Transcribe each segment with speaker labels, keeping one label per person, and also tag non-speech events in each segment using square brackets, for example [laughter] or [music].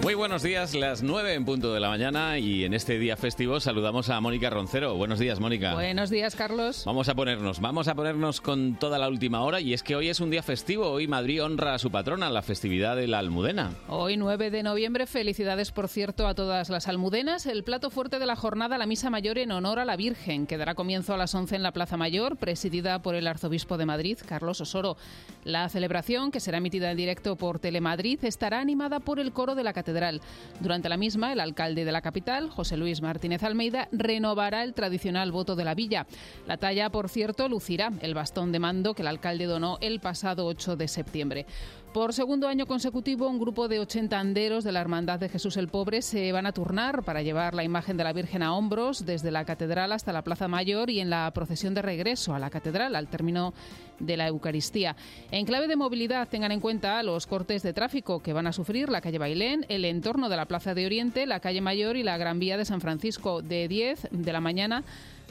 Speaker 1: Muy buenos días, las 9 en punto de la mañana y en este día festivo saludamos a Mónica Roncero. Buenos días, Mónica.
Speaker 2: Buenos días, Carlos.
Speaker 1: Vamos a ponernos, vamos a ponernos con toda la última hora y es que hoy es un día festivo, hoy Madrid honra a su patrona, la festividad de la Almudena.
Speaker 2: Hoy 9 de noviembre, felicidades por cierto a todas las almudenas. El plato fuerte de la jornada, la Misa Mayor en honor a la Virgen, que dará comienzo a las 11 en la Plaza Mayor, presidida por el Arzobispo de Madrid, Carlos Osoro. La celebración, que será emitida en directo por Telemadrid, estará animada por el coro de la Catedral durante la misma, el alcalde de la capital, José Luis Martínez Almeida, renovará el tradicional voto de la villa. La talla, por cierto, lucirá el bastón de mando que el alcalde donó el pasado 8 de septiembre. Por segundo año consecutivo, un grupo de 80 anderos de la Hermandad de Jesús el Pobre se van a turnar para llevar la imagen de la Virgen a hombros desde la catedral hasta la Plaza Mayor y en la procesión de regreso a la catedral al término de la Eucaristía. En clave de movilidad, tengan en cuenta los cortes de tráfico que van a sufrir la calle Bailén, el entorno de la Plaza de Oriente, la calle Mayor y la Gran Vía de San Francisco de 10 de la mañana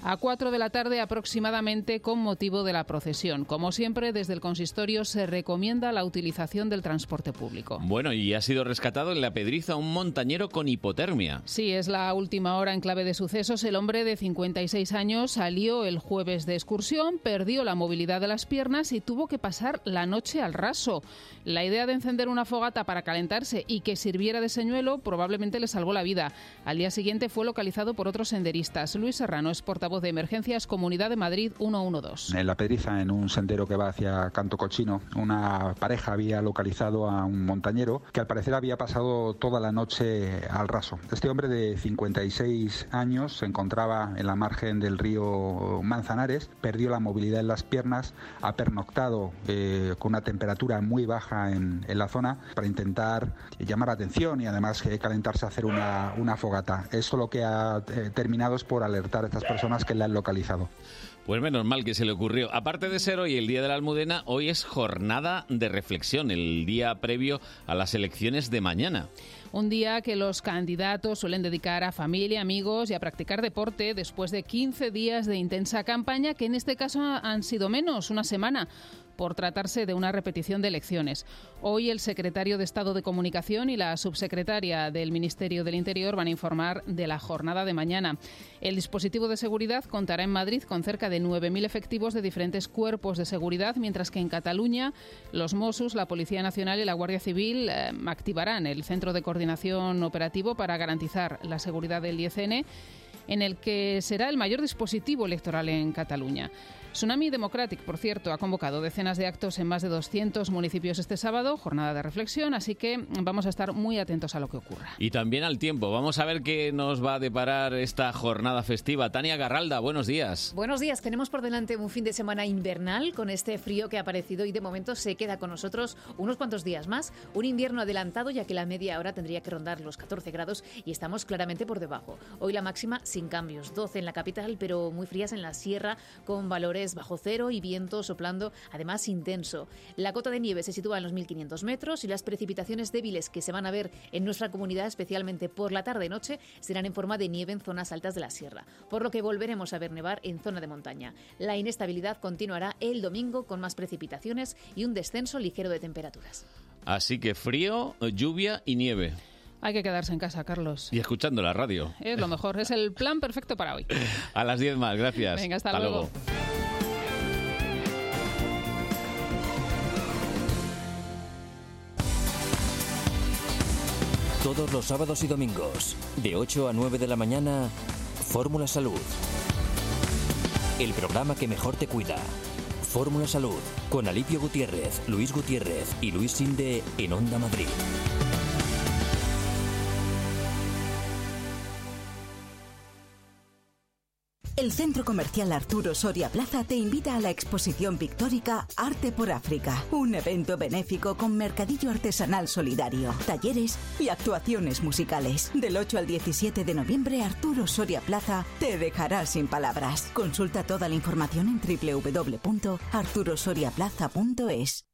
Speaker 2: a 4 de la tarde aproximadamente con motivo de la procesión. Como siempre, desde el consistorio se recomienda la utilización del transporte público.
Speaker 1: Bueno, y ha sido rescatado en la pedriza un montañero con hipotermia.
Speaker 2: Sí, es la última hora en clave de sucesos. El hombre de 56 años salió el jueves de excursión, perdió la movilidad de las piernas y tuvo que pasar la noche al raso. La idea de encender una fogata para calentarse y que sirviera de señuelo probablemente le salvó la vida. Al día siguiente fue localizado por otros senderistas. Luis Serrano es portavoz voz de emergencias Comunidad de Madrid 112.
Speaker 3: En la Pedriza, en un sendero que va hacia Canto Cochino, una pareja había localizado a un montañero que al parecer había pasado toda la noche al raso. Este hombre de 56 años se encontraba en la margen del río Manzanares, perdió la movilidad en las piernas, ha pernoctado eh, con una temperatura muy baja en, en, la zona para intentar llamar la atención y además eh, calentarse a hacer una, una, fogata. Esto lo que ha eh, terminado es por alertar a estas personas que la han localizado.
Speaker 1: Pues menos mal que se le ocurrió. Aparte de ser hoy el Día de la Almudena, hoy es jornada de reflexión, el día previo a las elecciones de mañana.
Speaker 2: Un día que los candidatos suelen dedicar a familia, amigos y a practicar deporte después de 15 días de intensa campaña, que en este caso han sido menos, una semana por tratarse de una repetición de elecciones. Hoy el secretario de Estado de Comunicación y la subsecretaria del Ministerio del Interior van a informar de la jornada de mañana. El dispositivo de seguridad contará en Madrid con cerca de 9.000 efectivos de diferentes cuerpos de seguridad, mientras que en Cataluña los Mossos, la Policía Nacional y la Guardia Civil eh, activarán el Centro de Coordinación Operativo para garantizar la seguridad del IECN en el que será el mayor dispositivo electoral en Cataluña. Tsunami Democratic, por cierto, ha convocado decenas de actos en más de 200 municipios este sábado, jornada de reflexión, así que vamos a estar muy atentos a lo que ocurra.
Speaker 1: Y también al tiempo, vamos a ver qué nos va a deparar esta jornada festiva. Tania Garralda, buenos días.
Speaker 4: Buenos días, tenemos por delante un fin de semana invernal con este frío que ha aparecido y de momento se queda con nosotros unos cuantos días más, un invierno adelantado ya que la media hora tendría que rondar los 14 grados y estamos claramente por debajo. Hoy la máxima sin cambios, 12 en la capital, pero muy frías en la sierra, con valores bajo cero y viento soplando, además intenso. La cota de nieve se sitúa en los 1.500 metros y las precipitaciones débiles que se van a ver en nuestra comunidad, especialmente por la tarde y noche, serán en forma de nieve en zonas altas de la sierra, por lo que volveremos a ver nevar en zona de montaña. La inestabilidad continuará el domingo con más precipitaciones y un descenso ligero de temperaturas.
Speaker 1: Así que frío, lluvia y nieve.
Speaker 2: Hay que quedarse en casa, Carlos.
Speaker 1: Y escuchando la radio. [laughs]
Speaker 2: Es lo mejor, es el plan perfecto para hoy.
Speaker 1: A las 10 más, gracias.
Speaker 2: Venga, hasta, hasta luego. luego.
Speaker 5: Todos los sábados y domingos, de 8 a 9 de la mañana, Fórmula Salud. El programa que mejor te cuida. Fórmula Salud, con Alipio Gutiérrez, Luis Gutiérrez y Luis Sinde en Onda Madrid.
Speaker 6: El Centro Comercial Arturo Soria Plaza te invita a la exposición pictórica Arte por África, un evento benéfico con mercadillo artesanal solidario, talleres y actuaciones musicales. Del 8 al 17 de noviembre, Arturo Soria Plaza te dejará sin palabras. Consulta toda la información en www.arturosoriaplaza.es.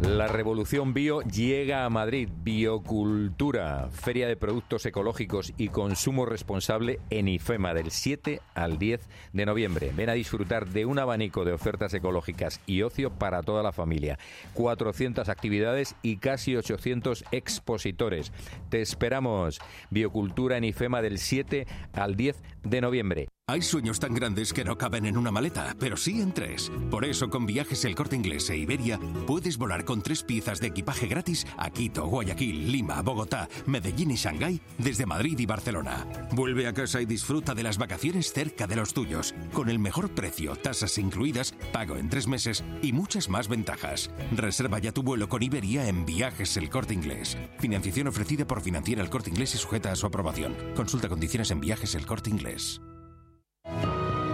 Speaker 7: La revolución bio llega a Madrid. Biocultura, Feria de Productos Ecológicos y Consumo Responsable en IFEMA del 7 al 10 de noviembre. Ven a disfrutar de un abanico de ofertas ecológicas y ocio para toda la familia. 400 actividades y casi 800 expositores. Te esperamos. Biocultura en IFEMA del 7 al 10 de noviembre.
Speaker 8: Hay sueños tan grandes que no caben en una maleta, pero sí en tres. Por eso, con viajes El Corte Inglés e Iberia, puedes volar con tres piezas de equipaje gratis a Quito, Guayaquil, Lima, Bogotá, Medellín y Shanghái desde Madrid y Barcelona. Vuelve a casa y disfruta de las vacaciones cerca de los tuyos, con el mejor precio, tasas incluidas, pago en tres meses y muchas más ventajas. Reserva ya tu vuelo con Iberia en Viajes El Corte Inglés. Financiación ofrecida por Financiera El Corte Inglés y sujeta a su aprobación. Consulta condiciones en Viajes El Corte Inglés.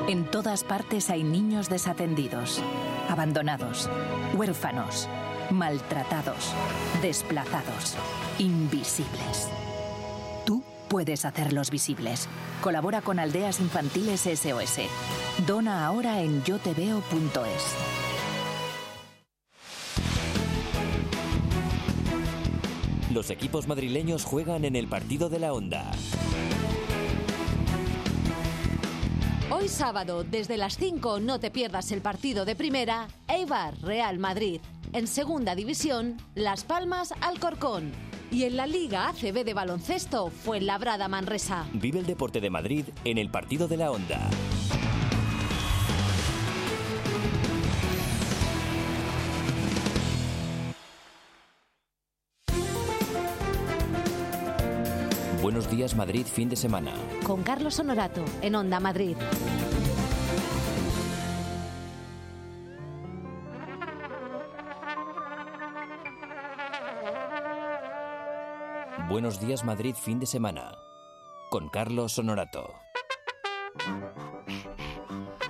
Speaker 9: En todas partes hay niños desatendidos, abandonados, huérfanos, maltratados, desplazados, invisibles. Tú puedes hacerlos visibles. Colabora con Aldeas Infantiles SOS. Dona ahora en yoteveo.es.
Speaker 5: Los equipos madrileños juegan en el partido de la onda.
Speaker 10: Hoy sábado, desde las 5, no te pierdas el partido de primera, Eibar Real Madrid. En segunda división, Las Palmas Alcorcón. Y en la Liga ACB de baloncesto, Fuenlabrada Manresa.
Speaker 5: Vive el deporte de Madrid en el partido de la onda. Buenos días Madrid, fin de semana.
Speaker 10: Con Carlos Honorato, en Onda Madrid.
Speaker 5: Buenos días Madrid, fin de semana. Con Carlos Honorato.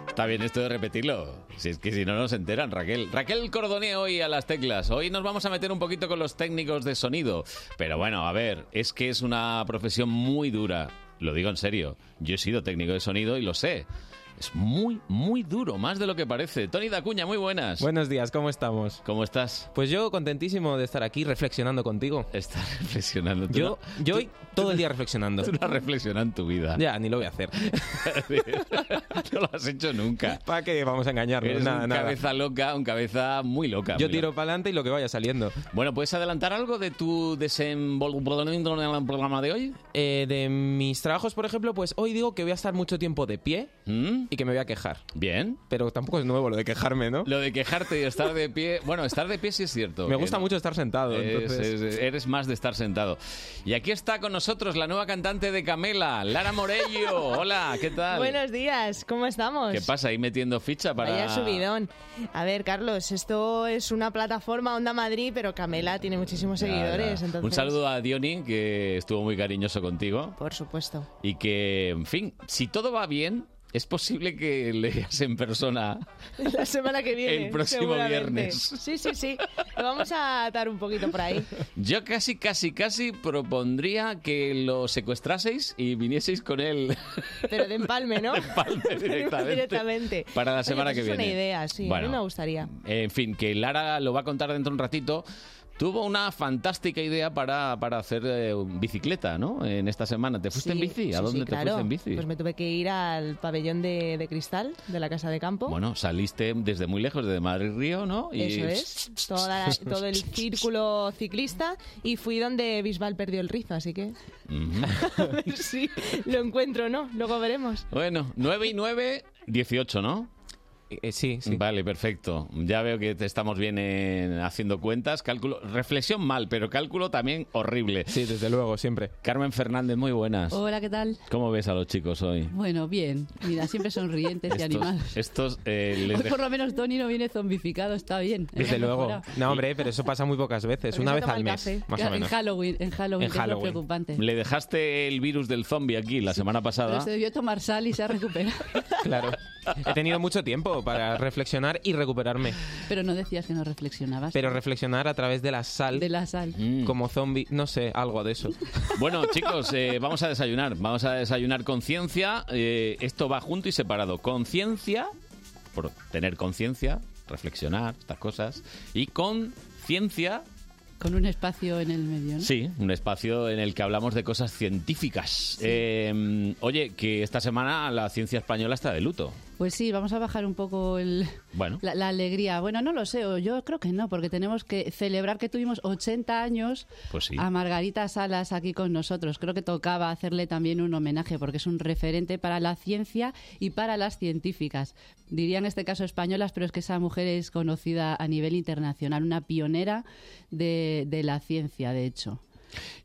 Speaker 1: Está bien esto de repetirlo. Si es que si no nos enteran, Raquel. Raquel Cordonier hoy a las teclas. Hoy nos vamos a meter un poquito con los técnicos de sonido. Pero bueno, a ver, es que es una profesión muy dura. Lo digo en serio. Yo he sido técnico de sonido y lo sé. Es muy, muy duro, más de lo que parece. Tony Dacuña, muy buenas.
Speaker 11: Buenos días, ¿cómo estamos?
Speaker 1: ¿Cómo estás?
Speaker 11: Pues yo contentísimo de estar aquí reflexionando contigo.
Speaker 1: Estás [laughs] reflexionando. Tú
Speaker 11: Yo,
Speaker 1: no-
Speaker 11: yo hoy todo
Speaker 1: tú-
Speaker 11: el día reflexionando.
Speaker 1: [laughs] Tú no has reflexionado en tu vida.
Speaker 11: Ya, ni lo voy a hacer.
Speaker 1: [laughs] no lo has hecho nunca.
Speaker 11: ¿Para qué vamos a engañarnos?
Speaker 1: Eres
Speaker 11: Nada,
Speaker 1: un
Speaker 11: nada.
Speaker 1: cabeza loca, un cabeza muy loca.
Speaker 11: Yo
Speaker 1: muy
Speaker 11: tiro para adelante y lo que vaya saliendo.
Speaker 1: Bueno, ¿puedes adelantar algo de tu desenvolvimiento en el programa de hoy?
Speaker 11: Eh, de mis trabajos, por ejemplo, pues hoy digo que voy a estar mucho tiempo de pie
Speaker 1: ¿Mm?
Speaker 11: y que me voy a quejar.
Speaker 1: Bien.
Speaker 11: Pero tampoco es nuevo lo de quejarme, ¿no?
Speaker 1: Lo de quejarte y estar de pie. Bueno, estar de pie sí es cierto.
Speaker 11: Me
Speaker 1: que
Speaker 11: gusta
Speaker 1: no-
Speaker 11: mucho estar sentado.
Speaker 1: es-
Speaker 11: entonces...
Speaker 1: es- eres más de estar sentado. Y aquí está con nosotros la nueva cantante de Camela, Lara Morello. Hola, ¿qué tal?
Speaker 12: Buenos días, ¿cómo estamos?
Speaker 1: ¿Qué pasa? Ahí metiendo ficha para.
Speaker 12: Vaya subidón. A ver, Carlos, esto es una plataforma Onda Madrid, pero Camela tiene muchísimos
Speaker 1: Ya, ya.
Speaker 12: seguidores. Entonces...
Speaker 1: Un saludo a Diony, que estuvo muy cariñoso contigo.
Speaker 12: Por supuesto.
Speaker 1: Y que, en fin, si todo va bien, es posible que le veas en persona.
Speaker 12: [laughs] La semana que viene.
Speaker 1: El próximo
Speaker 12: seguramente.
Speaker 1: viernes.
Speaker 12: Sí, sí, sí. Lo vamos a atar un poquito por
Speaker 1: [laughs]
Speaker 12: ahí.
Speaker 1: Yo casi, casi, casi propondría que lo secuestraseis y vinieseis con él
Speaker 12: Pero de empalme,
Speaker 1: [laughs]
Speaker 12: ¿no? [laughs]
Speaker 1: palme directamente.
Speaker 12: Directamente.
Speaker 1: Para la semana
Speaker 12: Oye, pues
Speaker 1: que
Speaker 12: es
Speaker 1: viene.
Speaker 12: una idea, sí.
Speaker 1: Bueno.
Speaker 12: A mí me gustaría.
Speaker 1: En fin, que Lara lo va a contar dentro de un ratito. Tuvo una fantástica idea para, para hacer eh, bicicleta, ¿no? En esta semana. ¿Te fuiste en
Speaker 12: Sí,
Speaker 1: bici?
Speaker 12: sí,
Speaker 1: ¿A dónde
Speaker 12: sí,
Speaker 1: te
Speaker 12: claro.
Speaker 1: fuiste en bici?
Speaker 12: Pues me tuve que ir al pabellón de, de cristal de la Casa de Campo.
Speaker 1: Bueno, saliste desde muy lejos, desde Madrid Río, ¿no? Y-
Speaker 12: Eso es, toda la- todo
Speaker 1: [laughs]
Speaker 12: el círculo ciclista y fui donde Bisbal perdió el rizo, así que
Speaker 1: Ujú. [laughs]
Speaker 13: [laughs]
Speaker 12: a ver si lo encuentro o no, luego veremos.
Speaker 1: Bueno, 9 y 9, 18, ¿no?
Speaker 11: Eh, sí, sí.
Speaker 1: Vale, perfecto. Ya veo que te estamos bien en- haciendo cuentas. Cálculo, reflexión mal, pero cálculo también horrible.
Speaker 11: Sí, desde luego, siempre.
Speaker 1: Carmen Fernández, muy buenas.
Speaker 13: Hola, ¿qué tal?
Speaker 1: ¿Cómo ves a los chicos hoy?
Speaker 13: Bueno, bien. Mira, siempre sonrientes y animados.
Speaker 1: Estos, estos, eh, les
Speaker 13: Hoy
Speaker 1: dej-
Speaker 13: por lo menos Tony no viene zombificado, está bien.
Speaker 11: Desde
Speaker 13: Hemos
Speaker 11: luego.
Speaker 13: mejorado.
Speaker 11: No, hombre, pero eso pasa muy pocas veces. [laughs]
Speaker 12: Porque
Speaker 11: Una
Speaker 12: se
Speaker 11: vez
Speaker 12: toma
Speaker 11: al
Speaker 12: el
Speaker 11: mes,
Speaker 12: café.
Speaker 11: más o
Speaker 13: Ya, En
Speaker 11: menos.
Speaker 13: Halloween, en Halloween, que
Speaker 11: En
Speaker 13: es lo
Speaker 11: Halloween.
Speaker 13: preocupante.
Speaker 1: le dejaste el virus del zombie aquí la semana
Speaker 13: Pero
Speaker 1: pasada.
Speaker 13: se debió tomar sal y se ha
Speaker 11: [laughs]
Speaker 13: recuperado.
Speaker 11: Claro. He tenido mucho tiempo para reflexionar y recuperarme.
Speaker 13: Pero no decías que no reflexionabas.
Speaker 11: Pero reflexionar a través de la sal
Speaker 13: de la sal.
Speaker 1: Mm.
Speaker 11: como zombie, no sé, algo de eso.
Speaker 1: Bueno, chicos, eh, vamos a desayunar. Vamos a desayunar conciencia. Eh, esto va junto y separado. Conciencia, por tener conciencia, reflexionar, estas cosas. Y con ciencia,
Speaker 13: Con un espacio en el medio, ¿no?
Speaker 1: sí, un espacio en el que hablamos de cosas científicas. Eh, oye, que esta semana la ciencia española está de luto.
Speaker 13: Pues sí, vamos a bajar un poco el,
Speaker 1: Bueno,
Speaker 13: la, la alegría. Bueno, no lo sé, o yo creo que no, porque tenemos que celebrar que tuvimos 80 años
Speaker 1: pues sí.
Speaker 13: a Margarita Salas aquí con nosotros. Creo que tocaba hacerle también un homenaje porque es un referente para la ciencia y para las científicas. Diría en este caso españolas, pero es que esa mujer es conocida a nivel internacional, una pionera de, de la ciencia, de hecho.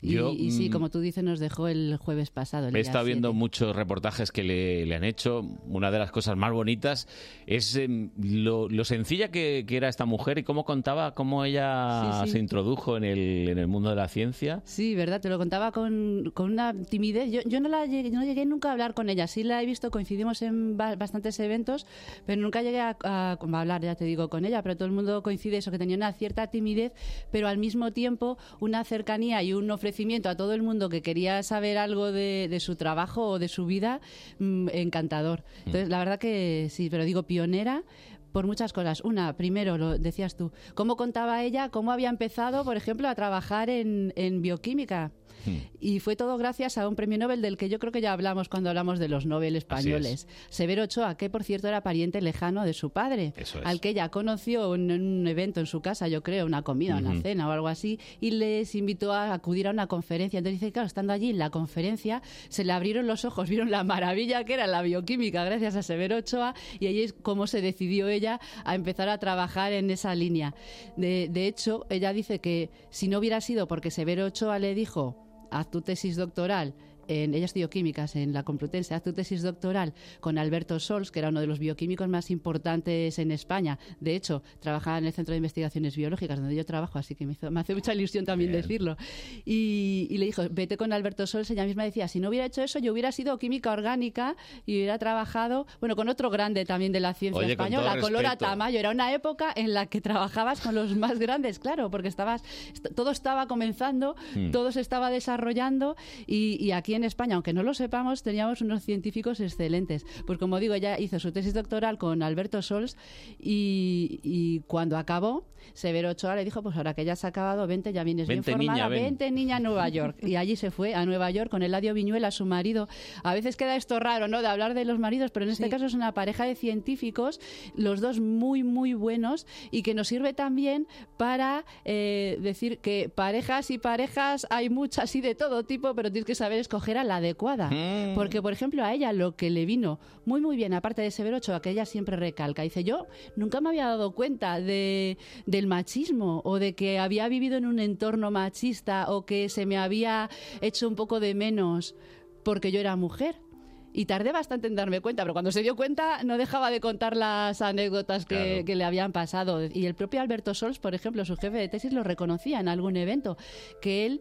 Speaker 13: Y,
Speaker 1: Yo,
Speaker 13: y sí,
Speaker 1: mm,
Speaker 13: como tú dices, nos dejó el jueves pasado. el
Speaker 1: He
Speaker 13: día
Speaker 1: estado
Speaker 13: 7.
Speaker 1: viendo muchos reportajes que le, le han hecho. Una de las cosas más bonitas es em, lo, lo sencilla que, que era esta mujer y cómo contaba cómo ella
Speaker 13: Sí, sí.
Speaker 1: se introdujo en el, en el mundo de la ciencia.
Speaker 13: Sí, verdad, te lo contaba con, con una timidez. Yo, yo no, la llegué, no llegué nunca a hablar con ella, sí la he visto, coincidimos en ba- bastantes eventos, pero nunca llegué a, a- a hablar, ya te digo, con ella, pero todo el mundo coincide eso, que tenía una cierta timidez, pero al mismo tiempo una cercanía y un ofrecimiento a todo el mundo que quería saber algo de, de su trabajo o de su vida, mm, encantador. Entonces, la verdad que sí, pero digo pionera, por muchas cosas. Una, primero, lo decías tú, cómo contaba ella, cómo había empezado, por ejemplo, a trabajar en, en bioquímica.
Speaker 1: Mm.
Speaker 13: Y fue todo gracias a un premio Nobel del que yo creo que ya hablamos cuando hablamos de los Nobel españoles. Severo Ochoa, que por cierto era pariente lejano de su padre,
Speaker 10: Eso es.
Speaker 13: al que ella conoció en un evento en su casa, yo creo, una comida, una
Speaker 10: Ujú.
Speaker 13: cena o algo así, y les invitó a acudir a una conferencia. Entonces dice, claro, estando allí en la conferencia, se le abrieron los ojos, [laughs] vieron la maravilla que era la bioquímica gracias a Severo Ochoa, y ahí es como se decidió ella a empezar a trabajar en esa línea. De, de hecho, ella dice que si no hubiera sido porque Severo Ochoa le dijo, haz tu tesis doctoral, en, ella estudió químicas en la Complutense, haz tu tesis doctoral con Alberto Sols, que era uno de los bioquímicos más importantes en España. De hecho, trabajaba en el Centro de Investigaciones Biológicas, donde yo trabajo, así que me, hizo- me hace mucha ilusión también
Speaker 10: Bien.
Speaker 13: decirlo. Y, y le dijo, vete con Alberto Sols, ella misma decía, si no hubiera hecho eso, yo hubiera sido química orgánica y hubiera trabajado, bueno, con otro grande también de la ciencia
Speaker 10: Oye, con todo
Speaker 13: española, Colora
Speaker 10: respeto.
Speaker 13: Tamayo. Era una época en la que trabajabas con los más grandes, claro, porque estabas, est- todo estaba comenzando,
Speaker 10: Mm.
Speaker 13: todo se estaba desarrollando y, y aquí en España, aunque no lo sepamos, teníamos unos científicos excelentes. Pues como digo, ella hizo su tesis doctoral con Alberto Sols y, y cuando acabó, Severo Ochoa le dijo, pues ahora que ya has acabado, vente, ya vienes
Speaker 10: Vente,
Speaker 13: bien formada,
Speaker 10: niña, ven".
Speaker 13: vente niña a Nueva York. Y allí se fue a Nueva York con Eladio Viñuela, su marido. A veces queda esto raro, ¿no? De hablar de los maridos, pero en este caso es una pareja de científicos, los dos muy, muy buenos y que nos sirve también para eh, decir que parejas y parejas hay muchas y de todo tipo, pero tienes que saber escoger a la adecuada.
Speaker 10: Mm.
Speaker 13: Porque, por ejemplo, a ella lo que le vino muy, muy bien, aparte de Severo Ochoa, que ella siempre recalca, dice, yo nunca me había dado cuenta de, del machismo o de que había vivido en un entorno machista o que se me había hecho un poco de menos porque yo era mujer. Y tardé bastante en darme cuenta, pero cuando se dio cuenta no dejaba de contar las anécdotas que,
Speaker 10: Claro.
Speaker 13: que le habían pasado. Y el propio Alberto Sols, por ejemplo, su jefe de tesis, lo reconocía en algún evento, que él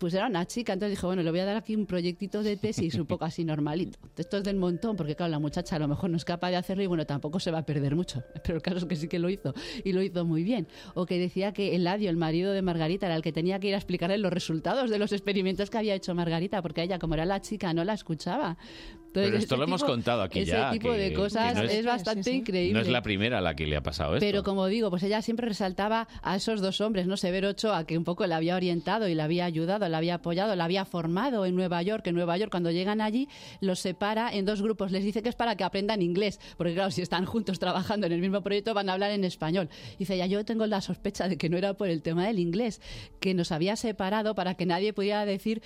Speaker 13: pues era una chica, entonces dijo, bueno, le voy a dar aquí un proyectito de tesis un poco así normalito. Esto es del montón, porque claro, la muchacha a lo mejor no es capaz de hacerlo y bueno, tampoco se va a perder mucho. [laughs] Pero el caso es que sí que lo hizo y lo hizo muy bien. O que decía que Eladio, el marido de Margarita, era el que tenía que ir a explicarle los resultados de los experimentos que había hecho Margarita, porque ella, como era la chica, no la escuchaba. Entonces,
Speaker 1: Pero esto
Speaker 13: ese
Speaker 1: lo hemos
Speaker 13: tipo-
Speaker 1: contado aquí
Speaker 13: ese
Speaker 1: ya,
Speaker 13: tipo
Speaker 1: que-
Speaker 13: de
Speaker 1: que
Speaker 13: cosas
Speaker 1: no es-
Speaker 13: es, bastante increíble.
Speaker 1: No es la primera a la que le ha pasado esto.
Speaker 13: Pero como digo, pues ella siempre resaltaba a esos dos hombres, ¿no? Severo Ochoa, que un poco la había orientado y la había ayudado, la había apoyado, la había formado en Nueva York. En Nueva York, cuando llegan allí, los separa en dos grupos. Les dice que es para que aprendan inglés, porque claro, si están juntos trabajando en el mismo proyecto, van a hablar en español. Dice, ya yo tengo la sospecha de que no era por el tema del inglés, que nos había separado para que nadie pudiera decir,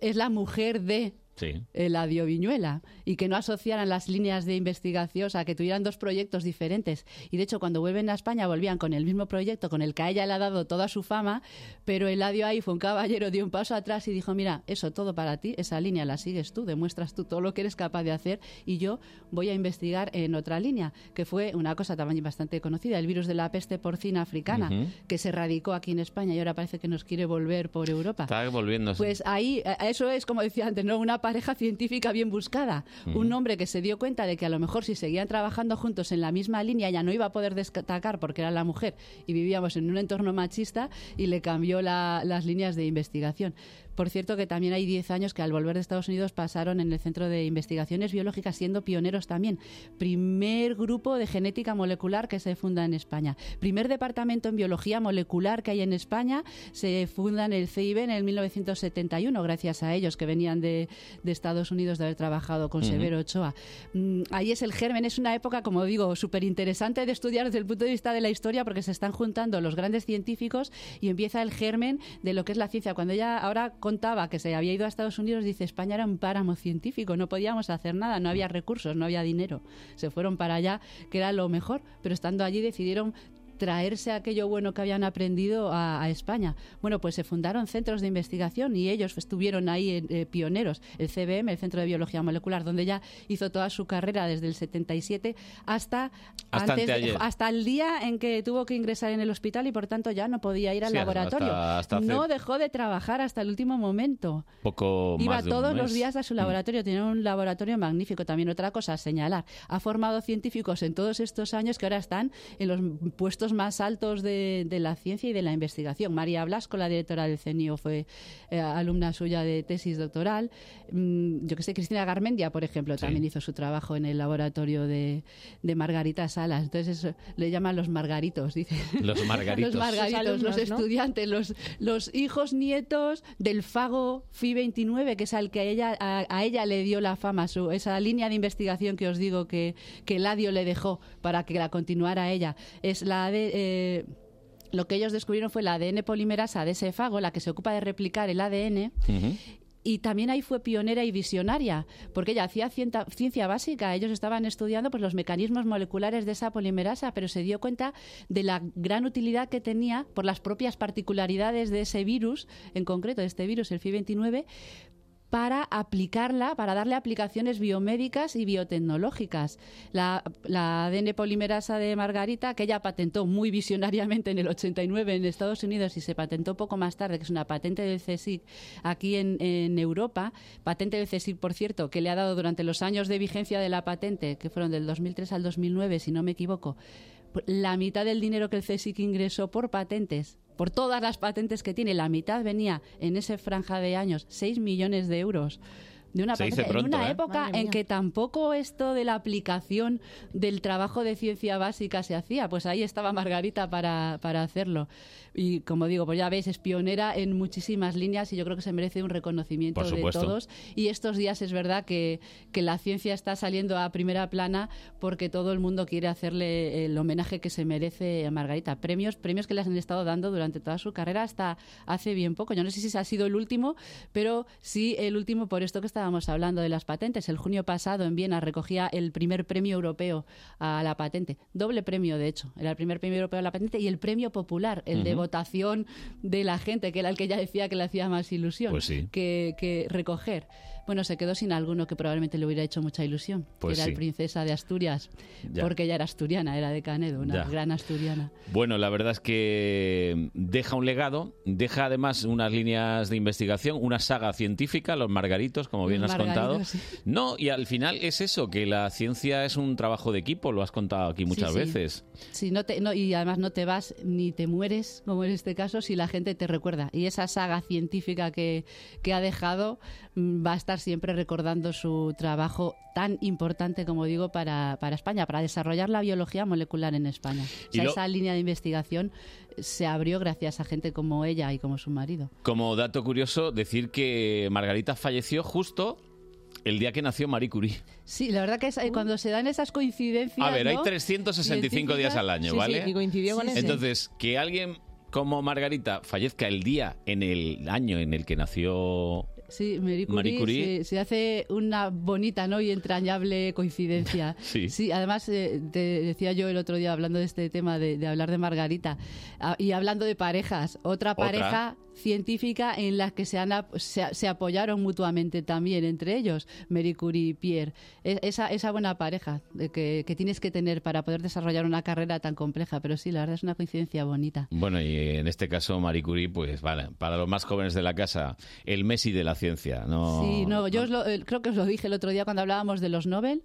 Speaker 13: es la mujer de...
Speaker 1: Sí.
Speaker 13: Eladio Viñuela eh, y que no asociaran las líneas de investigación, o sea, que tuvieran dos proyectos diferentes. Y de hecho, cuando vuelven a España, volvían con el mismo proyecto con el que a ella le ha dado toda su fama, pero Eladio ahí fue un caballero, dio un paso atrás y dijo, mira, eso todo para ti, esa línea la sigues tú, demuestras tú todo lo que eres capaz de hacer y yo voy a investigar en otra línea, que fue una cosa también bastante conocida, el virus de la peste porcina africana,
Speaker 1: Ujú.
Speaker 13: que se radicó aquí en España y ahora parece que nos quiere volver por Europa.
Speaker 1: Está volviéndose.
Speaker 13: Pues ahí, a- a eso es, como decía antes, ¿no? una pareja científica bien buscada.
Speaker 1: Ujú.
Speaker 13: Un hombre que se dio cuenta de que a lo mejor si seguían trabajando juntos en la misma línea ya no iba a poder destacar porque era la mujer y vivíamos en un entorno machista y le cambió la- las líneas de investigación. Por cierto, que también hay 10 años que al volver de Estados Unidos pasaron en el Centro de Investigaciones Biológicas, siendo pioneros también. Primer grupo de genética molecular que se funda en España. Primer departamento en biología molecular que hay en España. Se funda en el CIB en el 1971, gracias a ellos que venían de, de Estados Unidos de haber trabajado con
Speaker 10: Ujú.
Speaker 13: Severo Ochoa. Mm, ahí es el germen, es una época, como digo, súper interesante de estudiar desde el punto de vista de la historia porque se están juntando los grandes científicos y empieza el germen de lo que es la ciencia. Cuando ella ahora contaba que se había ido a Estados Unidos, dice, España era un páramo científico, no podíamos hacer nada, no había recursos, no había dinero. Se fueron para allá, que era lo mejor, pero estando allí decidieron traerse aquello bueno que habían aprendido a, a España. Bueno, pues se fundaron centros de investigación y ellos estuvieron ahí en- eh, pioneros. El CBM, el Centro de Biología Molecular, donde ella hizo toda su carrera desde el 77 hasta,
Speaker 1: Hasta
Speaker 13: antes de-
Speaker 1: anteayer.
Speaker 13: hasta el día en que tuvo que ingresar en el hospital y por tanto ya no podía ir al
Speaker 1: Sí, hasta-
Speaker 13: laboratorio.
Speaker 1: hasta hace-
Speaker 13: no dejó de trabajar hasta el último momento.
Speaker 1: Poco
Speaker 13: Iba
Speaker 1: más de un
Speaker 13: todos los
Speaker 1: mes.
Speaker 13: días a su laboratorio, tenía un laboratorio magnífico. También otra cosa a señalar, ha formado científicos en todos estos años que ahora están en los puestos más altos de, de la ciencia y de la investigación. María Blasco, la directora del CENIO, fue eh, alumna suya de tesis doctoral. Mm, yo que sé, Cristina Garmendia, por ejemplo, también hizo su trabajo en el laboratorio de, de Margarita Salas. Entonces eso le llaman los margaritos, dice. [laughs]
Speaker 1: Los margaritos.
Speaker 13: Los margaritos,
Speaker 12: Sus alumnos,
Speaker 13: los
Speaker 12: ¿no?
Speaker 13: estudiantes, los, los hijos, nietos del Fago FI 29, que es al que a ella, a, a ella le dio la fama, su, esa línea de investigación que os digo que, que Ladio le dejó para que la continuara ella. Es la de. eh, lo que ellos descubrieron fue la ADN polimerasa de ese fago, la que se ocupa de replicar el ADN, y también ahí fue pionera y visionaria, porque ella hacía cienta- ciencia básica, ellos estaban estudiando pues, los mecanismos moleculares de esa polimerasa, pero se dio cuenta de la gran utilidad que tenía por las propias particularidades de ese virus, en concreto de este virus, el FI29, para aplicarla, para darle aplicaciones biomédicas y biotecnológicas. La, la ADN polimerasa de Margarita, que ella patentó muy visionariamente en el 89 en Estados Unidos y se patentó poco más tarde, que es una patente del CSIC aquí en, en Europa, patente del CSIC, por cierto, que le ha dado durante los años de vigencia de la patente, que fueron del 2003 al 2009, si no me equivoco, la mitad del dinero que el CSIC ingresó por patentes, por todas las patentes que tiene, la mitad venía en esa franja de años, 6 millones de euros. De una
Speaker 1: Se dice
Speaker 13: patente, en
Speaker 1: pronto,
Speaker 13: una
Speaker 1: ¿eh?
Speaker 13: época
Speaker 1: Madre
Speaker 13: en
Speaker 1: mía.
Speaker 13: que tampoco esto de la aplicación del trabajo de ciencia básica se hacía, pues ahí estaba Margarita para, para hacerlo. Y como digo, pues ya veis, es pionera en muchísimas líneas y yo creo que se merece un reconocimiento
Speaker 14: Por
Speaker 13: de
Speaker 14: supuesto.
Speaker 13: todos. Y estos días es verdad que, que la ciencia está saliendo a primera plana porque todo el mundo quiere hacerle el homenaje que se merece a Margarita. Premios, premios que le han estado dando durante toda su carrera hasta hace bien poco. Yo no sé si ese ha sido el último, pero sí el último por esto que estábamos hablando de las patentes. El junio pasado en Viena recogía el primer premio europeo a la patente. Doble premio, de hecho. Era el primer premio europeo a la patente y el premio popular, el de
Speaker 1: Ujú.
Speaker 13: votación de la gente, que era el que ya decía que le hacía más ilusión
Speaker 1: Pues sí.
Speaker 13: que, que recoger. Bueno, se quedó sin alguno que probablemente le hubiera hecho mucha ilusión,
Speaker 1: Pues
Speaker 13: que era
Speaker 1: sí.
Speaker 13: el princesa de Asturias,
Speaker 1: Ya.
Speaker 13: porque ella era asturiana, era de Canedo, una
Speaker 1: Ya.
Speaker 13: gran asturiana.
Speaker 1: Bueno, la verdad es que deja un legado, deja además unas líneas de investigación, una saga científica, los margaritos, como bien
Speaker 13: Los
Speaker 1: has
Speaker 13: margaritos,
Speaker 1: contado.
Speaker 13: sí.
Speaker 1: No, y al final es eso, que la ciencia es un trabajo de equipo, lo has contado aquí muchas
Speaker 13: sí.
Speaker 1: veces.
Speaker 13: Sí, no te- no- y además no te vas ni te mueres, como en este caso, si la gente te recuerda. Y esa saga científica que, que ha dejado mm, va a estar siempre recordando su trabajo tan importante, como digo, para, para España, para desarrollar la biología molecular en España. O
Speaker 1: Y
Speaker 13: sea,
Speaker 1: lo-
Speaker 13: esa línea de investigación se abrió gracias a gente como ella y como su marido.
Speaker 1: Como dato curioso, decir que Margarita falleció justo el día que nació Marie Curie.
Speaker 13: Sí, la verdad que es- eh, cuando se dan esas coincidencias.
Speaker 1: A ver, hay
Speaker 13: ¿no?
Speaker 1: 365 días al año,
Speaker 13: Sí, sí,
Speaker 1: ¿vale?
Speaker 13: y coincidió con Sí, ese. sí.
Speaker 1: Entonces, que alguien como Margarita fallezca el día en el año en el que nació
Speaker 13: Sí, Marie Curie,
Speaker 1: Marie Curie.
Speaker 13: Se, se hace una bonita ¿no? y entrañable coincidencia.
Speaker 1: [laughs] Sí.
Speaker 13: además, eh, te decía yo el otro día hablando de este tema, de, de hablar de Margarita, ah, y hablando de parejas, otra
Speaker 15: Otra.
Speaker 13: pareja científica en la que se, han, ap- se, se apoyaron mutuamente también entre ellos, Marie Curie y Pierre. Es- esa, esa buena pareja de que, que tienes que tener para poder desarrollar una carrera tan compleja, pero sí, la verdad es una coincidencia bonita.
Speaker 1: Bueno, y en este caso Marie Curie, pues vale, para los más jóvenes de la casa, el Messi de la ciencia, Oh, ¿no? [laughs]
Speaker 13: Sí, no, yo os lo- eh, creo que os lo dije el otro día cuando hablábamos de los Nobel.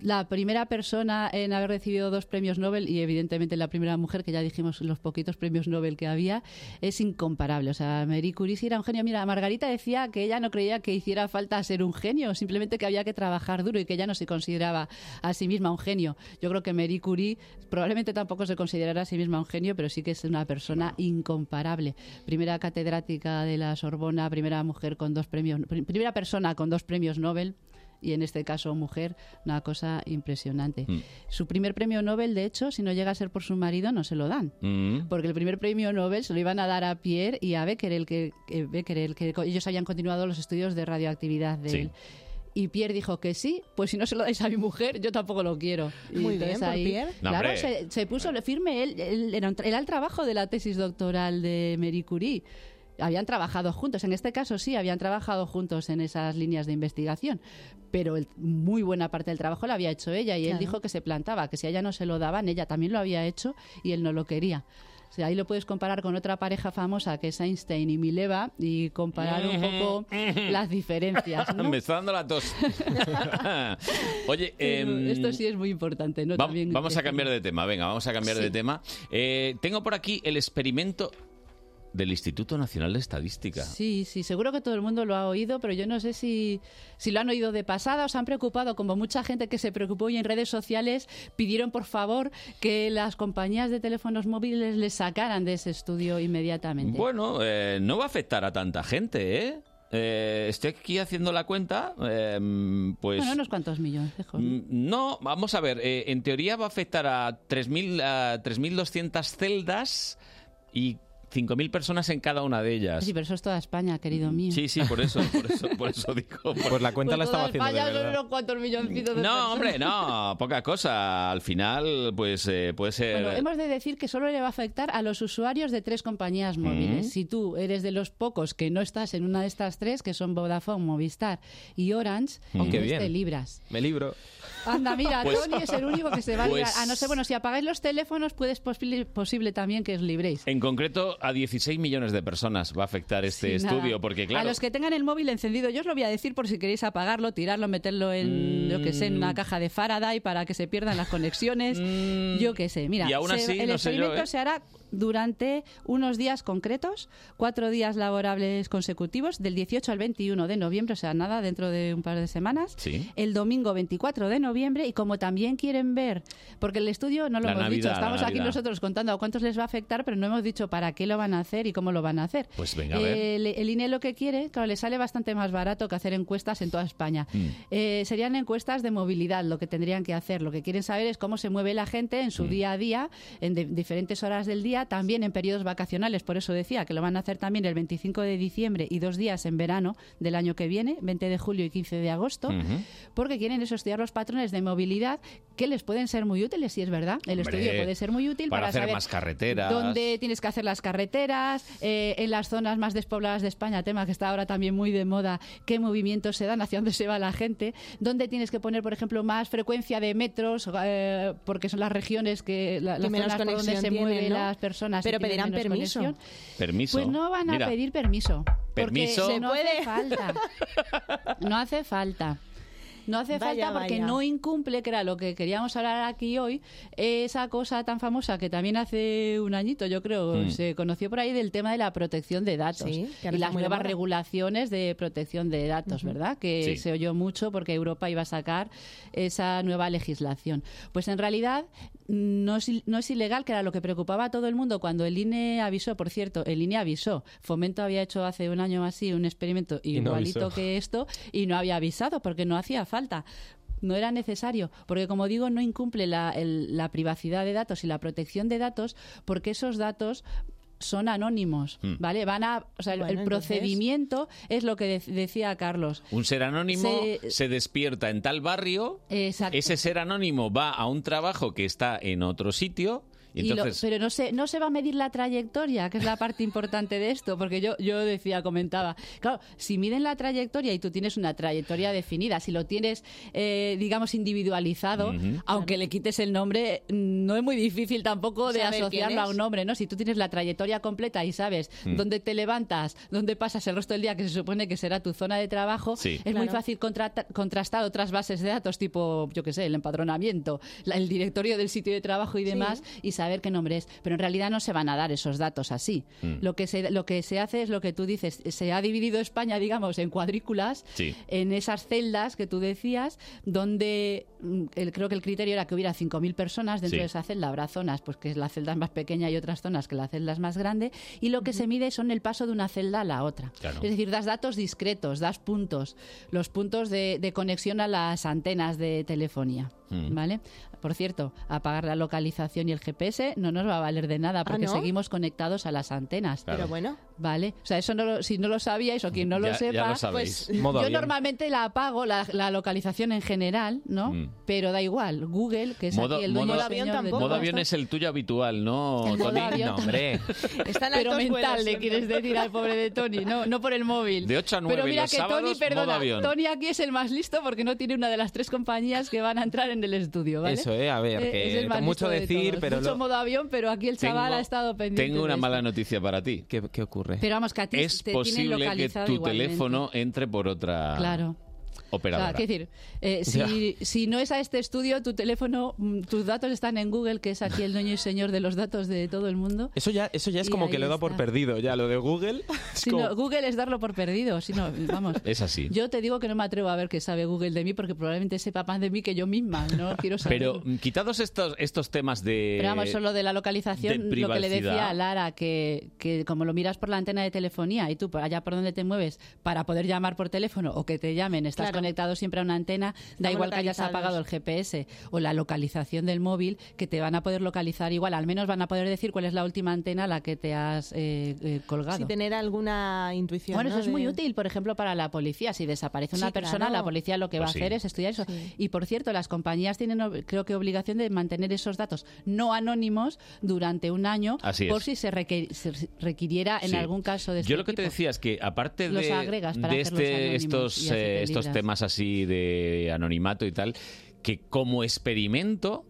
Speaker 13: la primera persona en haber recibido dos premios Nobel y evidentemente la primera mujer, que ya dijimos los poquitos premios Nobel que había, es incomparable. O sea, Marie Curie sí era un genio. Mira, Margarita decía que ella no creía que hiciera falta ser un genio, simplemente que había que trabajar duro y que ella no se consideraba a sí misma un genio. Yo creo que Marie Curie probablemente tampoco se considerara a sí misma un genio, pero sí que es una persona incomparable. Primera catedrática de la Sorbona, primera mujer con dos premios, prim- primera persona con dos premios Nobel y en este caso mujer, una cosa impresionante.
Speaker 10: Mm.
Speaker 13: Su primer premio Nobel, de hecho, si no llega a ser por su marido, no se lo dan. Porque el primer premio Nobel se lo iban a dar a Pierre y a Becker, el que, eh, Becker, el que co- ellos habían continuado los estudios de radioactividad de
Speaker 14: Sí.
Speaker 13: él. Y Pierre dijo que sí, pues si no se lo dais a mi mujer, yo tampoco lo quiero. Y
Speaker 12: Muy bien,
Speaker 13: entonces
Speaker 12: por Pierre.
Speaker 14: No,
Speaker 13: claro,
Speaker 14: hombre.
Speaker 13: se, se puso firme. Él, él era un tra- era el trabajo de la tesis doctoral de Marie Curie. Habían trabajado juntos, en este caso sí, habían trabajado juntos en esas líneas de investigación, pero el- muy buena parte del trabajo lo había hecho ella y él
Speaker 12: Claro.
Speaker 13: dijo que se plantaba, que si a ella no se lo daban, ella también lo había hecho y él no lo quería. O sea, ahí lo puedes comparar con otra pareja famosa que es Einstein y Mileva y comparar un
Speaker 14: [laughs]
Speaker 13: poco las diferencias. ¿no?
Speaker 1: Me está dando
Speaker 13: [laughs]
Speaker 1: la tos. [laughs] Oye, em,
Speaker 13: Esto sí es muy importante. ¿no?
Speaker 1: va-
Speaker 13: También
Speaker 1: vamos a
Speaker 13: es-
Speaker 1: cambiar de tema. Venga, vamos a cambiar
Speaker 13: Sí.
Speaker 1: de tema. Eh, tengo por aquí el experimento del Instituto Nacional de Estadística.
Speaker 13: Sí, sí, seguro que todo el mundo lo ha oído, pero yo no sé si, si lo han oído de pasada o se han preocupado, como mucha gente que se preocupó y en redes sociales pidieron por favor que las compañías de teléfonos móviles les sacaran de ese estudio inmediatamente.
Speaker 1: Bueno, eh, no va a afectar a tanta gente, ¿eh? Eh, estoy aquí haciendo la cuenta, em, pues...
Speaker 13: Bueno, unos cuantos millones. Dejo.
Speaker 1: Mm, No, vamos a ver. eh, en teoría va a afectar a 3.000, a 3.200 celdas y 5.000 personas en cada una de ellas.
Speaker 13: Sí, pero eso es toda España, querido mío.
Speaker 1: Sí, sí, por eso, por eso, por eso [laughs] digo. Pues la
Speaker 13: Pues toda España son unos cuantos milloncitos de
Speaker 1: No,
Speaker 13: personas. [laughs]
Speaker 1: hombre, no, poca cosa. Al final, pues eh, puede ser.
Speaker 13: Bueno, hemos de decir que solo le va a afectar a los usuarios de tres compañías móviles.
Speaker 1: Mm.
Speaker 13: Si tú eres de los pocos que no estás en una de estas tres, que son Vodafone, Movistar y Orange,
Speaker 16: Mm.
Speaker 13: entonces
Speaker 16: Qué bien.
Speaker 13: te libras.
Speaker 16: Me libro.
Speaker 13: Anda, mira,
Speaker 16: Pues-
Speaker 13: Tony es el único que se va a librar.
Speaker 1: Pues-
Speaker 13: A no ser, bueno, si apagáis los teléfonos, puede es posible, posible también que os libréis.
Speaker 1: En concreto, a 16 millones de personas va a afectar este
Speaker 13: Sin nada.
Speaker 1: estudio, porque claro.
Speaker 13: A los que tengan el móvil encendido, yo os lo voy a decir por si queréis apagarlo, tirarlo, meterlo en, yo que sé, en
Speaker 1: Mm.
Speaker 13: una caja de Faraday para que se pierdan las
Speaker 1: [laughs]
Speaker 13: conexiones,
Speaker 1: Mm.
Speaker 13: yo qué sé. Mira,
Speaker 14: Y aún
Speaker 13: se-
Speaker 14: así,
Speaker 13: el
Speaker 14: no sé yo,
Speaker 13: experimento
Speaker 14: ¿eh?
Speaker 13: se hará durante unos días concretos, cuatro días laborables consecutivos, del 18 al 21 de noviembre, o sea, nada, dentro de un par de semanas.
Speaker 1: Sí.
Speaker 13: El domingo 24 de noviembre, y como también quieren ver, porque el estudio no lo
Speaker 1: La
Speaker 13: hemos dicho,
Speaker 1: Navidad, la
Speaker 13: estamos aquí
Speaker 1: Navidad.
Speaker 13: nosotros contando a cuántos les va a afectar, pero no hemos dicho para qué lo van a hacer y cómo lo van a hacer.
Speaker 1: Pues venga, a ver.
Speaker 2: Eh,
Speaker 13: El, Eh, el INE lo que quiere, claro, le sale bastante más barato que hacer encuestas en toda España.
Speaker 1: Mm.
Speaker 13: Eh, serían encuestas de movilidad lo que tendrían que hacer. Lo que quieren saber es cómo se mueve la gente en
Speaker 1: Mm.
Speaker 13: su día a día, en de- diferentes horas del día, también en periodos vacacionales. Por eso decía que lo van a hacer también el 25 de diciembre y dos días en verano del año que viene, 20 de julio y 15 de agosto,
Speaker 14: Ujú.
Speaker 13: porque quieren eso, estudiar los patrones de movilidad que les pueden ser muy útiles, si es verdad. El
Speaker 1: Hombre,
Speaker 13: estudio puede ser muy útil para,
Speaker 1: para hacer
Speaker 13: saber
Speaker 1: más carreteras.
Speaker 13: dónde tienes que hacer las carreteras, eh, en las zonas más despobladas de España, tema que está ahora también muy de moda, qué movimientos se dan, hacia dónde se va la gente, dónde tienes que poner, por ejemplo, más frecuencia de metros, eh, porque son las regiones que la-
Speaker 12: Que
Speaker 13: las
Speaker 12: menos
Speaker 13: zonas por donde
Speaker 12: conexión
Speaker 13: se mueven
Speaker 12: tienen, ¿no?
Speaker 13: las personas. y
Speaker 12: Pero
Speaker 13: tienen
Speaker 12: pedirán
Speaker 13: menos
Speaker 12: permiso.
Speaker 13: conexión.
Speaker 1: Permiso.
Speaker 13: Pues no van a
Speaker 1: Mira,
Speaker 13: pedir permiso.
Speaker 1: Permiso.
Speaker 13: Porque
Speaker 1: Se
Speaker 13: no hace falta. No hace falta. No hace
Speaker 12: Vaya,
Speaker 13: falta porque
Speaker 12: vaya.
Speaker 13: no incumple, que era lo que queríamos hablar aquí hoy, esa cosa tan famosa que también hace un añito, yo creo,
Speaker 12: Mm.
Speaker 13: se conoció por ahí del tema de la protección de datos
Speaker 12: Sí, que
Speaker 13: y
Speaker 12: ahora está
Speaker 13: las
Speaker 12: muy de
Speaker 13: nuevas
Speaker 12: moda.
Speaker 13: regulaciones de protección de datos,
Speaker 12: Ujú.
Speaker 13: ¿verdad? Que
Speaker 12: Sí.
Speaker 13: se oyó mucho porque Europa iba a sacar esa nueva legislación. Pues en realidad no es, il- no es ilegal, que era lo que preocupaba a todo el mundo cuando el INE avisó, por cierto, el INE avisó, Fomento había hecho hace un año o así un experimento
Speaker 14: Y no
Speaker 13: igualito
Speaker 14: avisó.
Speaker 13: que esto y no había avisado porque no hacía falta. No era necesario, porque como digo, no incumple la, el- la privacidad de datos y la protección de datos, porque esos datos son anónimos,
Speaker 14: Hmm.
Speaker 1: Mm.
Speaker 13: ¿vale? Van a, o sea, el-
Speaker 12: Bueno,
Speaker 13: el
Speaker 12: entonces-
Speaker 13: procedimiento es lo que de- decía Carlos.
Speaker 1: Un ser anónimo se,
Speaker 13: Se-
Speaker 1: despierta en tal barrio,
Speaker 13: Exacto.
Speaker 1: ese ser anónimo va a un trabajo que está en otro sitio Y
Speaker 13: Y lo-
Speaker 1: entonces,
Speaker 13: pero no se, no se va a medir la trayectoria, que es la parte importante de esto, porque yo, yo decía, comentaba, claro, si miden la trayectoria y tú tienes una trayectoria definida, si lo tienes, eh, digamos, individualizado,
Speaker 10: Ujú.
Speaker 13: aunque le quites el nombre, mm, no es muy difícil tampoco de
Speaker 10: Saber quién
Speaker 13: asociarlo a
Speaker 10: es.
Speaker 13: un nombre, ¿no? Si tú tienes la trayectoria completa y sabes
Speaker 10: Mm.
Speaker 13: dónde te levantas, dónde pasas el resto del día, que se supone que será tu zona de trabajo,
Speaker 10: Sí.
Speaker 13: es muy
Speaker 10: Claro.
Speaker 13: fácil contrata- contrastar otras bases de datos, tipo, yo qué sé, el empadronamiento, la- el directorio del sitio de trabajo y
Speaker 10: Sí.
Speaker 13: demás, y saber qué nombre es. Pero en realidad no se van a dar esos datos así.
Speaker 10: Mm.
Speaker 13: Lo, que se, lo que se hace es lo que tú dices. Se ha dividido España, digamos, en cuadrículas,
Speaker 10: Sí.
Speaker 13: en esas celdas que tú decías, donde mm, el- creo que el criterio era que hubiera 5.000 personas dentro
Speaker 10: Sí.
Speaker 13: de esa celda. Habrá zonas, pues que la celda es más pequeña y otras zonas que la celda es más grande. Y lo que se mide son el paso de una celda a la otra.
Speaker 10: Claro.
Speaker 13: Es decir, das datos discretos, das puntos, los puntos de, de conexión a las antenas de telefonía.
Speaker 10: Mm.
Speaker 13: ¿Vale? Por cierto, apagar la localización y el GPS no nos va a valer de nada porque
Speaker 10: Ah, no?
Speaker 13: seguimos conectados a las antenas.
Speaker 10: Pero Claro. bueno.
Speaker 13: ¿Vale? O sea, eso no lo- si no lo sabíais o quien no
Speaker 10: Ya-
Speaker 13: lo
Speaker 10: ya lo
Speaker 13: sepa,
Speaker 10: sabéis.
Speaker 13: pues [laughs]
Speaker 10: Modo
Speaker 13: yo
Speaker 10: avión.
Speaker 13: normalmente la apago, la, la localización en general, ¿no?
Speaker 1: Mm.
Speaker 13: Pero da igual, Google, que es aquí el dueño y señor de todo
Speaker 1: modo avión
Speaker 13: esto.
Speaker 1: es el tuyo habitual, ¿no,
Speaker 13: El modo
Speaker 1: Tony?
Speaker 13: avión No,
Speaker 1: hombre.
Speaker 12: Están
Speaker 13: Pero
Speaker 12: altos vuelos
Speaker 13: mental, le
Speaker 12: siempre.
Speaker 13: quieres decir al pobre de Tony, no, no por el móvil.
Speaker 1: De 8 a 9
Speaker 13: Pero mira
Speaker 1: los
Speaker 13: que
Speaker 1: sábados,
Speaker 13: Tony,
Speaker 1: modo
Speaker 13: perdona,
Speaker 1: avión.
Speaker 13: Tony aquí es el más listo porque no tiene una de las tres compañías que van a entrar en el estudio, ¿vale?
Speaker 11: Eso, eh, a ver, que
Speaker 13: es el más
Speaker 11: mucho
Speaker 13: listo de
Speaker 11: decir,
Speaker 13: todos.
Speaker 11: pero
Speaker 13: Mucho
Speaker 11: lo-
Speaker 13: modo avión, pero aquí el chaval
Speaker 1: Tengo-
Speaker 13: ha estado pendiente
Speaker 1: Tengo una
Speaker 13: de
Speaker 1: mala noticia para ti.
Speaker 11: ¿Qué, ocurre?
Speaker 13: Pero vamos, que a ti
Speaker 1: es
Speaker 13: te tienen
Speaker 1: posible que
Speaker 13: localizado
Speaker 1: tu
Speaker 13: igualmente.
Speaker 1: teléfono entre por otra
Speaker 13: esto. Claro. O
Speaker 1: operadora.
Speaker 13: sea, quiero decir, eh, si, si no es a este estudio, tu teléfono, mm, tus datos están en Google, que es aquí el dueño y señor de los datos de todo el mundo.
Speaker 11: Eso ya, eso ya es
Speaker 13: Y
Speaker 11: como
Speaker 13: ahí
Speaker 11: que lo he dado por
Speaker 13: está.
Speaker 11: perdido, ya lo de
Speaker 13: [laughs]
Speaker 11: Google. es
Speaker 13: Si
Speaker 11: como-
Speaker 13: no, Google es darlo por perdido, si no, vamos.
Speaker 1: Es así.
Speaker 13: Yo te digo que no me atrevo a ver qué sabe Google de mí porque probablemente sepa más de mí que yo misma. No quiero saber.
Speaker 1: Pero mm, quitados estos, estos temas de...
Speaker 13: Pero vamos, solo de la localización,
Speaker 1: de
Speaker 13: lo que le decía
Speaker 1: privacidad.
Speaker 13: a Lara, que, que como lo miras por la antena de telefonía y tú por allá por donde te mueves para poder llamar por teléfono o que te llamen, estás
Speaker 10: Claro.
Speaker 13: conectado siempre a una antena, da
Speaker 10: Estamos
Speaker 13: igual que hayas
Speaker 10: localizados.
Speaker 13: apagado el GPS o la localización del móvil, que te van a poder localizar igual, al menos van a poder decir cuál es la última antena a la que te has eh, eh, colgado.
Speaker 12: Si tener alguna intuición.
Speaker 13: Bueno,
Speaker 12: ¿no?
Speaker 13: eso es muy
Speaker 12: de-
Speaker 13: útil, por ejemplo, para la policía. Si desaparece
Speaker 12: Sí,
Speaker 13: una persona,
Speaker 12: claro.
Speaker 13: la policía lo que va
Speaker 12: Pues
Speaker 13: a hacer
Speaker 12: sí.
Speaker 13: es estudiar eso. Y por cierto, las compañías tienen, ob- creo que, obligación de mantener esos datos no anónimos durante un año
Speaker 1: Así
Speaker 13: por
Speaker 1: es.
Speaker 13: si se, requir- se requiriera en
Speaker 1: Sí.
Speaker 13: algún caso de este
Speaker 1: Yo lo que te
Speaker 13: tipo.
Speaker 1: decía es que aparte
Speaker 13: Los
Speaker 1: de,
Speaker 13: agregas para
Speaker 1: de
Speaker 13: hacerlos
Speaker 1: este,
Speaker 13: anónimos y
Speaker 1: estos,
Speaker 13: así
Speaker 1: eh,
Speaker 13: te
Speaker 1: estos
Speaker 13: libras.
Speaker 1: temas así de anonimato y tal, que como experimento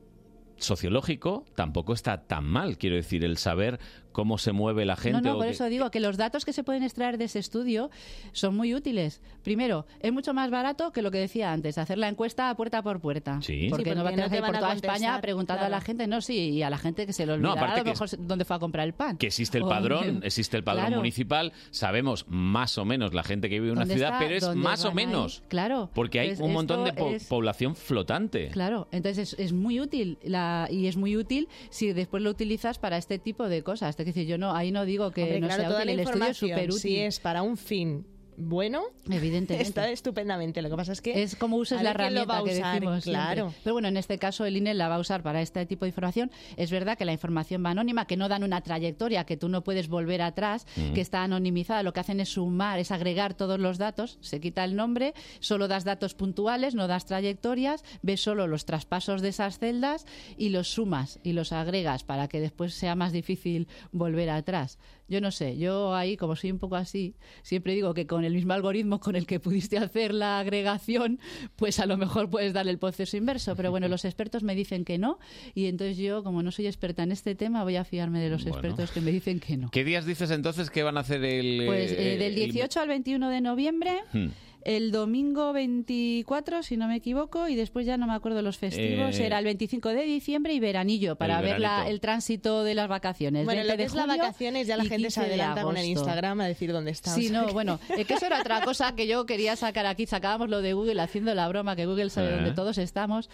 Speaker 1: sociológico tampoco está tan mal, quiero decir, el saber cómo se mueve la gente.
Speaker 13: No, no,
Speaker 1: o
Speaker 13: por
Speaker 1: que-
Speaker 13: eso digo que los datos que se pueden extraer de ese estudio son muy útiles. Primero, es mucho más barato que lo que decía antes, hacer la encuesta a puerta por puerta.
Speaker 1: Sí. Sí,
Speaker 13: Porque,
Speaker 10: porque
Speaker 13: no va a
Speaker 10: no
Speaker 13: tener
Speaker 10: te
Speaker 13: que ir
Speaker 10: van
Speaker 13: por
Speaker 10: a
Speaker 13: toda
Speaker 10: contestar,
Speaker 13: España preguntando a la
Speaker 10: claro.
Speaker 13: gente, no, sí, y a la gente que se lo
Speaker 1: No,
Speaker 13: olvidará
Speaker 1: aparte
Speaker 13: a
Speaker 1: que
Speaker 13: lo mejor dónde fue a comprar el pan.
Speaker 1: que existe el
Speaker 13: O-
Speaker 1: padrón, existe el padrón
Speaker 13: Claro.
Speaker 1: municipal, sabemos más o menos la gente que vive en una
Speaker 13: ¿Dónde
Speaker 1: ciudad,
Speaker 13: está?
Speaker 1: pero es
Speaker 13: ¿Dónde
Speaker 1: más o
Speaker 13: van a ir?
Speaker 1: menos.
Speaker 13: Claro.
Speaker 1: Porque hay
Speaker 13: Pues
Speaker 1: un montón de
Speaker 13: esto
Speaker 1: po-
Speaker 13: es-
Speaker 1: población flotante.
Speaker 13: Claro, entonces es, es muy útil la, y es muy útil si después lo utilizas para este tipo de cosas. Es decir, yo no ahí no digo que
Speaker 12: Hombre,
Speaker 13: no
Speaker 12: claro,
Speaker 13: sea
Speaker 12: toda
Speaker 13: útil,
Speaker 12: la
Speaker 13: el estudio es
Speaker 12: información,
Speaker 13: súper útil.
Speaker 12: Si es para un fin bueno,
Speaker 13: Evidentemente.
Speaker 12: está estupendamente. Lo que pasa es que
Speaker 13: es como uses
Speaker 12: a
Speaker 13: la
Speaker 12: ver quién lo va
Speaker 13: herramienta
Speaker 12: a
Speaker 13: que
Speaker 12: usar,
Speaker 13: decimos siempre.
Speaker 12: Claro.
Speaker 13: Pero bueno, en este caso el INE la va a usar para este tipo de información. Es verdad que la información va anónima, que no dan una trayectoria, que tú no puedes volver atrás,
Speaker 10: Mm.
Speaker 13: que está anonimizada. Lo que hacen es sumar, es agregar todos los datos, se quita el nombre, solo das datos puntuales, no das trayectorias, ves solo los traspasos de esas celdas y los sumas y los agregas para que después sea más difícil volver atrás. Yo no sé, yo ahí como soy un poco así, siempre digo que con el mismo algoritmo con el que pudiste hacer la agregación, pues a lo mejor puedes darle el proceso inverso. Pero bueno, los expertos me dicen que no y entonces yo, como no soy experta en este tema, voy a fiarme de los
Speaker 1: Bueno.
Speaker 13: expertos que me dicen que no.
Speaker 1: ¿Qué días dices entonces que van a hacer el...
Speaker 13: Pues eh,
Speaker 1: eh,
Speaker 13: del
Speaker 1: el-
Speaker 13: 18 al 21 de noviembre...
Speaker 1: Hmm.
Speaker 13: El domingo 24, si no me equivoco, y después ya no me acuerdo los festivos,
Speaker 10: Eh,
Speaker 13: era el 25 de diciembre y veranillo, para
Speaker 10: el
Speaker 13: ver la-
Speaker 10: veranito.
Speaker 13: el tránsito de las vacaciones.
Speaker 12: Bueno,
Speaker 13: 20
Speaker 12: lo que
Speaker 13: de
Speaker 12: es la
Speaker 13: julio
Speaker 12: vacaciones ya la
Speaker 13: y
Speaker 12: gente se
Speaker 13: 15 de
Speaker 12: adelanta con el
Speaker 13: agosto.
Speaker 12: Instagram a decir dónde está.
Speaker 13: Sí,
Speaker 12: o sea
Speaker 13: no,
Speaker 12: que-
Speaker 13: bueno, es que eso era otra cosa que yo quería sacar aquí. Sacábamos lo de Google haciendo la broma que Google sabe
Speaker 10: Eh.
Speaker 13: dónde todos estamos.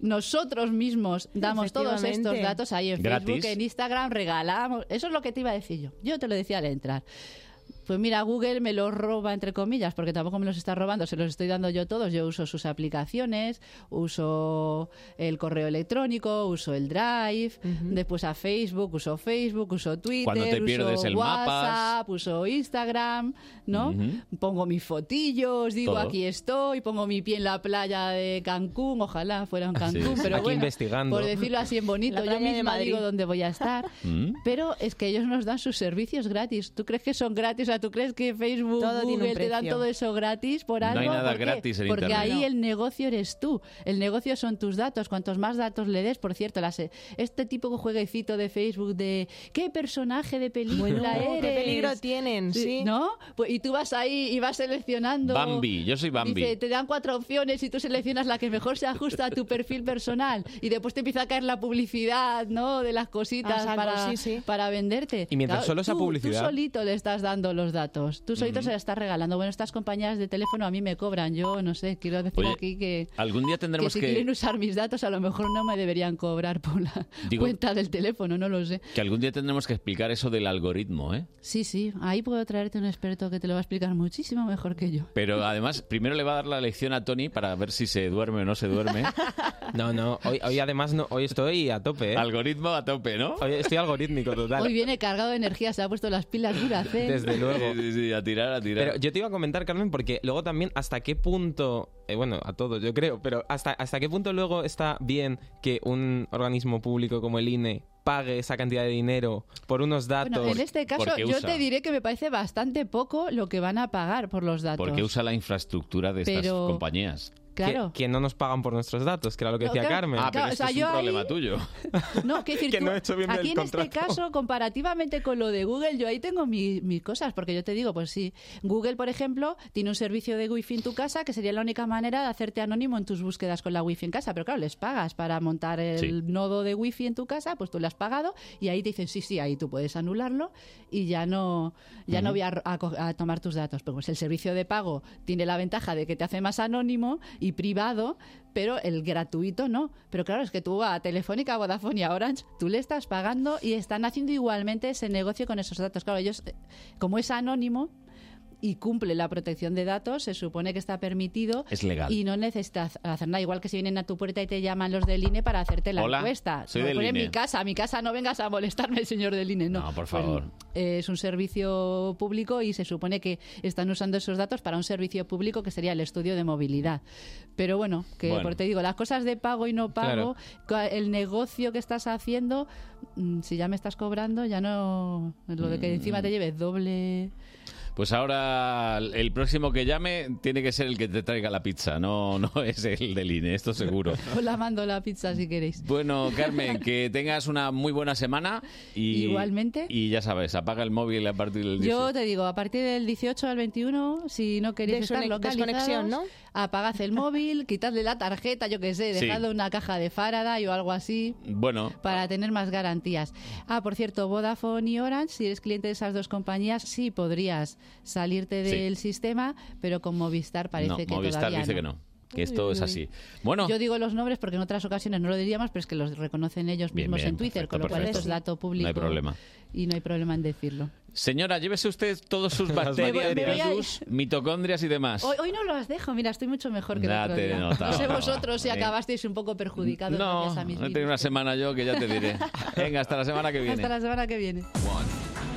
Speaker 13: Nosotros mismos damos todos
Speaker 10: Efectivamente.
Speaker 13: estos datos ahí en
Speaker 10: Gratis.
Speaker 13: Facebook, en Instagram, regalamos. Eso es lo que te iba a decir yo. Yo te lo decía al entrar. Pues mira, Google me los roba, entre comillas, porque tampoco me los está robando, se los estoy dando yo todos. Yo uso sus aplicaciones, uso el correo electrónico, uso el Drive, después a Facebook, uso Facebook, uso Twitter,
Speaker 1: Cuando te pierdes
Speaker 13: uso
Speaker 1: el
Speaker 13: WhatsApp, uso Ah, Instagram, ¿no?
Speaker 1: Ujú.
Speaker 13: Pongo mis fotillos, digo
Speaker 11: Todo.
Speaker 13: aquí estoy, pongo mi pie en la playa de Cancún, ojalá fuera en
Speaker 11: Sí.
Speaker 13: Cancún, pero
Speaker 11: Aquí
Speaker 13: bueno,
Speaker 11: investigando.
Speaker 13: por decirlo así en bonito,
Speaker 12: La
Speaker 13: yo
Speaker 12: playa de
Speaker 13: misma
Speaker 12: Madrid.
Speaker 13: digo dónde voy a estar.
Speaker 12: [laughs]
Speaker 13: Pero es que ellos nos dan sus servicios gratis. ¿Tú crees que son gratis? O sea, ¿tú crees que Facebook,
Speaker 12: Todo tiene un
Speaker 13: Google te dan
Speaker 12: precio.
Speaker 13: todo eso gratis por
Speaker 1: No hay
Speaker 13: algo?
Speaker 1: nada
Speaker 13: ¿Por qué?
Speaker 1: gratis en
Speaker 13: Porque
Speaker 1: Internet.
Speaker 13: ahí
Speaker 1: No.
Speaker 13: el negocio eres tú. El negocio son tus datos. Cuantos más datos le des, por cierto, las, este tipo de jueguecito de Facebook de qué personaje de película
Speaker 12: Bueno, qué
Speaker 13: eres.
Speaker 12: peligro tienen, sí.
Speaker 13: ¿No? Pues, y tú vas ahí y vas seleccionando.
Speaker 1: Bambi, yo soy Bambi.
Speaker 13: Dice, te dan cuatro opciones y tú seleccionas la que mejor se ajusta a tu perfil personal. Y después te empieza a caer la publicidad, ¿no? De las cositas
Speaker 12: A saco,
Speaker 13: para,
Speaker 12: sí, sí.
Speaker 13: para venderte.
Speaker 11: Y mientras solo esa
Speaker 13: tú-
Speaker 11: publicidad-
Speaker 13: Tú solito le estás dando los datos. Tú solito
Speaker 1: Ujú.
Speaker 13: se la estás regalando. Bueno, estas compañías de teléfono a mí me cobran. Yo no sé, quiero decir
Speaker 1: Oye,
Speaker 13: aquí que.
Speaker 1: Algún día
Speaker 13: Que
Speaker 1: tendremos
Speaker 13: si
Speaker 1: que...
Speaker 13: quieren usar mis datos, a lo mejor no me deberían cobrar por la
Speaker 1: Digo-
Speaker 13: cuenta del teléfono, no lo sé.
Speaker 1: Que algún día tendremos que explicar eso del algoritmo, ¿eh?
Speaker 13: Sí, sí, ahí puedo traerte un experto que te lo va a explicar muchísimo mejor que yo.
Speaker 1: Pero además, primero le va a dar la lección a Tony para ver si se duerme o no se duerme.
Speaker 11: [laughs] No, no, hoy, hoy además no, hoy estoy a tope, ¿eh?
Speaker 1: Algoritmo a tope, ¿no?
Speaker 11: Hoy estoy algorítmico total.
Speaker 13: Hoy viene cargado de energía, se ha puesto las pilas duras, ¿eh?
Speaker 11: Desde
Speaker 1: [laughs]
Speaker 11: luego.
Speaker 1: Sí, sí, sí, a tirar, a tirar.
Speaker 11: Pero yo te iba a comentar, Carmen, porque luego también hasta qué punto, eh, bueno, a todos yo creo, pero hasta, hasta qué punto luego está bien que un organismo público como el INE pague esa cantidad de dinero por unos datos.
Speaker 13: Bueno, en este caso
Speaker 1: porque
Speaker 13: yo
Speaker 1: usa.
Speaker 13: te diré que me parece bastante poco lo que van a pagar por los datos.
Speaker 1: Porque usa la infraestructura de estas
Speaker 13: Pero-
Speaker 1: compañías.
Speaker 13: Claro.
Speaker 11: Que, que no nos pagan por nuestros datos, que era lo que
Speaker 13: No,
Speaker 11: decía
Speaker 13: claro,
Speaker 11: Carmen.
Speaker 13: Ah, pero claro, esto o sea, es un yo ahí- problema [laughs]
Speaker 1: tuyo.
Speaker 13: No, quiero decir,
Speaker 11: [laughs] Que
Speaker 13: tú-
Speaker 11: no he hecho bien
Speaker 13: aquí
Speaker 11: el
Speaker 13: en este
Speaker 11: contrato.
Speaker 13: caso, comparativamente con lo de Google, yo ahí tengo mi- mis cosas, porque yo te digo, pues sí, Google, por ejemplo, tiene un servicio de wifi en tu casa que sería la única manera de hacerte anónimo en tus búsquedas con la wifi en casa, pero claro, les pagas para montar el
Speaker 1: Sí.
Speaker 13: nodo de wifi en tu casa, pues tú le has pagado y ahí te dicen, sí, sí, ahí tú puedes anularlo y ya no, ya no voy a, a co- a tomar tus datos. Pero pues el servicio de pago tiene la ventaja de que te hace más anónimo y privado, pero el gratuito no. Pero claro, es que tú a Telefónica, a Vodafone y a Orange, tú le estás pagando y están haciendo igualmente ese negocio con esos datos. Claro, ellos, eh, como es anónimo y cumple la protección de datos, se supone que está permitido
Speaker 1: Es legal.
Speaker 13: y no necesitas hacer nada. Igual que si vienen a tu puerta y te llaman los del INE para hacerte la
Speaker 1: Hola,
Speaker 13: encuesta.
Speaker 1: soy
Speaker 13: Me
Speaker 1: del
Speaker 13: ponen
Speaker 1: INE.
Speaker 13: mi casa, a mi casa no vengas a molestarme, señor del INE. No,
Speaker 1: No, por
Speaker 13: Pues,
Speaker 1: favor.
Speaker 13: eh, es un servicio público y se supone que están usando esos datos para un servicio público que sería el estudio de movilidad. Pero bueno, que
Speaker 1: Bueno.
Speaker 13: por- te digo, las cosas de pago y no pago, ca- el negocio que estás haciendo, mm, si ya me estás cobrando, ya no. Lo de que encima
Speaker 1: Mm.
Speaker 13: te lleves doble.
Speaker 1: Pues ahora el próximo que llame tiene que ser el que te traiga la pizza, no, [laughs] no es el del INE, esto seguro.
Speaker 13: Os la mando la pizza si queréis.
Speaker 1: Bueno, Carmen, que tengas una muy buena semana y
Speaker 13: Igualmente.
Speaker 1: Y ya sabes, apaga el móvil a partir del
Speaker 13: Yo
Speaker 1: 18.
Speaker 13: te digo, a partir del 18 al 21, si no queréis estar
Speaker 12: Descone-
Speaker 13: localizados,
Speaker 12: desconexión, ¿no?
Speaker 13: apagad el móvil, quitadle la tarjeta, yo qué sé,
Speaker 1: Sí.
Speaker 13: dejadle una caja de Faraday o algo así.
Speaker 1: Bueno,
Speaker 13: para tener más garantías. Ah, por cierto, Vodafone y Orange, si eres cliente de esas dos compañías, sí podrías salirte
Speaker 1: Sí.
Speaker 13: del sistema, pero con Movistar parece
Speaker 1: no,
Speaker 13: que
Speaker 1: Movistar
Speaker 13: todavía
Speaker 1: dice
Speaker 13: no.
Speaker 1: que no, que esto
Speaker 13: Uy,
Speaker 1: es
Speaker 13: uy.
Speaker 1: así. Bueno,
Speaker 13: Yo digo los nombres porque en otras ocasiones no lo diríamos, pero es que los reconocen ellos
Speaker 1: Bien,
Speaker 13: mismos
Speaker 1: bien,
Speaker 13: en Twitter,
Speaker 1: perfecto,
Speaker 13: con lo cual
Speaker 1: perfecto.
Speaker 13: esto es dato público.
Speaker 1: No hay problema.
Speaker 13: Y no hay problema en decirlo.
Speaker 1: señora, llévese usted todos
Speaker 11: [laughs]
Speaker 1: sus
Speaker 13: Me
Speaker 1: bacterias,
Speaker 13: voy- me voy a-
Speaker 1: virus, mitocondrias y demás.
Speaker 13: Hoy, hoy no los dejo, mira, estoy mucho mejor que el
Speaker 1: Ya
Speaker 13: otro
Speaker 1: te
Speaker 13: día.
Speaker 1: he notado.
Speaker 13: no sé vosotros si
Speaker 1: Eh.
Speaker 13: acabasteis un poco perjudicados
Speaker 1: no,
Speaker 13: gracias a mis
Speaker 1: he tenido
Speaker 13: vídeos.
Speaker 1: una semana yo que ya te diré.
Speaker 12: [laughs]
Speaker 1: Venga, hasta la semana que viene.
Speaker 13: Hasta la semana que viene.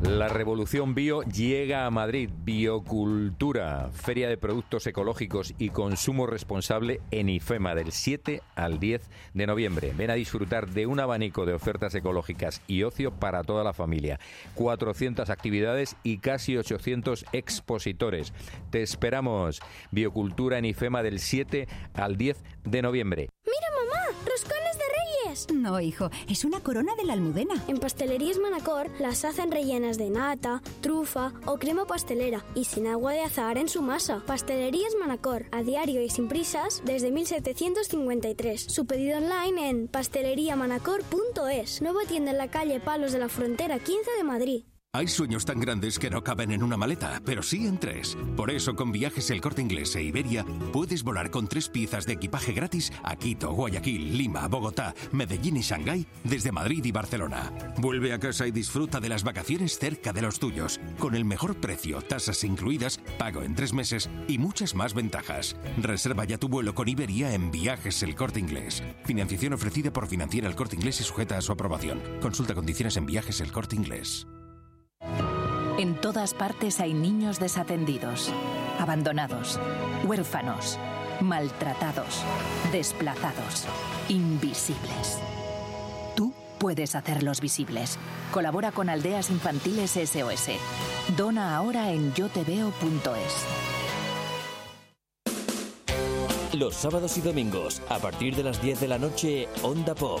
Speaker 7: La revolución bio llega a Madrid. Biocultura, feria de productos ecológicos y consumo responsable en IFEMA del 7 al 10 de noviembre. Ven a disfrutar de un abanico de ofertas ecológicas y ocio para toda la familia. 400 actividades y casi 800 expositores. Te esperamos. Biocultura en IFEMA del 7 al 10 de noviembre.
Speaker 17: Mira, mamá, roscones de reyes.
Speaker 18: No, hijo, es una corona de la almudena.
Speaker 17: En Pastelerías Manacor las hacen rellenas de nata, trufa o crema pastelera y sin agua de azahar en su masa. Pastelerías Manacor, a diario y sin prisas desde 1753. Su pedido online en pasteleriamanacor.es. Nueva tienda en la calle Palos de la Frontera 15 de Madrid.
Speaker 8: Hay sueños tan grandes que no caben en una maleta, pero sí en tres. Por eso, con viajes El Corte Inglés e Iberia, puedes volar con tres piezas de equipaje gratis a Quito, Guayaquil, Lima, Bogotá, Medellín y Shanghái desde Madrid y Barcelona. Vuelve a casa y disfruta de las vacaciones cerca de los tuyos, con el mejor precio, tasas incluidas, pago en tres meses y muchas más ventajas. Reserva ya tu vuelo con Iberia en Viajes El Corte Inglés. Financiación ofrecida por Financiera El Corte Inglés y sujeta a su aprobación. Consulta condiciones en Viajes El Corte Inglés.
Speaker 9: En todas partes hay niños desatendidos, abandonados, huérfanos, maltratados, desplazados, invisibles. Tú puedes hacerlos visibles. Colabora con Aldeas Infantiles SOS. Dona ahora en yoteveo.es.
Speaker 5: Los sábados y domingos, a partir de las 10 de la noche, Onda Pop.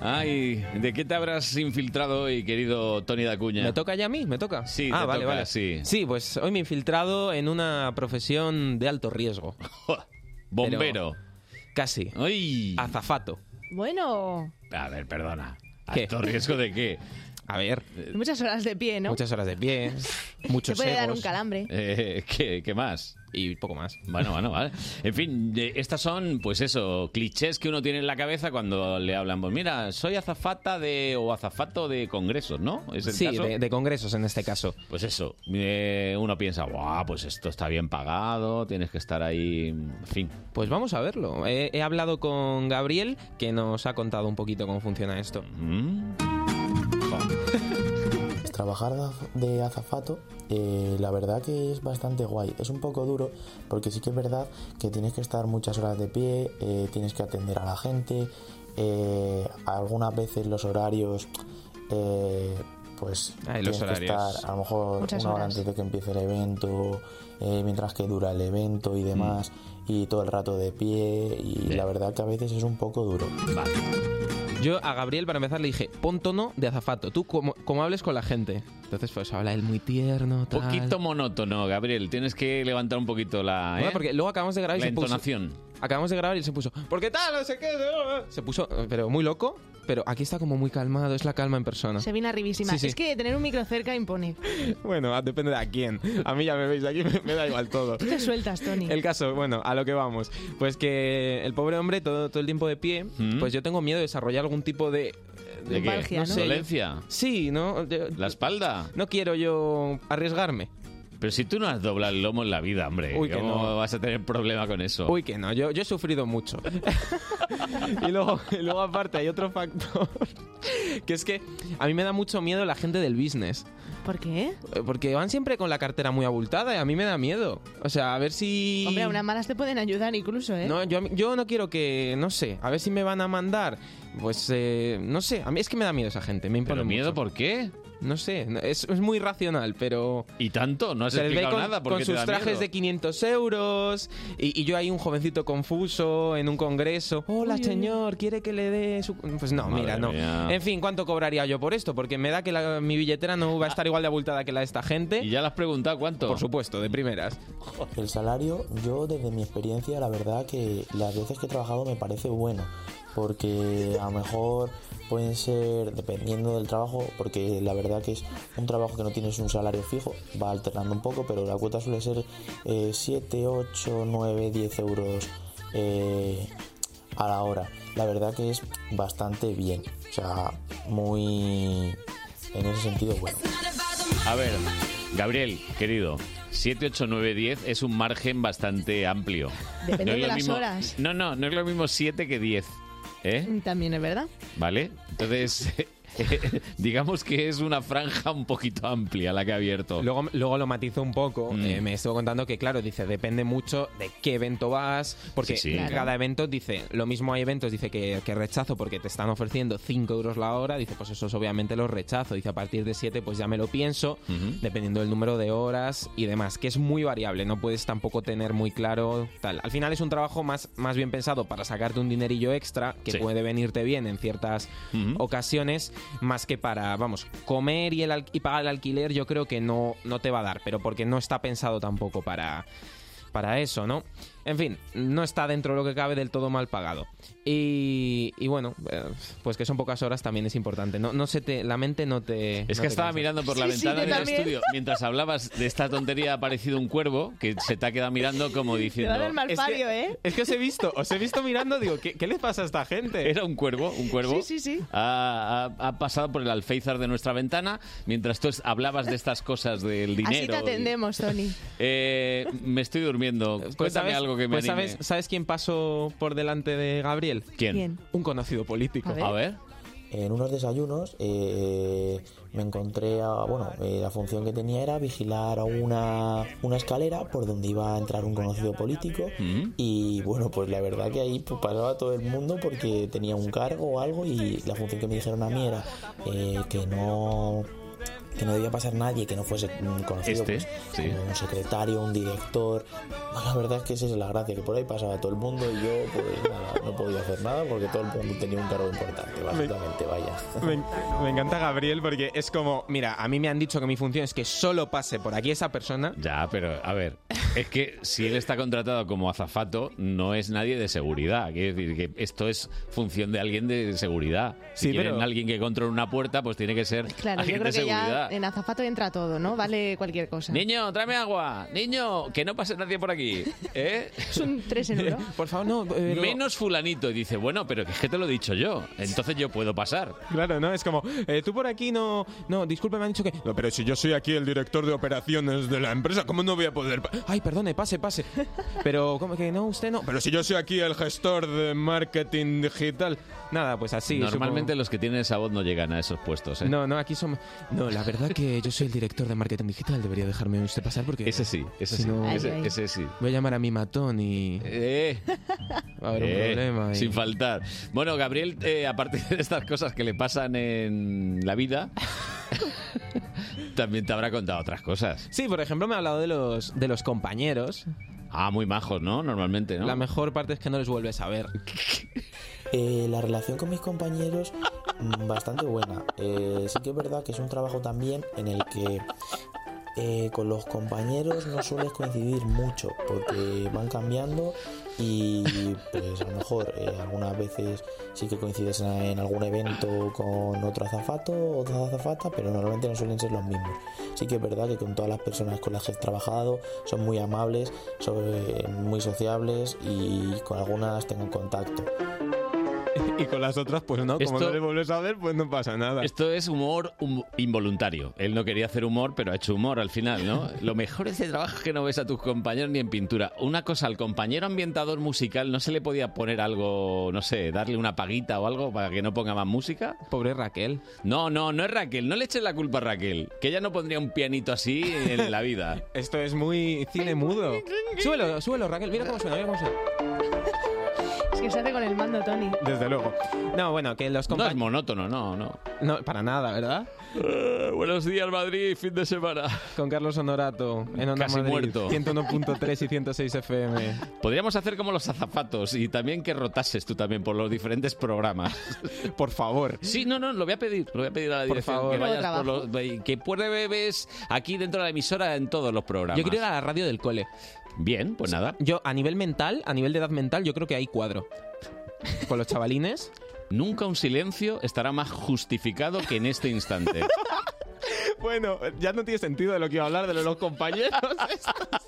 Speaker 1: Ay, ¿de qué te habrás infiltrado hoy, querido Tony Dacuña?
Speaker 11: ¿Me toca ya a mí? ¿Me toca?
Speaker 1: Sí,
Speaker 11: ah,
Speaker 1: te
Speaker 11: vale,
Speaker 1: toca,
Speaker 11: vale.
Speaker 1: sí.
Speaker 11: pues hoy me he infiltrado en una profesión de alto
Speaker 1: [laughs]
Speaker 11: riesgo.
Speaker 1: Bombero.
Speaker 11: Pero casi. Azafato.
Speaker 12: [laughs] Bueno,
Speaker 1: A ver, perdona.
Speaker 11: ¿Qué?
Speaker 1: ¿Alto riesgo de qué?
Speaker 11: [laughs] A ver.
Speaker 1: eh,
Speaker 12: muchas horas de pie, ¿no?
Speaker 11: Muchas horas
Speaker 12: [laughs]
Speaker 11: de pie,
Speaker 12: Te
Speaker 11: muchos
Speaker 12: puede dar
Speaker 11: egos.
Speaker 12: un calambre.
Speaker 1: Eh, ¿qué, qué más?
Speaker 11: Y poco más.
Speaker 1: Bueno, bueno, vale. En fin, eh, estas son, pues eso, clichés que uno tiene en la cabeza cuando le hablan. Pues mira, soy azafata de o azafato de congresos, ¿no? ¿Es el
Speaker 11: Sí,
Speaker 1: caso?
Speaker 11: de, de congresos en este caso.
Speaker 1: Pues eso, eh, uno piensa, guau, pues esto está bien pagado, tienes que estar ahí, en fin.
Speaker 11: Pues vamos a verlo. He, he hablado con Gabriel, que nos ha contado un poquito cómo funciona esto.
Speaker 1: Mm.
Speaker 19: Pues Trabajar de az- de azafato, eh, la verdad que es bastante guay. Es un poco duro porque sí que es verdad que tienes que estar muchas horas de pie, eh, tienes que atender a la gente, eh, algunas veces los horarios, eh, pues
Speaker 11: Ay, Ah, los
Speaker 19: tienes que
Speaker 11: horarios.
Speaker 19: estar a lo mejor
Speaker 11: Muchas
Speaker 19: una hora
Speaker 11: horas.
Speaker 19: antes de que empiece el evento, eh, mientras que dura el evento y
Speaker 11: Mm.
Speaker 19: demás, y todo el rato de pie, y la verdad que a veces es un poco duro.
Speaker 11: Yo a Gabriel, para empezar, le dije, pon tono de azafato. Tú, como, como hables con la gente. Entonces, pues habla él muy tierno, tal.
Speaker 1: Poquito monótono, Gabriel, tienes que levantar un poquito la...
Speaker 11: Bueno,
Speaker 1: ¿eh?
Speaker 11: porque luego acabamos de grabar y
Speaker 1: La
Speaker 11: se puso-
Speaker 1: entonación.
Speaker 11: acabamos de grabar y él se puso. ¿Por qué tal? No sé qué. Se puso, eh, pero muy loco. Pero aquí está como muy calmado, es la calma en persona.
Speaker 12: Se viene arribísima.
Speaker 11: Sí, sí.
Speaker 12: Es que tener un micro cerca impone.
Speaker 11: Bueno, ah, depende de a quién. A mí ya me veis aquí, [laughs] me, me da igual todo.
Speaker 12: Tú te sueltas, Tony.
Speaker 11: El caso, bueno, a lo que vamos. Pues que el pobre hombre todo, todo el tiempo de pie, pues yo tengo miedo de desarrollar algún tipo de...
Speaker 1: Mm. ¿De qué?
Speaker 11: no sé,
Speaker 1: ¿Dolencia?
Speaker 11: Sí, ¿no?
Speaker 1: ¿La espalda?
Speaker 11: No quiero yo arriesgarme.
Speaker 1: Pero si tú no has doblado el lomo en la vida, hombre,
Speaker 11: Uy, que
Speaker 1: ¿cómo
Speaker 11: no.
Speaker 1: vas a tener problema con eso?
Speaker 11: Uy, que no, yo, yo he sufrido mucho. y, luego, y luego aparte hay otro factor, [laughs] que es que a mí me da mucho miedo la gente del business.
Speaker 12: ¿Por qué?
Speaker 11: Eh, Porque van siempre con la cartera muy abultada y a mí me da miedo. O sea, a ver si...
Speaker 12: Hombre, a unas malas te pueden ayudar incluso, ¿eh?
Speaker 11: No, yo, yo no quiero que, no sé, a ver si me van a mandar, pues, eh, no sé, a mí es que me da miedo esa gente, me impone
Speaker 1: miedo por qué?
Speaker 11: No sé, no- es, es muy racional, pero...
Speaker 1: ¿Y tanto? No has
Speaker 11: se les ve
Speaker 1: explicado
Speaker 11: con,
Speaker 1: nada, ¿por
Speaker 11: Con
Speaker 1: qué te
Speaker 11: sus
Speaker 1: da
Speaker 11: trajes
Speaker 1: miedo?
Speaker 11: de 500 euros, y, y yo ahí un jovencito confuso en un congreso.
Speaker 12: Uy, uy,
Speaker 11: Hola,
Speaker 12: uy.
Speaker 11: señor, ¿quiere que le dé su...? Pues no,
Speaker 1: Madre
Speaker 11: mira, no.
Speaker 1: mía.
Speaker 11: En fin, ¿cuánto cobraría yo por esto? Porque me da que la- mi billetera no va a estar igual de abultada que la de esta gente. ¿Y
Speaker 1: Ah. ya le has preguntado cuánto?
Speaker 11: Por supuesto, de primeras.
Speaker 19: El salario, yo desde mi experiencia, la verdad que las veces que he trabajado me parece bueno, porque a lo mejor pueden ser, dependiendo del trabajo, porque la verdad verdad que es un trabajo que no tienes un salario fijo, va alternando un poco, pero la cuota suele ser eh, 7, 8, 9, 10 euros eh, a la hora. La verdad que es bastante bien, o sea, muy en ese sentido bueno.
Speaker 1: A ver, Gabriel, querido, 7, 8, 9, 10 es un margen bastante amplio.
Speaker 12: Depende
Speaker 1: es
Speaker 12: de
Speaker 1: lo
Speaker 12: las
Speaker 1: mismo-
Speaker 12: horas.
Speaker 1: No, no, no es lo mismo 7 que 10. ¿Eh?
Speaker 12: También es verdad.
Speaker 1: ¿Vale? Entonces, digamos que es una franja un poquito amplia la que ha abierto. Mm.
Speaker 11: Luego, luego lo matizo un poco. eh, me estuvo contando que, claro, dice, depende mucho de qué evento vas, porque
Speaker 1: Sí, sí.
Speaker 11: cada
Speaker 1: Claro.
Speaker 11: evento dice, lo mismo hay eventos, dice que, que rechazo porque te están ofreciendo 5 euros la hora, dice, pues esos obviamente los rechazo, dice, a partir de 7 pues ya me lo pienso, dependiendo del número de horas y demás, que es muy variable, no puedes tampoco tener muy claro tal. Al final es un trabajo más, más bien pensado para sacarte un dinerillo extra, que puede venirte bien en ciertas ocasiones, más que para, vamos, comer y, el al- y pagar el alquiler yo creo que no, no te va a dar, pero porque no está pensado tampoco para, para eso, ¿no? En fin, no está dentro de lo que cabe del todo mal pagado. Y, y bueno, eh, pues que son pocas horas también es importante. No, no se te, la mente no te...
Speaker 1: [laughs] Es que estaba mirando por la ventana del estudio. Mientras hablabas de esta tontería ha aparecido un cuervo que se te ha quedado
Speaker 12: [laughs]
Speaker 1: mirando como diciendo...
Speaker 11: Es que-
Speaker 12: malpario, ¿eh?
Speaker 11: Es que os he visto, os he visto mirando, digo, ¿qué, qué le pasa a esta gente?
Speaker 1: Era un cuervo, un cuervo.
Speaker 11: Sí, sí, sí.
Speaker 1: Ha, ha- ha pasado por el alféizar de nuestra ventana mientras tú es- hablabas de estas cosas del dinero.
Speaker 12: Así te atendemos, Tony.
Speaker 1: y- Eh, me estoy durmiendo.
Speaker 11: Pues
Speaker 1: Cuéntame
Speaker 11: sabes-
Speaker 1: algo que me
Speaker 11: pues
Speaker 1: anime.
Speaker 11: sabes, ¿Sabes quién pasó por delante de Gabriel?
Speaker 1: ¿Quién?
Speaker 12: ¿Quién?
Speaker 11: Un conocido político.
Speaker 12: A ver.
Speaker 19: En unos desayunos eh, me encontré a. Bueno, eh, la función que tenía era vigilar a una, una escalera por donde iba a entrar un conocido político. Y bueno, pues la verdad que ahí pues, pasaba todo el mundo porque tenía un cargo o algo. Y la función que me dijeron a mí era eh, que no. Que no debía pasar nadie que no fuese mm, conocido.
Speaker 1: Este,
Speaker 19: pues, como un secretario, un director. Ah, La verdad es que esa es la gracia, que por ahí pasaba todo el mundo y yo, pues nada, no podía hacer nada porque todo el mundo tenía un cargo importante, básicamente, vaya.
Speaker 11: Me, en- me encanta Gabriel porque es como, mira, a mí me han dicho que mi función es que solo pase por aquí esa persona.
Speaker 1: Ya, pero a ver, es que si él está contratado como azafato, no es nadie de seguridad. Quiere decir que esto es función de alguien de seguridad. Si
Speaker 11: Sí,
Speaker 1: quieren
Speaker 11: pero-
Speaker 1: alguien que controle una puerta, pues tiene que ser
Speaker 12: Claro, yo
Speaker 1: alguien de
Speaker 12: creo que ya
Speaker 1: seguridad.
Speaker 12: en azafato entra todo, ¿no? Vale cualquier cosa.
Speaker 1: Niño, tráeme agua. Niño, que no pase nadie por aquí. ¿Eh?
Speaker 12: Es un 3 en
Speaker 1: [laughs]
Speaker 12: 1.
Speaker 11: Por favor, no. pero-
Speaker 1: Menos fulanito. Y dice, bueno, pero es que te lo he dicho yo. Entonces yo puedo pasar.
Speaker 11: [laughs] Claro, ¿no? Es como, eh, tú por aquí no... No, disculpe, me han dicho que... No, pero si yo soy aquí el director de operaciones de la empresa, ¿cómo no voy a poder...? pa-?" Ay, perdone, pase, pase. Pero, ¿cómo que no? Usted no. Pero si yo soy aquí el gestor de marketing digital. Nada, pues así.
Speaker 1: Normalmente los que tienen esa voz no llegan a esos puestos. ¿eh?
Speaker 11: No, no, aquí somos... No, la verdad que yo soy el director de marketing digital. Debería dejarme usted pasar porque... Ese
Speaker 1: sí, ese sí, ese- Ay, ay. ese sí.
Speaker 11: Voy a llamar a mi matón y...
Speaker 1: Eh.
Speaker 11: Va a haber
Speaker 1: Eh,
Speaker 11: un problema. y-
Speaker 1: Sin faltar. Bueno, Gabriel, eh, aparte de estas cosas que le pasan en la vida, también te habrá contado otras cosas.
Speaker 11: Sí, por ejemplo, me ha hablado de los, de los compañeros.
Speaker 1: Ah, muy majos, ¿no? Normalmente, Este, ¿no?
Speaker 11: La mejor parte es que no les vuelves a
Speaker 1: [laughs]
Speaker 11: ver.
Speaker 19: Eh, la relación con mis compañeros mm, bastante buena. Eh, sí que es verdad que es un trabajo también en el que eh, con los compañeros no sueles coincidir mucho porque van cambiando y pues a lo mejor eh, algunas veces sí que coincides en, en algún evento con otro azafato, otra azafata, pero normalmente no suelen ser los mismos. Sí que es verdad que con todas las personas con las que he trabajado son muy amables, son eh, muy sociables y con algunas tengo contacto.
Speaker 11: Y con las otras, pues no, como
Speaker 1: Esto-
Speaker 11: no le vuelves a ver, pues no pasa nada.
Speaker 1: Esto es humor hum- involuntario. Él no quería hacer humor, pero ha hecho humor al
Speaker 11: [laughs]
Speaker 1: final, ¿no? Lo mejor de este trabajo es que no ves a tus compañeros ni en pintura. Una cosa, al compañero ambientador musical no se le podía poner algo, no sé, darle una paguita o algo para que no ponga más música.
Speaker 11: Pobre Raquel.
Speaker 1: No, no, no es Raquel. No le eches la culpa a Raquel, que ella no pondría un pianito así en la vida.
Speaker 11: Esto es muy cine mudo. Súbelo, súbelo, Raquel. Mira cómo suena, mira cómo suena.
Speaker 12: Es que se hace con el mando, Tony.
Speaker 11: Desde luego. No, bueno, que los
Speaker 1: No es monótono, no, no. Eh,
Speaker 11: No, para nada, ¿verdad?
Speaker 1: buenos días, Madrid, fin de semana.
Speaker 11: Con Carlos Honorato, en Onda
Speaker 1: Casi
Speaker 11: Madrid,
Speaker 1: muerto.
Speaker 11: 101.3 y 106 FM.
Speaker 1: Podríamos hacer como los azafatos y también que rotases tú también por los diferentes programas.
Speaker 11: [laughs] Por favor.
Speaker 1: Sí, no, no, lo voy a pedir. Lo voy a pedir a la
Speaker 11: Por
Speaker 1: dirección
Speaker 11: favor.
Speaker 1: que
Speaker 11: Nuevo
Speaker 1: vayas por los, que pruebes aquí dentro de la emisora en todos los programas.
Speaker 11: Yo quiero ir a la radio del cole.
Speaker 1: Bien, pues nada.
Speaker 11: Yo, a nivel mental, a nivel de edad mental, yo creo que hay cuadro. Con los chavalines.
Speaker 1: Nunca un silencio estará más justificado que en este instante.
Speaker 11: Bueno, ya no tiene sentido de lo que iba a hablar de los compañeros.
Speaker 1: [laughs]
Speaker 11: estos.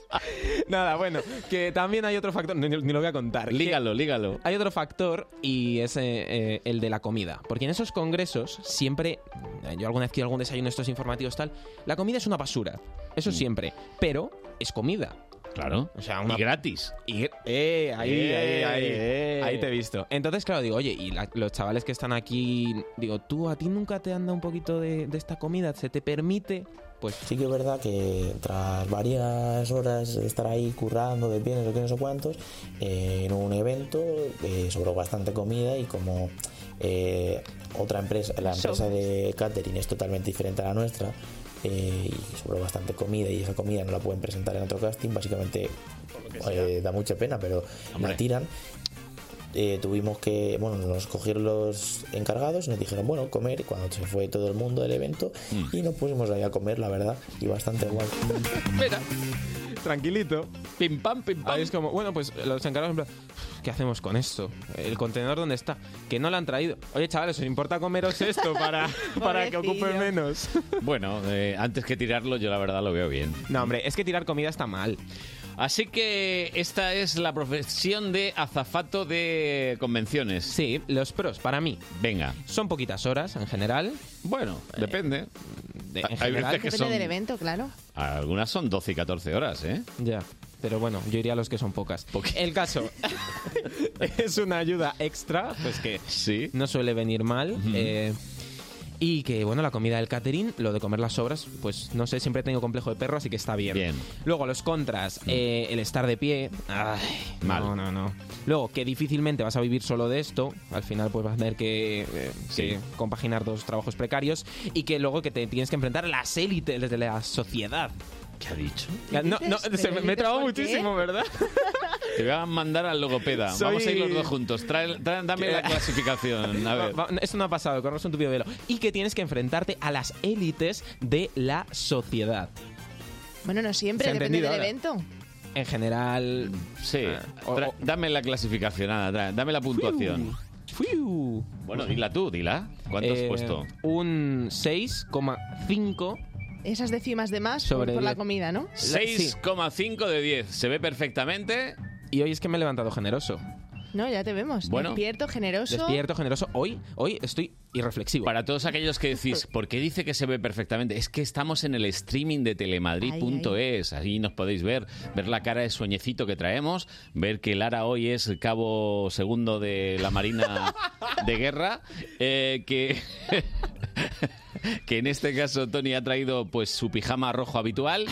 Speaker 11: Nada, bueno, que también hay otro factor, ni, ni lo voy a contar.
Speaker 1: Lígalo, lígalo.
Speaker 11: Hay otro factor y es eh, eh, el de la comida. Porque en esos congresos siempre, eh, yo alguna vez quiero algún desayuno estos informativos tal, la comida es una basura. Eso siempre. Pero es comida.
Speaker 1: Mm. Claro.
Speaker 11: [laughs] O sea, una...
Speaker 1: Y gratis.
Speaker 11: Y... Eh, ahí,
Speaker 1: Eh,
Speaker 11: ahí, ahí.
Speaker 1: eh.
Speaker 11: Ahí te he visto. Entonces, claro, digo, oye, y la- los chavales que están aquí, digo, tú, a ti nunca te han dado un poquito de, de esta comida, se te permite. Pues
Speaker 19: Sí que es verdad que tras varias horas de estar ahí currando de pie, no sé qué, no sé cuántos, eh, en un evento eh, sobró bastante comida y como eh, otra empresa, la empresa de catering es totalmente diferente a la nuestra, eh, y sobró bastante comida y esa comida no la pueden presentar en otro casting, básicamente eh, da mucha pena, pero la tiran. Eh, tuvimos que, bueno, nos cogieron los encargados, nos dijeron, bueno, comer, cuando se fue todo el mundo del evento, y nos pusimos ahí a comer, la verdad, y bastante guay.
Speaker 11: Mira, tranquilito.
Speaker 1: Pim pam, pim
Speaker 11: pam. es como, bueno, pues los encargados, en plan, ¿qué hacemos con esto? ¿El contenedor dónde está? Que no lo han traído. Oye, chavales, ¿os importa comeros esto [laughs] para, para que ocupe
Speaker 1: Pobrecillo.
Speaker 11: menos?
Speaker 1: [laughs] Bueno, eh, antes que tirarlo, yo la verdad lo veo bien.
Speaker 11: No, hombre, es que tirar comida está mal.
Speaker 1: Así que esta es la profesión de azafato de convenciones.
Speaker 11: Sí, los pros, para mí.
Speaker 1: Venga.
Speaker 11: Son poquitas horas en general. Eh,
Speaker 1: Bueno, depende.
Speaker 11: de-
Speaker 1: Hay
Speaker 11: en general,
Speaker 1: veces que son-
Speaker 12: evento, claro.
Speaker 1: Algunas son 12 y 14 horas, ¿eh?
Speaker 11: Ya. Pero bueno, yo iría a los que son pocas. El
Speaker 1: [laughs]
Speaker 11: caso es una ayuda extra, pues que no suele venir mal. eh, y que, bueno, la comida del catering, lo de comer las sobras, pues no sé, siempre tengo complejo de perro, así que está bien. Luego, los contras,
Speaker 1: Mm.
Speaker 11: eh, el estar de pie. Ay, No, no, no. Luego, que difícilmente vas a vivir solo de esto. Al final, pues vas a tener que, eh, que compaginar dos trabajos precarios. Y que luego que te tienes que enfrentar a las élites de la sociedad.
Speaker 1: ¿Qué ha dicho?
Speaker 11: No, no,
Speaker 1: ¿Pero
Speaker 11: se me, me he
Speaker 1: dices
Speaker 11: trabado
Speaker 1: por qué?
Speaker 11: muchísimo, ¿verdad?
Speaker 1: Te voy a mandar
Speaker 11: [laughs]
Speaker 1: al logopeda.
Speaker 11: Soy-
Speaker 1: Vamos a ir los dos juntos. Trae- trae-
Speaker 11: [laughs]
Speaker 1: dame la clasificación. [laughs] A ver.
Speaker 11: Va- va- Esto no ha pasado, corres un tupido velo. Y que tienes que enfrentarte a las élites de la sociedad.
Speaker 12: Bueno, no siempre,
Speaker 11: Se ha
Speaker 12: depende del
Speaker 11: entendido
Speaker 12: evento.
Speaker 11: En general.
Speaker 1: Sí.
Speaker 11: Ah,
Speaker 1: Tra- dame la clasificación, nada, tra- dame la puntuación.
Speaker 11: Fiu.
Speaker 1: Bueno, dila tú, dila. ¿Cuánto has
Speaker 11: Eh,
Speaker 1: puesto?
Speaker 11: Un 6,5.
Speaker 12: Esas décimas de más por-
Speaker 11: Sobre
Speaker 12: por la
Speaker 11: diez.
Speaker 12: comida, ¿no?
Speaker 1: 6,5 de 10. Se ve perfectamente.
Speaker 11: Y hoy es que me he levantado generoso.
Speaker 12: No, ya te vemos.
Speaker 1: Bueno.
Speaker 12: Despierto, generoso.
Speaker 11: Despierto, generoso. Hoy, hoy estoy irreflexivo.
Speaker 1: Para todos aquellos que decís,
Speaker 11: [laughs]
Speaker 1: ¿por qué dice que se ve perfectamente? Es que estamos en el streaming de telemadrid.es. Ahí nos podéis ver, ver la cara de sueñecito que traemos, ver que Lara hoy es cabo segundo de
Speaker 12: [laughs]
Speaker 1: la Marina de Guerra, eh, que, [laughs] que en este caso Tony ha traído pues su pijama rojo habitual.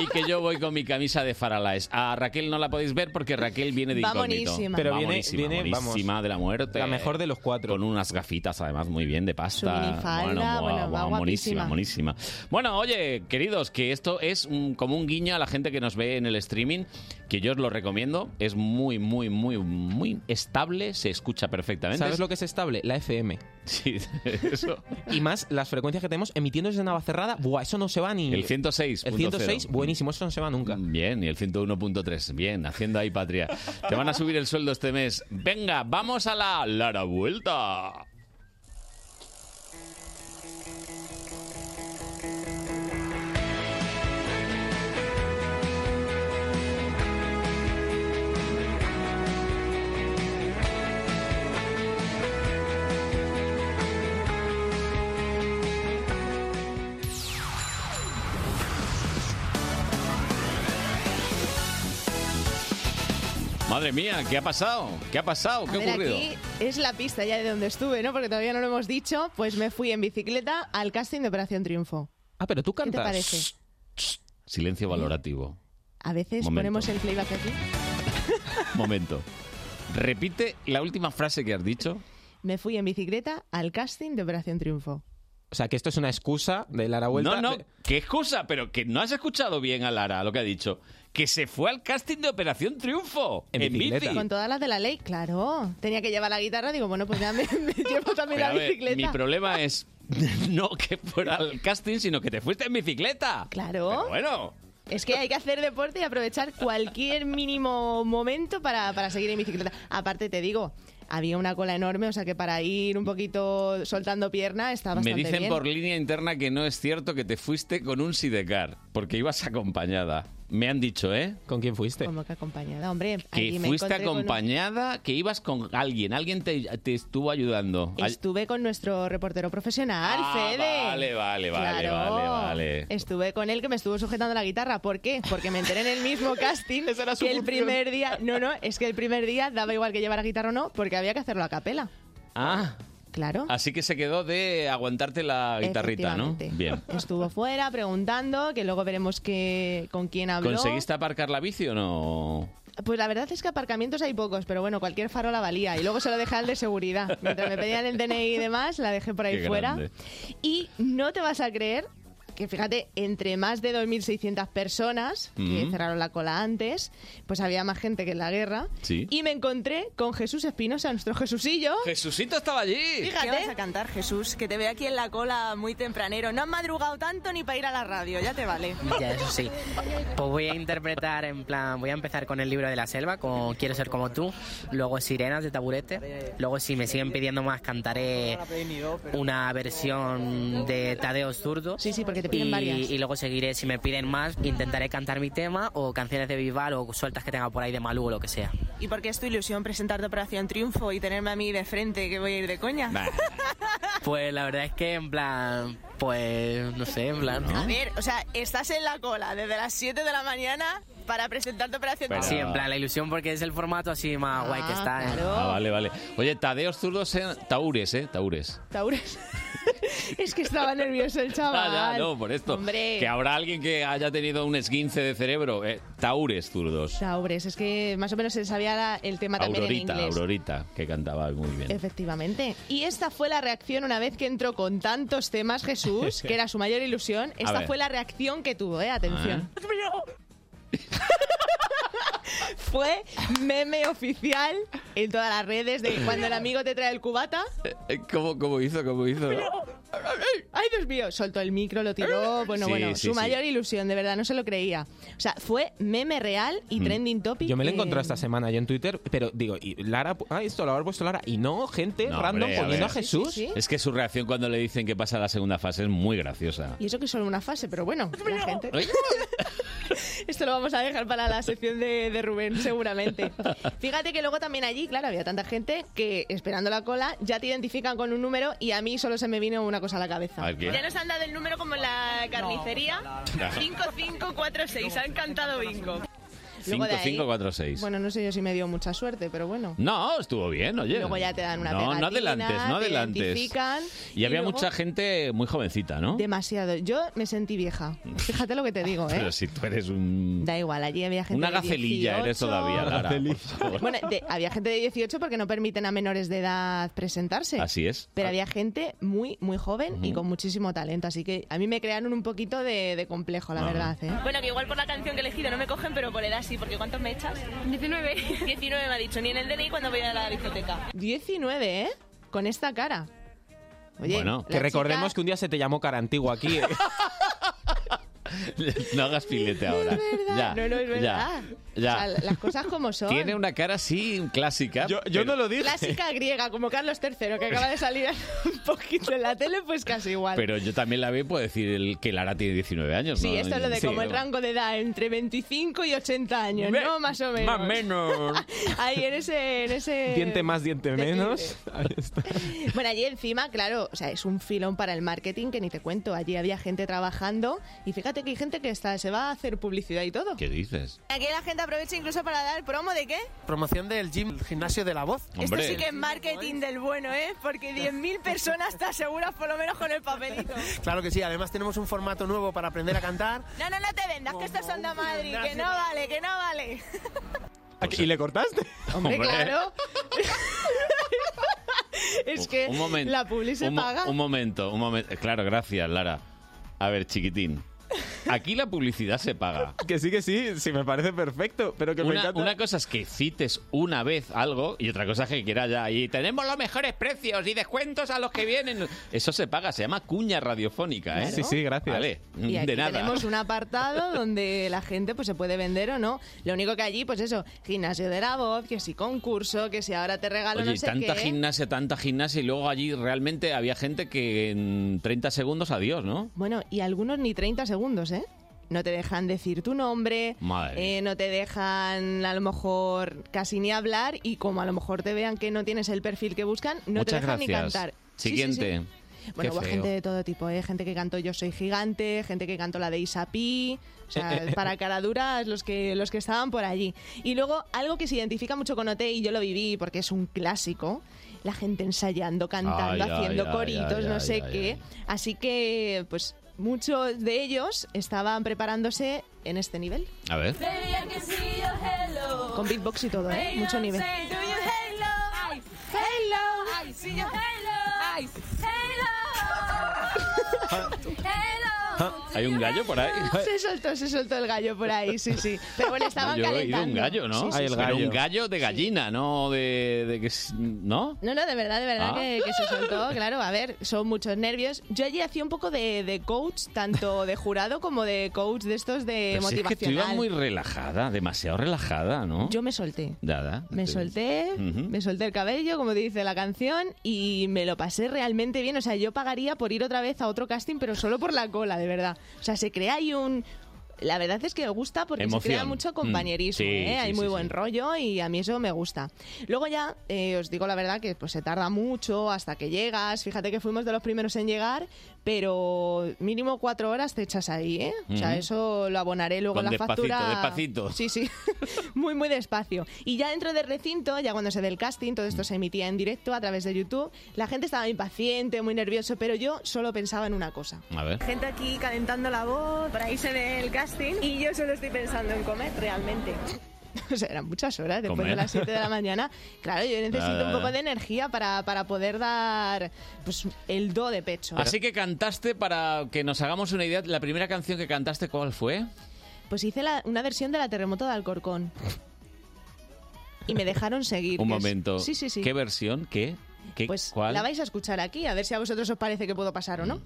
Speaker 1: Y que yo voy con mi camisa de Faralaes. A Raquel no la podéis ver porque Raquel viene de
Speaker 12: Va
Speaker 1: incógnito.
Speaker 12: monísima.
Speaker 11: Pero viene-
Speaker 1: monísima,
Speaker 11: viene, vamos,
Speaker 1: monísima de la muerte.
Speaker 11: la mejor de los cuatro.
Speaker 1: Con unas gafitas, además, muy bien de pasta.
Speaker 12: Su minifalda, bueno,
Speaker 1: Bueno, guau,
Speaker 12: va
Speaker 1: guau, monísima,
Speaker 12: guapísima.
Speaker 1: monísima. Bueno, oye, queridos, que esto es un- como un guiño a la gente que nos ve en el streaming, que yo os lo recomiendo. Es muy, muy, muy, muy estable, se escucha perfectamente.
Speaker 11: ¿Sabes lo que es estable? La FM.
Speaker 1: Sí, [laughs] eso.
Speaker 11: [laughs] Y más las frecuencias que tenemos emitiendo desde Navacerrada. Buah, eso no se va ni.
Speaker 1: El 106.
Speaker 11: El 106, buenísimo, eso no se va nunca.
Speaker 1: Bien, y el 101.3, bien, haciendo ahí patria. Te van a subir el sueldo este mes. Venga, vamos a la Lara Vuelta. Madre mía, ¿qué ha pasado? ¿Qué ha
Speaker 12: A
Speaker 1: pasado? ¿Qué
Speaker 12: ver,
Speaker 1: ha ocurrido?
Speaker 12: aquí es la pista ya de donde estuve, ¿no? Porque todavía no lo hemos dicho. Pues me fui en bicicleta al casting de Operación Triunfo.
Speaker 11: Ah, pero tú
Speaker 12: ¿Qué
Speaker 11: cantas.
Speaker 12: te parece?
Speaker 1: Silencio valorativo.
Speaker 12: A veces
Speaker 1: Momento.
Speaker 12: ponemos el playback aquí.
Speaker 1: Momento. Repite la última frase que has dicho.
Speaker 12: Me fui en bicicleta al casting de Operación Triunfo.
Speaker 11: O sea, que esto es una excusa de Lara Vuelta.
Speaker 1: No, no, qué excusa, pero que no has escuchado bien a Lara lo que ha dicho. Que se fue al casting de Operación Triunfo en, bici.
Speaker 12: Con todas las de la ley, claro. Tenía que llevar la guitarra, digo, bueno, pues ya me, [laughs]
Speaker 1: [laughs]
Speaker 12: me llevo también
Speaker 1: Pero
Speaker 12: la
Speaker 1: a ver,
Speaker 12: bicicleta.
Speaker 1: mi problema es [laughs] no que fuera al casting, sino que te fuiste en bicicleta.
Speaker 12: Claro.
Speaker 1: Pero bueno,
Speaker 12: Es que hay que hacer deporte y aprovechar cualquier mínimo momento para, para seguir en bicicleta. Aparte, te digo, había una cola enorme, o sea que para ir un poquito soltando pierna está
Speaker 1: Me
Speaker 12: bastante
Speaker 1: dicen
Speaker 12: bien.
Speaker 1: por línea interna que no es cierto que te fuiste con un sidecar, porque ibas acompañada. Me han dicho, ¿eh?
Speaker 11: ¿Con quién fuiste?
Speaker 12: Como que acompañada, hombre.
Speaker 1: Que
Speaker 12: allí me
Speaker 1: fuiste
Speaker 12: encontré con un-
Speaker 1: acompañada, que ibas con alguien, alguien te, te estuvo ayudando. Ay-
Speaker 12: Estuve con nuestro reportero profesional,
Speaker 1: Ah,
Speaker 12: Fede.
Speaker 1: Vale, vale, vale,
Speaker 12: Claro.
Speaker 1: vale, vale.
Speaker 12: Estuve con él que me estuvo sujetando la guitarra. ¿Por qué? Porque me enteré en el
Speaker 1: [laughs]
Speaker 12: mismo casting
Speaker 1: su
Speaker 12: que el
Speaker 1: función.
Speaker 12: primer día. No, no, es que el primer día daba igual que llevara guitarra o no, porque había que hacerlo a capela.
Speaker 1: Ah,
Speaker 12: Claro.
Speaker 1: así que se quedó de aguantarte la guitarrita, ¿no?
Speaker 12: Efectivamente.
Speaker 1: Bien.
Speaker 12: Estuvo fuera preguntando, que luego veremos que, con quién habló.
Speaker 1: ¿Conseguiste aparcar la bici o no?
Speaker 12: Pues la verdad es que aparcamientos hay pocos, pero bueno, cualquier faro la valía. Y luego se lo dejé al de seguridad. Mientras me pedían el DNI y demás, la dejé por ahí
Speaker 1: Qué
Speaker 12: fuera.
Speaker 1: grande.
Speaker 12: Y no te vas a creer que, fíjate, entre más de 2.600 personas que
Speaker 1: Mm.
Speaker 12: cerraron la cola antes, pues había más gente que en la guerra.
Speaker 1: Sí.
Speaker 12: Y me encontré con Jesús Espinosa, nuestro Jesusillo.
Speaker 1: Jesucito estaba allí.
Speaker 20: ¿Qué vas a cantar, Jesús? Que te veo aquí en la cola muy tempranero. No has madrugado tanto ni para ir a la radio, ya te vale.
Speaker 21: Ya, eso sí. Pues voy a interpretar, en plan, voy a empezar con el libro de la selva, con Quiero ser como tú, luego Sirenas de Taburete, luego si me siguen pidiendo más cantaré una versión de Tadeo Zurdo.
Speaker 12: Sí, sí, porque te piden
Speaker 21: Y,
Speaker 12: varias.
Speaker 21: y luego seguiré, si me piden más, intentaré cantar mi tema o canciones de Vival o sueltas que tenga por ahí de Malú o lo que sea.
Speaker 20: ¿Y por qué es tu ilusión presentarte Operación Triunfo y tenerme a mí de frente que voy a ir de coña?
Speaker 21: Pues la verdad es que en plan, pues no sé, en plan...
Speaker 20: A ver, o sea, estás en la cola desde las 7 de la mañana para presentarte Operación
Speaker 21: Pero...
Speaker 20: Triunfo.
Speaker 21: Sí, en plan la ilusión porque es el formato así más guay que está. ¿eh?
Speaker 1: Ah, vale, vale. Oye, Tadeo Zurdo, se- Taures, ¿eh? Taures.
Speaker 12: Taures. [laughs] es que estaba nervioso el chaval.
Speaker 1: Ah, ya, no, por esto.
Speaker 12: Hombre.
Speaker 1: Que habrá alguien que haya tenido un esguince de cerebro. Eh, taures zurdos.
Speaker 12: Taures, es que más o menos se sabía la- el tema también
Speaker 1: Aurorita,
Speaker 12: en inglés.
Speaker 1: Aurorita, que cantaba muy bien.
Speaker 12: Efectivamente. Y esta fue la reacción una vez que entró con tantos temas
Speaker 1: [laughs]
Speaker 12: Jesús, que era su mayor ilusión. Esta
Speaker 1: ver. Ah.
Speaker 12: fue la reacción que tuvo, ¿eh? Atención. [laughs] fue meme oficial en todas las redes de cuando el amigo te trae el cubata.
Speaker 1: Eh, ¿Cómo, cómo hizo? ¿Cómo hizo?
Speaker 12: ¡Ay, Dios mío! Soltó el micro, lo tiró. Bueno,
Speaker 1: Sí,
Speaker 12: bueno,
Speaker 1: sí,
Speaker 12: su
Speaker 1: sí.
Speaker 12: mayor ilusión, de verdad, no se lo creía. O sea, fue meme real y
Speaker 11: Mm.
Speaker 12: trending topic.
Speaker 11: Yo me lo he
Speaker 12: en-
Speaker 11: encontrado esta semana yo en Twitter, pero digo, y Lara, ah, esto lo habrá puesto Lara. Y no, gente
Speaker 1: No,
Speaker 11: random
Speaker 1: hombre, a
Speaker 11: poniendo a,
Speaker 1: ver.
Speaker 11: Jesús.
Speaker 1: Es que su reacción cuando le dicen que pasa a la segunda fase es muy graciosa.
Speaker 12: Y eso que es solo una fase, pero
Speaker 1: [laughs]
Speaker 12: bueno, la gente. [laughs] Esto lo vamos a dejar para la sección de, de Rubén, seguramente. Fíjate que luego también allí, claro, había tanta gente que esperando la cola ya te identifican con un número y a mí solo se me vino una cosa a la cabeza.
Speaker 20: A ver, ¿qué? Ya
Speaker 12: nos han dado el número como en la
Speaker 20: carnicería.
Speaker 12: 5546, han cantado bingo.
Speaker 1: 5, 5, 4, 6.
Speaker 12: Bueno, no sé yo si me dio mucha suerte, pero bueno.
Speaker 1: No, estuvo bien, oye.
Speaker 12: Luego ya te dan una
Speaker 1: No, no
Speaker 12: pegatina,
Speaker 1: adelantes, no
Speaker 12: te
Speaker 1: adelantes.
Speaker 12: identifican,
Speaker 1: Y había
Speaker 12: luego- ¿eh?
Speaker 1: mucha gente muy jovencita, ¿no?
Speaker 12: Demasiado. Yo me sentí vieja. Fíjate lo que te digo, ¿eh?
Speaker 1: [laughs] Pero si tú eres un...
Speaker 12: Da igual, allí había gente
Speaker 1: Una
Speaker 12: de
Speaker 1: gacelilla eres
Speaker 12: 18.
Speaker 1: todavía, Lara. por favor.
Speaker 12: Bueno, de- había gente de 18 porque no permiten a menores de edad presentarse.
Speaker 1: Así es.
Speaker 12: Pero había gente muy, muy joven y con muchísimo talento. Así que a mí me crearon un poquito de, de complejo, la
Speaker 20: Ah.
Speaker 12: verdad. ¿eh?
Speaker 20: Bueno, que igual por la canción que he elegido no me cogen, pero por edad sí, porque ¿cuántos me echas? 19. 19 me ha dicho, ni en el DNI cuando voy a la discoteca.
Speaker 12: 19, ¿eh? Con esta cara. Oye,
Speaker 11: bueno,
Speaker 12: la
Speaker 11: que recordemos
Speaker 12: chica-
Speaker 11: que un día se te llamó cara antigua aquí. ¿eh?
Speaker 1: [laughs] No hagas filete ahora. Ya,
Speaker 12: no, no, es
Speaker 1: ya,
Speaker 12: verdad.
Speaker 1: ya.
Speaker 12: O sea, las cosas como son.
Speaker 1: Tiene una cara así clásica. Yo, no lo
Speaker 12: Clásica griega, como Carlos III, que acaba de salir [laughs] un poquito en la tele, pues casi igual.
Speaker 1: Pero yo también la vi, puedo decir el- que Lara tiene 19 años.
Speaker 12: Sí,
Speaker 1: ¿no?
Speaker 12: esto es lo de
Speaker 1: Sí,
Speaker 12: como el
Speaker 1: ¿no?
Speaker 12: rango de edad entre 25 y 80 años,
Speaker 11: Me-
Speaker 12: ¿no? Más o menos.
Speaker 11: Más
Speaker 12: [laughs]
Speaker 11: menos.
Speaker 12: Ahí en ese, en ese...
Speaker 11: diente más, diente menos. Ahí está.
Speaker 12: Bueno, allí encima, claro, o sea, es un filón para el marketing que ni te cuento. Allí había gente trabajando y fíjate que hay gente que está, se va a hacer publicidad y todo.
Speaker 1: ¿Qué dices?
Speaker 20: Aquí la gente aprovecha incluso para dar promo de qué?
Speaker 19: Promoción del gym, el gimnasio de la voz. Este
Speaker 20: Esto sí que es marketing del bueno, ¿eh? Porque 10.000 personas te aseguras por lo menos con el papelito.
Speaker 19: [laughs] Claro que sí, además tenemos un formato nuevo para aprender a cantar.
Speaker 20: No, no, no te vendas, que esto es onda Madrid, que no vale, que no vale.
Speaker 1: pues
Speaker 11: ¿Y le cortaste?
Speaker 12: Hombre, claro. [laughs] es que
Speaker 1: Un momento.
Speaker 12: la publi se
Speaker 1: un, eh, mo-
Speaker 12: paga.
Speaker 1: Un momento, un momento. Claro, gracias, Lara. A ver, chiquitín. Aquí la publicidad se paga.
Speaker 11: Que sí, que sí, sí, me parece perfecto, pero que me
Speaker 1: Una,
Speaker 11: encanta.
Speaker 1: una cosa es que cites una vez algo y otra cosa es que quiera ya. Y tenemos los mejores precios y descuentos a los que vienen. Eso se paga, se llama cuña radiofónica, ¿eh?
Speaker 11: Claro. Sí, sí, gracias.
Speaker 1: Vale,
Speaker 12: Y aquí
Speaker 1: de nada.
Speaker 12: tenemos un apartado donde la gente pues se puede vender o no. Lo único que allí, pues eso, gimnasio de la voz, que si concurso, que si ahora te regalo
Speaker 1: Oye,
Speaker 12: no sé
Speaker 1: tanta
Speaker 12: qué. ¿eh?
Speaker 1: gimnasia, tanta gimnasia y luego allí realmente había gente que en 30 segundos adiós, ¿no?
Speaker 12: Bueno, y algunos ni 30 segundos, ¿eh? No te dejan decir tu nombre,
Speaker 1: Madre
Speaker 12: eh, no te dejan a lo mejor casi ni hablar y como a lo mejor te vean que no tienes el perfil que buscan, no te
Speaker 1: Muchas
Speaker 12: dejan ni
Speaker 1: gracias.
Speaker 12: cantar. Sí, sí, sí.
Speaker 1: Siguiente.
Speaker 12: Bueno,
Speaker 1: Qué
Speaker 12: hubo
Speaker 1: feo.
Speaker 12: gente de todo tipo, ¿eh? gente que cantó Yo Soy Gigante, gente que cantó la de Isapi, o
Speaker 22: Eh,
Speaker 12: sea, para caraduras los que, los que estaban por allí. Y luego, algo que se identifica mucho con OT, y yo lo viví porque es un clásico, la gente ensayando, cantando,
Speaker 22: Ay, ay,
Speaker 12: haciendo
Speaker 22: ay,
Speaker 12: coritos,
Speaker 22: ay,
Speaker 12: no
Speaker 22: ay,
Speaker 12: sé
Speaker 22: ay,
Speaker 12: qué. Así que, pues, muchos de ellos estaban preparándose en este nivel,
Speaker 1: A ver.
Speaker 12: con beatbox y todo, ¿eh? Mucho nivel.
Speaker 1: Ah, Hay un gallo por ahí.
Speaker 22: Eh.
Speaker 12: Se soltó, se soltó el gallo por ahí, sí, sí. Pero
Speaker 22: [laughs]
Speaker 12: bueno, estaban
Speaker 1: [laughs] Yo he oído
Speaker 12: calentando.
Speaker 1: un gallo, ¿no?
Speaker 12: Sí, sí,
Speaker 1: Pero
Speaker 12: sí.
Speaker 1: un gallo de gallina, no de, de que s- ¿No?
Speaker 12: No, no, de verdad, de verdad
Speaker 1: Ah.
Speaker 12: que, que se
Speaker 1: [laughs]
Speaker 12: soltó. Claro, a ver, son muchos nervios. Yo allí hacía un poco de, de coach, tanto de jurado como de coach de estos de
Speaker 1: Pero si es que tú
Speaker 12: Eh, motivacional.
Speaker 1: ibas muy relajada, demasiado relajada, ¿no?
Speaker 12: Yo me solté.
Speaker 1: Nada.
Speaker 12: Me
Speaker 1: te-
Speaker 12: solté,
Speaker 1: Ujú.
Speaker 12: me solté el cabello, como dice la canción, y me lo pasé realmente bien. O sea, yo pagaría por ir otra vez a otro casting, pero solo por la cola, de verdad. O sea, se crea ahí un... La verdad es que me gusta porque se
Speaker 22: Emoción.
Speaker 12: crea mucho
Speaker 22: Mm.
Speaker 12: compañerismo,
Speaker 22: Sí,
Speaker 12: ¿eh?
Speaker 22: sí,
Speaker 12: hay
Speaker 22: sí,
Speaker 12: muy
Speaker 22: sí.
Speaker 12: buen rollo y a mí eso me gusta. Luego ya, eh, os digo la verdad que pues, se tarda mucho hasta que llegas. Fíjate que fuimos de los primeros en llegar, pero mínimo cuatro horas te echas ahí, ¿eh? O sea,
Speaker 1: Ujú.
Speaker 12: eso lo abonaré luego
Speaker 1: Con
Speaker 12: la
Speaker 1: despacito,
Speaker 12: factura.
Speaker 1: despacito.
Speaker 12: Sí, sí [laughs] muy, muy despacio. Y ya dentro del recinto, ya cuando se ve el casting, todo
Speaker 1: Mm.
Speaker 12: esto se emitía en directo a través de YouTube, la gente estaba impaciente, muy nervioso, pero yo solo pensaba en una cosa.
Speaker 1: A ver.
Speaker 20: Gente aquí calentando la voz para irse del casting y yo solo estoy pensando en comer realmente.
Speaker 12: [laughs] O sea, eran muchas horas después
Speaker 20: Comer.
Speaker 12: de las 7 de la mañana. Claro, yo necesito
Speaker 1: Nada,
Speaker 12: un poco
Speaker 1: nada.
Speaker 12: de energía para, para poder dar pues, el do de pecho.
Speaker 1: Así que cantaste, para que nos hagamos una idea, la primera canción que cantaste, ¿cuál fue?
Speaker 12: Pues hice la- una versión de la terremoto de Alcorcón. Y me dejaron seguir.
Speaker 1: [laughs] Un
Speaker 12: que es-
Speaker 1: momento.
Speaker 12: pues, Sí, sí, sí.
Speaker 1: ¿Qué versión? ¿Qué? ¿Qué? ¿Cuál?
Speaker 12: La vais a escuchar aquí, a ver si a vosotros os parece que puedo pasar o no.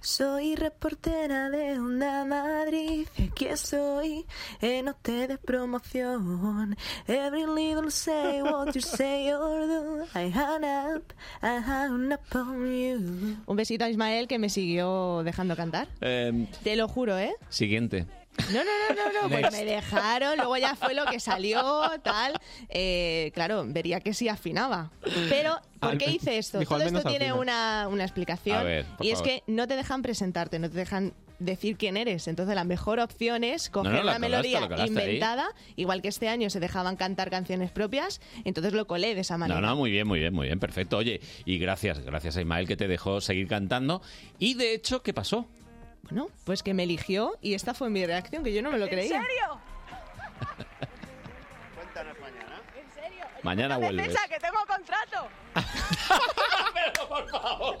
Speaker 23: Soy reportera de Onda Madrid, y aquí estoy en OT de promoción. Every little say what you say or do, I hang up, I hang up on you.
Speaker 12: Un besito a Ismael que me siguió dejando cantar.
Speaker 1: Eh,
Speaker 12: Te lo juro, ¿eh?
Speaker 1: siguiente.
Speaker 12: No, no, no, no, no. Pues
Speaker 1: Next.
Speaker 12: me dejaron, luego ya fue lo que salió, tal. Eh, claro, vería que sí afinaba. Pero, ¿por
Speaker 11: Al-
Speaker 12: qué hice esto?
Speaker 11: dijo, al
Speaker 12: Todo esto
Speaker 11: menos
Speaker 12: tiene
Speaker 11: afina.
Speaker 12: una, una explicación.
Speaker 11: A ver, por
Speaker 12: y
Speaker 11: favor.
Speaker 12: es que no te dejan presentarte, no te dejan decir quién eres. Entonces, la mejor opción es coger
Speaker 22: No, no, la
Speaker 12: una
Speaker 22: colaste,
Speaker 12: melodía
Speaker 22: la colaste ahí.
Speaker 12: inventada, igual que este año se dejaban cantar canciones propias. Entonces, lo colé de esa manera.
Speaker 1: No, no, muy bien, muy bien, muy bien, perfecto. Oye, y gracias, gracias a Ismael que te dejó seguir cantando. Y de hecho, ¿qué pasó?
Speaker 12: Bueno, pues que me eligió y esta fue mi reacción, que yo no me lo creía.
Speaker 22: serio?
Speaker 1: Mañana vuelves.
Speaker 24: que tengo contrato.
Speaker 22: Pero por favor.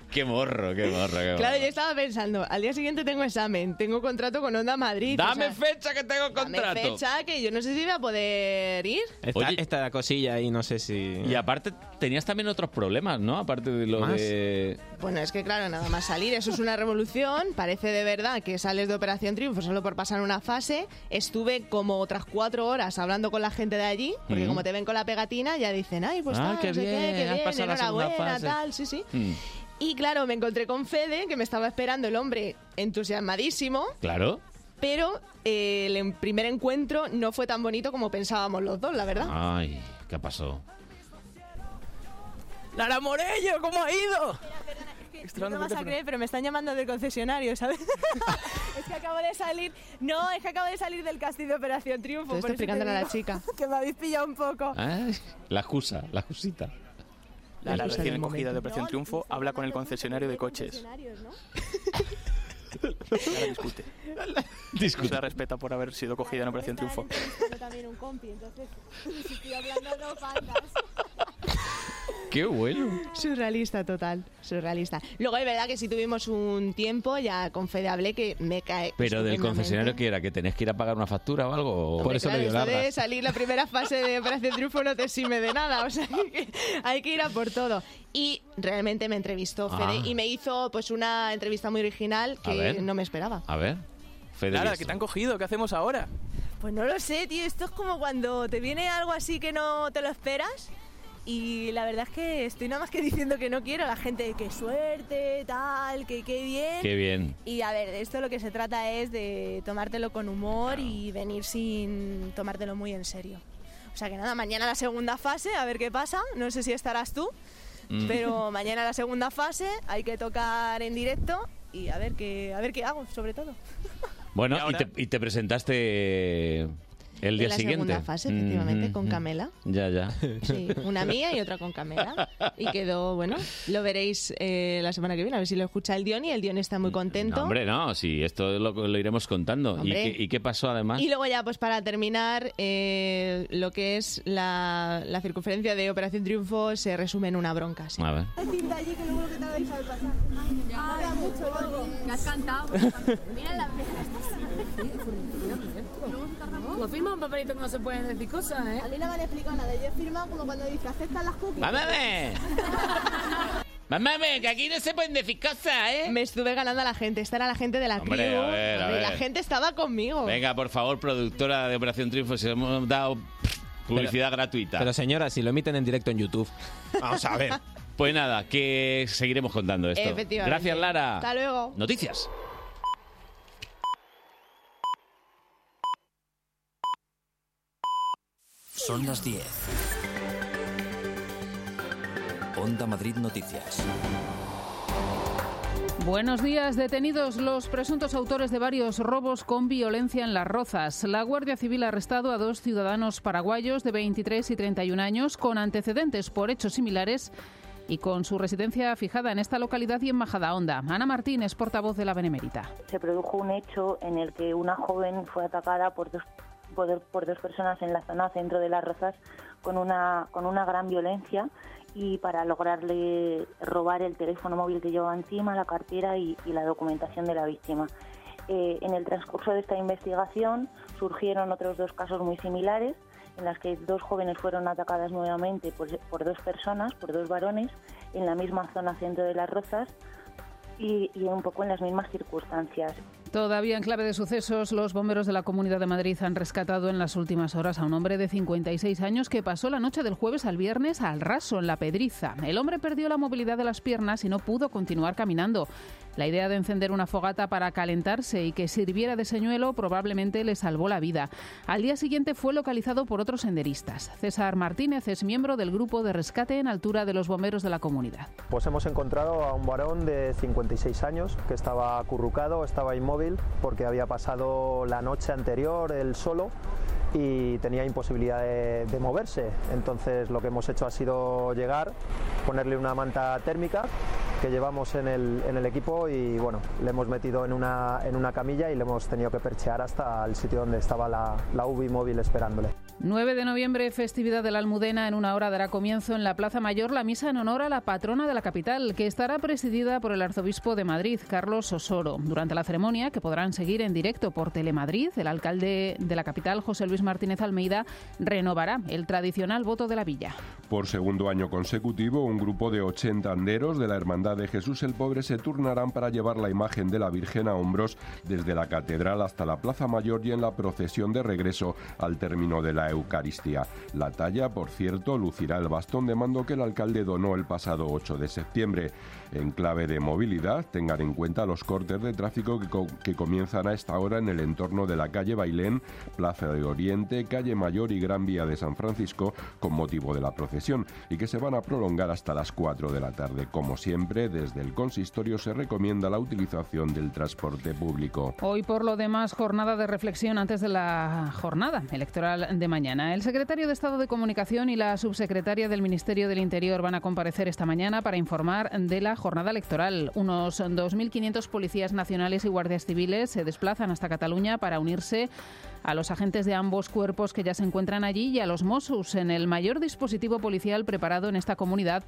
Speaker 1: [laughs] Qué morro, qué morro, qué morro.
Speaker 12: Claro, yo estaba pensando, al día siguiente tengo examen, tengo contrato con Onda Madrid.
Speaker 1: Dame fecha que tengo
Speaker 12: Dame
Speaker 1: contrato.
Speaker 12: fecha que yo no sé si voy a poder ir.
Speaker 11: Está, está la cosilla ahí, no sé si... Y
Speaker 1: aparte tenías también otros problemas, ¿no? Aparte de lo de...
Speaker 12: Bueno, es que claro, nada más salir, eso es una revolución. Parece de verdad que sales de Operación Triunfo solo por pasar una fase. Estuve como otras cuatro horas hablando con la gente de allí, porque
Speaker 22: Mm.
Speaker 12: como te ven con la pegatina ya dicen, ay, pues
Speaker 22: Ah,
Speaker 12: tal,
Speaker 22: qué
Speaker 12: no sé
Speaker 22: bien,
Speaker 12: qué, qué
Speaker 22: has
Speaker 12: bien,
Speaker 22: pasado la segunda
Speaker 12: enhorabuena,
Speaker 22: fase. Mm.
Speaker 12: tal, sí, sí. Y claro, me encontré con Fede, que me estaba esperando el hombre entusiasmadísimo.
Speaker 1: Claro.
Speaker 12: pero eh, el en- primer encuentro no fue tan bonito como pensábamos los dos, la verdad.
Speaker 1: Ay, ¿qué pasó?
Speaker 12: ¡Lara Morello, cómo ha ido! No
Speaker 20: Extraño,
Speaker 12: me vas
Speaker 20: vete,
Speaker 12: a
Speaker 20: pero-
Speaker 12: creer, pero me están llamando del concesionario, [laughs] ¿sabes?
Speaker 20: Es que acabo de salir. No, es que acabo de salir del casting de Operación Triunfo.
Speaker 12: Todo esto
Speaker 20: por eso te
Speaker 12: explicándole a la
Speaker 20: digo
Speaker 12: chica.
Speaker 20: [laughs] Que me habéis pillado un
Speaker 12: Ah.
Speaker 20: poco.
Speaker 1: Ay, la excusa, la excusita.
Speaker 25: La,
Speaker 1: La excusa
Speaker 25: recién escogida
Speaker 1: del
Speaker 25: de
Speaker 1: momento.
Speaker 25: Operación Triunfo habla con el concesionario de coches. La
Speaker 26: [laughs]
Speaker 25: discute. No se la respeta por haber sido cogida en Operación Triunfo.
Speaker 20: [laughs] también un compi, entonces si estoy hablando no faltas.
Speaker 1: Qué bueno.
Speaker 12: [laughs] Surrealista total, surrealista. Luego es verdad que sí tuvimos un tiempo ya con Fede hablé que me cae.
Speaker 1: Pero del
Speaker 12: estupendamente.
Speaker 1: confesionario que era, que tenés que ir a pagar una factura o algo.
Speaker 12: Hombre, claro, esto de salir la primera fase de Operación Triunfo no te sirve de nada, o sea, [laughs] que hay que ir a por todo. Y realmente me entrevistó
Speaker 1: Ah.
Speaker 12: Fede y me hizo pues una entrevista muy original
Speaker 1: A
Speaker 12: que
Speaker 1: ver.
Speaker 12: no me esperaba.
Speaker 1: A ver. Fede
Speaker 27: Lara,
Speaker 1: Listo.
Speaker 27: que te han cogido, ¿qué hacemos
Speaker 26: [laughs]
Speaker 27: ahora?
Speaker 20: Pues no lo sé, tío. Esto es como cuando te viene algo así que no te lo esperas. Y la verdad es que estoy nada más que diciendo que no quiero. La gente, qué suerte, tal, que qué bien.
Speaker 1: Qué bien.
Speaker 20: Y a ver, de esto lo que se trata es de tomártelo con humor y venir sin tomártelo muy en serio. O sea que nada, mañana la segunda fase, a ver qué pasa. No sé si estarás tú,
Speaker 1: Mm.
Speaker 20: pero mañana la segunda fase hay que tocar en directo y a ver qué, a ver qué hago, sobre todo.
Speaker 1: Bueno, y, te, y te presentaste el día
Speaker 12: en la
Speaker 1: siguiente.
Speaker 12: segunda fase, efectivamente,
Speaker 1: Mm,
Speaker 12: con
Speaker 1: mm,
Speaker 12: Camela.
Speaker 1: Ya, ya.
Speaker 12: Sí,
Speaker 1: [laughs]
Speaker 12: una mía y otra con Camela. Y quedó, bueno, lo veréis eh, la semana que viene, a ver si lo escucha el Dion y el Dion está muy contento.
Speaker 1: Mm, No, hombre, no, sí, esto lo, lo iremos contando. ¿Y
Speaker 12: Hombre.
Speaker 1: qué, y qué pasó además?
Speaker 12: Y luego ya, pues para terminar, eh, lo que es la, la circunferencia de Operación Triunfo se resume en una bronca. sí.
Speaker 1: A ver.
Speaker 13: Cinta allí que luego lo que tardáis al pasar. Tarda mucho, luego.
Speaker 24: has cantado.
Speaker 13: Mira la
Speaker 24: Lo firma un papelito que no se pueden decir cosas, ¿eh?
Speaker 20: Alina me explicó la de yo firma como cuando dice aceptan las cookies.
Speaker 24: Vamos a ver.
Speaker 1: Mamá, que aquí no se pueden decir cosas, ¿eh?
Speaker 12: Me estuve ganando a la gente, esta era la gente de la
Speaker 1: Hombre,
Speaker 12: crew.
Speaker 1: a ver, a
Speaker 12: Hombre, La
Speaker 1: ver.
Speaker 12: gente estaba conmigo.
Speaker 1: Venga, por favor, productora de Operación Triunfo, se hemos dado publicidad gratuita.
Speaker 11: Pero señora, si lo emiten en directo en YouTube. [laughs]
Speaker 1: Vamos a ver. [laughs] Pues nada, que seguiremos contando esto.
Speaker 12: Efectivamente.
Speaker 1: Gracias, Lara.
Speaker 12: Hasta luego.
Speaker 1: Noticias.
Speaker 5: Son las 10. Onda Madrid Noticias.
Speaker 2: Buenos días, detenidos los presuntos autores de varios robos con violencia en Las Rozas. La Guardia Civil ha arrestado a dos ciudadanos paraguayos de 23 y 31 años con antecedentes por hechos similares y con su residencia fijada en esta localidad y en Majadahonda. Ana Martín es portavoz de la Benemérita.
Speaker 28: se produjo un hecho en el que una joven fue atacada por dos, por, dos- por dos personas en la zona centro de Las Rozas con una, con una gran violencia y para lograrle robar el teléfono móvil que llevaba encima, la cartera y, y la documentación de la víctima. Eh, en el transcurso de esta investigación surgieron otros dos casos muy similares en las que dos jóvenes fueron atacadas nuevamente por, por dos personas, por dos varones, en la misma zona centro de Las Rozas y- y un poco en las mismas circunstancias.
Speaker 2: Todavía en clave de sucesos, los bomberos de la Comunidad de Madrid han rescatado en las últimas horas a un hombre de 56 años que pasó la noche del jueves al viernes al raso en la Pedriza. El hombre perdió la movilidad de las piernas y no pudo continuar caminando. La idea de encender una fogata para calentarse y que sirviera de señuelo probablemente le salvó la vida. Al día siguiente fue localizado por otros senderistas. César Martínez es miembro del grupo de rescate en altura de los bomberos de la comunidad.
Speaker 29: Pues hemos encontrado a un varón de 56 años que estaba acurrucado, estaba inmóvil porque había pasado la noche anterior él solo y tenía imposibilidad de, de moverse. Entonces lo que hemos hecho ha sido llegar, ponerle una manta térmica que llevamos en el, en el equipo y bueno, le hemos metido en una, en una camilla y le hemos tenido que perchear hasta el sitio donde estaba la, la UBI móvil esperándole.
Speaker 2: 9 de noviembre, festividad de la Almudena. En una hora dará comienzo en la Plaza Mayor la misa en honor a la patrona de la capital, que estará presidida por el arzobispo de Madrid, Carlos Osoro. Durante la ceremonia, que podrán seguir en directo por Telemadrid, el alcalde de la capital, José Luis Martínez Almeida, renovará el tradicional voto de la villa.
Speaker 30: Por segundo año consecutivo, un grupo de 80 anderos de la Hermandad de Jesús el Pobre se turnarán para llevar la imagen de la Virgen a hombros desde la catedral hasta la Plaza Mayor y en la procesión de regreso al término de la Eucaristía. La talla, por cierto, lucirá el bastón de mando que el alcalde donó el pasado 8 de septiembre. En clave de movilidad, tengan en cuenta los cortes de tráfico que, co- que comienzan a esta hora en el entorno de la calle Bailén, Plaza de Oriente, Calle Mayor y Gran Vía de San Francisco con motivo de la procesión y que se van a prolongar hasta las 4 de la tarde. Como siempre, desde el consistorio se recomienda la utilización del transporte público.
Speaker 2: Hoy, por lo demás, jornada de reflexión antes de la jornada electoral de mañana. El secretario de Estado de Comunicación y la subsecretaria del Ministerio del Interior van a comparecer esta mañana para informar de la jornada electoral. Unos 2.500 policías nacionales y guardias civiles se desplazan hasta Cataluña para unirse a los agentes de ambos cuerpos que ya se encuentran allí y a los Mossos en el mayor dispositivo policial preparado en esta comunidad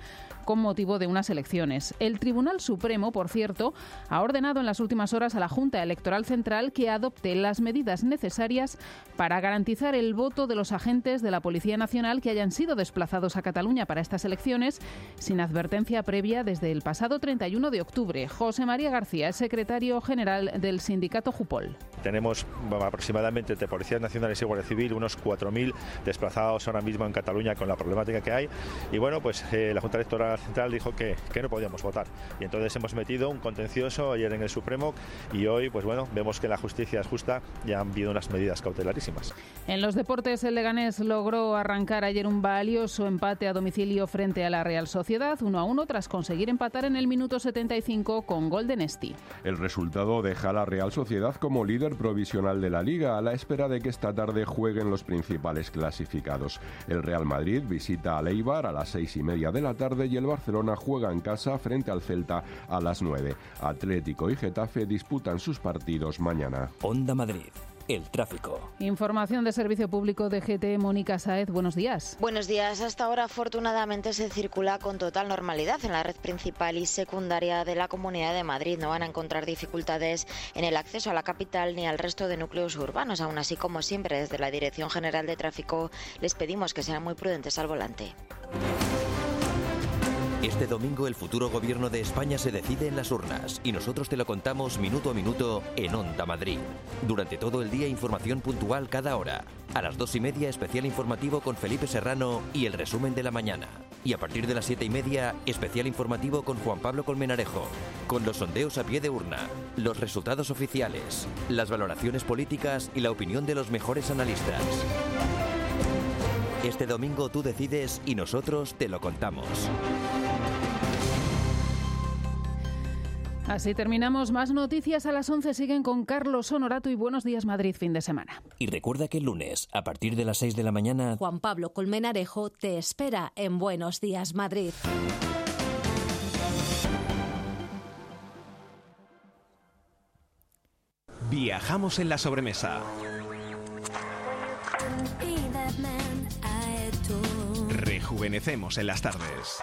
Speaker 2: con motivo de unas elecciones. El Tribunal Supremo, por cierto, ha ordenado en las últimas horas a la Junta Electoral Central que adopte las medidas necesarias para garantizar el voto de los agentes de la Policía Nacional que hayan sido desplazados a Cataluña para estas elecciones sin advertencia previa desde el pasado 31 de octubre. José María García es secretario general del sindicato Jupol.
Speaker 31: Tenemos aproximadamente entre Policías Nacionales y Guardia Civil unos 4.000 desplazados ahora mismo en Cataluña con la problemática que hay. Y bueno, pues eh, la Junta Electoral Central dijo que, que no podíamos votar. Y entonces hemos metido un contencioso ayer en el Supremo y hoy, pues bueno, vemos que la justicia es justa y han habido unas medidas cautelarísimas.
Speaker 2: En los deportes, el Leganés logró arrancar ayer un valioso empate a domicilio frente a la Real Sociedad, 1 a 1, tras conseguir empatar en el minuto 75 con gol de Nesti.
Speaker 30: El resultado deja a la Real Sociedad como líder provisional de la liga, a la espera de que esta tarde jueguen los principales clasificados. El Real Madrid visita a Leibar a las seis y media de la tarde y el Barcelona juega en casa frente al Celta a las 9. Atlético y Getafe disputan sus partidos mañana.
Speaker 5: Onda Madrid. El tráfico.
Speaker 2: Información de Servicio Público de GT, Mónica Saez, buenos días.
Speaker 32: Buenos días. Hasta ahora, afortunadamente, se circula con total normalidad en la red principal y secundaria de la Comunidad de Madrid. No van a encontrar dificultades en el acceso a la capital ni al resto de núcleos urbanos. Aún así, como siempre, desde la Dirección General de Tráfico les pedimos que sean muy prudentes al volante.
Speaker 5: Este domingo el futuro gobierno de España se decide en las urnas y nosotros te lo contamos minuto a minuto en Onda Madrid. Durante todo el día información puntual cada hora. A las dos y media especial informativo con Felipe Serrano y el resumen de la mañana. Y a partir de las siete y media especial informativo con Juan Pablo Colmenarejo. Con los sondeos a pie de urna, los resultados oficiales, las valoraciones políticas y la opinión de los mejores analistas. Este domingo tú decides y nosotros te lo contamos.
Speaker 2: Así terminamos. Más noticias a las 11 siguen con Carlos Honorato y Buenos Días Madrid fin de semana.
Speaker 5: Y recuerda que el lunes, a partir de las 6 de la mañana,
Speaker 10: Juan Pablo Colmenarejo te espera en Buenos Días Madrid.
Speaker 14: Viajamos en la sobremesa. Rejuvenecemos en las tardes.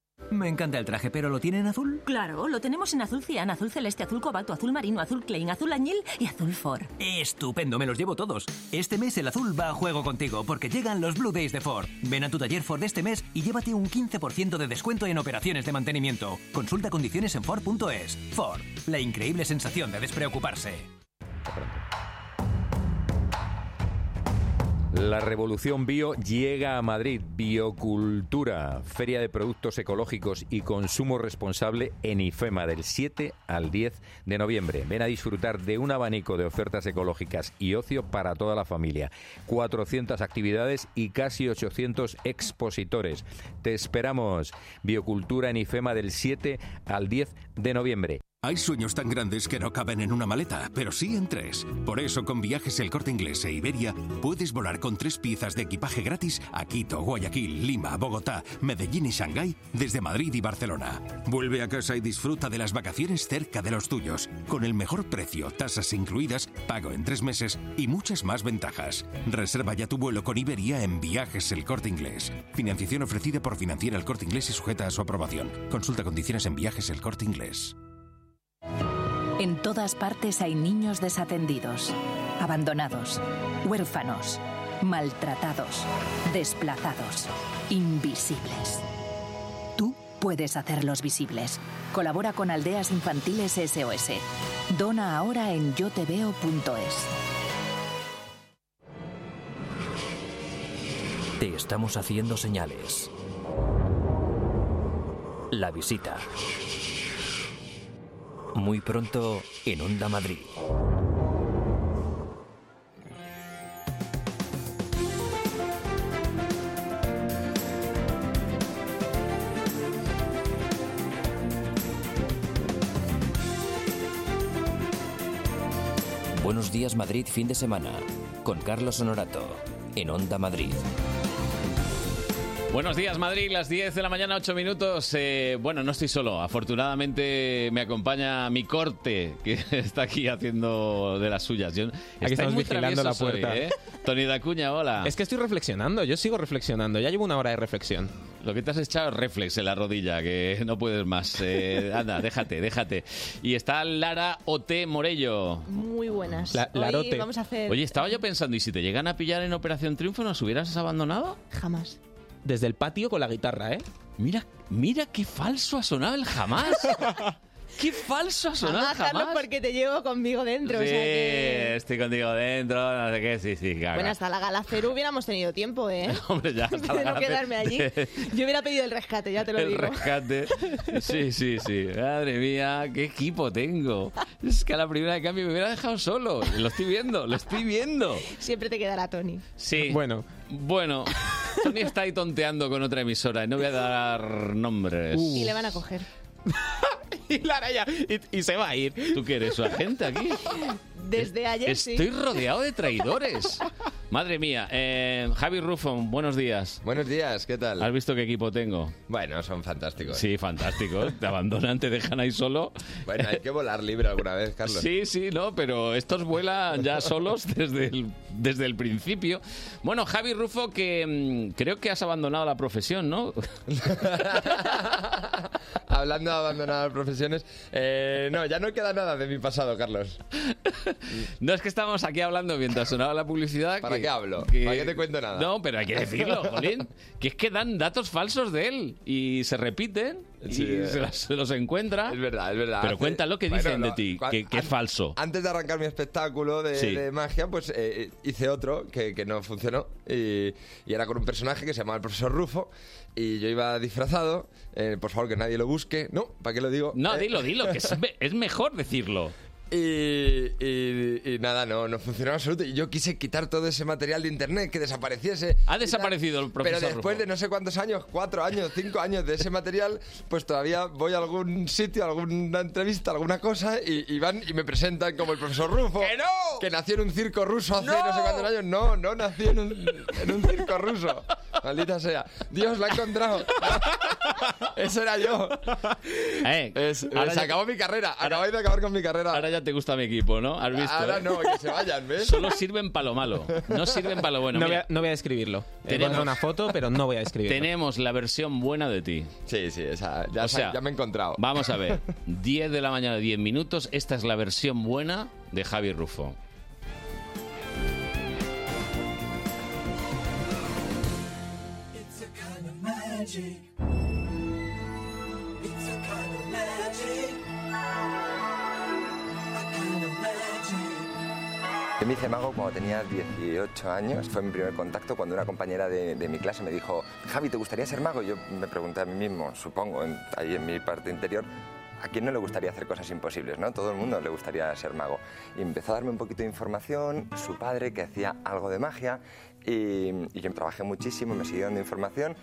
Speaker 33: Me encanta el traje, pero ¿lo tiene en azul?
Speaker 28: Claro, lo tenemos en azul cian, azul celeste, azul cobalto, azul marino, azul Klein, azul añil y azul Ford.
Speaker 33: Estupendo, me los llevo todos. Este mes el azul va a juego contigo porque llegan los Blue Days de Ford. Ven a tu taller Ford este mes y llévate un 15% de descuento en operaciones de mantenimiento. Consulta condiciones en Ford.es. Ford, la increíble sensación de despreocuparse.
Speaker 7: La revolución bio llega a Madrid. Biocultura, Feria de Productos Ecológicos y Consumo Responsable en IFEMA del 7 al 10 de noviembre. Ven a disfrutar de un abanico de ofertas ecológicas y ocio para toda la familia. 400 actividades y casi 800 expositores. Te esperamos. Biocultura en IFEMA del 7 al 10 de noviembre.
Speaker 8: Hay sueños tan grandes que no caben en una maleta, pero sí en tres. Por eso, con viajes El Corte Inglés e Iberia, puedes volar con tres piezas de equipaje gratis a Quito, Guayaquil, Lima, Bogotá, Medellín y Shanghái desde Madrid y Barcelona. Vuelve a casa y disfruta de las vacaciones cerca de los tuyos, con el mejor precio, tasas incluidas, pago en tres meses y muchas más ventajas. Reserva ya tu vuelo con Iberia en Viajes El Corte Inglés. Financiación ofrecida por Financiera El Corte Inglés y sujeta a su aprobación. Consulta condiciones en Viajes El Corte Inglés.
Speaker 9: En todas partes hay niños desatendidos, abandonados, huérfanos, maltratados, desplazados, invisibles. Tú puedes hacerlos visibles. Colabora con Aldeas Infantiles SOS. Dona ahora en yoteveo.es.
Speaker 5: Te estamos haciendo señales. La visita. Muy pronto en Onda Madrid. Buenos días Madrid fin de semana con Carlos Honorato en Onda Madrid.
Speaker 1: Buenos días, Madrid, las 10 de la mañana, 8 minutos. Eh, bueno, no estoy solo. Afortunadamente me acompaña mi corte, que [laughs] está aquí haciendo de las suyas. Yo, estáis
Speaker 8: estamos
Speaker 1: muy
Speaker 8: vigilando la
Speaker 1: traviesos hoy,
Speaker 8: puerta.
Speaker 1: ¿eh? Tony Dacuña, hola.
Speaker 8: Es que estoy reflexionando, yo sigo reflexionando. Ya llevo una hora de reflexión.
Speaker 1: Lo que te has echado es reflex en la rodilla, que no puedes más. Eh, anda, déjate, déjate. Y está Lara Ote Morello.
Speaker 12: Muy buenas.
Speaker 1: La- Larote.
Speaker 12: Hoy vamos a hacer...
Speaker 1: Oye, estaba yo pensando, ¿y si te llegan a pillar en Operación Triunfo, nos hubieras abandonado?
Speaker 12: Jamás.
Speaker 1: Desde el patio con la guitarra, ¿eh? Mira, mira qué falso ha sonado
Speaker 12: [laughs]
Speaker 1: el jamás. qué falso ha sonado
Speaker 12: Jamás,
Speaker 1: el jamás.
Speaker 12: Carlos, porque te llevo conmigo dentro. o
Speaker 1: sí,
Speaker 12: sea que-
Speaker 1: estoy contigo dentro, no sé qué, sí, sí, claro.
Speaker 12: Bueno, hasta la gala cero hubiéramos tenido tiempo,
Speaker 1: [laughs]
Speaker 12: ¿eh?
Speaker 1: Hombre,
Speaker 12: [laughs]
Speaker 1: ya hasta
Speaker 12: De
Speaker 1: la
Speaker 12: no quedarme
Speaker 1: [laughs]
Speaker 12: allí. Yo hubiera pedido el rescate, ya te lo
Speaker 1: el
Speaker 12: digo.
Speaker 1: rescate. Sí, sí, sí. Madre mía, qué equipo tengo. Es que a la primera de cambio me hubiera dejado solo. Lo estoy viendo, lo estoy viendo.
Speaker 12: Siempre te quedará Tony.
Speaker 1: Sí. Bueno. Bueno. Tony está ahí tonteando con otra emisora y no voy a dar nombres.
Speaker 12: Y le van a coger.
Speaker 8: y Lara ya. Y, y se va a ir.
Speaker 1: ¿Tú qué eres, su agente aquí?
Speaker 12: Desde ayer sí.
Speaker 1: Estoy rodeado
Speaker 12: [laughs]
Speaker 1: de traidores. Madre mía. Eh, Javi Rufo, buenos días.
Speaker 22: Buenos días, ¿qué tal?
Speaker 1: ¿Has visto qué equipo tengo?
Speaker 22: Bueno, son fantásticos.
Speaker 1: Sí, fantástico. Te abandonan, te dejan ahí solo.
Speaker 22: Bueno, hay que volar libre alguna vez, Carlos.
Speaker 1: Sí, sí, no, pero estos vuelan ya solos desde el, desde el principio. Bueno, Javi Rufo, que mm, creo que has abandonado la profesión, ¿no?
Speaker 22: [laughs] Hablando de abandonar profesiones, eh, no, ya no queda nada de mi pasado, Carlos.
Speaker 1: No es que estábamos aquí hablando mientras sonaba la publicidad.
Speaker 22: ¿Para
Speaker 1: que-
Speaker 22: qué hablo?
Speaker 1: que-
Speaker 22: ¿Para qué te cuento nada?
Speaker 1: No, pero hay que decirlo, jolín. Que es que dan datos falsos de él y se repiten y
Speaker 22: Sí, eh.
Speaker 1: se, las- se los encuentra.
Speaker 22: Es verdad, es verdad.
Speaker 1: Pero
Speaker 22: Hace-
Speaker 1: cuéntalo que
Speaker 22: Bueno,
Speaker 1: dicen de
Speaker 22: lo-
Speaker 1: ti,
Speaker 22: cua-
Speaker 1: que, que es falso.
Speaker 22: Antes de arrancar mi espectáculo de,
Speaker 1: Sí.
Speaker 22: de magia, pues eh, hice otro que, que no funcionó y, y era con un personaje que se llamaba el profesor Rufo y yo iba disfrazado. eh, por favor, que nadie lo busque. No, ¿para qué lo digo?
Speaker 1: No,
Speaker 22: Eh,
Speaker 1: dilo, dilo,
Speaker 22: [laughs]
Speaker 1: que es, me- es mejor decirlo.
Speaker 22: Y, y- y nada, no, no funcionó en absoluto. Y yo quise quitar todo ese material de internet, que desapareciese.
Speaker 1: Ha
Speaker 22: y tal.
Speaker 1: desaparecido el profesor
Speaker 22: Pero después
Speaker 1: Rufo.
Speaker 22: de no sé cuántos años, cuatro años, cinco años de ese material, pues todavía voy a algún sitio, a alguna entrevista, a alguna cosa, y, y van y me presentan como el profesor Rufo. ¡Que no! Que nació en un circo ruso hace no, sé cuántos años. No, no nací en un, en un circo ruso. [laughs] Maldita sea. Dios, la ha encontrado. [laughs] Eso era yo. Es-
Speaker 1: Eh, ahora
Speaker 22: se
Speaker 1: ya-
Speaker 22: acabó mi carrera. Acabáis de acabar con mi carrera.
Speaker 1: Ahora ya te gusta mi equipo, ¿no? ¿Has visto,
Speaker 22: Ahora
Speaker 1: eh?
Speaker 22: no, que se vayan, ¿ves?
Speaker 1: Solo sirven para lo malo. No sirven para lo bueno.
Speaker 8: no, voy
Speaker 1: Mira,
Speaker 8: a, no voy a escribirlo. Te
Speaker 1: Tenemos-
Speaker 8: una foto, pero no voy a escribirlo.
Speaker 1: Tenemos la versión buena de ti.
Speaker 22: Sí, sí, esa, ya,
Speaker 1: o
Speaker 22: sa-
Speaker 1: sea,
Speaker 22: ya me he encontrado.
Speaker 1: Vamos
Speaker 22: [laughs]
Speaker 1: a ver. 10 de la mañana, 10 minutos. Esta es la versión buena de Javi Rufo.
Speaker 24: It's a kind of magic. It's a kind of magic. A kind of magic.
Speaker 22: Yo me hice mago cuando tenía 18 años. Fue mi primer contacto cuando una compañera de, de mi clase me dijo, Javi, ¿te gustaría ser mago? Y yo me pregunté a mí mismo, supongo, en- ahí en mi parte interior, ¿a quién no le gustaría hacer cosas imposibles? ¿no? Todo el mundo le gustaría ser mago. Y empezó a darme un poquito de información, su padre que hacía algo de magia, y, y yo trabajé muchísimo, me siguió dando información.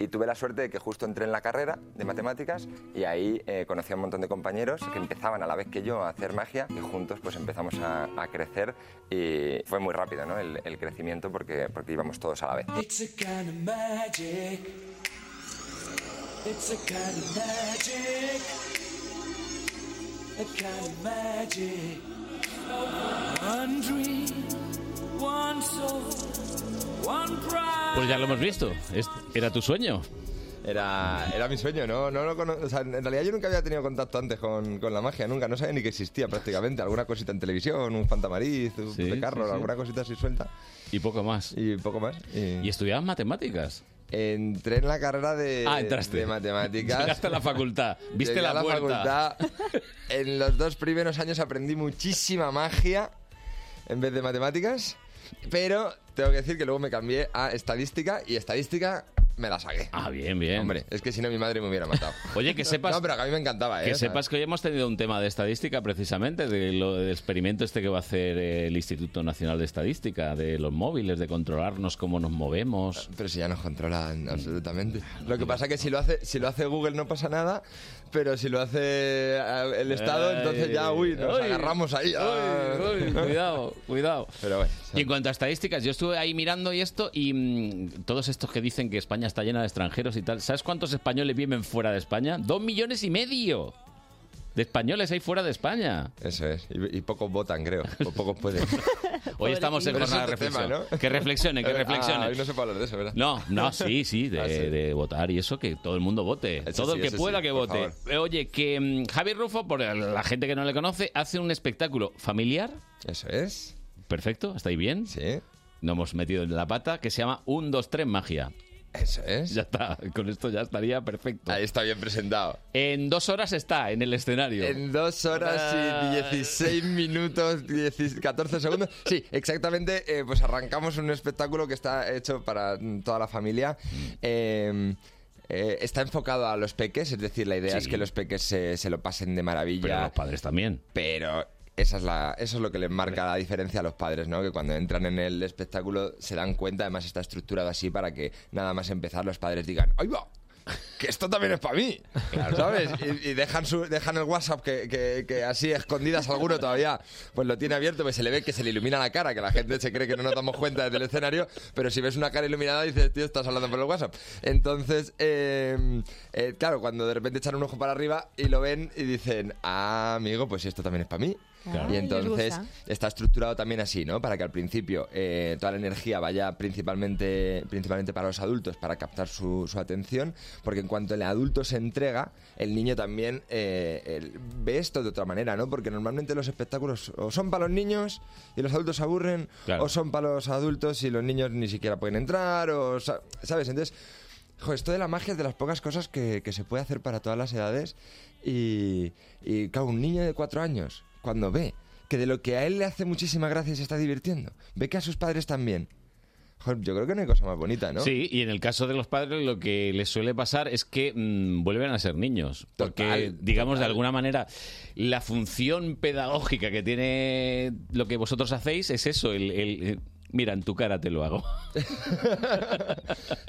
Speaker 22: Y tuve la suerte de que justo entré en la carrera de matemáticas y ahí eh, conocí a un montón de compañeros que empezaban a la vez que yo a hacer magia y juntos pues empezamos a, a crecer y fue muy rápido ¿no? el, el crecimiento porque, porque íbamos todos a la vez.
Speaker 24: It's a kind of magic. It's a kind of magic. A kind of magic. One dream, one soul, one pride.
Speaker 1: Pues ya lo hemos visto. Es- Era tu sueño.
Speaker 22: Era, era mi sueño, ¿no? no, lo cono- o sea, en realidad yo nunca había tenido contacto antes con, con la magia, nunca, no sabía ni que existía prácticamente. Alguna cosita en televisión, un fantamariz, un
Speaker 1: Sí,
Speaker 22: pecarro,
Speaker 1: sí, sí.
Speaker 22: alguna cosita así suelta.
Speaker 1: Y poco más.
Speaker 22: Y poco más. Y,
Speaker 1: estudiabas matemáticas.
Speaker 22: Entré en la carrera de,
Speaker 1: Ah, entraste.
Speaker 22: Eh, de matemáticas.
Speaker 1: [laughs] Llegaste a la facultad. Viste
Speaker 22: Llegué
Speaker 1: la
Speaker 22: a la
Speaker 1: puerta. [laughs]
Speaker 22: facultad. En los dos primeros años aprendí muchísima magia en vez de matemáticas, pero tengo que decir que luego me cambié a estadística y estadística me la saqué.
Speaker 1: Ah, bien, bien.
Speaker 22: Hombre, es que si no mi madre me hubiera matado.
Speaker 1: [laughs] Oye, que sepas-
Speaker 22: No, pero que a mí me encantaba, ¿eh?
Speaker 1: Que
Speaker 22: O sea,
Speaker 1: sepas que hoy hemos tenido un tema de estadística precisamente, de lo- del experimento este que va a hacer eh, el Instituto Nacional de Estadística, de los móviles, de controlarnos cómo nos movemos.
Speaker 22: Pero si ya nos controlan absolutamente. Lo que pasa es que si lo hace, si lo hace Google no pasa nada, pero si lo hace eh, el Estado, entonces ya, uy, nos
Speaker 1: Ay,
Speaker 22: agarramos ahí. ah.
Speaker 1: uy,
Speaker 22: [laughs]
Speaker 1: uy, cuidado, cuidado. y en cuanto a estadísticas, yo estuve ahí mirando y esto, y mm, todos estos que dicen que España está llena de extranjeros y tal, ¿sabes cuántos españoles viven fuera de España? Dos millones y medio de españoles hay fuera de España.
Speaker 22: Eso es, y, y pocos votan, creo, o pocos pueden.
Speaker 1: [laughs] Hoy estamos en
Speaker 22: Pero eso
Speaker 1: jornada de
Speaker 22: es otro
Speaker 1: reflexión.
Speaker 22: tema, ¿no?
Speaker 1: Que reflexionen,
Speaker 22: [laughs]
Speaker 1: que
Speaker 22: Ah,
Speaker 1: reflexionen.
Speaker 22: hoy no se puede hablar de eso, ¿verdad?
Speaker 1: No,
Speaker 22: [laughs]
Speaker 1: no, sí, sí, de,
Speaker 22: Ah, sí.
Speaker 1: de votar y eso, que todo el mundo vote. todo
Speaker 22: sí,
Speaker 1: el que
Speaker 22: eso
Speaker 1: pueda
Speaker 22: sí,
Speaker 1: que
Speaker 22: por
Speaker 1: vote. Oye, que mm, Javier Rufo, por la gente que no le conoce, hace un espectáculo familiar.
Speaker 22: Eso es.
Speaker 1: Perfecto, ¿estáis bien?
Speaker 22: Sí.
Speaker 1: No hemos metido en la pata, que se llama 1, 2, 3 magia.
Speaker 22: Eso es.
Speaker 1: Ya está, con esto ya estaría perfecto.
Speaker 22: Ahí está bien presentado.
Speaker 1: En dos horas está en el escenario.
Speaker 22: En dos horas y 16 minutos, 10 14 segundos. Sí, exactamente. eh, pues arrancamos un espectáculo que está hecho para mm, toda la familia. Eh, eh, está enfocado a los peques, es decir, la idea
Speaker 1: Sí.
Speaker 22: es que los peques se, se lo pasen de maravilla.
Speaker 1: Pero los padres también.
Speaker 22: Pero esa es la, eso es lo que les marca la diferencia a los padres, ¿no? Que cuando entran en el espectáculo se dan cuenta, además está estructurado así para que nada más empezar los padres digan, ¡ay va! Que esto también es para mí, ¿sabes? Y, y dejan, su- dejan el WhatsApp que, que- que así escondidas alguno todavía, pues lo tiene abierto, pues se le ve que se le ilumina la cara, que la gente se cree que no nos damos cuenta desde el escenario, pero si ves una cara iluminada dices, tío, estás hablando por el WhatsApp. Entonces, eh, eh, claro, cuando de repente echan un ojo para arriba y lo ven y dicen, ah, amigo, pues esto también es para mí.
Speaker 26: Claro.
Speaker 22: Y
Speaker 26: Ah, les
Speaker 22: entonces
Speaker 26: gusta.
Speaker 22: está estructurado también así, ¿no? Para que al principio eh, toda la energía vaya principalmente, principalmente para los adultos, para captar su, su atención, porque en cuanto el adulto se entrega, el niño también eh, él ve esto de otra manera, ¿no? Porque normalmente los espectáculos o son para los niños y los adultos se aburren,
Speaker 1: Claro.
Speaker 22: o son para los adultos y los niños ni siquiera pueden entrar, o sa- ¿sabes? Entonces... jo, esto de la magia es de las pocas cosas que, que se puede hacer para todas las edades y, y, claro, un niño de cuatro años, cuando ve que de lo que a él le hace muchísima gracia se está divirtiendo, ve que a sus padres también. Joder, yo creo que no hay cosa más bonita, ¿no?
Speaker 1: Sí, y en el caso de los padres lo que les suele pasar es que mm, vuelven a ser niños. Porque, digamos, de alguna manera, la función pedagógica que tiene lo que vosotros hacéis es eso, el... el- eh, Mira, en tu cara te lo hago.
Speaker 22: [laughs]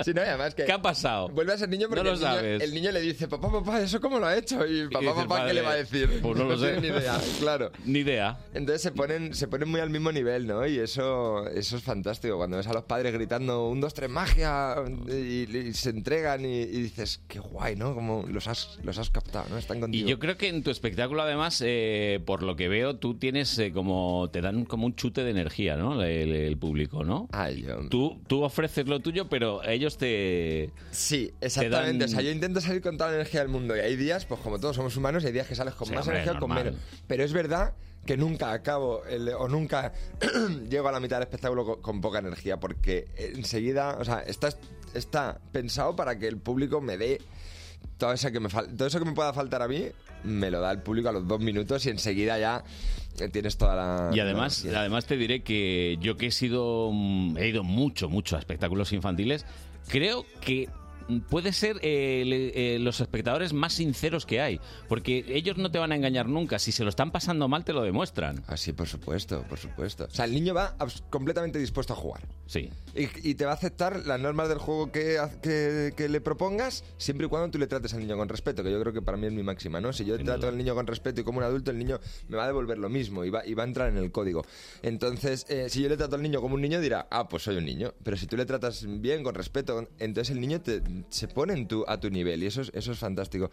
Speaker 22: Sí, no, y además que
Speaker 1: ¿Qué ha pasado?
Speaker 22: Vuelve a ser niño porque
Speaker 1: No lo
Speaker 22: el, niño,
Speaker 1: sabes.
Speaker 22: el niño le dice, papá, papá, ¿eso cómo lo ha hecho? Y papá,
Speaker 1: dice el
Speaker 22: papá,
Speaker 1: padre,
Speaker 22: ¿qué le va a decir?
Speaker 1: "Pues no
Speaker 22: [laughs]
Speaker 1: lo sé".
Speaker 22: tiene ni idea, claro.
Speaker 1: Ni idea.
Speaker 22: Entonces se ponen, se ponen muy al mismo nivel, ¿no? Y eso, eso es fantástico. Cuando ves a los padres gritando un, dos, tres, magia, y, y se entregan y, y dices, qué guay, ¿no? Como los has, los has captado, ¿no? Están
Speaker 1: Y
Speaker 22: contigo.
Speaker 1: yo creo que en tu espectáculo, además, eh, por lo que veo, tú tienes eh, como. te dan como un chute de energía, ¿no? El, el público, ¿no? tú, tú ofreces lo tuyo, pero ellos te.
Speaker 22: Sí, Exactamente,
Speaker 1: Te dan-
Speaker 22: o sea, yo intento salir con toda la energía del mundo y hay días, pues como todos somos humanos, hay días que sales con
Speaker 1: Sí,
Speaker 22: más
Speaker 1: hombre,
Speaker 22: energía o con
Speaker 1: normal.
Speaker 22: menos. Pero es verdad que nunca acabo el- o nunca [clears throat] llego a la mitad del espectáculo co- con, poca energía porque enseguida, o sea, está, está pensado para que el público me dé todo eso que me fal- todo eso que me pueda faltar a mí, me lo da el público a los dos minutos y enseguida ya eh, tienes toda la...
Speaker 1: Y además,
Speaker 22: la-
Speaker 1: además te diré que yo que he sido mm, he ido mucho, mucho a espectáculos infantiles, creo que mm, puede ser eh, le- eh, los espectadores más sinceros que hay, porque ellos no te van a engañar nunca, si se lo están pasando mal te lo demuestran.
Speaker 22: Así, Ah, por supuesto, por supuesto. O sea, el niño va abs- completamente dispuesto a jugar.
Speaker 1: Sí.
Speaker 22: Y, y te va a aceptar las normas del juego que, haz- que- que le propongas, siempre y cuando tú le trates al niño con respeto, que yo creo que para mí es mi máxima, ¿no? Si yo trato al niño con respeto y como un adulto, el niño me va a devolver lo mismo y va, y va a entrar en el código. Entonces, eh, si yo le trato al niño como un niño, dirá, ah, pues soy un niño. Pero si tú le tratas bien, con respeto, entonces el niño te- se pone en tu, a tu nivel y eso es, eso es fantástico.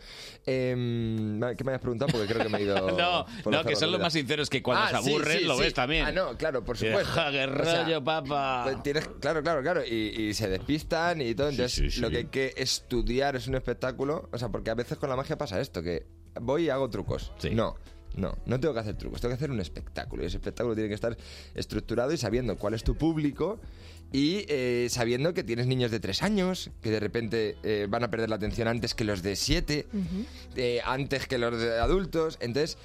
Speaker 22: Em, ¿Qué me habías preguntado? Porque creo que me he ido...
Speaker 1: [laughs] No,
Speaker 22: por la
Speaker 1: no, que son
Speaker 22: fervorosidad.
Speaker 1: los más sinceros que cuando
Speaker 22: Ah,
Speaker 1: se
Speaker 22: sí,
Speaker 1: aburren
Speaker 22: sí,
Speaker 1: lo
Speaker 22: sí.
Speaker 1: ves también.
Speaker 22: Ah, no, claro, por
Speaker 1: Que,
Speaker 22: supuesto.
Speaker 1: "Ja, qué
Speaker 22: O sea,
Speaker 1: rollo, papá.
Speaker 22: pues tienes, claro, claro, claro. Y, y se despistan y todo. Entonces, lo que hay que estudiar es un espectáculo. O sea, porque a veces con la magia pasa esto, que voy y hago trucos. No. No, no tengo que hacer trucos, tengo que hacer un espectáculo. Y ese espectáculo tiene que estar estructurado y sabiendo cuál es tu público y eh, sabiendo que tienes niños de tres años que de repente eh, van a perder la atención antes que los de siete eh, antes que los de adultos. Entonces,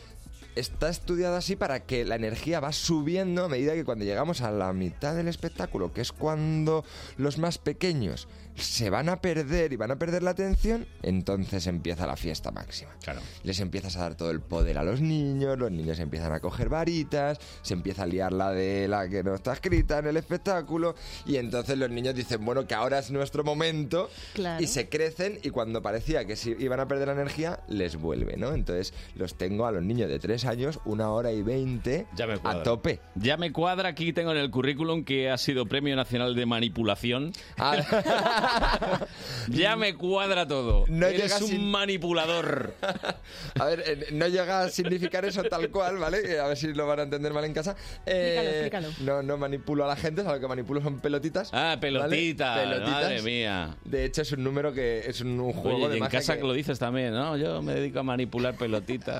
Speaker 22: está estudiado así para que la energía va subiendo a medida que cuando llegamos a la mitad del espectáculo, que es cuando los más pequeños se van a perder y van a perder la atención, entonces empieza la fiesta máxima.
Speaker 1: Claro.
Speaker 22: Les empiezas a dar todo el poder a los niños, los niños empiezan a coger varitas, se empieza a liar la de la que no está escrita en el espectáculo y entonces los niños dicen, bueno, que ahora es nuestro momento
Speaker 12: Claro.
Speaker 22: y se crecen y cuando parecía que si iban a perder la energía, les vuelve, ¿no? Entonces los tengo a los niños de 3 años, una hora y 20 a
Speaker 1: cuadra.
Speaker 22: tope.
Speaker 1: Ya me cuadra aquí, tengo en el currículum que ha sido Premio Nacional de Manipulación. [laughs] ya me cuadra todo.
Speaker 22: Ah. No
Speaker 1: Eres
Speaker 22: llega
Speaker 1: un
Speaker 22: sin-
Speaker 1: manipulador.
Speaker 22: A ver, eh, no llega a significar eso tal cual, ¿vale? Eh, A ver si lo van a entender mal en casa. Eh,
Speaker 1: Explícalo,
Speaker 22: No, no manipulo a la gente, o sea, lo que manipulo son pelotitas.
Speaker 1: Ah, pelotita.
Speaker 22: ¿vale? Pelotitas.
Speaker 1: Madre mía.
Speaker 22: De hecho, es un número que es un, un juego
Speaker 1: Oye,
Speaker 22: de
Speaker 1: y en
Speaker 22: magia
Speaker 1: casa
Speaker 22: que-
Speaker 1: que lo dices también, ¿no? Yo me dedico a manipular pelotitas.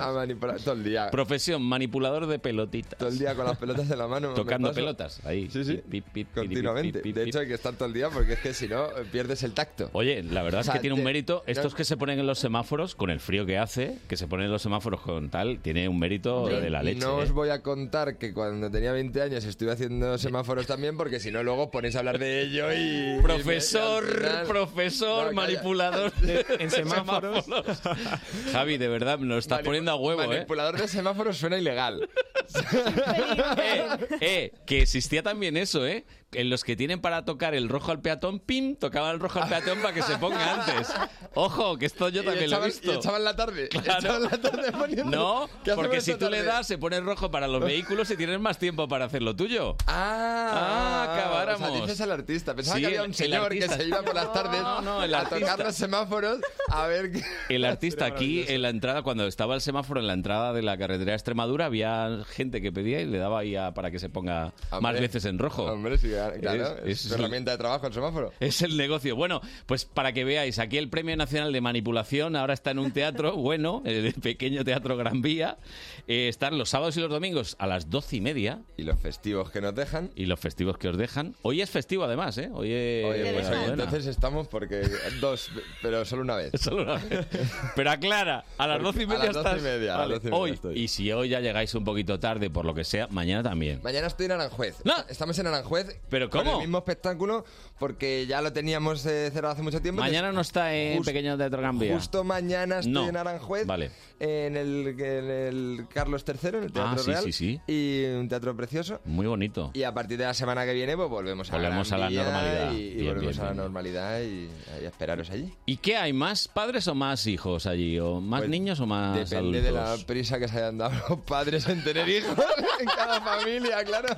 Speaker 22: [laughs] a manipular todo el día.
Speaker 1: Profesión, manipulador de pelotitas.
Speaker 22: Todo el día con las pelotas en la mano. me
Speaker 1: Tocando
Speaker 22: paso.
Speaker 1: pelotas, ahí.
Speaker 22: Sí, sí. Continuamente. De hecho, hay que estar todo el día porque es que si no, eh, pierdes el tacto.
Speaker 1: Oye, la verdad
Speaker 22: O
Speaker 1: es
Speaker 22: sea,
Speaker 1: que tiene un
Speaker 22: te-
Speaker 1: mérito. Estos
Speaker 22: no-
Speaker 1: que se ponen en los semáforos, con el frío que hace, que se ponen en los semáforos con tal, tiene un mérito
Speaker 22: Hombre,
Speaker 1: de la leche.
Speaker 22: No
Speaker 1: ¿eh?
Speaker 22: os voy a contar que cuando tenía 20 años estuve haciendo semáforos también, porque si no, luego ponéis a hablar de ello y.
Speaker 1: Profesor,
Speaker 22: y al final-
Speaker 1: profesor,
Speaker 22: No, calla. [laughs]
Speaker 1: manipulador de- en semáforos. Javi, de verdad, nos estás poniendo a huevo, ¿eh?
Speaker 22: Manipulador de semáforos suena ilegal.
Speaker 1: Eh, que existía también eso, ¿eh? En los que tienen para tocar el rojo al peatón, pim, tocaban el rojo al peatón para que se ponga
Speaker 22: [laughs]
Speaker 1: antes. Ojo, que esto yo
Speaker 22: Y
Speaker 1: también lo he
Speaker 22: echaban-
Speaker 1: visto.
Speaker 22: Y echaban la tarde.
Speaker 1: Claro.
Speaker 22: echaban la tarde poniendo-
Speaker 1: No,
Speaker 22: ¿Qué hacemos
Speaker 1: porque si
Speaker 22: esta
Speaker 1: tú le
Speaker 22: tarde?
Speaker 1: das, se pone rojo para los vehículos y tienes más tiempo para hacer lo tuyo.
Speaker 22: Ah,
Speaker 1: Ah, acabáramos.
Speaker 22: O sea, dices al artista. Pensaba
Speaker 1: Sí,
Speaker 22: que había
Speaker 1: el-
Speaker 22: un
Speaker 1: el
Speaker 22: señor que
Speaker 1: artista.
Speaker 22: se iba por las tardes
Speaker 1: no, el
Speaker 22: a
Speaker 1: artista.
Speaker 22: tocar los semáforos a ver qué.
Speaker 1: El artista aquí, en la entrada, cuando estaba el semáforo en la entrada de la carretera de Extremadura, había gente que pedía y le daba ahí a- para que se ponga más
Speaker 22: Hombre,
Speaker 1: veces en rojo.
Speaker 22: Hombre, sí, claro.
Speaker 1: Es-
Speaker 22: Es,
Speaker 1: es
Speaker 22: tu
Speaker 1: el-
Speaker 22: herramienta de trabajo el semáforo.
Speaker 1: Es el negocio. Bueno, pues para que veáis, aquí el Premio Nacional de Manipulación ahora está en
Speaker 22: [laughs]
Speaker 1: un teatro, bueno, el pequeño teatro Gran Vía. Eh, están los sábados y los domingos a las doce y media.
Speaker 22: Y los festivos que nos dejan.
Speaker 1: Y los festivos que os dejan. Hoy es festivo además, ¿eh? Hoy es...
Speaker 22: Oye, pues, oye,
Speaker 1: Nochebuena.
Speaker 22: entonces estamos porque dos, pero solo una vez.
Speaker 1: [laughs] Solo una vez. Pero aclara, a las
Speaker 22: Porque
Speaker 1: doce y
Speaker 22: a
Speaker 1: media
Speaker 22: las doce y
Speaker 1: estás-
Speaker 22: media, a las
Speaker 1: Vale,
Speaker 22: doce y media
Speaker 1: hoy.
Speaker 22: estoy.
Speaker 1: Y si hoy ya llegáis un poquito tarde, por lo que sea, mañana también.
Speaker 22: [laughs] Mañana estoy en Aranjuez. Estamos en Aranjuez.
Speaker 1: ¿Pero
Speaker 22: con
Speaker 1: cómo?
Speaker 22: el mismo espectáculo porque ya lo teníamos eh, cerrado hace mucho tiempo.
Speaker 1: Mañana no está en
Speaker 22: Just-
Speaker 1: Pequeño Teatro Gran Vía.
Speaker 22: Justo mañana estoy
Speaker 1: No.
Speaker 22: en Aranjuez.
Speaker 1: Vale.
Speaker 22: En el, en el Carlos III, en el Teatro
Speaker 1: Ah, sí,
Speaker 22: Real.
Speaker 1: sí, sí.
Speaker 22: Y un teatro precioso.
Speaker 1: Muy bonito.
Speaker 22: Y a partir de la semana que viene, pues volvemos a,
Speaker 1: Volvemos
Speaker 22: Gran
Speaker 1: a la
Speaker 22: Vía
Speaker 1: normalidad.
Speaker 22: Y, y
Speaker 1: Bien,
Speaker 22: volvemos
Speaker 1: bien,
Speaker 22: a la
Speaker 1: bien.
Speaker 22: normalidad y, y a esperaros allí.
Speaker 1: ¿Y qué hay? ¿Más padres o más hijos allí? ¿O más
Speaker 22: Pues,
Speaker 1: niños o más
Speaker 22: Depende
Speaker 1: adultos?
Speaker 22: de la prisa que se hayan dado [laughs] los padres en tener hijos en cada familia, claro.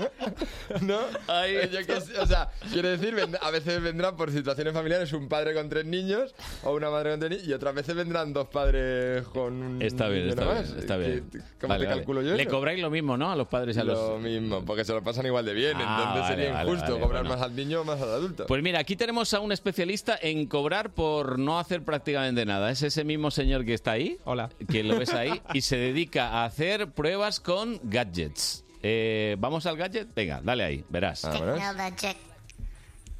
Speaker 22: ¿No? Eh, Yo qué sé, o sea, quiero decir, vend- a veces vendrán por situaciones familiares un padre con tres niños o una madre con tres niños y otras veces vendrán dos padres con un
Speaker 1: Está bien,
Speaker 22: niño
Speaker 1: está
Speaker 22: nomás.
Speaker 1: bien, está
Speaker 22: ¿Qué-
Speaker 1: bien.
Speaker 22: ¿Cómo
Speaker 1: Vale,
Speaker 22: te
Speaker 1: vale.
Speaker 22: calculo yo?
Speaker 1: Le
Speaker 22: eso?
Speaker 1: cobráis lo mismo, ¿no? A los padres y a los...
Speaker 22: Lo mismo, porque se lo pasan igual de bien,
Speaker 1: Ah,
Speaker 22: entonces
Speaker 1: vale,
Speaker 22: sería
Speaker 1: vale,
Speaker 22: injusto
Speaker 1: vale,
Speaker 22: cobrar
Speaker 1: bueno.
Speaker 22: más al niño o más al adulto.
Speaker 1: Pues mira, aquí tenemos a un especialista en cobrar por no hacer prácticamente nada. Es ese mismo señor que está ahí. Hola. Que lo ves ahí y se dedica a hacer pruebas con gadgets. Eh, ¿Vamos al gadget? Venga, dale ahí, verás.
Speaker 24: ¿Eh?
Speaker 2: Technologic.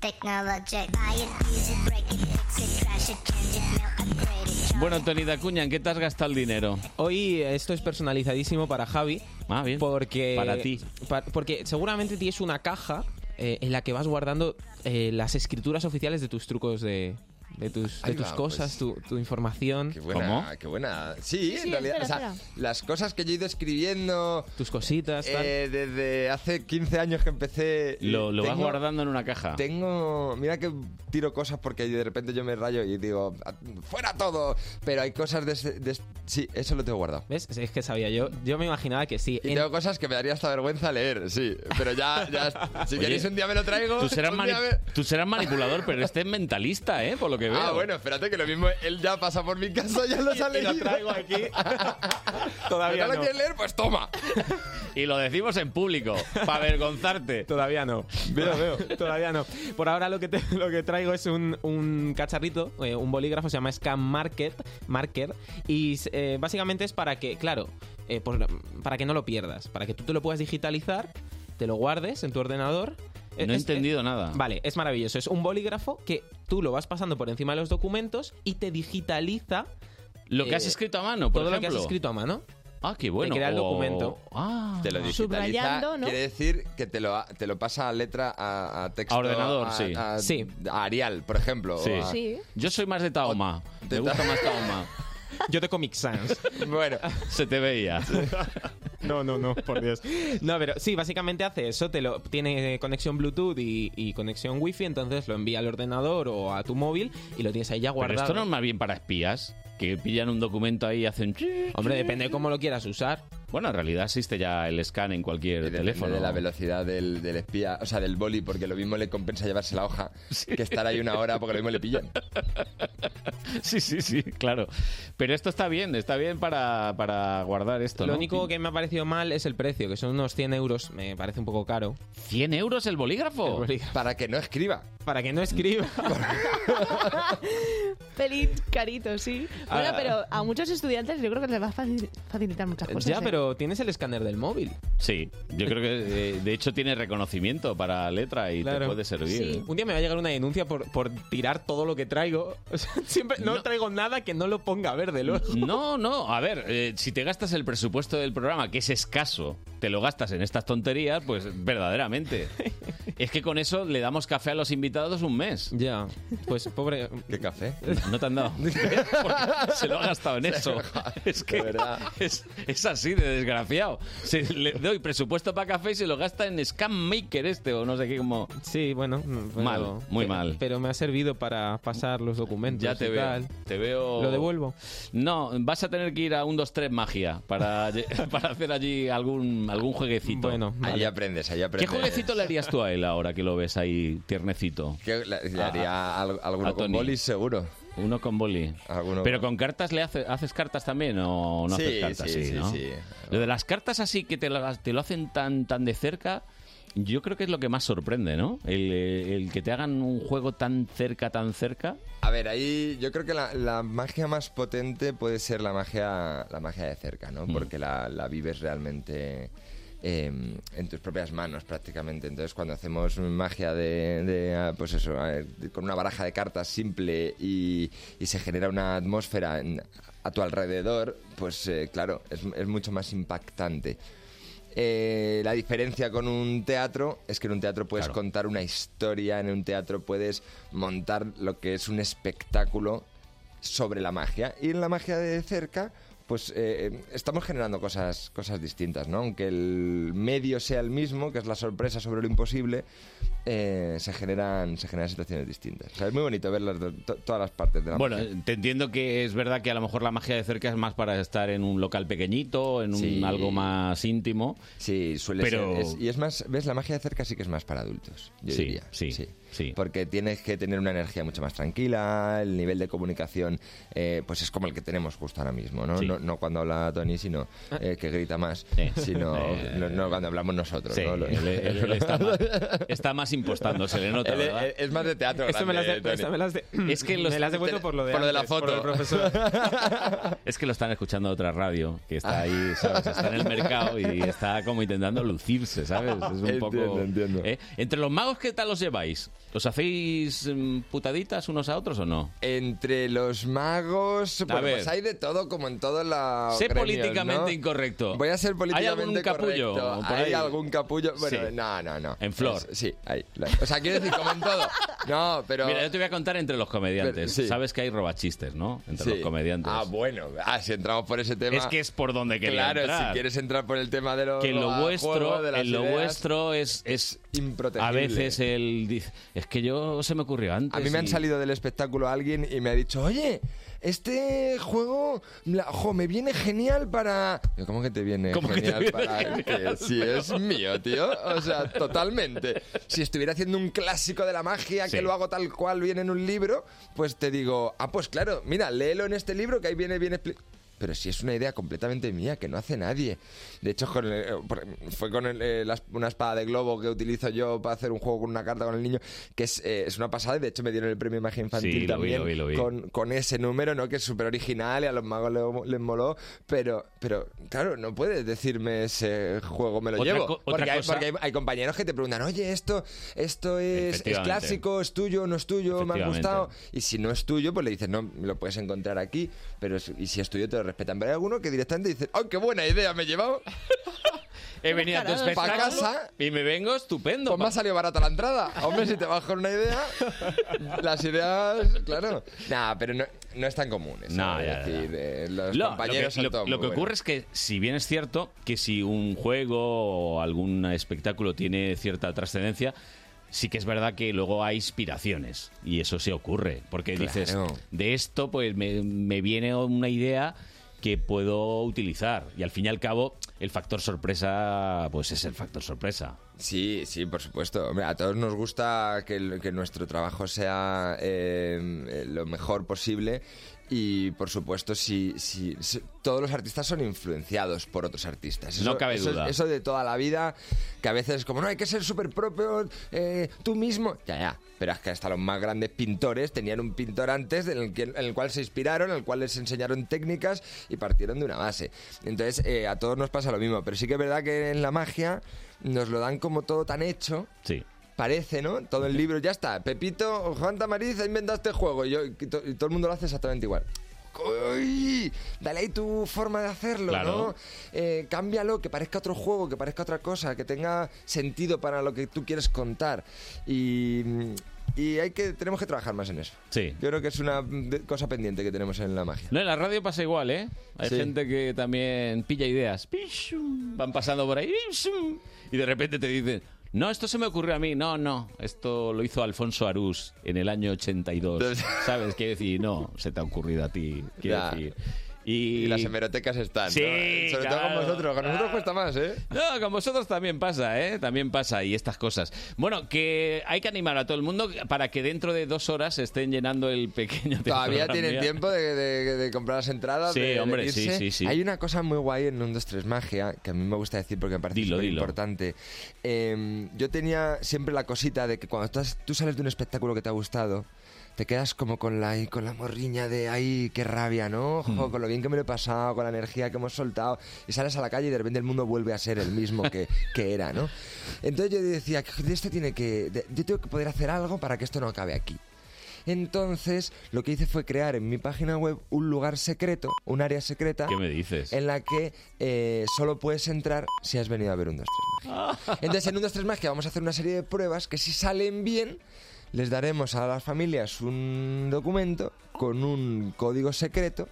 Speaker 2: Technologic. Buy it, use it, break it, fix it, trash it, change it, melt, upgrade it.
Speaker 1: Bueno, Tony Dacuña, ¿en qué te has gastado el dinero?
Speaker 11: Hoy esto es personalizadísimo para Javi.
Speaker 8: Ah,
Speaker 11: Porque,
Speaker 1: Para ti.
Speaker 11: pa- porque seguramente tienes una caja eh, en la que vas guardando eh, las escrituras oficiales de tus trucos de, de tus, de
Speaker 22: Ahí
Speaker 11: tus
Speaker 22: va, pues.
Speaker 11: cosas, tu, tu información.
Speaker 22: Qué buena, qué buena. Sí, en realidad, o sea, las cosas que yo he ido escribiendo...
Speaker 11: Tus cositas, tal.
Speaker 22: eh, desde hace 15 años que empecé...
Speaker 1: Lo, lo vas
Speaker 22: tengo-
Speaker 1: guardando en una caja.
Speaker 22: Tengo. Mira que tiro cosas porque de repente yo me rayo y digo, "A- ¡fuera todo! Pero hay cosas de, ese- de- Sí, eso lo tengo guardado.
Speaker 11: ¿Ves? Es que sabía yo. Yo me imaginaba que sí.
Speaker 22: Y tengo cosas que me daría hasta vergüenza leer,
Speaker 1: [laughs]
Speaker 22: sí. Pero ya, ya si
Speaker 1: Oye,
Speaker 22: queréis un día me lo traigo.
Speaker 1: Tú serás,
Speaker 22: un
Speaker 1: mani-
Speaker 22: día me-
Speaker 1: tú serás manipulador, pero este es mentalista, ¿eh? Por lo que veo.
Speaker 22: Ah, [laughs] bueno, espérate que lo mismo él ya pasa por mi casa, ya lo
Speaker 1: Y-
Speaker 22: sale.
Speaker 1: y lo traigo
Speaker 22: aquí. [laughs]
Speaker 1: Todavía
Speaker 22: ¿No lo
Speaker 1: no.
Speaker 22: quieres leer? Pues toma.
Speaker 1: Y lo decimos en público, para avergonzarte.
Speaker 11: Todavía no. Veo, veo. Todavía no. Por ahora lo que, te- lo que traigo es un, un cacharrito, eh, un bolígrafo, se llama Scan Market, Marker. Y eh, básicamente es para que, claro, eh, pues, para que no lo pierdas. Para que tú te lo puedas digitalizar, te lo guardes en tu ordenador. Eh,
Speaker 1: No he entendido nada.
Speaker 11: Vale, es maravilloso. Es un bolígrafo que tú lo vas pasando por encima de los documentos y te digitaliza. eh,
Speaker 1: Lo que has escrito a mano, por
Speaker 11: Todo lo que has
Speaker 1: ejemplo.
Speaker 11: escrito a mano.
Speaker 1: Ah, qué bueno.
Speaker 11: Te queda el
Speaker 1: O-
Speaker 11: documento.
Speaker 1: Ah.
Speaker 22: Te lo digitaliza,
Speaker 12: Subrayando, ¿no?
Speaker 22: quiere decir que te lo, te lo pasa a letra, a, a texto.
Speaker 1: A ordenador,
Speaker 22: a-
Speaker 1: sí.
Speaker 22: A,
Speaker 1: Sí.
Speaker 22: a Arial, por ejemplo.
Speaker 1: Sí.
Speaker 22: o a-
Speaker 1: Yo soy más de Taoma. Me gusta más
Speaker 11: [laughs]
Speaker 1: Taoma. Yo de Comic Sans.
Speaker 22: [laughs] Bueno,
Speaker 1: se te veía.
Speaker 11: No, no, no, por Dios. No, pero sí, básicamente hace eso, te lo tiene eh, conexión Bluetooth y, y conexión Wi-Fi, entonces lo envía al ordenador o a tu móvil y lo tienes ahí ya
Speaker 1: Pero
Speaker 11: guardado.
Speaker 1: esto no es más bien para espías, que pillan un documento ahí y hacen... Hombre, depende de cómo lo quieras usar. Bueno, en realidad existe ya el scan en cualquier teléfono.
Speaker 22: de la velocidad del, del espía, o sea, del boli, porque lo mismo le compensa llevarse la
Speaker 1: [laughs]
Speaker 22: hoja que estar ahí una hora, porque lo mismo le pillan.
Speaker 1: Sí, sí, sí, claro. Pero esto está bien, está bien para, para guardar esto,
Speaker 11: Lo
Speaker 1: ¿no?
Speaker 11: único que me ha parecido mal es el precio, que son unos 100 euros, me parece un poco caro.
Speaker 1: ¿100 euros el bolígrafo?
Speaker 22: Para que no escriba.
Speaker 11: Para que
Speaker 22: [laughs]
Speaker 11: no escriba.
Speaker 12: Pelín carito, sí. Bueno,
Speaker 11: Ah.
Speaker 12: pero a muchos estudiantes yo creo que les va a facil- facilitar muchas cosas.
Speaker 11: Pues ya,
Speaker 12: ¿eh?
Speaker 11: pero tienes el escáner del móvil.
Speaker 1: Sí, yo creo que eh, de hecho tiene reconocimiento para letra y te
Speaker 11: Claro.
Speaker 1: puede servir. ¿eh?
Speaker 11: Sí. Un día me va a llegar una denuncia por, por tirar todo lo que traigo. [laughs] O sea, siempre no, traigo nada que no lo ponga verde luego.
Speaker 1: No, no, a ver, eh, si te gastas el presupuesto del programa, que es escaso, te lo gastas en estas tonterías, pues
Speaker 11: [laughs]
Speaker 1: verdaderamente. Es que con eso le damos café a los invitados un mes.
Speaker 11: Ya, pues pobre...
Speaker 22: ¿Qué café?
Speaker 1: No te
Speaker 22: [laughs]
Speaker 1: han dado. Porque se lo ha gastado en eso. Es que es, es así de desgraciado. Se, le doy presupuesto para café y se lo gasta en Scam Maker este o no sé qué como...
Speaker 11: Sí, bueno. pero-
Speaker 1: mal, muy
Speaker 11: pe-
Speaker 1: mal.
Speaker 11: Pero me ha servido para pasar los documentos.
Speaker 1: Ya te
Speaker 11: y
Speaker 1: veo.
Speaker 11: tal.
Speaker 1: Te veo.
Speaker 11: Lo devuelvo.
Speaker 1: No, vas a tener que ir a un 2-3 magia para, lle- [laughs] para hacer allí algún, algún jueguecito. Bueno,
Speaker 22: Ahí aprendes, ahí
Speaker 1: ¿Qué
Speaker 22: aprendes.
Speaker 1: jueguecito le harías tú a él ahora que lo ves ahí tiernecito?
Speaker 22: Que le, le haría al- alguno con bolis, seguro.
Speaker 1: Uno con boli. Pero con cartas le hace- haces cartas también o no
Speaker 22: Sí,
Speaker 1: haces cartas,
Speaker 22: sí,
Speaker 1: sí,
Speaker 22: sí,
Speaker 1: ¿no?
Speaker 22: sí.
Speaker 1: Lo de las cartas así que te, las- te lo hacen tan, tan de cerca, yo creo que es lo que más sorprende, ¿no? El, eh, el que te hagan un juego tan cerca, tan cerca.
Speaker 22: A ver, ahí yo creo que la, la magia más potente puede ser la magia, la magia de cerca, ¿no? Porque la, la vives realmente eh, en tus propias manos prácticamente. Entonces cuando hacemos magia de, de, ah, pues eso, a ver, de- con una baraja de cartas simple y, y se genera una atmósfera en- a tu alrededor, pues eh, claro, es, es mucho más impactante. Eh, la diferencia con un teatro es que en un teatro puedes
Speaker 1: Claro.
Speaker 22: contar una historia, en un teatro puedes montar lo que es un espectáculo sobre la magia. Y en la magia de cerca, pues eh, estamos generando cosas, cosas distintas, ¿no? Aunque el medio sea el mismo, que es la sorpresa sobre lo imposible, eh, se, generan, se generan situaciones distintas. O sea, es muy bonito ver las do- to- todas las partes de la
Speaker 1: Bueno,
Speaker 22: magia.
Speaker 1: te entiendo que es verdad que a lo mejor la magia de cerca es más para estar en un local pequeñito, en un
Speaker 22: Sí.
Speaker 1: algo más íntimo.
Speaker 22: Sí, suele ser-
Speaker 1: pero...
Speaker 22: Pues es- y es más, ves, la magia de cerca sí que es más para adultos, yo
Speaker 1: Sí,
Speaker 22: diría.
Speaker 1: sí,
Speaker 22: Porque tienes que tener una energía mucho más tranquila, el nivel de comunicación, eh, pues es como el que tenemos justo ahora mismo, ¿no?
Speaker 1: Sí.
Speaker 22: No, no cuando habla Tony, sino
Speaker 11: Ah.
Speaker 22: eh, que grita más, sino
Speaker 1: [laughs] Eh.
Speaker 22: no, no cuando hablamos nosotros,
Speaker 1: Sí,
Speaker 22: ¿no? Lo-
Speaker 1: él- él- él está, más, está más impostando,
Speaker 22: [laughs]
Speaker 1: se le nota,
Speaker 22: Él-
Speaker 1: ¿verdad?
Speaker 22: él- es más de teatro
Speaker 11: Esto me las
Speaker 22: grande,
Speaker 11: de-
Speaker 22: Tony.
Speaker 11: esta me las de-
Speaker 1: [clears throat] Es que los-
Speaker 11: me las he vuelto por lo de antes, por lo del profesor.
Speaker 1: [laughs] Es que lo están escuchando de otra radio, que está ahí, ¿sabes? Está en el mercado y está como intentando lucirse, ¿sabes? Es un
Speaker 22: Entiendo,
Speaker 1: poco...
Speaker 22: entiendo.
Speaker 1: ¿eh? Entre los magos, ¿qué tal los lleváis? ¿Os hacéis mm, putaditas unos a otros o no?
Speaker 22: Entre los magos, bueno,
Speaker 1: ver.
Speaker 22: pues hay de todo como en todos los
Speaker 1: sé
Speaker 22: gremios,
Speaker 1: políticamente
Speaker 22: ¿no?
Speaker 1: incorrecto.
Speaker 22: Voy a ser políticamente
Speaker 1: ¿Hay algún capullo?
Speaker 22: correcto.
Speaker 1: por
Speaker 22: ¿Hay
Speaker 1: ahí?
Speaker 22: algún capullo? Bueno,
Speaker 1: Sí.
Speaker 22: no, no, no.
Speaker 1: En flor.
Speaker 22: Es- sí, ahí. lo hay. O sea, quiero decir, como en todo. No, pero...
Speaker 1: Mira, yo te voy a contar entre los comediantes.
Speaker 22: Pero, sí.
Speaker 1: Sabes que hay robachistes, ¿no? Entre
Speaker 22: Sí.
Speaker 1: los comediantes.
Speaker 22: Ah, bueno. Ah, si entramos por ese tema...
Speaker 1: Es que es por donde quería
Speaker 22: Claro,
Speaker 1: entrar.
Speaker 22: si quieres entrar por el tema de los
Speaker 1: que en lo
Speaker 22: ah,
Speaker 1: vuestro,
Speaker 22: juegos, de las
Speaker 1: en lo
Speaker 22: ideas,
Speaker 1: vuestro es, es
Speaker 22: improtegible.
Speaker 1: a veces el dice, es que yo se me ocurrió antes.
Speaker 22: A mí me han
Speaker 1: y-
Speaker 22: salido del espectáculo alguien y me ha dicho, oye, este juego la- jo, me viene genial para... Yo, ¿Cómo que te viene
Speaker 23: ¿Cómo que te
Speaker 22: genial
Speaker 23: viene
Speaker 22: para...?
Speaker 23: genial?
Speaker 22: Que si es mío, tío. O sea, totalmente. Si estuviera haciendo un clásico de la magia
Speaker 23: Sí.
Speaker 22: que lo hago tal cual viene en un libro, pues te digo, ah, pues claro, mira, léelo en este libro que ahí viene bien expli-". Pero si es una idea completamente mía, que no hace nadie. De hecho, con el- eh, por- fue con el, eh, la- una espada de globo que utilizo yo para hacer un juego con una carta con el niño, que es, eh, es una pasada. y De hecho, me dieron el premio Imagen Infantil
Speaker 1: Sí, lo vi,
Speaker 22: también
Speaker 1: lo vi, lo vi.
Speaker 22: Con, con ese número, ¿no? Que es súper original y a los magos le- les moló. Pero, pero, claro, no puedes decirme ese juego me lo
Speaker 1: Otra
Speaker 22: llevo.
Speaker 1: co- otra
Speaker 22: porque hay,
Speaker 1: cosa-
Speaker 22: porque hay- hay compañeros que te preguntan, oye, esto, esto es, es
Speaker 1: Efectivamente.
Speaker 22: clásico, es tuyo, no es tuyo, me ha
Speaker 1: Efectivamente.
Speaker 22: gustado. Y si no es tuyo, pues le dices, no, lo puedes encontrar aquí, pero es- y si es tuyo te lo respetan. Pero hay algunos que directamente dicen, ¡ay, qué buena idea me he llevado!
Speaker 1: [laughs] He venido a tu
Speaker 22: Para
Speaker 1: espectáculo
Speaker 22: casa.
Speaker 1: y me vengo estupendo.
Speaker 22: Pues me ha salido barata la entrada. Hombre, si te vas con una
Speaker 1: [laughs]
Speaker 22: idea, las ideas, claro. Nah, pero no, no es tan común. eso,
Speaker 1: No,
Speaker 22: es
Speaker 1: ya, ya,
Speaker 22: decir, eh, los
Speaker 1: Lo-
Speaker 22: compañeros
Speaker 1: lo
Speaker 22: son
Speaker 1: que, lo-
Speaker 22: todos
Speaker 1: lo
Speaker 22: muy
Speaker 1: que
Speaker 22: buenos.
Speaker 1: ocurre es que, si bien es cierto que si un juego o algún espectáculo tiene cierta trascendencia, sí que es verdad que luego hay inspiraciones. Y eso se ocurre. Porque dices,
Speaker 22: Claro.
Speaker 1: de esto pues me, me viene una idea que puedo utilizar. Y al fin y al cabo, el factor sorpresa, pues es el factor sorpresa.
Speaker 22: Sí, sí, por supuesto. Hombre, a todos nos gusta que, el- que nuestro trabajo sea eh, eh, lo mejor posible y, por supuesto, si, si- si- todos los artistas son influenciados por otros artistas.
Speaker 1: No cabe
Speaker 22: eso,
Speaker 1: duda.
Speaker 22: Eso de toda la vida, que a veces es como, no, hay que ser súper propio, eh, tú mismo. Ya, ya. Pero es que hasta los más grandes pintores tenían un pintor antes en el, que- en el cual se inspiraron, en el cual les enseñaron técnicas y partieron de una base. Entonces, eh, a todos nos pasa lo mismo. Pero sí que es verdad que en la magia nos lo dan como todo tan hecho.
Speaker 1: Sí.
Speaker 22: Parece, ¿no? Todo el libro, ya está. Pepito, Juan Tamariz ha inventado este juego y, yo- y to- y todo el mundo lo hace exactamente igual. ¡Uy! Dale ahí tu forma de hacerlo,
Speaker 1: Claro.
Speaker 22: ¿no? Eh, cámbialo, que parezca otro juego, que parezca otra cosa, que tenga sentido para lo que tú quieres contar. Y, y hay que, tenemos que trabajar más en eso.
Speaker 1: Sí.
Speaker 22: Yo creo que es una de- cosa pendiente que tenemos en la magia.
Speaker 1: No, en la radio pasa igual, ¿eh? Hay
Speaker 22: Sí.
Speaker 1: gente que también pilla ideas. Van pasando por ahí. Y de repente te dicen, no, esto se me ocurrió a mí. No, no, esto lo hizo Alfonso Arús en el año 82.
Speaker 22: [laughs]
Speaker 1: ¿Sabes? Quiere decir, no, se te ha ocurrido a ti. Quiere
Speaker 22: Ya.
Speaker 1: decir. Y...
Speaker 22: las hemerotecas están.
Speaker 1: Sí,
Speaker 22: ¿no? Sobre todo con
Speaker 1: claro.
Speaker 22: vosotros. Con nosotros
Speaker 1: Ah.
Speaker 22: cuesta más, ¿eh?
Speaker 1: No, con vosotros también pasa, ¿eh? También pasa y estas cosas. Bueno, que hay que animar a todo el mundo para que dentro de dos horas estén llenando el pequeño
Speaker 22: Todavía
Speaker 1: [laughs] teatro
Speaker 22: tienen
Speaker 1: Gran Vía.
Speaker 22: tiempo de, de- de comprar las entradas.
Speaker 1: Sí,
Speaker 22: de- de
Speaker 1: hombre, sí,
Speaker 22: irse.
Speaker 1: sí, sí.
Speaker 22: Hay una cosa muy guay en 1, 2, 3 Magia que a mí me gusta decir porque me parece
Speaker 1: Dilo,
Speaker 22: súper
Speaker 1: dilo.
Speaker 22: importante. Eh, yo tenía siempre la cosita de que cuando tú has- tú sales de un espectáculo que te ha gustado, te quedas como con la, con la morriña de ay, qué rabia, ¿no?
Speaker 1: Hmm.
Speaker 22: Ojo, con lo bien que me lo he pasado, con la energía que hemos soltado. Y sales a la calle y de repente el mundo vuelve a ser el mismo que, que era, ¿no? Entonces yo decía, "Joder, esto tiene que. de- yo tengo que poder hacer algo para que esto no acabe aquí. Entonces, lo que hice fue crear en mi página web un lugar secreto, un área secreta.
Speaker 1: ¿Qué me dices?
Speaker 22: En la que eh, solo puedes entrar si has venido a ver un 2 Magia. Entonces, en un 2 3 Magia vamos a hacer una serie de pruebas que si salen bien, les daremos a las familias un documento con un código secreto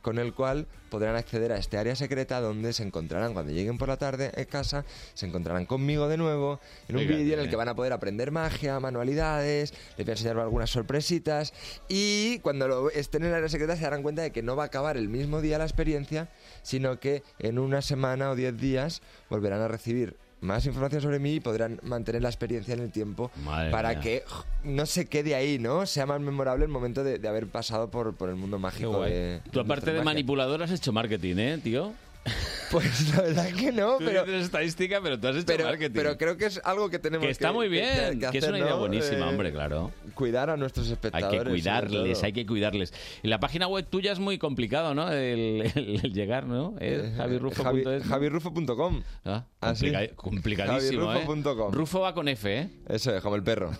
Speaker 22: con el cual podrán acceder a este área secreta donde se encontrarán cuando lleguen por la tarde a casa, se encontrarán conmigo de nuevo en un
Speaker 1: Fíjate,
Speaker 22: vídeo en el
Speaker 1: eh.
Speaker 22: que van a poder aprender magia, manualidades, les voy a enseñar algunas sorpresitas y cuando lo estén en el área secreta se darán cuenta de que no va a acabar el mismo día la experiencia, sino que en una semana o diez días volverán a recibir más información sobre mí y podrán mantener la experiencia en el tiempo
Speaker 1: Madre
Speaker 22: para
Speaker 1: mía.
Speaker 22: que jo, no se quede ahí, ¿no? Sea más memorable el momento de, de haber pasado por, por el mundo
Speaker 1: Qué
Speaker 22: mágico
Speaker 1: guay.
Speaker 22: de...
Speaker 1: Tú
Speaker 22: de
Speaker 1: aparte
Speaker 22: nuestra
Speaker 1: de
Speaker 22: magia.
Speaker 1: manipulador has hecho marketing, ¿eh, tío?
Speaker 22: [laughs] Pues la verdad que no,
Speaker 1: Tú
Speaker 22: pero-
Speaker 1: dices estadística, pero tú has hecho
Speaker 22: pero,
Speaker 1: marketing.
Speaker 22: pero creo que es algo que tenemos
Speaker 1: que está muy bien, que, es
Speaker 22: hacer,
Speaker 1: una idea
Speaker 22: ¿no?
Speaker 1: buenísima,
Speaker 22: Eh,
Speaker 1: hombre, claro.
Speaker 22: Cuidar a nuestros
Speaker 1: Hay
Speaker 22: espectadores.
Speaker 1: que
Speaker 22: sobre
Speaker 1: cuidarles,
Speaker 22: todo.
Speaker 1: hay que cuidarles. Y la página web tuya es muy complicado, ¿no? El, el- el llegar, ¿no?
Speaker 22: Eh,
Speaker 1: ¿Eh? Javirrufo.es.
Speaker 22: Javi-
Speaker 1: ¿no?
Speaker 22: Javirrufo.com.
Speaker 1: Ah,
Speaker 22: Ah, sí.
Speaker 1: complica- complicadísimo, ¿eh?
Speaker 22: Javirrufo.com.
Speaker 1: Rufo va con F, ¿eh?
Speaker 22: Eso es, como el
Speaker 1: [laughs]
Speaker 22: perro.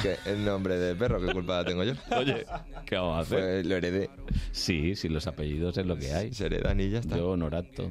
Speaker 22: que el nombre del perro, ¿qué culpa tengo yo?
Speaker 1: Oye, ¿qué vamos a hacer?
Speaker 22: Pues lo heredé.
Speaker 1: Sí, sí, los apellidos es lo que hay.
Speaker 22: Se heredan y ya está.
Speaker 1: Yo, Norato.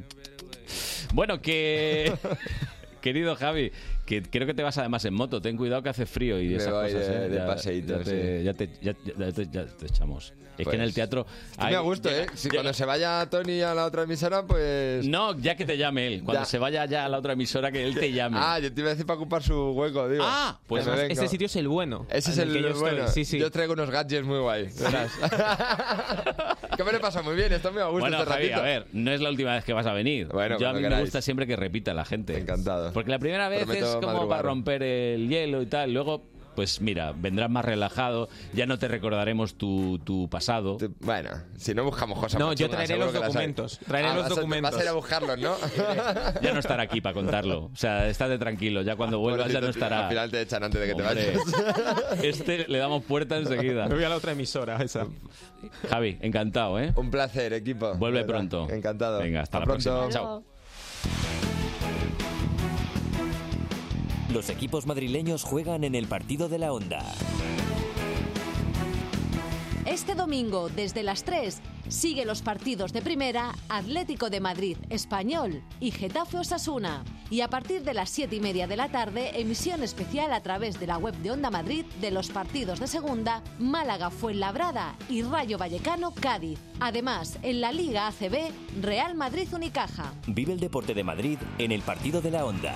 Speaker 1: Bueno, que... [laughs] Querido Javi, que creo que te vas además en moto. Ten cuidado que hace frío y
Speaker 22: Me
Speaker 1: esas
Speaker 22: voy
Speaker 1: cosas.
Speaker 22: de-
Speaker 1: ¿eh?
Speaker 22: de
Speaker 1: Ya-
Speaker 22: paseíto,
Speaker 1: ya te-
Speaker 22: sí. Pues,
Speaker 1: ya te- ya- ya te- ya te echamos. Es que en el teatro...
Speaker 22: Estoy muy
Speaker 1: hay-
Speaker 22: a gusto,
Speaker 1: llega-
Speaker 22: ¿eh? Si
Speaker 1: llega-
Speaker 22: cuando se vaya Tony a la otra emisora, pues...
Speaker 1: No, ya [laughs] que te llame él. Cuando
Speaker 22: Ya.
Speaker 1: se vaya ya a la otra emisora, que él te llame.
Speaker 22: Ah, yo te iba a decir para ocupar su hueco, digo.
Speaker 1: Ah,
Speaker 11: Pues
Speaker 22: Que me
Speaker 11: además,
Speaker 22: vengo.
Speaker 11: este sitio es el bueno.
Speaker 22: Ese es
Speaker 11: en
Speaker 22: el
Speaker 11: que yo estoy.
Speaker 22: bueno.
Speaker 11: Sí, sí.
Speaker 22: Yo traigo unos gadgets muy guay. Verás. que me lo pasa muy bien, está muy a gusto
Speaker 1: Bueno,
Speaker 22: este
Speaker 1: Javi,
Speaker 22: ratito.
Speaker 1: a ver, no es la última vez que vas a venir. Yo a
Speaker 22: cuando
Speaker 1: mí me
Speaker 22: queráis.
Speaker 1: gusta siempre que repita la gente.
Speaker 22: Encantado.
Speaker 1: Porque la primera vez
Speaker 22: Prometo
Speaker 1: es como
Speaker 22: madrugar.
Speaker 1: para romper el hielo y tal. Luego, pues mira, vendrás más relajado, ya no te recordaremos tu, tu pasado.
Speaker 22: Bueno, si no buscamos cosas
Speaker 11: No,
Speaker 22: más
Speaker 11: yo
Speaker 22: chungas,
Speaker 11: traeré
Speaker 22: seguro
Speaker 11: los
Speaker 22: que las hay.
Speaker 11: documentos, traeré
Speaker 22: Ah,
Speaker 11: los
Speaker 22: vas a-
Speaker 11: documentos.
Speaker 22: Vas a ir a buscarlos,
Speaker 16: [laughs]
Speaker 22: ¿no?
Speaker 1: Ya no estará aquí para contarlo. O sea, estate tranquilo, ya cuando vuelvas ya no estará.
Speaker 22: Al final te echan antes de que
Speaker 1: Hombre,
Speaker 22: te vayas.
Speaker 1: Este le damos puerta
Speaker 11: [laughs]
Speaker 1: enseguida.
Speaker 11: Me voy a la otra emisora, esa.
Speaker 1: Javi, encantado, ¿eh?
Speaker 22: Un placer, equipo.
Speaker 1: Vuelve
Speaker 22: De verdad.
Speaker 1: pronto.
Speaker 22: Encantado.
Speaker 1: Venga,
Speaker 22: Hasta
Speaker 1: hasta la
Speaker 22: pronto.
Speaker 1: próxima. Chao.
Speaker 5: Los equipos madrileños juegan en el partido de la onda.
Speaker 10: Este domingo, desde las 3, sigue los partidos de primera Atlético de Madrid, Español y Getafe Osasuna. Y a partir de las 7 y media de la tarde, emisión especial a través de la web de Onda Madrid de los partidos de segunda Málaga Fuenlabrada y Rayo Vallecano Cádiz. Además, en la Liga ACB, Real Madrid Unicaja.
Speaker 5: Vive el deporte de Madrid en el partido de la onda.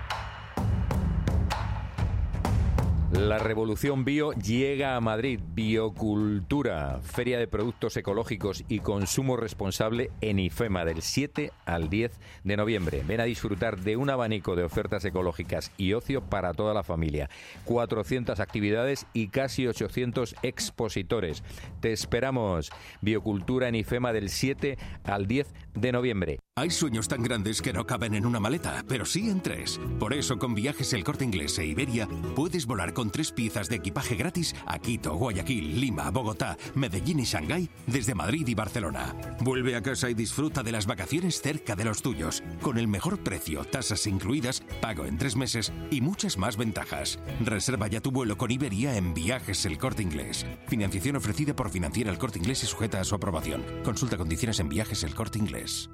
Speaker 7: La revolución bio llega a Madrid. Biocultura, Feria de Productos Ecológicos y Consumo Responsable en IFEMA del 7 al 10 de noviembre. Ven a disfrutar de un abanico de ofertas ecológicas y ocio para toda la familia. 400 actividades y casi 800 expositores. Te esperamos. Biocultura en IFEMA del 7 al 10 de noviembre.
Speaker 8: Hay sueños tan grandes que no caben en una maleta, pero sí en tres. Por eso con viajes El Corte Inglés e Iberia puedes volar con tres piezas de equipaje gratis a Quito, Guayaquil, Lima, Bogotá, Medellín y Shanghái desde Madrid y Barcelona. Vuelve a casa y disfruta de las vacaciones cerca de los tuyos, con el mejor precio, tasas incluidas, pago en tres meses y muchas más ventajas. Reserva ya tu vuelo con Iberia en Viajes El Corte Inglés. Financiación ofrecida por Financiera El Corte Inglés y sujeta a su aprobación. Consulta condiciones en Viajes El Corte Inglés.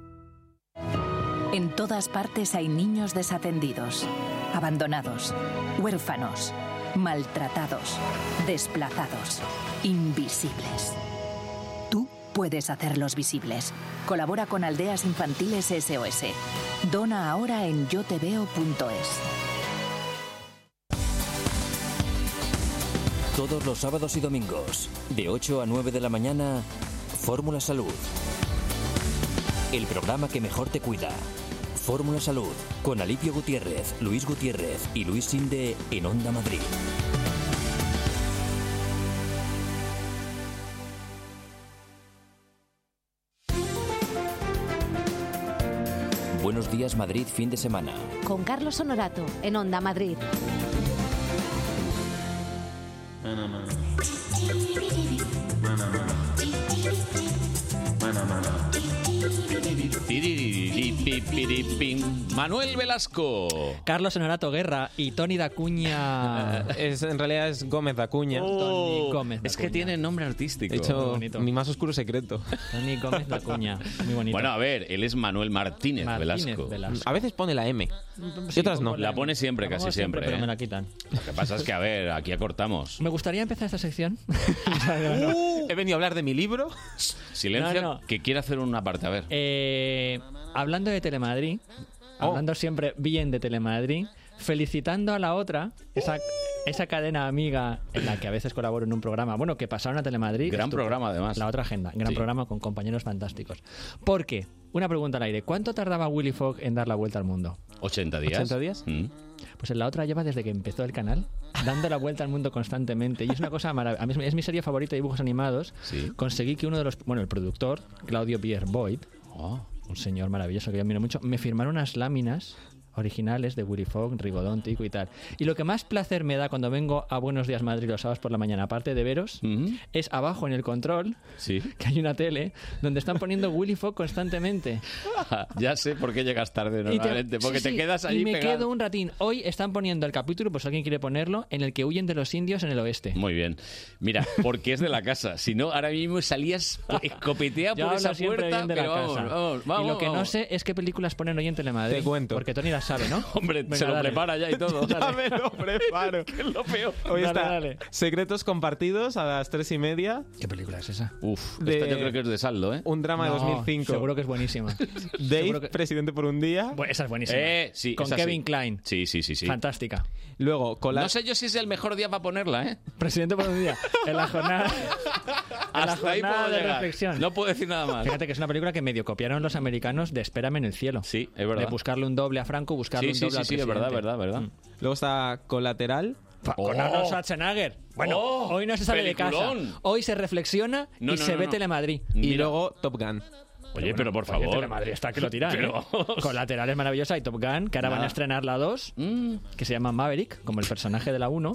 Speaker 34: En todas partes hay niños desatendidos, abandonados, huérfanos, maltratados, desplazados, invisibles. Tú puedes hacerlos visibles. Colabora con Aldeas Infantiles SOS. Dona ahora en yoteveo.es.
Speaker 5: Todos los sábados y domingos, de 8 a 9 de la mañana, Fórmula Salud. El programa que mejor te cuida. Fórmula Salud, con Alipio Gutiérrez, Luis Gutiérrez y Luis Sinde en Onda Madrid. Buenos días Madrid, fin de semana.
Speaker 10: Con Carlos Honorato, en Onda Madrid.
Speaker 1: Manuel Velasco.
Speaker 26: Carlos Honorato Guerra y Tony Dacuña.
Speaker 11: [laughs]
Speaker 26: Oh.
Speaker 11: Es, en realidad es Gómez de Acuña.
Speaker 26: Tony Gómez de
Speaker 1: es que
Speaker 26: Acuña.
Speaker 1: tiene nombre artístico.
Speaker 11: He hecho
Speaker 26: bonito.
Speaker 11: mi más oscuro secreto.
Speaker 26: Tony Gómez de
Speaker 11: [laughs]
Speaker 26: Acuña. Muy bonito.
Speaker 1: Bueno, a ver, él es Manuel Martínez,
Speaker 26: Martínez
Speaker 1: Velasco.
Speaker 26: Velasco.
Speaker 11: A veces pone la M. y otras no.
Speaker 1: La pone siempre,
Speaker 26: La pongo
Speaker 1: casi siempre.
Speaker 26: pero
Speaker 1: ¿eh?
Speaker 26: me la quitan.
Speaker 1: Lo que pasa es que, a ver, aquí acortamos.
Speaker 26: Me gustaría empezar esta
Speaker 11: [laughs]
Speaker 26: sección.
Speaker 11: Uh. He venido a hablar de mi libro.
Speaker 1: Silencio,
Speaker 26: No, no.
Speaker 1: que quiere hacer una parte. A ver.
Speaker 26: Eh, hablando de Telemadrid,
Speaker 11: Oh.
Speaker 26: hablando siempre bien de Telemadrid, felicitando a la otra, esa, esa cadena amiga en la que a veces colaboro en un programa, bueno, que pasaron a Telemadrid.
Speaker 1: Gran
Speaker 26: estuvo-
Speaker 1: programa, además.
Speaker 26: La otra agenda, gran
Speaker 1: Sí.
Speaker 26: programa con compañeros fantásticos. Porque, una pregunta al aire, ¿cuánto tardaba Willy Fogg en dar la vuelta al mundo?
Speaker 1: 80 días.
Speaker 26: 80 días.
Speaker 1: Mm.
Speaker 26: Pues en la otra lleva desde que empezó el canal, dando la vuelta al mundo constantemente. Y es una cosa maravillosa. mí es mi- es mi serie favorita de dibujos animados. Conseguí que uno de los. Bueno, el productor, Claudio Pierre Boyd, un señor maravilloso que yo admiro mucho, me firmaron unas láminas originales de Willy Fogg, Rigodóntico y tal. Y lo que más placer me da cuando vengo a Buenos Días Madrid los sábados por la mañana, aparte de veros, es abajo en el control, que hay una tele, donde están poniendo Willy Fogg constantemente.
Speaker 1: ya sé por qué llegas tarde
Speaker 26: Y te-
Speaker 1: normalmente, porque
Speaker 26: sí,
Speaker 1: te
Speaker 26: sí,
Speaker 1: quedas ahí
Speaker 26: Y me
Speaker 1: pegado.
Speaker 26: quedo un ratín. Hoy están poniendo el capítulo, pues alguien quiere ponerlo, en el que huyen de los indios en el oeste.
Speaker 1: Muy bien. Mira, porque es de la casa. Si no, ahora mismo salías
Speaker 26: Yo
Speaker 1: escopetea por
Speaker 26: hablo
Speaker 1: esa
Speaker 26: siempre
Speaker 1: puerta,
Speaker 26: bien de la
Speaker 1: pero vamos,
Speaker 26: casa.
Speaker 1: vamos, vamos,
Speaker 26: y lo que no
Speaker 1: vamos.
Speaker 26: sé es qué películas ponen hoy en Telemadrid. Te cuento. Porque Tony las sabe, ¿no?
Speaker 1: [laughs] Hombre, se lo prepara ya y todo.
Speaker 26: Dale.
Speaker 11: me lo
Speaker 1: [laughs]
Speaker 11: preparo.
Speaker 1: que es lo peor.
Speaker 26: [laughs]
Speaker 11: Hoy
Speaker 26: Dale,
Speaker 11: está
Speaker 26: dale.
Speaker 11: Secretos Compartidos a las tres y media.
Speaker 26: ¿Qué película es esa?
Speaker 1: Uf,
Speaker 11: De-
Speaker 1: esta yo creo que es de saldo, ¿eh?
Speaker 11: Un drama de
Speaker 26: No,
Speaker 11: 2005.
Speaker 26: Seguro que es
Speaker 11: [laughs]
Speaker 26: buenísima.
Speaker 11: Dave, presidente por un día.
Speaker 26: Bueno, esa es buenísima.
Speaker 1: Eh, sí,
Speaker 26: Con
Speaker 1: esa sí.
Speaker 26: Kevin Klein.
Speaker 1: Sí, sí, sí, sí.
Speaker 26: Fantástica.
Speaker 11: Luego, Colas.
Speaker 1: No sé yo si es el mejor día para ponerla,
Speaker 26: [laughs]
Speaker 1: ¿eh?
Speaker 26: Presidente por un día. En la jornada. en la
Speaker 1: Hasta ahí
Speaker 26: jornada
Speaker 1: puedo
Speaker 26: de
Speaker 1: llegar.
Speaker 26: reflexión.
Speaker 1: No puedo decir nada más.
Speaker 26: Fíjate que es una película que medio copiaron los americanos de Espérame en el cielo.
Speaker 1: Sí, es verdad.
Speaker 26: De buscarle un doble a Franco, buscarle
Speaker 1: Sí,
Speaker 26: un
Speaker 1: sí,
Speaker 26: doble
Speaker 1: sí,
Speaker 26: al
Speaker 1: sí, es verdad,
Speaker 26: presidente.
Speaker 1: verdad, Oh. verdad.
Speaker 11: Luego está Colateral.
Speaker 26: Con Arnold Schwarzenegger. Bueno,
Speaker 1: Oh,
Speaker 26: hoy no se sale de
Speaker 11: peliculón.
Speaker 26: casa. Hoy se reflexiona
Speaker 11: No,
Speaker 26: y
Speaker 11: no,
Speaker 26: se
Speaker 11: no,
Speaker 26: ve
Speaker 11: no.
Speaker 26: Telemadrid.
Speaker 11: Y luego Top Gun.
Speaker 1: Oye, Eh, pero por
Speaker 26: Oye,
Speaker 1: favor.
Speaker 26: pero Madrid está que lo tiran.
Speaker 1: [laughs] Pero
Speaker 26: ¿eh? Colateral es maravillosa y Top Gun, que ahora van
Speaker 1: Nada. Mm.
Speaker 26: a estrenar la 2, que se llama Maverick, como el personaje de la 1.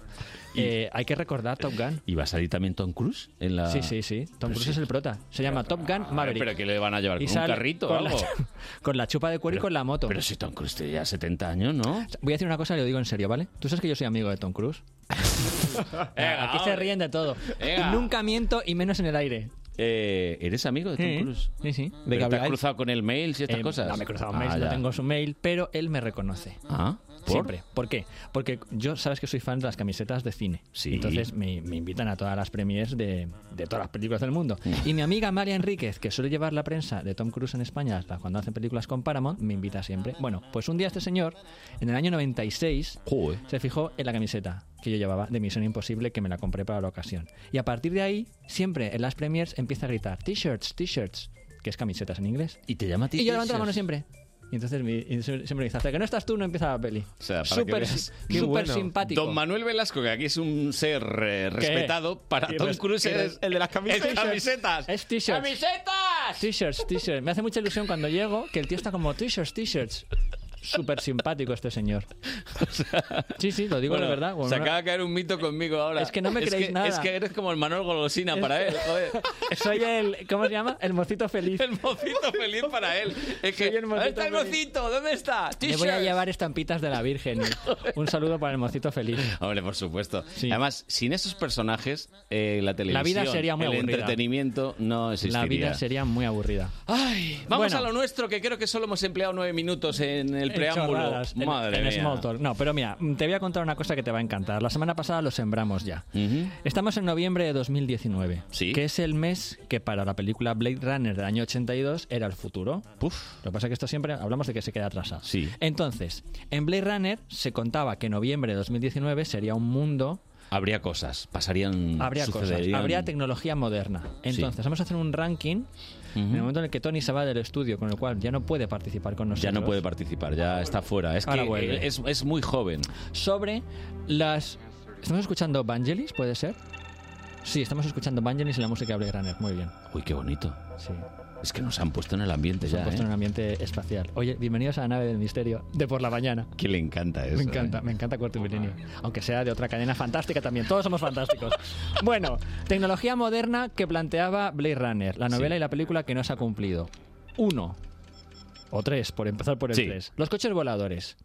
Speaker 26: Eh, hay que recordar Top Gun.
Speaker 1: ¿Y va a salir también Tom Cruise en la...?
Speaker 26: Sí, sí, sí. Tom
Speaker 1: Pero
Speaker 26: Cruise
Speaker 1: sí.
Speaker 26: es el prota. Se llama Top Gun Maverick.
Speaker 1: Pero que le van a llevar
Speaker 26: Y
Speaker 1: con un
Speaker 26: sale
Speaker 1: carrito o
Speaker 26: con la
Speaker 1: algo.
Speaker 26: chu- con la chupa de cuero y con la moto.
Speaker 1: Pero si Tom Cruise tiene ya 70 años, ¿no?
Speaker 26: Voy a decir una cosa y lo digo en serio, ¿vale? Tú sabes que yo soy [laughs] amigo de Tom Cruise.
Speaker 1: Venga,
Speaker 26: Aquí se
Speaker 1: hombre.
Speaker 26: ríen de todo.
Speaker 1: Venga.
Speaker 26: Nunca miento y menos en el aire.
Speaker 1: Eh, ¿Eres amigo de Tom
Speaker 26: Sí,
Speaker 1: Cruise?
Speaker 26: Sí, sí.
Speaker 1: ¿Pero te has cruzado con el mail y estas
Speaker 26: Eh,
Speaker 1: cosas?
Speaker 26: No me he cruzado
Speaker 1: Ah,
Speaker 26: mails, no
Speaker 1: ya.
Speaker 26: tengo su mail, pero él me reconoce.
Speaker 1: Ah, ¿por?
Speaker 26: Siempre. ¿Por qué? Porque yo sabes que soy fan de las camisetas de cine.
Speaker 1: Sí.
Speaker 26: Entonces me, me invitan a todas las premiers de, de todas las películas del mundo.
Speaker 1: Mm.
Speaker 26: Y mi amiga María Enríquez, que suele llevar la prensa de Tom Cruise en España hasta cuando hacen películas con Paramount, me invita siempre. Bueno, pues un día este señor, en el año 96, se fijó en la camiseta que yo llevaba de Misión Imposible, que me la compré para la ocasión. Y a partir de ahí, siempre en las premiers empieza a gritar t-shirts, t-shirts, que es camisetas en inglés.
Speaker 1: Y te llama
Speaker 26: Y yo levanto la mano siempre. Y entonces mi- y siempre siempre me dice, hasta que no estás tú no empieza la peli.
Speaker 1: O sea, para que
Speaker 26: súper
Speaker 1: veas.
Speaker 26: qué súper simpático.
Speaker 1: Don Manuel Velasco, que aquí es un ser eh, respetado, para
Speaker 26: Y
Speaker 1: Tom
Speaker 26: res-
Speaker 1: Cruise
Speaker 26: y res-
Speaker 1: es
Speaker 26: [laughs]
Speaker 1: el de las
Speaker 26: camisetas.
Speaker 1: camisetas.
Speaker 26: Es t-shirts.
Speaker 1: ¡Camisetas!
Speaker 26: T-shirts, t-shirts. Me hace mucha ilusión cuando llego que el tío está como t-shirts, t-shirts. Súper simpático este
Speaker 1: [laughs]
Speaker 26: señor. sí, sí, lo digo
Speaker 1: Bueno,
Speaker 26: de verdad.
Speaker 1: se
Speaker 26: Bueno,
Speaker 1: acaba de caer un mito conmigo ahora.
Speaker 26: Es que no me creéis
Speaker 1: que-
Speaker 26: nada.
Speaker 1: Es que eres como el Manuel Golosina
Speaker 26: Es
Speaker 1: para
Speaker 26: que-
Speaker 1: él, joder.
Speaker 26: [laughs]
Speaker 1: [laughs]
Speaker 26: Soy el, ¿cómo se llama? El mocito feliz.
Speaker 1: El mocito feliz para él. Es que, ¿dónde está el
Speaker 26: feliz.
Speaker 1: mocito? ¿Dónde está?
Speaker 26: Le voy a
Speaker 1: T-shirts.
Speaker 26: llevar estampitas de la Virgen. Un saludo para el mocito feliz.
Speaker 1: Hombre, por supuesto. Además, sin esos personajes, eh, la televisión,
Speaker 26: vida sería muy
Speaker 1: el
Speaker 26: aburrida.
Speaker 1: entretenimiento no existiría.
Speaker 26: La vida sería muy aburrida.
Speaker 1: Vamos
Speaker 26: Bueno.
Speaker 1: a lo nuestro, que creo que solo hemos empleado nueve minutos en el
Speaker 26: En
Speaker 1: preámbulo.
Speaker 26: chorradas, en-
Speaker 1: Madre
Speaker 26: en
Speaker 1: mía.
Speaker 26: small talk. No, pero mira, te voy a contar una cosa que te va a encantar. La semana pasada lo sembramos ya. Estamos en noviembre de 2019, que es el mes que para la película Blade Runner del año 82 era el futuro. Lo que pasa es que esto siempre hablamos de que se queda atrasado. Entonces, en Blade Runner se contaba que noviembre de 2019 sería un mundo
Speaker 1: Habría cosas, pasarían,
Speaker 26: Habría
Speaker 1: sucederían.
Speaker 26: cosas, habría tecnología moderna. Entonces, vamos a hacer un ranking en el momento en el que Tony se va del estudio, con el cual ya no puede participar con
Speaker 1: Ya
Speaker 26: nosotros.
Speaker 1: no puede participar, ya está fuera. Es
Speaker 26: Ahora
Speaker 1: que eh,
Speaker 26: vuelve.
Speaker 1: es, es muy joven.
Speaker 26: sobre las... ¿Estamos escuchando Vangelis, puede ser? Sí, estamos escuchando Vangelis en la música de Blade Runner, muy bien.
Speaker 1: Uy, qué bonito.
Speaker 26: Sí.
Speaker 1: Es que nos han puesto en el ambiente
Speaker 26: Se
Speaker 1: ya.
Speaker 26: han puesto
Speaker 1: ¿eh?
Speaker 26: en un ambiente espacial. Oye, bienvenidos a la nave del misterio de por la mañana.
Speaker 1: Que le encanta eso. ¿eh?
Speaker 26: me encanta, me encanta Cuarto Milenio. Aunque sea de otra cadena fantástica también. Todos somos
Speaker 1: [laughs]
Speaker 26: fantásticos. bueno, tecnología moderna que planteaba Blade Runner, la novela y la película que no se ha cumplido. Uno. O tres, por empezar por el
Speaker 1: Sí.
Speaker 26: tres. Los coches voladores.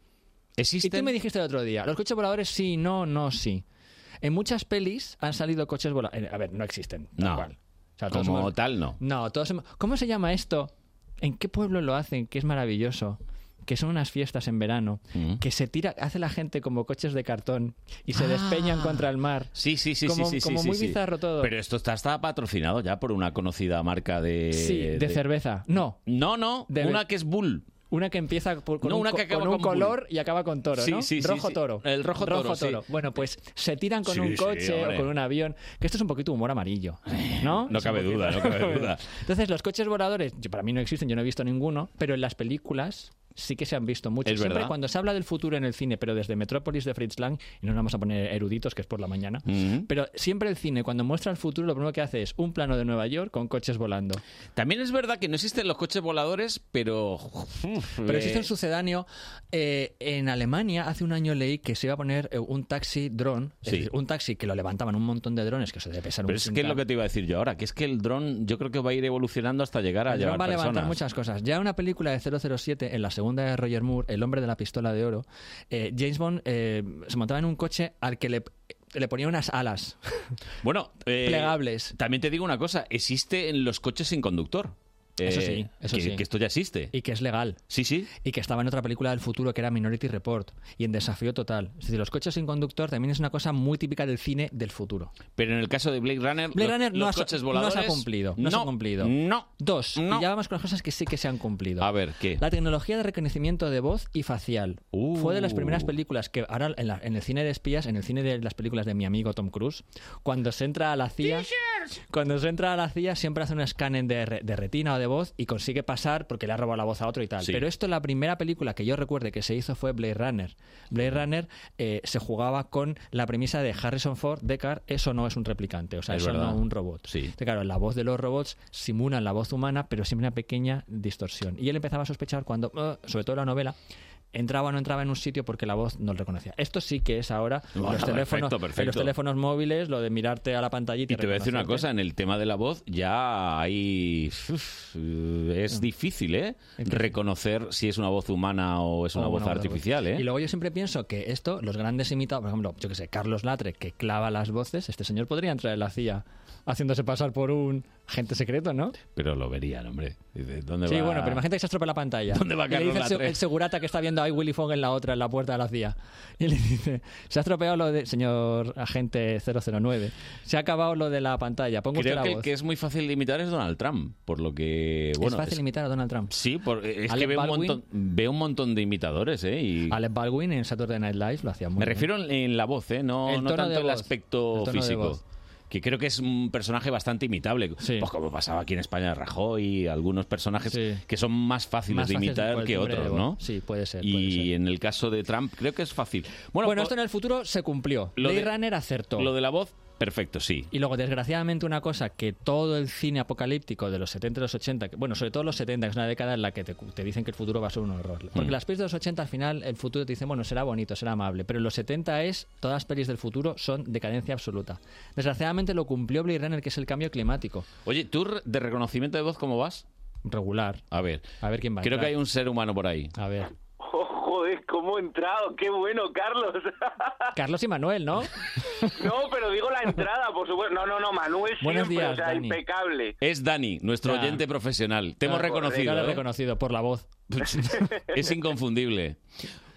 Speaker 26: Y tú me dijiste el otro día, los coches voladores sí, no, no, sí. En muchas pelis han salido coches voladores. A ver, no existen. tal
Speaker 1: No.
Speaker 26: cual. O sea, todos
Speaker 1: Como
Speaker 26: hemos-
Speaker 1: tal, no.
Speaker 26: no, todos hemos- ¿Cómo se llama esto? ¿En qué pueblo lo hacen? Que es maravilloso. Que son unas fiestas en verano. Que se tira, hace la gente como coches de cartón y se
Speaker 1: Ah.
Speaker 26: despeñan contra el mar.
Speaker 1: Sí, sí, sí,
Speaker 26: como,
Speaker 1: sí, sí, sí,
Speaker 26: Como
Speaker 1: sí,
Speaker 26: muy
Speaker 1: sí.
Speaker 26: bizarro todo.
Speaker 1: Pero esto está, está patrocinado ya por una conocida marca Eh, de.
Speaker 26: sí, de, cerveza. No.
Speaker 1: No, no.
Speaker 26: De-
Speaker 1: Una que es Bull.
Speaker 26: Una que empieza por- con
Speaker 1: No,
Speaker 26: un,
Speaker 1: una
Speaker 26: co-
Speaker 1: que acaba
Speaker 26: con un
Speaker 1: con bull.
Speaker 26: color y acaba con toro,
Speaker 1: Sí,
Speaker 26: ¿no?
Speaker 1: sí, sí,
Speaker 26: rojo
Speaker 1: sí.
Speaker 26: toro.
Speaker 1: El rojo toro, sí.
Speaker 26: Bueno, pues se tiran con
Speaker 1: Sí,
Speaker 26: un
Speaker 1: sí,
Speaker 26: coche
Speaker 1: hombre.
Speaker 26: o con un avión. Que esto es un poquito humor amarillo, ¿no?
Speaker 1: Eh, No
Speaker 26: Es un
Speaker 1: cabe duda, no
Speaker 26: poquito- [laughs]
Speaker 1: cabe duda.
Speaker 26: Entonces, los coches voladores, yo- para mí no existen, yo no he visto ninguno, pero en las películas sí que se han visto muchos.
Speaker 1: Es
Speaker 26: Siempre
Speaker 1: verdad.
Speaker 26: cuando se habla del futuro en el cine, pero desde Metrópolis de Fritz Lang, y no nos vamos a poner eruditos, que es por la mañana,
Speaker 1: Mm.
Speaker 26: pero siempre el cine, cuando muestra el futuro, lo primero que hace es un plano de Nueva York con coches volando.
Speaker 1: También es verdad que no existen los coches voladores, pero.
Speaker 26: Pero
Speaker 1: Eh.
Speaker 26: existe un sucedáneo. eh, en Alemania, hace un año leí que se iba a poner eh, un taxi dron, es
Speaker 1: Sí.
Speaker 26: decir, un taxi que lo levantaban un montón de drones, que eso debe pesar
Speaker 1: Pero
Speaker 26: un
Speaker 1: es que es lo que te iba a decir yo ahora, que es que el dron yo creo que va a ir evolucionando hasta llegar a
Speaker 26: El
Speaker 1: llevar
Speaker 26: dron va a levantar
Speaker 1: personas.
Speaker 26: muchas cosas. Ya en una película de 007, en la segunda de Roger Moore, El hombre de la pistola de oro, eh, James Bond eh, se montaba en un coche al que le, le ponía unas alas. [laughs]
Speaker 1: Bueno, eh,
Speaker 26: Plegables.
Speaker 1: También te digo una cosa, existe en los coches sin conductor. Eh,
Speaker 26: Eso sí, eso
Speaker 1: que,
Speaker 26: sí.
Speaker 1: que esto ya existe.
Speaker 26: Y que es legal.
Speaker 1: Sí, sí.
Speaker 26: Y que estaba en otra película del futuro que era Minority Report y en Desafío Total. Es decir, los coches sin conductor también es una cosa muy típica del cine del futuro.
Speaker 1: Pero en el caso de Blade Runner,
Speaker 26: Blade
Speaker 1: los-
Speaker 26: Runner no,
Speaker 1: los
Speaker 26: ha,
Speaker 1: coches
Speaker 26: no
Speaker 1: voladores
Speaker 26: se ha cumplido. No, se ha
Speaker 1: no, Mm,
Speaker 26: cumplido.
Speaker 1: No.
Speaker 26: Dos. Y ya vamos con las cosas que sí que se han cumplido.
Speaker 1: A ver, ¿qué?
Speaker 26: La tecnología de reconocimiento de voz y facial. Fue de las
Speaker 1: Uh.
Speaker 26: primeras películas que ahora en, la- en el cine de espías, en el cine de las películas de mi amigo Tom Cruise, cuando se entra a la CIA Cuando se entra a la CIA siempre hace un escáner de, re- de retina o de voz y consigue pasar porque le ha robado la voz a otro y tal.
Speaker 16: Sí.
Speaker 26: Pero esto, la primera película que yo recuerde que se hizo fue Blade Runner. Blade Runner eh, se jugaba con la premisa de Harrison Ford, Deckard, eso no es un replicante, o sea,
Speaker 1: Es
Speaker 26: eso
Speaker 1: verdad.
Speaker 26: no es un robot. Entonces, claro, la voz de los robots simulan la voz humana, pero siempre una pequeña distorsión. Y él empezaba a sospechar cuando, eh, sobre todo en la novela, entraba o no entraba en un sitio porque la voz no le reconocía. Esto sí que es ahora
Speaker 1: Bueno,
Speaker 26: los, teléfonos,
Speaker 1: perfecto, perfecto.
Speaker 26: los teléfonos móviles, lo de mirarte a la pantallita.
Speaker 1: Y te voy a decir una
Speaker 26: reconocerte.
Speaker 1: cosa, en el tema de la voz ya hay... uf,
Speaker 26: Mm.
Speaker 1: es difícil, ¿eh? Reconocer si es una voz humana o es una
Speaker 26: O
Speaker 1: voz
Speaker 26: una
Speaker 1: artificial, ¿eh?
Speaker 26: Y luego yo siempre pienso que esto, los grandes imitados, por ejemplo, yo que sé, Carlos Latre, que clava las voces, este señor podría entrar en la CIA haciéndose pasar por un agente secreto, ¿no?
Speaker 1: Pero lo verían, hombre. Dice, ¿dónde
Speaker 26: Sí,
Speaker 1: va?
Speaker 26: bueno, pero imagínate que se estropea la pantalla.
Speaker 1: ¿Dónde va
Speaker 26: Y le
Speaker 1: Carlos
Speaker 26: dice el se-
Speaker 1: Latre?
Speaker 26: el segurata que está viendo a Willy Fogg en la otra, en la puerta de la CIA. Y le dice, se ha estropeado lo de... Señor agente 009, se ha acabado lo de la pantalla, pongo usted
Speaker 1: Creo
Speaker 26: la
Speaker 1: que el
Speaker 26: voz.
Speaker 1: que es muy fácil de imitar es Donald Trump, por lo que... Bueno,
Speaker 26: es fácil imitar a Donald Trump.
Speaker 1: Sí, por- es que
Speaker 26: Alec
Speaker 1: veo un,
Speaker 26: Baldwin.
Speaker 1: montón, veo un montón de imitadores, ¿eh? Y
Speaker 26: Alec Baldwin en Saturday Night Live lo hacía muy
Speaker 1: me
Speaker 26: bien.
Speaker 1: refiero en, en la voz, ¿eh? No,
Speaker 26: El
Speaker 1: no
Speaker 26: tono
Speaker 1: tanto
Speaker 26: de
Speaker 1: el
Speaker 26: voz.
Speaker 1: aspecto
Speaker 26: El tono de
Speaker 1: físico.
Speaker 26: voz.
Speaker 1: Que creo que es un personaje bastante imitable. Pues como pasaba aquí en España Rajoy, algunos personajes que son más fáciles
Speaker 26: Más
Speaker 1: de
Speaker 26: fácil por
Speaker 1: imitar
Speaker 26: el
Speaker 1: que
Speaker 26: timbre de
Speaker 1: otros,
Speaker 26: voz.
Speaker 1: ¿no?
Speaker 26: Sí, puede ser.
Speaker 1: Y en el caso de Trump creo que es fácil. Bueno,
Speaker 26: Bueno,
Speaker 1: po-
Speaker 26: esto en el futuro se cumplió.
Speaker 1: Lo
Speaker 26: Blade
Speaker 1: de-
Speaker 26: Runner acertó.
Speaker 1: lo de la voz, perfecto, sí.
Speaker 26: Y luego, desgraciadamente, una cosa que todo el cine apocalíptico de los 70 y los 80, que- bueno, sobre todo los 70, que es una década en la que te, te dicen que el futuro va a ser un horror. Porque
Speaker 1: Mm.
Speaker 26: las pelis de los 80, al final, el futuro te dicen, bueno, será bonito, será amable. Pero en los 70 es, todas las pelis del futuro son decadencia absoluta. Desgraciadamente lo cumplió Blade Runner, que es el cambio climático.
Speaker 1: Oye, ¿tú re- de reconocimiento de voz cómo vas?
Speaker 26: Regular.
Speaker 1: A ver.
Speaker 26: A ver quién va a
Speaker 1: Creo que
Speaker 26: entrar.
Speaker 1: hay un ser humano por ahí.
Speaker 26: A ver.
Speaker 20: [laughs] Oh, joder, cómo he entrado, qué bueno, Carlos. [laughs] Ah.
Speaker 26: Carlos y Manuel, ¿no?
Speaker 20: No, pero digo la entrada, por supuesto. No, no, no, Manuel
Speaker 26: Buenos
Speaker 20: siempre,
Speaker 26: días,
Speaker 20: o sea,
Speaker 26: Dani.
Speaker 20: impecable. Ah,
Speaker 1: Es Dani, nuestro
Speaker 26: Ya.
Speaker 1: oyente profesional. Te hemos
Speaker 26: Claro,
Speaker 1: reconocido.
Speaker 26: ya lo he
Speaker 1: ¿eh?
Speaker 26: reconocido por la voz.
Speaker 1: [laughs] Es inconfundible.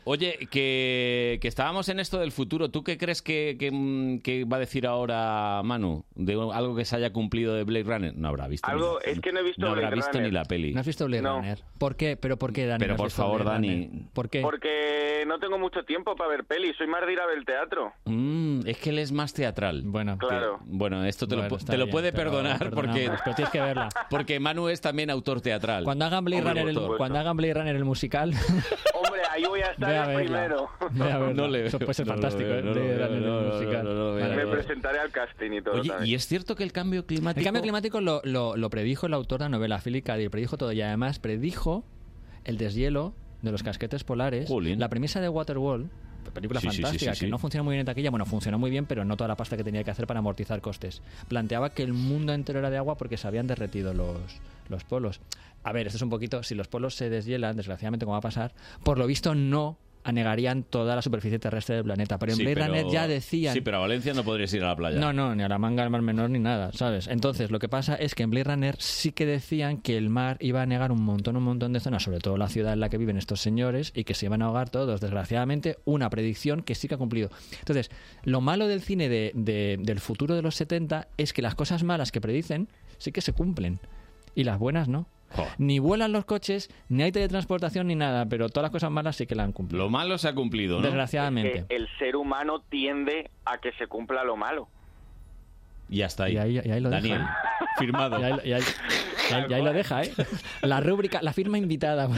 Speaker 1: Oye, que, que estábamos en esto del futuro. ¿Tú qué crees que, que, mm, que va a decir ahora Manu? De algo que se haya cumplido de Blade Runner. No habrá visto.
Speaker 20: [laughs] Algo,
Speaker 1: ni la-
Speaker 20: es que no he visto
Speaker 1: no habrá
Speaker 20: Blade
Speaker 1: visto
Speaker 20: Runner.
Speaker 1: ni la peli.
Speaker 26: ¿No has visto Blade Runner? ¿Por qué? ¿Pero por qué, Dani?
Speaker 1: Pero
Speaker 26: no has
Speaker 1: por
Speaker 26: visto
Speaker 1: favor,
Speaker 26: Blade
Speaker 1: Dani.
Speaker 26: Runner? ¿Por qué?
Speaker 20: Porque no tengo mucho tiempo para ver pelis, soy más de ir a ver el teatro.
Speaker 1: Mm, es que él es más teatral.
Speaker 26: Bueno,
Speaker 20: Claro.
Speaker 1: bueno esto te,
Speaker 26: Bueno,
Speaker 1: lo, pu-
Speaker 26: está
Speaker 1: te lo
Speaker 26: bien,
Speaker 1: puede
Speaker 26: pero
Speaker 1: perdonar porque,
Speaker 26: perdonamos, pero tienes que
Speaker 1: [laughs]
Speaker 26: verla.
Speaker 1: porque Manu es también autor teatral.
Speaker 26: Cuando hagan Blade Runner el, cuando hagan Blade Runner el musical,
Speaker 20: Hombre, ahí voy a estar
Speaker 26: Ve a
Speaker 20: el
Speaker 26: verla.
Speaker 20: primero.
Speaker 26: ve a verla.
Speaker 1: No le
Speaker 26: Eso
Speaker 1: veo,
Speaker 26: puede ser
Speaker 1: no lo
Speaker 26: fantástico,
Speaker 1: veo,
Speaker 26: ¿eh?
Speaker 1: no lo
Speaker 26: Blade
Speaker 1: veo,
Speaker 26: Runner el
Speaker 1: no, no, no,
Speaker 26: musical.
Speaker 1: no lo veo,
Speaker 26: Vale,
Speaker 1: no lo
Speaker 26: vale.
Speaker 1: veo.
Speaker 20: Presentaré al casting y todo
Speaker 1: Oye,
Speaker 20: también.
Speaker 1: ¿y es cierto que el cambio climático...
Speaker 26: El cambio climático lo, lo- lo predijo el autor de la novela Philip K. Dick, predijo todo y además predijo el deshielo de los casquetes polares, la premisa de Waterworld, película
Speaker 1: Sí, sí, sí,
Speaker 26: fantástica
Speaker 1: sí,
Speaker 26: que
Speaker 1: sí.
Speaker 26: no funciona muy bien en taquilla, bueno, funcionó muy bien, pero no toda la pasta que tenía que hacer para amortizar costes. Planteaba que el mundo entero era de agua porque se habían derretido los los polos. A ver, esto es un poquito, si los polos se deshielan, desgraciadamente como va a pasar, por lo visto no anegarían toda la superficie terrestre del planeta, pero en
Speaker 1: Sí,
Speaker 26: Blade
Speaker 1: pero-
Speaker 26: Runner ya decían
Speaker 1: Sí, pero a Valencia no podrías ir a la playa.
Speaker 26: no, no, ni a la manga, al mar menor, ni nada, ¿sabes? Entonces, lo que pasa es que en Blade Runner sí que decían que el mar iba a negar un montón, un montón de zonas, sobre todo la ciudad en la que viven estos señores, y que se iban a ahogar todos. Desgraciadamente, una predicción que sí que ha cumplido. Entonces, lo malo del cine de- de- del futuro de los 70 es que las cosas malas que predicen sí que se cumplen, y las buenas no. Ni vuelan los coches, ni hay teletransportación, ni nada, pero todas las cosas malas sí que la han cumplido.
Speaker 1: Lo malo se ha cumplido, ¿no?
Speaker 26: Desgraciadamente.
Speaker 20: Que el ser humano tiende a que se cumpla lo malo.
Speaker 1: Y hasta ahí.
Speaker 26: Y ahí lo
Speaker 1: Daniel,
Speaker 26: deja. ¿eh?
Speaker 1: firmado.
Speaker 26: Y ahí, y ahí- y ahí- y ahí lo deja, ¿eh? La rúbrica, la firma invitada.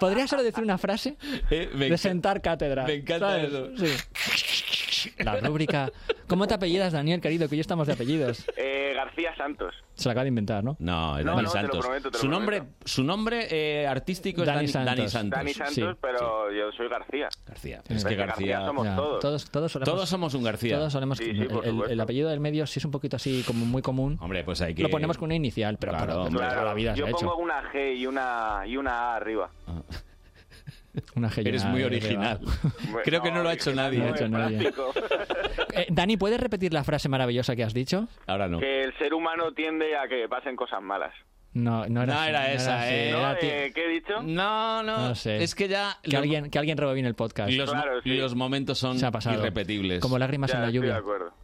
Speaker 26: ¿Podría solo decir una frase?
Speaker 1: Eh, me
Speaker 26: de
Speaker 1: enca-
Speaker 26: sentar cátedra.
Speaker 1: me encanta
Speaker 26: ¿sabes?
Speaker 1: eso.
Speaker 26: Sí. La rúbrica. ¿Cómo te apellidas, Daniel, querido? Que hoy estamos de apellidos.
Speaker 20: Eh, García Santos.
Speaker 26: Se la acaba de inventar, ¿no?
Speaker 1: No, es
Speaker 20: No,
Speaker 1: Dani
Speaker 20: no, te lo
Speaker 1: Santos.
Speaker 20: prometo, te lo
Speaker 1: su nombre, su nombre eh, artístico es Dani, Dani Santos.
Speaker 20: Dani Santos, pero yo soy García.
Speaker 1: García.
Speaker 20: Es que García, somos
Speaker 26: Ya,
Speaker 20: todos.
Speaker 26: Todos, todos, solemos,
Speaker 1: Todos somos un García.
Speaker 26: Todos solemos-
Speaker 1: Sí, sí, por
Speaker 26: el- el,
Speaker 1: supuesto.
Speaker 26: apellido del medio sí es un poquito así, como muy común.
Speaker 1: Hombre, pues hay que...
Speaker 26: Lo ponemos con una inicial, pero
Speaker 1: Claro,
Speaker 26: claro,
Speaker 1: hombre.
Speaker 26: toda la vida se
Speaker 20: yo
Speaker 26: ha hecho.
Speaker 20: pongo una G y una, y una A arriba.
Speaker 1: Ah,
Speaker 26: [laughs] Una G y
Speaker 1: Eres
Speaker 26: una
Speaker 1: muy
Speaker 26: R,
Speaker 1: original.
Speaker 20: Bueno,
Speaker 1: [laughs] Creo que no lo ha hecho nadie.
Speaker 26: No lo ha hecho nadie. [laughs] Eh, Dani, ¿puedes repetir la frase maravillosa que has dicho?
Speaker 1: Ahora no.
Speaker 20: Que el ser humano tiende a que pasen cosas malas.
Speaker 26: No, no era,
Speaker 1: No
Speaker 26: así,
Speaker 1: era esa,
Speaker 26: así,
Speaker 1: eh.
Speaker 26: era
Speaker 1: No,
Speaker 26: ti-
Speaker 20: Eh, ¿Qué he dicho?
Speaker 1: No, no.
Speaker 26: no sé.
Speaker 1: Es que ya...
Speaker 26: Que,
Speaker 1: lo-
Speaker 26: alguien, que alguien rebobine el podcast.
Speaker 1: Los, mo- los momentos son
Speaker 26: Se ha pasado.
Speaker 1: irrepetibles.
Speaker 26: Como lágrimas en la lluvia.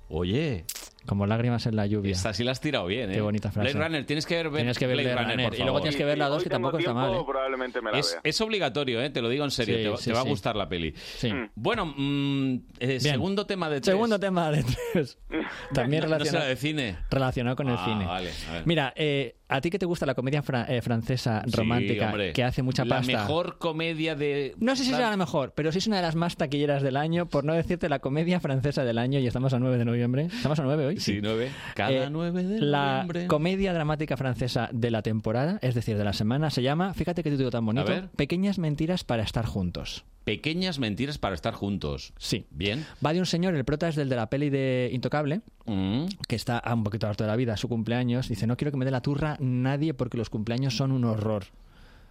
Speaker 1: Oye,
Speaker 26: Como lágrimas en la lluvia.
Speaker 1: Esta sí la has tirado bien, ¿eh?
Speaker 26: Qué bonita frase.
Speaker 1: Blade Runner, tienes que ver,
Speaker 26: Tienes que ver
Speaker 1: Blade
Speaker 26: Blade
Speaker 1: Runner,
Speaker 26: Runner.
Speaker 1: por
Speaker 26: Y luego
Speaker 1: favor.
Speaker 26: tienes que ver la dos, que tampoco está mal. ¿eh?
Speaker 20: Este probablemente me la
Speaker 1: es,
Speaker 20: vea.
Speaker 1: es obligatorio, ¿eh? te lo digo en serio,
Speaker 26: Sí,
Speaker 1: te, va,
Speaker 26: sí,
Speaker 1: te va
Speaker 26: sí.
Speaker 1: a gustar la peli. Mm. Bueno, mm, eh, segundo tema de tres.
Speaker 26: Segundo tema de tres. También
Speaker 1: No- no será
Speaker 26: relacionado,
Speaker 1: de cine.
Speaker 26: relacionado con el
Speaker 1: Ah,
Speaker 26: cine.
Speaker 1: vale, a ver.
Speaker 26: Mira, eh, a ti que te gusta la comedia fra- eh, francesa romántica
Speaker 1: hombre.
Speaker 26: que hace mucha
Speaker 1: la
Speaker 26: pasta.
Speaker 1: mejor comedia de...
Speaker 26: No sé si será la
Speaker 1: Fran-
Speaker 26: mejor, pero sí es una de las más taquilleras del año, por no decirte la comedia francesa del año, y estamos a 9 de noviembre. ¿Estamos a 9 hoy?
Speaker 1: Sí, nueve. Cada
Speaker 26: Eh,
Speaker 1: nueve de
Speaker 26: La
Speaker 1: noviembre.
Speaker 26: comedia dramática francesa de la temporada, es decir, de la semana, se llama, fíjate qué título tan bonito,
Speaker 1: ver.
Speaker 26: Pequeñas mentiras para estar juntos.
Speaker 1: Pequeñas mentiras para estar juntos.
Speaker 26: Sí.
Speaker 1: Bien.
Speaker 26: Va de un señor, el prota es del de la peli de Intocable,
Speaker 1: Mm.
Speaker 26: que está a un poquito harto de la vida, su cumpleaños, dice, no quiero que me dé la turra nadie porque los cumpleaños son un horror.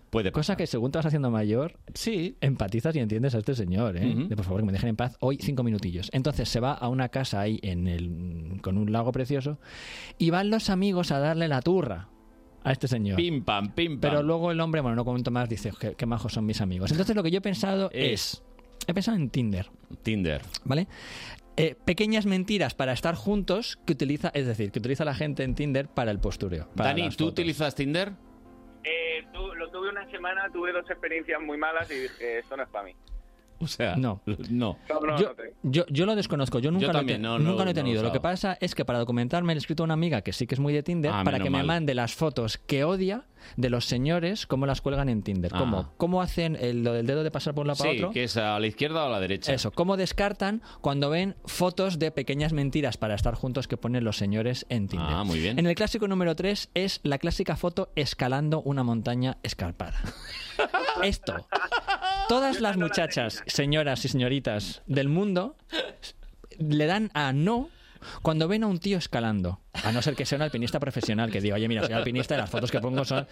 Speaker 1: Puede
Speaker 26: Cosa que según te vas haciendo mayor,
Speaker 1: sí.
Speaker 26: empatizas y entiendes a este señor, ¿eh?
Speaker 1: Ujú.
Speaker 26: De, por favor, que me dejen en paz hoy cinco minutillos. Entonces se va a una casa ahí en el, con un lago precioso y van los amigos a darle la turra a este señor.
Speaker 1: Pim pam, pim pam.
Speaker 26: Pero luego el hombre, bueno, no comento más, dice, qué, qué majos son mis amigos. Entonces lo que yo he pensado es, he pensado en Tinder.
Speaker 1: Tinder.
Speaker 26: ¿Vale? Eh, pequeñas mentiras para estar juntos que utiliza, es decir, que utiliza la gente en Tinder para el postureo. para
Speaker 1: Dani,
Speaker 26: las
Speaker 1: ¿tú
Speaker 26: fotos.
Speaker 1: utilizas Tinder?
Speaker 20: Eh, tu- lo tuve una semana, tuve dos experiencias muy malas y dije, esto no es para mí.
Speaker 1: O sea,
Speaker 26: no.
Speaker 1: No.
Speaker 20: no,
Speaker 26: yo,
Speaker 20: no te-
Speaker 26: yo- yo lo desconozco, yo nunca,
Speaker 1: también,
Speaker 26: lo, he,
Speaker 1: no,
Speaker 26: te-
Speaker 1: no,
Speaker 26: nunca lo he
Speaker 1: no lo
Speaker 26: tenido.
Speaker 1: he
Speaker 26: lo que
Speaker 1: usado.
Speaker 26: pasa es que para documentarme le he escrito a una amiga que sí que es muy de Tinder
Speaker 1: Ah,
Speaker 26: para
Speaker 1: menos
Speaker 26: que me
Speaker 1: mal.
Speaker 26: mande las fotos que odia de los señores, cómo las cuelgan en Tinder. Cómo, cómo hacen el- lo del dedo de pasar por un lado para
Speaker 1: Ah. sí,
Speaker 26: otro.
Speaker 1: que es a la izquierda o a la derecha.
Speaker 26: Eso, cómo descartan cuando ven fotos de pequeñas mentiras para estar juntos que ponen los señores en Tinder.
Speaker 1: Ah, muy bien.
Speaker 26: En el clásico número 3 es la clásica foto escalando una montaña
Speaker 1: [laughs]
Speaker 26: escarpada. Esto. Todas las muchachas, señoras y señoritas del mundo le dan a no cuando ven a un tío escalando. A no ser que sea un alpinista profesional que diga, oye, mira, soy alpinista y las fotos que pongo son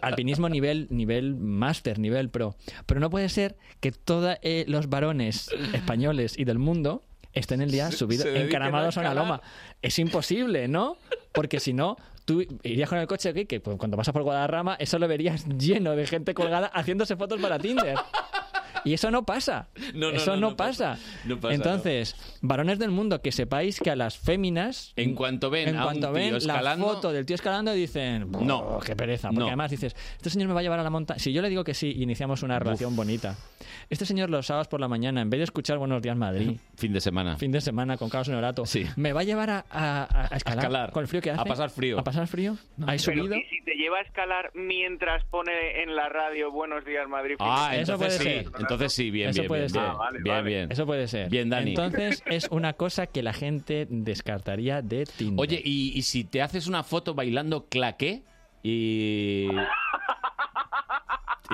Speaker 26: alpinismo nivel, nivel máster, nivel pro. Pero no puede ser que todos los varones españoles y del mundo estén el día
Speaker 1: Se-
Speaker 26: subidos,
Speaker 1: se dediquen a
Speaker 26: Ah, encaramados a una
Speaker 1: escalar.
Speaker 26: loma. Es imposible, ¿no? Porque si no, tú irías con el coche aquí, que pues, cuando pasas por Guadarrama, eso lo verías lleno de gente colgada haciéndose fotos para Tinder. Y eso no pasa.
Speaker 1: [laughs] No, no,
Speaker 26: eso
Speaker 1: no,
Speaker 26: no,
Speaker 1: no
Speaker 26: pasa.
Speaker 1: No pasa,
Speaker 26: Entonces, varones del mundo, que sepáis que a las féminas.
Speaker 1: En cuanto ven
Speaker 26: en
Speaker 1: a
Speaker 26: cuanto
Speaker 1: un tío
Speaker 26: ven
Speaker 1: escalando-
Speaker 26: la foto del tío escalando, dicen. No, qué pereza. Porque
Speaker 1: No.
Speaker 26: además dices, este señor me va a llevar a la montaña. Si yo le digo que sí, iniciamos una relación bonita. Este señor los sábados por la mañana, en vez de escuchar Buenos Días
Speaker 1: [laughs]
Speaker 26: Madrid,
Speaker 1: Fin de semana.
Speaker 26: fin de semana con Carlos Norato, me va a llevar a, a- a- a escalar,
Speaker 1: escalar.
Speaker 26: Con el frío que
Speaker 1: A
Speaker 26: hace.
Speaker 1: pasar frío.
Speaker 26: A pasar frío. ¿Hay
Speaker 20: Pero,
Speaker 26: subido?
Speaker 20: ¿y si te lleva a escalar mientras pone en la radio Buenos días Madrid?
Speaker 1: Ah,
Speaker 26: Eso
Speaker 1: entonces sí.
Speaker 26: puede ser.
Speaker 1: Entonces sí, bien,
Speaker 26: Eso
Speaker 1: bien,
Speaker 26: puede
Speaker 1: bien,
Speaker 26: ser.
Speaker 1: bien,
Speaker 26: Ah, vale,
Speaker 1: bien, bien.
Speaker 26: Eso puede ser.
Speaker 1: Bien, Dani.
Speaker 26: Entonces es una cosa que la gente descartaría de Tinder.
Speaker 1: Oye, ¿y, y si te haces una foto bailando claqué
Speaker 26: [laughs]
Speaker 1: y...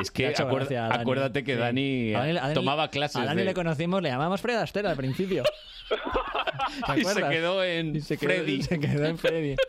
Speaker 1: Es
Speaker 26: Me
Speaker 1: que
Speaker 26: ha hecho
Speaker 1: acuer-
Speaker 26: gracia a Dani.
Speaker 1: acuérdate que
Speaker 26: Sí.
Speaker 1: Dani, eh,
Speaker 26: A Dani- a Dani-
Speaker 1: tomaba clases
Speaker 26: A Dani
Speaker 1: de-
Speaker 26: le conocimos, le llamamos Fred Astaire al
Speaker 1: [laughs]
Speaker 26: principio. ¿Te
Speaker 1: y se
Speaker 26: acuerdas?
Speaker 1: quedó en
Speaker 26: Y se quedó-
Speaker 1: Freddy.
Speaker 26: se quedó
Speaker 27: [laughs]
Speaker 26: en Freddy.
Speaker 1: [laughs]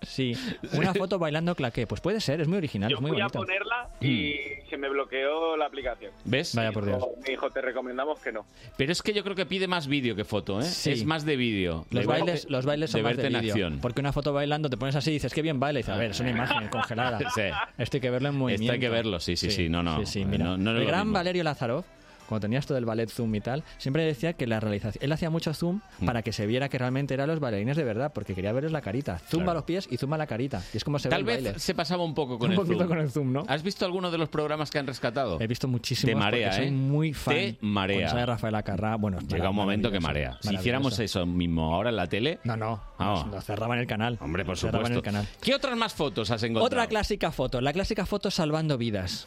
Speaker 26: Sí. Una foto bailando claqué. Pues puede ser, es muy original, es muy
Speaker 20: Voy a
Speaker 26: bonito.
Speaker 20: ponerla y se me bloqueó la aplicación.
Speaker 1: ¿Ves?
Speaker 26: Vaya por Dios.
Speaker 20: Me dijo, te recomendamos que no.
Speaker 1: Pero es que yo creo que pide más vídeo que foto, ¿eh? Es más de vídeo. Da
Speaker 26: Los
Speaker 1: igual
Speaker 26: bailes,
Speaker 1: que-
Speaker 26: los bailes son
Speaker 1: de
Speaker 26: más
Speaker 1: verte en
Speaker 26: vídeo.
Speaker 1: acción.
Speaker 26: Porque una foto bailando te pones así y dices, qué bien baila. Y dices, a ver, es una
Speaker 1: [laughs]
Speaker 26: imagen congelada.
Speaker 1: Sí.
Speaker 26: Esto hay que verlo en movimiento.
Speaker 1: Esto hay que verlo, sí, sí, sí, no, no.
Speaker 26: Sí, sí, mira.
Speaker 1: No, no es
Speaker 26: el
Speaker 1: lo
Speaker 26: gran
Speaker 1: mismo.
Speaker 26: Valerio Lázaro, cuando tenía esto del ballet zoom y tal, siempre decía que la realización. Él hacía mucho zoom
Speaker 1: Mm.
Speaker 26: para que se viera que realmente eran los bailarines de verdad, porque quería verles la carita. Zumba
Speaker 1: Claro.
Speaker 26: los pies y zumba la carita. Y es como se
Speaker 1: Tal
Speaker 26: ve
Speaker 1: vez
Speaker 26: el baile.
Speaker 1: se pasaba un poco
Speaker 26: [laughs]
Speaker 1: con
Speaker 26: Un
Speaker 1: el
Speaker 26: poquito
Speaker 1: zoom.
Speaker 26: con el zoom, ¿no? Eh,
Speaker 1: ¿Has visto alguno de los programas que han rescatado?
Speaker 26: He visto muchísimos
Speaker 1: Te marea,
Speaker 26: porque soy
Speaker 1: ¿eh?
Speaker 26: muy fan.
Speaker 1: Te marea.
Speaker 26: Cuando sale Rafael Acarrá, bueno,
Speaker 1: Llega un momento que marea. Si hiciéramos eso mismo ahora en la tele...
Speaker 26: No, no.
Speaker 1: Ah.
Speaker 26: Nos cerraban el canal.
Speaker 1: Hombre, por
Speaker 26: Cerraban
Speaker 1: supuesto.
Speaker 26: el canal.
Speaker 1: ¿Qué otras más fotos has encontrado?
Speaker 26: Otra clásica foto, la clásica foto salvando vidas.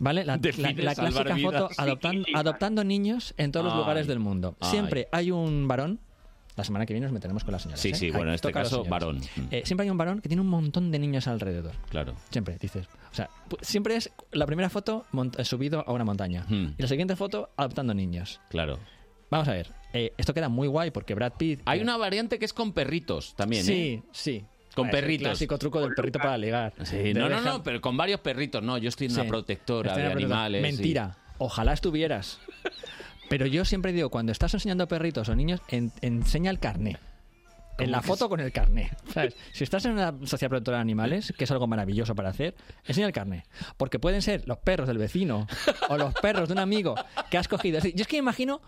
Speaker 26: ¿Vale?
Speaker 1: [laughs]
Speaker 26: La, la- la
Speaker 1: Define salvar
Speaker 26: clásica
Speaker 1: vidas.
Speaker 26: foto adoptando, adoptando niños en todos los
Speaker 1: Ay,
Speaker 26: lugares del mundo.
Speaker 1: ay.
Speaker 26: Siempre hay un varón. La semana que viene nos meteremos con las señoras.
Speaker 1: Sí,
Speaker 26: ¿eh?
Speaker 1: sí, bueno, en
Speaker 26: Ay,
Speaker 1: este
Speaker 26: toca a los
Speaker 1: caso,
Speaker 26: señores.
Speaker 1: varón.
Speaker 26: Eh, siempre hay un varón que tiene un montón de niños alrededor.
Speaker 1: Claro.
Speaker 26: Siempre, dices. O sea, pu- siempre es la primera foto mont- eh, subido a una montaña.
Speaker 1: Hmm.
Speaker 26: Y la siguiente foto adoptando niños.
Speaker 1: Claro.
Speaker 26: Vamos a ver. eh, esto queda muy guay porque Brad Pitt. eh,
Speaker 1: Hay una variante que es con perritos también,
Speaker 26: Sí,
Speaker 1: ¿eh?
Speaker 26: sí.
Speaker 1: Con
Speaker 26: Ah, es el
Speaker 1: perritos.
Speaker 26: clásico truco del perrito para ligar.
Speaker 1: Sí,
Speaker 26: Te
Speaker 1: no, no,
Speaker 26: dejan-
Speaker 1: no, pero con varios perritos. No, yo estoy en una
Speaker 26: Sí.
Speaker 1: protectora
Speaker 26: Estoy
Speaker 1: de
Speaker 26: en una protectora.
Speaker 1: animales. y-
Speaker 26: Mentira. Ojalá estuvieras. Pero yo siempre digo, cuando estás enseñando perritos o niños, en- enseña el carné. en la
Speaker 14: que
Speaker 26: foto con el carné. ¿sabes? Si estás en una sociedad protectora de animales, que es algo maravilloso para hacer, enseña el carné. Porque pueden ser los perros del vecino o los perros de un amigo que has cogido. Es decir, Yo es que me imagino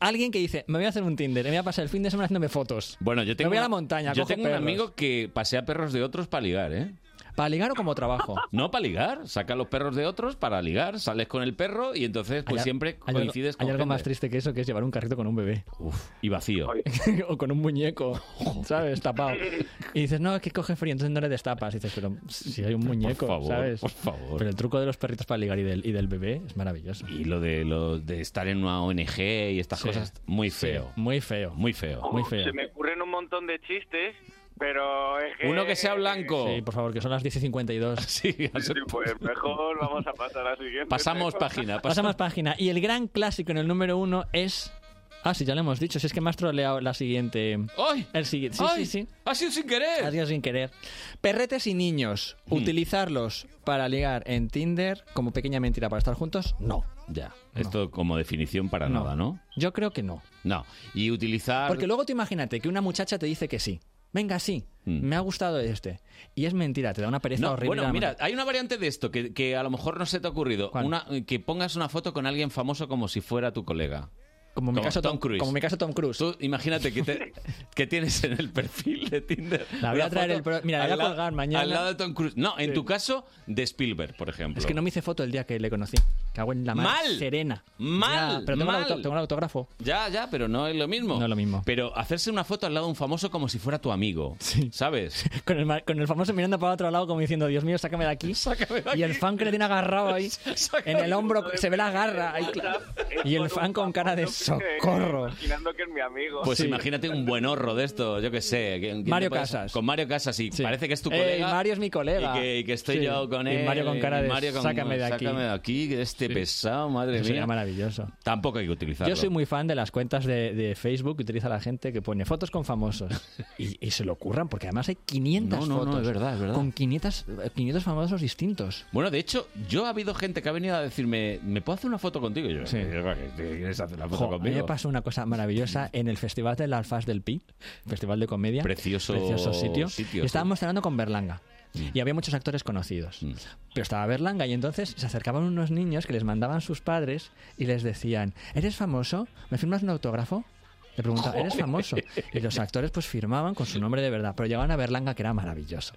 Speaker 26: alguien que dice, me voy a hacer un Tinder, me voy a pasar el fin de semana haciéndome fotos.
Speaker 1: Bueno, yo tengo,
Speaker 26: voy a la
Speaker 1: una-
Speaker 26: montaña,
Speaker 1: yo
Speaker 26: cojo
Speaker 1: tengo un
Speaker 26: perros.
Speaker 1: amigo que pasea perros de otros para ligar, ¿eh?
Speaker 26: ¿Para ligar o como trabajo?
Speaker 1: No para ligar, saca los perros de otros para ligar, sales con el perro y entonces pues
Speaker 26: Hay a-
Speaker 1: siempre
Speaker 26: hay algo-
Speaker 1: coincides con
Speaker 26: Hay algo
Speaker 1: gente.
Speaker 26: más triste que eso, que es llevar un carrito con un bebé. [laughs]
Speaker 1: y vacío.
Speaker 26: o con un muñeco, ¿sabes? Tapado. Y dices, no, es que coge frío, entonces no le destapas. Y dices, pero si hay un muñeco,
Speaker 1: favor,
Speaker 26: ¿sabes?
Speaker 1: por favor.
Speaker 26: Pero el truco de los perritos para ligar y del, y del bebé es maravilloso.
Speaker 1: Y lo de lo de estar en una ONG y estas
Speaker 26: Sí.
Speaker 1: cosas, muy
Speaker 26: Sí,
Speaker 1: feo.
Speaker 26: muy feo.
Speaker 1: Muy feo.
Speaker 26: Muy feo.
Speaker 20: Se me ocurren un montón de chistes, pero es que...
Speaker 1: blanco.
Speaker 26: Sí, por favor, que son las 10 y 52. [laughs]
Speaker 1: Sí,
Speaker 20: Sí, pues mejor vamos a pasar a la siguiente. [laughs]
Speaker 26: Pasamos página. Y el gran clásico en el número uno es. Ah, sí, ya lo hemos dicho. Si es que me has troleado la siguiente.
Speaker 1: ¡Ay!
Speaker 26: El siguiente. Sí,
Speaker 1: ¡Ay!
Speaker 26: sí, sí.
Speaker 1: Ha sido sin querer.
Speaker 26: Ha sido sin querer. Perretes y niños. ¿Utilizarlos para ligar en Tinder como pequeña mentira para estar juntos? No.
Speaker 1: Ya. Esto como definición para
Speaker 26: No.
Speaker 1: nada, ¿no?
Speaker 26: Yo creo que no.
Speaker 1: No. Y utilizar
Speaker 26: Porque luego tú imagínate que una muchacha te dice que sí. Venga, sí. Me ha gustado este. Y es mentira, te da una pereza
Speaker 1: No,
Speaker 26: horrible.
Speaker 1: bueno,
Speaker 26: la
Speaker 1: mira,
Speaker 26: mujer.
Speaker 1: hay una variante de esto que, que a lo mejor no se te ha ocurrido. Una, que pongas una foto con alguien famoso como si fuera tu colega.
Speaker 26: Como en mi caso Tom-
Speaker 1: Cruise.
Speaker 26: como en mi caso Tom Cruise.
Speaker 1: Tú imagínate
Speaker 26: [laughs]
Speaker 1: que, te- que tienes en el perfil de Tinder.
Speaker 26: La voy
Speaker 1: una
Speaker 26: a traer
Speaker 1: foto
Speaker 26: el pro- mira, la
Speaker 1: al
Speaker 26: voy a
Speaker 1: lado-
Speaker 26: colgar mañana.
Speaker 1: Al lado de Tom Cruise. No, en
Speaker 26: Sí.
Speaker 1: tu caso, de Spielberg, por ejemplo.
Speaker 26: Es que no me hice foto el día que le conocí. Cago en la mar
Speaker 1: Mal.
Speaker 26: Serena.
Speaker 1: Mal,
Speaker 26: Ya, pero tengo, el
Speaker 1: mal.
Speaker 26: auto- tengo el autógrafo.
Speaker 1: Ya, ya, pero no es lo mismo. No es lo mismo. Pero hacerse una foto al lado de un famoso como si fuera tu amigo. ¿Sabes?
Speaker 26: Con el, mar- con el famoso mirando para otro lado como diciendo, Dios mío, sácame de aquí. Y el fan que le tiene agarrado
Speaker 1: [laughs]
Speaker 26: ahí en el hombro, se ve la garra. ahí, claro. y el fan con cara de socorro.
Speaker 20: Imaginando que es mi amigo.
Speaker 1: Pues imagínate un buen horro de esto, yo qué sé. que- que
Speaker 26: Mario
Speaker 1: te puedes-
Speaker 26: Casas. Eh,
Speaker 1: Con Mario Casas, y parece que es tu
Speaker 26: Ey,
Speaker 1: colega.
Speaker 26: Mario es mi colega.
Speaker 1: Y que, y que estoy
Speaker 26: Sí.
Speaker 1: yo con
Speaker 26: Y
Speaker 1: él.
Speaker 26: Mario con cara
Speaker 1: y
Speaker 26: de,
Speaker 1: Mario con-
Speaker 26: "Sácame de aquí".
Speaker 1: Sácame de aquí, que este pesado, madre
Speaker 26: Eso
Speaker 1: mía.
Speaker 26: sería maravilloso.
Speaker 1: Tampoco hay que utilizarlo.
Speaker 26: Yo soy muy fan de las cuentas de, de Facebook que utiliza la gente que pone fotos con
Speaker 1: [laughs]
Speaker 26: famosos. Y, y se lo curran, porque además hay 500
Speaker 1: No, no, no,
Speaker 26: fotos.
Speaker 1: es verdad, es verdad.
Speaker 26: Con 500, eh, 500 famosos distintos.
Speaker 1: Bueno, de hecho, yo ha habido gente que ha venido a decirme, ¿me puedo hacer una foto contigo? Y yo, "¿Qué ¿quieres hacer una foto
Speaker 26: Jo, a mí
Speaker 1: conmigo?
Speaker 26: me pasó una cosa maravillosa en el Festival del Alfaz del Pi, Festival de Comedia.
Speaker 1: Precioso
Speaker 26: sitio.
Speaker 1: sitio, Mm.
Speaker 26: Y estábamos cenando con Berlanga. Y había muchos actores conocidos. Pero estaba Berlanga y entonces se acercaban unos niños que les mandaban sus padres y les decían, ¿eres famoso? ¿Me firmas un autógrafo? Le preguntaba, ¿eres famoso? Y los actores pues firmaban con su nombre de verdad, pero llegaban a Berlanga que era maravilloso.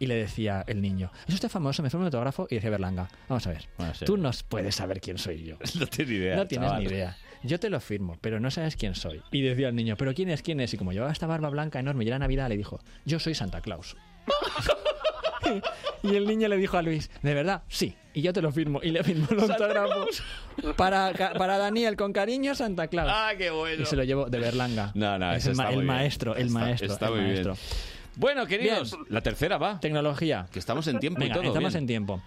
Speaker 26: Y le decía el niño, ¿es usted famoso? ¿Me firma un autógrafo? Y decía Berlanga, vamos a ver,
Speaker 1: Vamos a ver.
Speaker 26: tú
Speaker 1: [laughs]
Speaker 26: no puedes saber quién soy yo.
Speaker 1: No tienes ni idea.
Speaker 26: No tienes
Speaker 1: chaval.
Speaker 26: ni idea. Yo te lo firmo, pero no sabes quién soy. Y decía el niño, ¿pero quién es? ¿Quién es? Y como llevaba esta barba blanca enorme y era Navidad, le dijo, Yo soy Santa Claus. [laughs] y el niño le dijo a Luis, ¿de verdad? Sí. Y yo te lo firmo. Y le firmó el autógrafo. Para, ca- para Daniel, con cariño, Santa Claus.
Speaker 1: Ah, qué bueno.
Speaker 26: Y se lo llevo de Berlanga.
Speaker 1: No, no,
Speaker 26: Es
Speaker 1: eso
Speaker 26: el, ma-
Speaker 1: está
Speaker 26: el
Speaker 1: muy bien.
Speaker 26: maestro, el
Speaker 1: Está-
Speaker 26: maestro.
Speaker 1: está
Speaker 26: el
Speaker 1: muy bien.
Speaker 26: maestro.
Speaker 1: Bueno, queridos, la tercera va.
Speaker 26: Tecnología.
Speaker 1: Que estamos en tiempo
Speaker 26: Venga,
Speaker 1: y todo.
Speaker 26: estamos
Speaker 1: bien.
Speaker 26: en tiempo.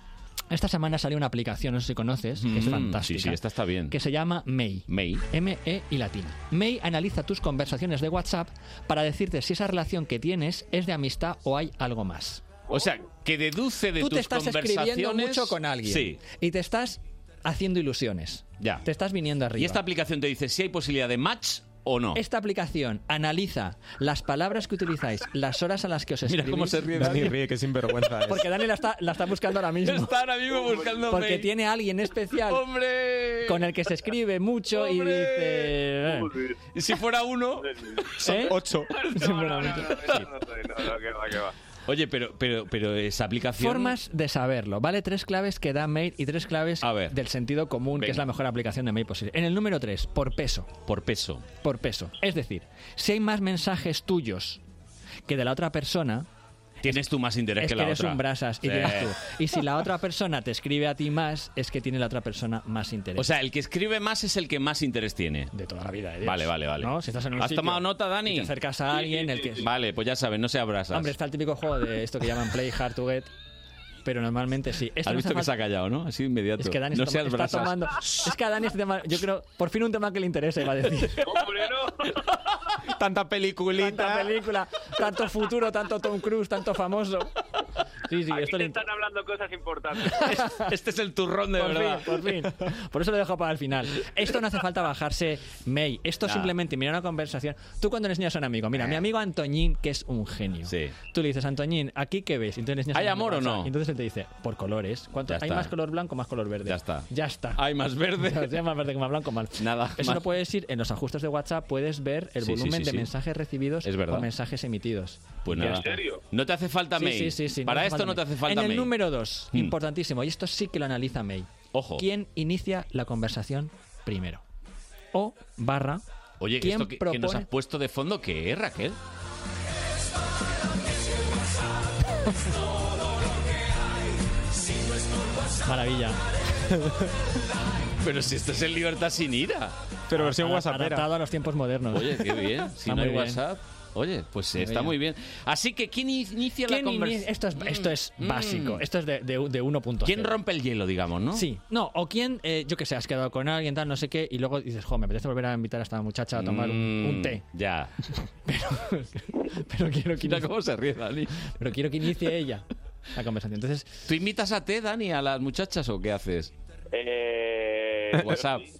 Speaker 26: Esta semana salió una aplicación, no sé si conoces, que es
Speaker 1: Mm,
Speaker 26: fantástica.
Speaker 1: Sí, sí, esta está bien.
Speaker 26: que se llama May.
Speaker 1: May.
Speaker 26: M-E y latín. May analiza tus conversaciones de WhatsApp para decirte si esa relación que tienes es de amistad o hay algo más.
Speaker 1: O sea, que deduce de
Speaker 26: Tú
Speaker 1: tus
Speaker 26: te estás
Speaker 1: conversaciones...
Speaker 26: escribiendo mucho con alguien
Speaker 1: Sí.
Speaker 26: y te estás haciendo ilusiones.
Speaker 1: Ya.
Speaker 26: Te estás viniendo arriba.
Speaker 1: Y esta aplicación te dice si hay posibilidad de match o no. [laughs]
Speaker 26: Esta aplicación analiza las palabras que utilizáis, las horas a las que os escribís.
Speaker 11: Dani ríe, que sinvergüenza es.
Speaker 26: Porque Dani la está, la está buscando ahora mismo.
Speaker 1: Está ahora mismo buscando
Speaker 26: Porque
Speaker 1: May.
Speaker 26: tiene a alguien especial
Speaker 11: ¿eh?
Speaker 1: ¡Hombre!
Speaker 26: con el que se escribe mucho y dice... eh,
Speaker 1: [laughs] Y si fuera uno,
Speaker 26: son ¿Eh? [laughs]
Speaker 1: [laughs] ocho.
Speaker 20: No, no, no, que va, que va.
Speaker 1: Oye, pero, pero, pero esa aplicación.
Speaker 26: Formas de saberlo, ¿vale? Tres claves que da Mail y tres claves del sentido común, que es la mejor aplicación de Mail posible. En el número tres, por peso.
Speaker 1: Por peso.
Speaker 26: Por peso. Es decir, si hay más mensajes tuyos que de la otra persona,
Speaker 1: Tienes tú más interés
Speaker 26: es
Speaker 1: que
Speaker 26: que,
Speaker 1: la
Speaker 26: eres
Speaker 1: otra.
Speaker 26: un brasas. Y,
Speaker 1: Sí.
Speaker 26: dirás
Speaker 1: [laughs]
Speaker 26: tú, y si la otra persona te escribe a ti más, es que tiene la otra persona más interés.
Speaker 1: O sea, el que escribe más es el que más interés tiene.
Speaker 26: De toda la vida. ¿eh?
Speaker 1: Vale, vale, vale.
Speaker 26: ¿No? Si estás en un
Speaker 1: ¿Has
Speaker 26: sitio
Speaker 1: tomado nota, Dani?
Speaker 26: y te acercas a alguien, el que...
Speaker 1: Vale, pues ya sabes, no se abrazas.
Speaker 26: Hombre, está el típico juego de esto que llaman Play Hard to Get, pero normalmente sí. Esto
Speaker 1: Has
Speaker 26: no hace
Speaker 1: visto que
Speaker 26: falta-
Speaker 1: se ha callado, ¿no? Así inmediato.
Speaker 26: Es que Dani
Speaker 1: no
Speaker 26: está,
Speaker 1: seas
Speaker 26: está
Speaker 1: brasas.
Speaker 26: tomando. Es que a Dani este tema, yo creo, por fin un tema que le interesa, iba a
Speaker 1: [laughs]
Speaker 26: decir.
Speaker 1: Tanta peliculita. [laughs]
Speaker 26: Tanta película, tanto futuro, tanto Tom Cruise, tanto famoso. Sí, sí,
Speaker 20: Aquí
Speaker 26: esto
Speaker 20: te
Speaker 26: le inter-
Speaker 20: están hablando cosas importantes.
Speaker 1: Este es el turrón de
Speaker 26: por
Speaker 1: verdad.
Speaker 26: Fin, por fin. Por eso lo dejo para el final. Esto no hace falta bajarse May. Esto
Speaker 1: Nah.
Speaker 26: simplemente, mira una conversación. Tú cuando le enseñas a un amigo, mira,
Speaker 1: Eh.
Speaker 26: mi amigo Antoñín, que es un genio. Tú le dices, Antoñín, ¿aquí qué ves? Y Entonces le enseñas
Speaker 1: ¿Hay
Speaker 26: una
Speaker 1: amor o
Speaker 26: cosa.
Speaker 1: no?
Speaker 26: Y entonces él te dice, por colores. ¿Cuánto?
Speaker 1: Ya
Speaker 26: ¿Hay
Speaker 1: está.
Speaker 26: más color blanco más color verde?
Speaker 1: Ya está.
Speaker 26: Ya está.
Speaker 1: Hay
Speaker 26: [laughs]
Speaker 1: más verde.
Speaker 26: Ya, sea más verde que más blanco, mal.
Speaker 1: Nada.
Speaker 26: Eso
Speaker 1: más.
Speaker 26: no puedes ir en los ajustes de WhatsApp, puedes ver el
Speaker 1: Sí, sí,
Speaker 26: volumen
Speaker 1: sí,
Speaker 26: de
Speaker 1: sí.
Speaker 26: mensajes recibidos
Speaker 1: Es verdad.
Speaker 26: por mensajes emitidos.
Speaker 1: Pues
Speaker 26: Ya
Speaker 1: nada.
Speaker 26: está.
Speaker 1: No te hace falta
Speaker 26: Sí, sí,
Speaker 1: mail.
Speaker 26: sí, sí,
Speaker 1: Para
Speaker 26: hace
Speaker 1: esto no
Speaker 26: falta
Speaker 1: te hace
Speaker 26: May.
Speaker 1: falta
Speaker 26: En el
Speaker 1: mail.
Speaker 26: número dos,
Speaker 1: Hmm.
Speaker 26: importantísimo, y esto sí que lo analiza May.
Speaker 1: Ojo.
Speaker 26: ¿Quién inicia la conversación primero? O barra.
Speaker 1: Oye,
Speaker 26: ¿quién
Speaker 1: ¿esto que, que
Speaker 26: propone...
Speaker 1: nos has puesto de fondo qué es, Raquel?
Speaker 26: Maravilla.
Speaker 1: [laughs] Pero si esto es el libertad sin ira.
Speaker 11: Pero versión
Speaker 26: Ad-
Speaker 11: WhatsAppera.
Speaker 26: Adaptado a los tiempos modernos.
Speaker 1: Oye, qué bien. Si
Speaker 26: Está
Speaker 1: no hay
Speaker 26: muy bien.
Speaker 1: WhatsApp. Oye, pues
Speaker 26: Muy
Speaker 1: está
Speaker 26: bien.
Speaker 1: muy bien. Así que, ¿quién inicia
Speaker 26: ¿Quién
Speaker 1: la
Speaker 26: ini-
Speaker 1: conversación?
Speaker 26: Esto es, esto es
Speaker 1: Mm.
Speaker 26: básico. Esto es de, de, de 1.0.
Speaker 1: ¿Quién rompe el hielo, digamos, no?
Speaker 26: Sí. No, o quién, eh, yo que sé, has quedado con alguien, tal, no sé qué, y luego dices, jo, me apetece volver a invitar a esta muchacha a tomar un, un
Speaker 1: Mm,
Speaker 26: té.
Speaker 1: Ya.
Speaker 26: [laughs] Pero quiero que
Speaker 1: Mira cómo se ríe, Dani.
Speaker 26: Pero quiero que inicie ella la conversación. Entonces,
Speaker 1: ¿Tú invitas a té, Dani, a las muchachas o qué haces?
Speaker 20: Eh,
Speaker 1: [laughs]
Speaker 20: yo
Speaker 1: WhatsApp.
Speaker 20: sí-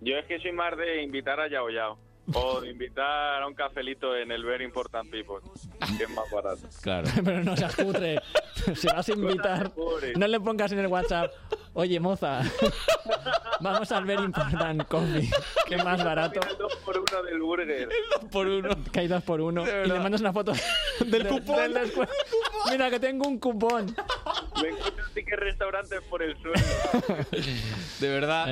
Speaker 20: Yo es que soy más de invitar a Yao Yao. O de invitar a un cafelito en el Very Important People. Que es más barato.
Speaker 1: Claro.
Speaker 26: [laughs] pero no seas cutre. Si vas a invitar, no le pongas en el WhatsApp, oye, moza, [laughs] vamos al ver Important Coffee, que es más barato.
Speaker 20: El 2 [laughs] por 1 del
Speaker 24: [laughs]
Speaker 20: burger.
Speaker 1: por uno.
Speaker 26: Que hay dos por uno. Y le mandas una foto del
Speaker 20: cupón.
Speaker 26: descuento. Mira, que tengo un cupón.
Speaker 20: Me encuentro así que restaurantes por el
Speaker 14: [laughs]
Speaker 20: suelo.
Speaker 1: De verdad,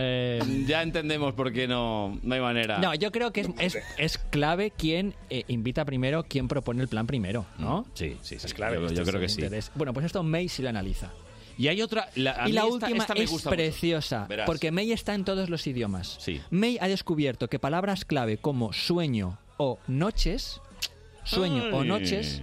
Speaker 1: ya entendemos por qué no, no hay manera.
Speaker 26: Eh, No, yo creo que es, es, es clave quién eh, invita primero, quién propone el plan primero, ¿no?
Speaker 1: Sí, sí, sí.
Speaker 26: Es clave.
Speaker 1: Yo, yo
Speaker 26: Este es
Speaker 1: creo que
Speaker 26: el
Speaker 1: sí.
Speaker 26: interés. Bueno, pues esto May sí lo analiza.
Speaker 1: Y hay otra. La, a
Speaker 26: y
Speaker 1: mí
Speaker 26: la
Speaker 1: esta-
Speaker 26: última
Speaker 1: esta me
Speaker 26: es
Speaker 1: gusta mucho.
Speaker 26: preciosa,
Speaker 1: Verás.
Speaker 26: porque May está en todos los idiomas.
Speaker 1: Sí.
Speaker 26: May ha descubierto que palabras clave como sueño o noches, sueño o
Speaker 1: Ay.
Speaker 26: noches,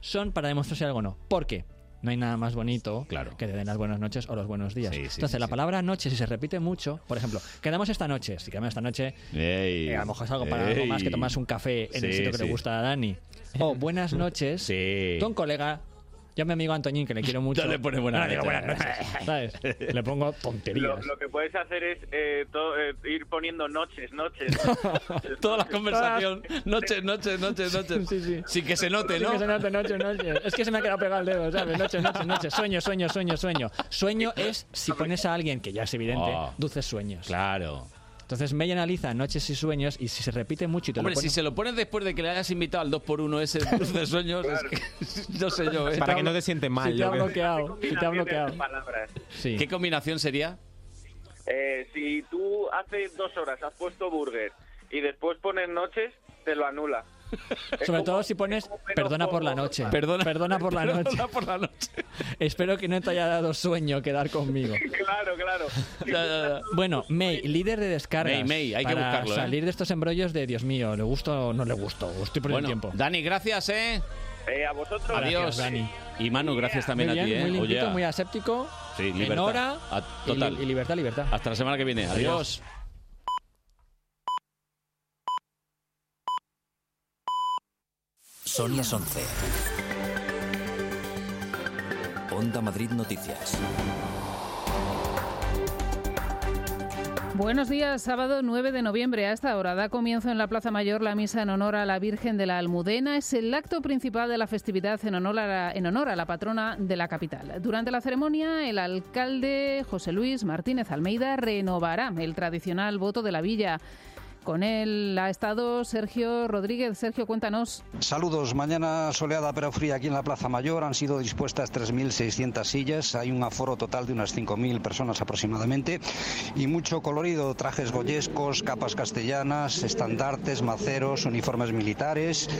Speaker 26: son para demostrar si algo o no. ¿Por qué? No hay nada más bonito que te den las buenas noches o los buenos días. Entonces, la palabra noche, si se repite mucho, por ejemplo, quedamos esta noche, si quedamos esta noche,
Speaker 1: Ey,
Speaker 26: eh, a lo mejor es algo para algo
Speaker 1: ey.
Speaker 26: más que tomarse un café en el
Speaker 1: Sí,
Speaker 26: sitio que
Speaker 1: sí.
Speaker 26: le gusta a Dani.
Speaker 1: [laughs]
Speaker 26: O buenas noches,
Speaker 1: Sí.
Speaker 26: tú a un colega, yo a mi amigo Antoñín, que le quiero mucho.
Speaker 1: No le pones buenas
Speaker 26: no le digo
Speaker 1: noches.
Speaker 26: buenas noches,
Speaker 1: [laughs]
Speaker 26: ¿sabes? Le pongo
Speaker 20: Lo,
Speaker 26: tonterías.
Speaker 20: lo que puedes hacer es eh, to- eh, ir poniendo
Speaker 1: [laughs]
Speaker 20: noches, noches.
Speaker 1: Toda la conversación. Noches, noches, noches, noches.
Speaker 26: Sí, sí.
Speaker 1: Sin que se note,
Speaker 26: Sí,
Speaker 1: ¿no?
Speaker 26: que se note, noche, noche. Es que se me ha quedado pegado el dedo, ¿sabes? Noche, noche, noche. Sueño, sueño, sueño, sueño. Sueño es si pones a alguien, que ya es evidente,
Speaker 1: Oh.
Speaker 26: dulces sueños.
Speaker 1: Claro.
Speaker 26: Entonces May analiza noches y sueños y si se repite mucho y te
Speaker 1: Hombre,
Speaker 26: lo
Speaker 1: si
Speaker 26: pones...
Speaker 1: se lo pones después de que le hayas invitado al 2x1 ese de sueños, es que- [laughs] no sé yo, ¿eh?
Speaker 11: Para que no te sientes mal.
Speaker 26: Si te ha
Speaker 11: yo creo.
Speaker 1: [laughs]
Speaker 26: bloqueado, si te ha bloqueado.
Speaker 20: Palabras.
Speaker 1: ¿Qué combinación sería?
Speaker 20: Eh, si tú hace dos horas has puesto burger y después pones noches, te lo anula.
Speaker 26: Sobre todo si pones perdona por la noche.
Speaker 1: Perdona-
Speaker 26: por la noche.
Speaker 1: Perdona por la noche.
Speaker 26: [laughs] Espero que no te haya dado sueño quedar
Speaker 1: [laughs]
Speaker 26: conmigo.
Speaker 20: [laughs] Claro, claro.
Speaker 26: Bueno, May, líder de descargas.
Speaker 1: May, May, hay que
Speaker 26: para
Speaker 1: buscarlo, ¿eh?
Speaker 26: salir de estos embrollos de Dios mío, ¿le gusto o no le gusto? Estoy perdiendo
Speaker 1: Bueno,
Speaker 26: tiempo.
Speaker 1: Dani, gracias, ¿eh?
Speaker 20: Eh, a vosotros.
Speaker 26: Gracias,
Speaker 1: Adiós.
Speaker 26: Dani.
Speaker 1: Y Manu, gracias también
Speaker 26: muy
Speaker 1: a ti,
Speaker 26: bien,
Speaker 1: ¿eh?
Speaker 26: muy
Speaker 1: Oye,
Speaker 26: limpito,
Speaker 1: a-
Speaker 26: muy aséptico.
Speaker 1: sí,
Speaker 26: en
Speaker 1: libertad.
Speaker 26: hora
Speaker 1: A-
Speaker 26: y li-
Speaker 1: total.
Speaker 26: y libertad, libertad.
Speaker 1: Hasta la semana que viene. Adiós.
Speaker 5: Son las 11. Onda Madrid Noticias.
Speaker 35: Buenos días, sábado 9 de noviembre. A esta hora da comienzo en la Plaza Mayor la misa en honor a la Virgen de la Almudena. Es el acto principal de la festividad en honor a la, en honor a la patrona de la capital. Durante la ceremonia, el alcalde José Luis Martínez Almeida renovará el tradicional voto de la villa. Con él ha estado Sergio Rodríguez. Sergio, cuéntanos.
Speaker 16: Saludos, mañana soleada pero fría aquí en la Plaza Mayor. Han sido dispuestas 3.600 sillas, hay un aforo total de unas 5.000 personas aproximadamente y mucho colorido, trajes goyescos, capas castellanas, estandartes, maceros, uniformes militares,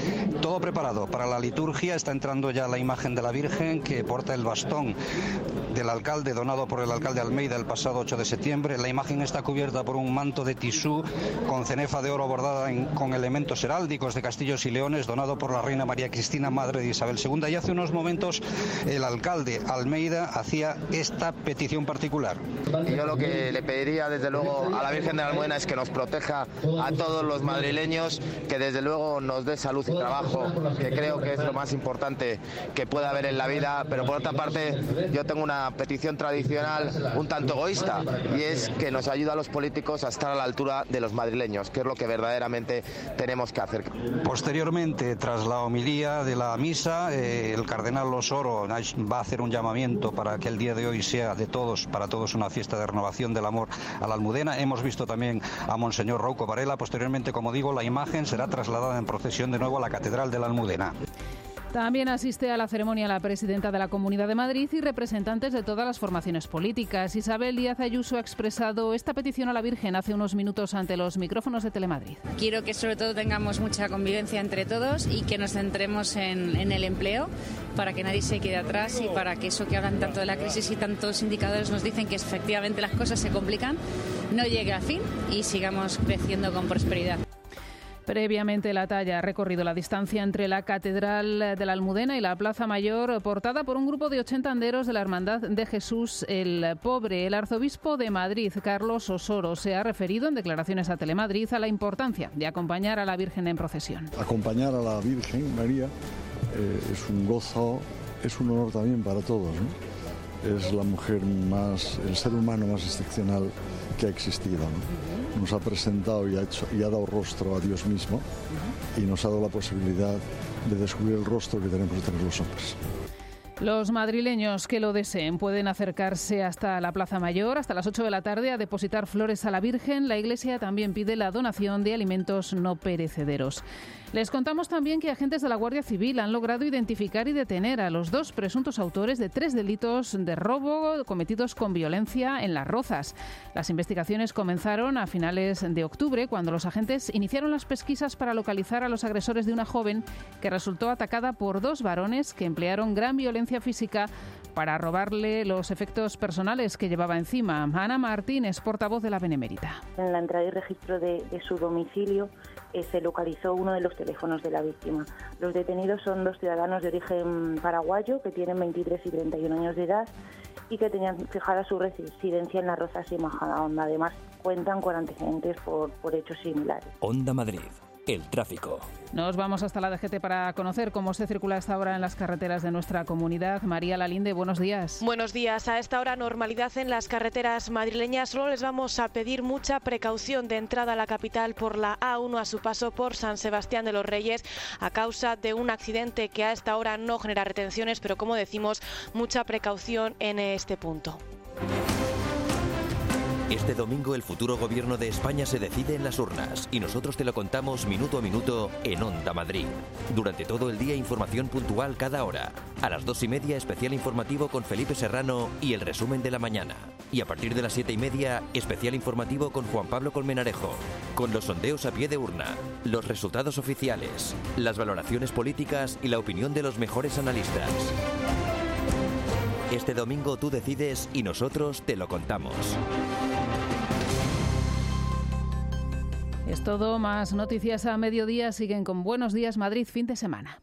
Speaker 16: todo preparado para la liturgia. Está entrando ya la imagen de la Virgen que porta el bastón del alcalde, donado por el alcalde Almeida el pasado 8 de septiembre. La imagen está cubierta por un manto de tisú con cenefa de oro bordada en- con elementos heráldicos de castillos y leones, donado por la reina María Cristina, madre de Isabel II. Y hace unos momentos el alcalde Almeida hacía esta petición particular.
Speaker 36: Y yo lo que le pediría desde luego a la Virgen de la Almudena es que nos proteja a todos los madrileños, que desde luego nos dé salud y trabajo, que creo que es lo más importante que pueda haber en la vida. Pero por otra parte, yo tengo una petición tradicional un tanto egoísta y es que nos ayude a los políticos a estar a la altura de los madrileños, que es lo que verdaderamente tenemos que hacer.
Speaker 16: Posteriormente, tras la homilía de la misa, eh, el cardenal Osoro va a hacer un llamamiento para que el día de hoy sea de todos, para todos, una fiesta de renovación del amor a la almudena. Hemos visto también a Monseñor Rouco Varela. Posteriormente, como digo, la imagen será trasladada en procesión de nuevo a la Catedral de la Almudena.
Speaker 2: También asiste a la ceremonia la presidenta de la Comunidad de Madrid y representantes de todas las formaciones políticas. Isabel Díaz Ayuso ha expresado esta petición a la Virgen hace unos minutos ante los micrófonos de Telemadrid.
Speaker 13: Quiero que sobre todo tengamos mucha convivencia entre todos y que nos centremos en, en el empleo para que nadie se quede atrás y para que eso que hablan tanto de la crisis y tantos indicadores nos dicen que efectivamente las cosas se complican, no llegue a fin y sigamos creciendo con prosperidad.
Speaker 2: Previamente la talla ha recorrido la distancia entre la Catedral de la Almudena y la Plaza Mayor, portada por un grupo de 80 anderos de la Hermandad de Jesús el Pobre. El arzobispo de Madrid, Carlos Osoro, se ha referido en declaraciones a Telemadrid a la importancia de acompañar a la Virgen en procesión.
Speaker 37: Acompañar a la Virgen María eh, es un gozo, es un honor también para todos. ¿no? Es la mujer más, el ser humano más excepcional que ha existido. ¿no? Nos ha presentado y ha, hecho, y ha dado rostro a Dios mismo y nos ha dado la posibilidad de descubrir el rostro que tenemos que tener los hombres.
Speaker 2: Los madrileños que lo deseen pueden acercarse hasta la Plaza Mayor hasta las 8 de la tarde a depositar flores a la Virgen. La Iglesia también pide la donación de alimentos no perecederos. Les contamos también que agentes de la Guardia Civil han logrado identificar y detener a los dos presuntos autores de tres delitos de robo cometidos con violencia en Las Rozas. Las investigaciones comenzaron a finales de octubre cuando los agentes iniciaron las pesquisas para localizar a los agresores de una joven que resultó atacada por dos varones que emplearon gran violencia física para robarle los efectos personales que llevaba encima. Ana Martínez, portavoz de la Benemérita.
Speaker 28: En la entrada y registro de, de su domicilio eh, se localizó uno de los teléfonos de la víctima. Los detenidos son dos ciudadanos de origen paraguayo que tienen 23 y 31 años de edad y que tenían fijada su residencia en Las Rozas y Majadahonda. Además, cuentan con antecedentes por, por hechos similares.
Speaker 38: Onda Madrid. El tráfico.
Speaker 2: Nos vamos hasta la DGT para conocer cómo se circula hasta ahora en las carreteras de nuestra comunidad. María Lalinde, buenos días.
Speaker 25: Buenos días. A esta hora normalidad en las carreteras madrileñas. Solo les vamos a pedir mucha precaución de entrada a la capital por la A1 a su paso por San Sebastián de los Reyes a causa de un accidente que a esta hora no genera retenciones, pero como decimos, mucha precaución en este punto.
Speaker 5: Este domingo el futuro gobierno de España se decide en las urnas y nosotros te lo contamos minuto a minuto en Onda Madrid. Durante todo el día información puntual cada hora. A las dos y media especial informativo con Felipe Serrano y el resumen de la mañana. Y a partir de las siete y media especial informativo con Juan Pablo Colmenarejo. Con los sondeos a pie de urna, los resultados oficiales, las valoraciones políticas y la opinión de los mejores analistas. Este domingo tú decides y nosotros te lo contamos.
Speaker 2: Es todo, más noticias a mediodía. Siguen con Buenos Días Madrid, fin de semana.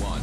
Speaker 39: One,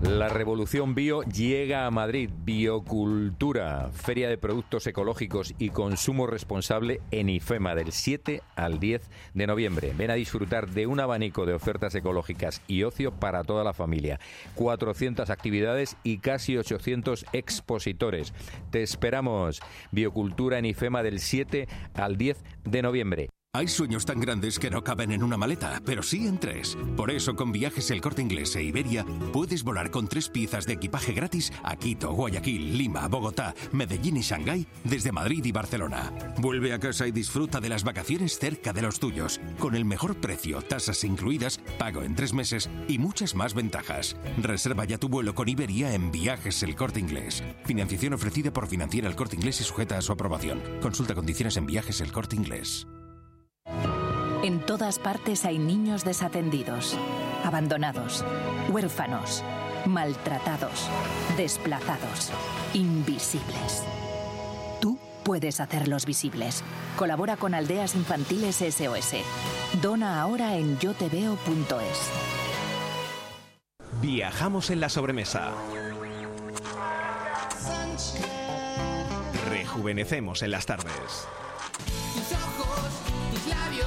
Speaker 7: La revolución bio llega a Madrid. Biocultura, feria de productos ecológicos y consumo responsable en IFEMA del 7 al 10 de noviembre. Ven a disfrutar de un abanico de ofertas ecológicas y ocio para toda la familia. 400 actividades y casi 800 expositores. Te esperamos. Biocultura en IFEMA del 7 al 10 de noviembre.
Speaker 8: Hay sueños tan grandes que no caben en una maleta, pero sí en tres. Por eso con viajes El Corte Inglés e Iberia puedes volar con tres piezas de equipaje gratis a Quito, Guayaquil, Lima, Bogotá, Medellín y Shanghái desde Madrid y Barcelona. Vuelve a casa y disfruta de las vacaciones cerca de los tuyos, con el mejor precio, tasas incluidas, pago en tres meses y muchas más ventajas. Reserva ya tu vuelo con Iberia en Viajes El Corte Inglés. Financiación ofrecida por Financiera El Corte Inglés y sujeta a su aprobación. Consulta condiciones en Viajes El Corte Inglés.
Speaker 34: En todas partes hay niños desatendidos, abandonados, huérfanos, maltratados, desplazados, invisibles. Tú puedes hacerlos visibles. Colabora con Aldeas Infantiles SOS. Dona ahora en yoteveo.es.
Speaker 14: Viajamos en la sobremesa. Rejuvenecemos en las tardes.
Speaker 2: Tus ojos, tus labios.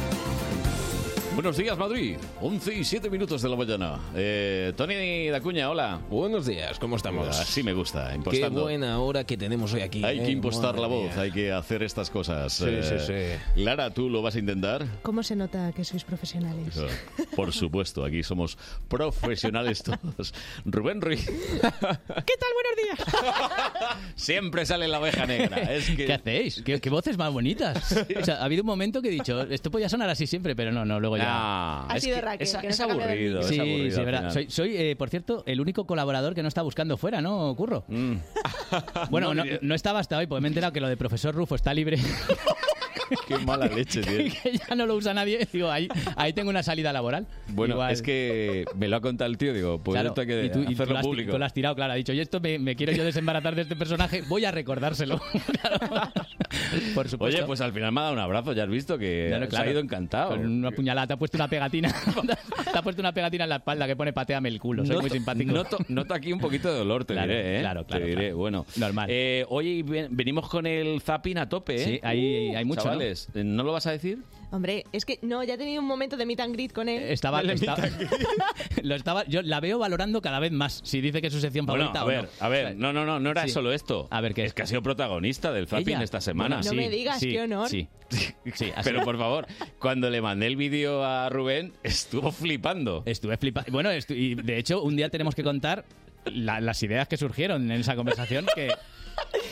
Speaker 1: Buenos días, Madrid. 11 y 7 minutos de la mañana. Eh, Tony Dacuña, hola.
Speaker 11: Buenos días, ¿cómo estamos?
Speaker 1: Así me gusta,
Speaker 11: Qué
Speaker 1: impostando.
Speaker 11: buena hora que tenemos hoy aquí.
Speaker 1: Hay
Speaker 11: ¿eh?
Speaker 1: que impostar
Speaker 11: Madre
Speaker 1: la voz,
Speaker 11: mía.
Speaker 1: hay que hacer estas cosas.
Speaker 11: Sí, sí,
Speaker 1: sí. Lara, ¿tú lo vas a intentar?
Speaker 22: ¿Cómo se nota que sois profesionales?
Speaker 1: Eso, Por supuesto, aquí somos profesionales todos. Rubén Ruiz.
Speaker 22: ¿Qué tal? Buenos días.
Speaker 1: [laughs] Siempre sale la oveja negra. Es que...
Speaker 23: ¿Qué hacéis? ¿Qué, qué voces más
Speaker 1: [laughs]
Speaker 23: bonitas? O sea, ha habido un momento que he dicho, esto podía sonar así siempre, pero no, no, luego ya.
Speaker 1: Ha Ah. es sido que Raquel, es- que nos es ha cambiado el aburrido, micro. es
Speaker 23: Sí,
Speaker 1: aburrido
Speaker 23: sí,
Speaker 1: al
Speaker 23: verdad.
Speaker 1: final.
Speaker 23: Soy, soy, eh, por cierto, el único colaborador que no está buscando fuera, ¿no, Curro?
Speaker 1: Mm.
Speaker 23: [laughs]
Speaker 1: [laughs]
Speaker 23: Bueno, no, no estaba hasta hoy, porque me he enterado que lo de profesor Rufo está libre. [laughs]
Speaker 1: Qué mala leche, tío.
Speaker 23: que ya no lo usa nadie. Digo, ahí, ahí tengo una salida laboral.
Speaker 1: Bueno,
Speaker 23: Igual.
Speaker 1: es que me lo ha contado el tío, digo, pues
Speaker 23: Claro,
Speaker 1: esto hay que
Speaker 23: y tú, y tú
Speaker 1: hacerlo
Speaker 23: lo has, ti-
Speaker 1: público.
Speaker 23: tú lo has tirado, claro. Ha dicho, yo esto me, me quiero yo desembarazar de este personaje, voy a recordárselo. Por supuesto.
Speaker 1: Oye, pues al final me ha dado un abrazo, ya has visto [laughs] que
Speaker 23: [laughs] Claro,
Speaker 1: se
Speaker 23: claro.
Speaker 1: ha ido encantado.
Speaker 23: Con una puñalada, te ha puesto una pegatina. [laughs] te ha puesto una pegatina en la espalda que pone pateame el culo. Soy
Speaker 1: Noto-
Speaker 23: muy simpático.
Speaker 1: Noto, noto aquí un poquito de dolor, te
Speaker 23: Claro,
Speaker 1: diré, ¿eh?
Speaker 23: claro, claro,
Speaker 1: Te diré,
Speaker 23: claro.
Speaker 1: bueno. Normal. hoy ven- venimos con el zapping a tope, ¿eh?
Speaker 23: Sí, hay- hay mucho, ¿no?
Speaker 1: Chavales, Eh, ¿no? lo vas a decir?
Speaker 22: Hombre, es que no, ya he tenido un momento de meet and greet con él.
Speaker 23: Estaba, estaba- [laughs] lo estaba, yo la veo valorando cada vez más. Si dice que es su sección
Speaker 1: Bueno,
Speaker 23: favorita
Speaker 1: a
Speaker 23: o no.
Speaker 1: ver, a ver, no, no, no, no era
Speaker 23: Sí.
Speaker 1: solo esto. A ver, ¿qué? Es que ha sido protagonista del zapping
Speaker 23: Ella.
Speaker 1: esta semana.
Speaker 23: Bueno, No sí, me digas, sí, qué honor. sí. ha
Speaker 1: Pero
Speaker 23: sido.
Speaker 1: por favor, cuando le mandé el vídeo a Rubén, estuvo flipando.
Speaker 23: Estuve flipando. Bueno, estu- y de hecho, un día tenemos que contar la- las ideas que surgieron en esa conversación que.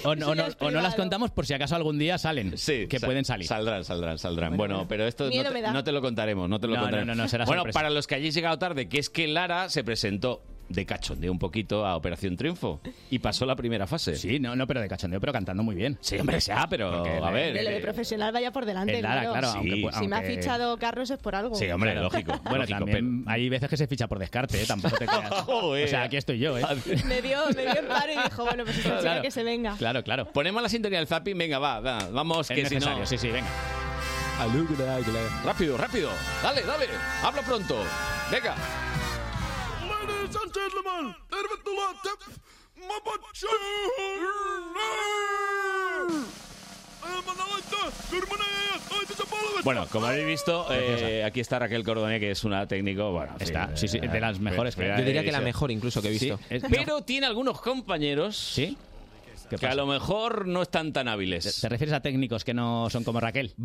Speaker 23: O, no-
Speaker 1: Eso
Speaker 23: o
Speaker 1: ya
Speaker 23: no,
Speaker 1: es
Speaker 23: o no las
Speaker 1: privado.
Speaker 23: contamos por si acaso algún día salen. Sí. Que
Speaker 1: Sa-
Speaker 23: pueden salir.
Speaker 1: Saldrán, saldrán, saldrán. Bueno, pero esto no
Speaker 23: Miedo
Speaker 1: te,
Speaker 23: me da.
Speaker 1: no te lo contaremos, no te lo
Speaker 23: No, no,
Speaker 1: contaremos.
Speaker 23: no, no, será
Speaker 1: bueno,
Speaker 23: sorpresa.
Speaker 1: para los que hayáis llegado tarde, que es que Lara se presentó de cachondeo un poquito a Operación Triunfo y pasó la primera fase.
Speaker 23: Sí, no, no, pero de cachondeo, pero cantando muy bien.
Speaker 1: Sí, hombre, sea, pero a ver. eh,
Speaker 22: De lo de profesional vaya por delante.
Speaker 23: Es Lara, eh, claro, aunque
Speaker 22: si
Speaker 23: pu-
Speaker 22: me ha
Speaker 23: aunque-
Speaker 22: fichado Carlos es por algo.
Speaker 23: Claro.
Speaker 12: [laughs]
Speaker 23: Bueno, también hay veces que se ficha por descarte, ¿eh? tampoco te
Speaker 1: [laughs]
Speaker 23: creas.
Speaker 1: Joder.
Speaker 23: O sea, aquí estoy yo, ¿eh?
Speaker 22: Me vio, me vio en paro y dijo, bueno, pues esta chica
Speaker 1: Claro.
Speaker 22: que se venga.
Speaker 23: Claro, claro.
Speaker 1: Ponemos la sintonía del zapping, venga, va, va, vamos,
Speaker 23: Es
Speaker 1: que si
Speaker 23: necesario,
Speaker 1: no...
Speaker 23: sí, sí, venga.
Speaker 1: Rápido, rápido. Dale, dale. Habla pronto. Venga.
Speaker 2: Ladies and gentlemen, Ermetullah Tep, Mapachu.
Speaker 1: Bueno, como habéis visto, eh, aquí está Raquel Cordone, que es una técnico, bueno, eh, está,
Speaker 23: sí, sí, de las mejores que-
Speaker 11: Yo diría que la mejor incluso que he visto.
Speaker 1: pero tiene algunos compañeros, sí, que a
Speaker 23: pasa?
Speaker 1: lo mejor no están tan hábiles.
Speaker 23: ¿Te refieres a técnicos que no son como Raquel?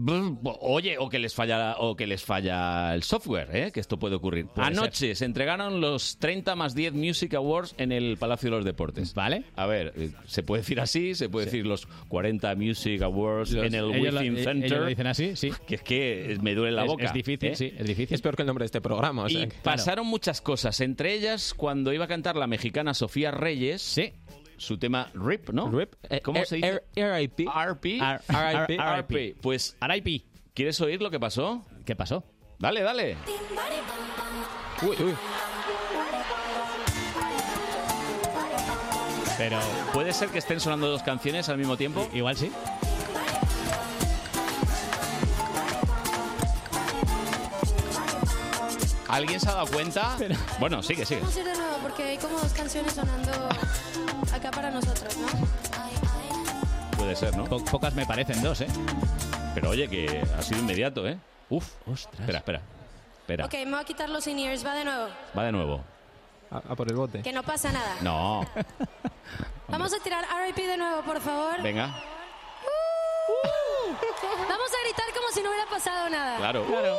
Speaker 1: Oye, o que les falla, o que les falla el software, ¿eh? que esto puede ocurrir. Anoche se entregaron los 30 más 10 Music Awards en el Palacio de los Deportes. Vale. A ver, eh, se puede decir así, se puede decir los 40 Music Awards
Speaker 23: Los-
Speaker 1: en el
Speaker 23: ellos lo-
Speaker 1: Within
Speaker 23: eh,
Speaker 1: Center.
Speaker 23: ellos lo dicen así, sí.
Speaker 1: [laughs] Que es que me duele la
Speaker 23: Es-
Speaker 1: boca.
Speaker 23: es difícil,
Speaker 1: ¿eh?
Speaker 23: sí, es difícil.
Speaker 11: Es peor que el nombre de este programa. O sea,
Speaker 1: Y
Speaker 11: que-
Speaker 1: pasaron muchas cosas, entre ellas cuando iba a cantar la mexicana Sofía Reyes. Su tema RIP, ¿no? RIP.
Speaker 23: eh,
Speaker 1: ¿Cómo
Speaker 11: Eh,
Speaker 23: er,
Speaker 11: R-
Speaker 1: se dice?
Speaker 11: R.I.P.
Speaker 1: RP.
Speaker 11: R.I.P.
Speaker 1: RIP. Pues RIP. ¿Quieres oír lo que pasó?
Speaker 23: ¿Qué pasó?
Speaker 1: Dale, dale.
Speaker 2: Bueno.
Speaker 1: Uy, uy. Pero puede ser que estén sonando dos canciones al mismo tiempo.
Speaker 23: Igual sí.
Speaker 1: ¿Alguien se ha dado cuenta? Bueno, sigue, sigue.
Speaker 15: Vamos a ir de nuevo porque hay como dos canciones sonando acá para nosotros, ¿no?
Speaker 1: Puede ser, ¿no?
Speaker 23: pocas me parecen dos, ¿eh?
Speaker 1: Pero oye, que ha sido inmediato, ¿eh? Uf, ostras. Espera, espera. Espera.
Speaker 15: Ok, me voy a quitar los in-ears, va de nuevo.
Speaker 1: Va de nuevo. A, por el bote.
Speaker 15: Que no pasa nada.
Speaker 1: No.
Speaker 15: Vamos a tirar RIP de nuevo, por favor.
Speaker 1: Venga. Uh.
Speaker 15: Vamos a gritar como si no hubiera pasado nada.
Speaker 1: Claro. Claro.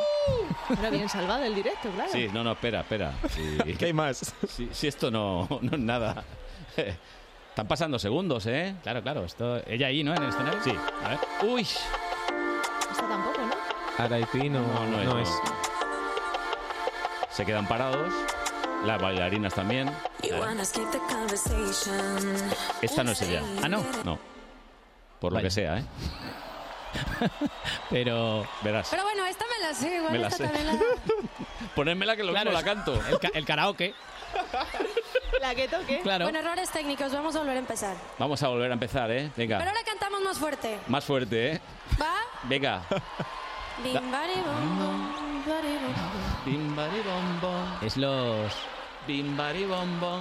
Speaker 12: Era bien salvado el directo, claro.
Speaker 1: Sí, no, no, espera, espera. [laughs] ¿Qué hay más? Si, si esto no, no es nada. Están pasando segundos, ¿eh?
Speaker 23: Claro, claro. Esto, ella ahí, ¿no? En el escenario.
Speaker 1: Sí.
Speaker 23: A ver.
Speaker 1: Uy.
Speaker 12: Esto tampoco, ¿no?
Speaker 11: Araipi no,
Speaker 1: No, no es, no. Se quedan parados. Las bailarinas también. Esta no es ella.
Speaker 23: Ah, no.
Speaker 1: No. Por lo que sea, ¿eh? [laughs]
Speaker 23: Pero.
Speaker 1: Verás.
Speaker 15: Pero bueno, esta me la sé, igual
Speaker 1: Me la
Speaker 15: esta
Speaker 1: sé.
Speaker 15: también
Speaker 1: [laughs]
Speaker 15: la-
Speaker 1: Ponérmela que lo
Speaker 23: Claro,
Speaker 1: mismo la
Speaker 23: es-
Speaker 1: canto.
Speaker 23: El, ca- el karaoke.
Speaker 15: La que toque.
Speaker 1: Claro.
Speaker 15: Bueno, errores técnicos, vamos a volver a empezar.
Speaker 1: Vamos a volver a empezar, ¿eh? Venga.
Speaker 15: Pero ahora cantamos más fuerte.
Speaker 1: Más fuerte, ¿eh?
Speaker 15: ¿Va?
Speaker 1: Venga.
Speaker 15: Bim, bari, bom, bom, bari, bom.
Speaker 23: Es los.
Speaker 1: Bim, bari, bom, bom.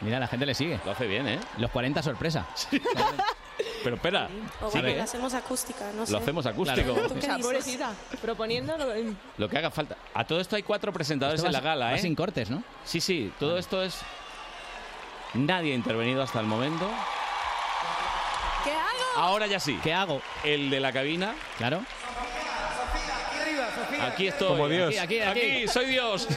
Speaker 23: Mira, la gente le sigue.
Speaker 1: Lo hace bien, ¿eh?
Speaker 23: Los 40
Speaker 1: [laughs]
Speaker 23: sorpresa.
Speaker 1: Pero espera.
Speaker 15: O
Speaker 23: Sí,
Speaker 15: bueno,
Speaker 23: ¿eh?
Speaker 15: la hacemos acústica, no sé.
Speaker 1: Lo hacemos acústico.
Speaker 15: Claro. ¿Tú
Speaker 12: O
Speaker 15: qué
Speaker 12: sea,
Speaker 15: dices?
Speaker 12: pobrecita, proponiendo lo- en-
Speaker 1: Lo que haga falta. A todo esto hay cuatro presentadores
Speaker 23: Esto
Speaker 1: en
Speaker 23: va
Speaker 1: la
Speaker 23: sin-
Speaker 1: gala,
Speaker 23: va
Speaker 1: ¿eh?
Speaker 23: sin cortes, ¿no?
Speaker 1: Sí, sí. Todo esto es. Nadie ha intervenido hasta el momento.
Speaker 15: ¿Qué hago?
Speaker 1: Ahora ya sí.
Speaker 23: ¿Qué hago?
Speaker 1: El de la cabina.
Speaker 23: Claro.
Speaker 1: Aquí estoy.
Speaker 23: Como Dios. Aquí, aquí, aquí.
Speaker 1: [laughs] Aquí,
Speaker 23: [laughs]
Speaker 1: soy Dios.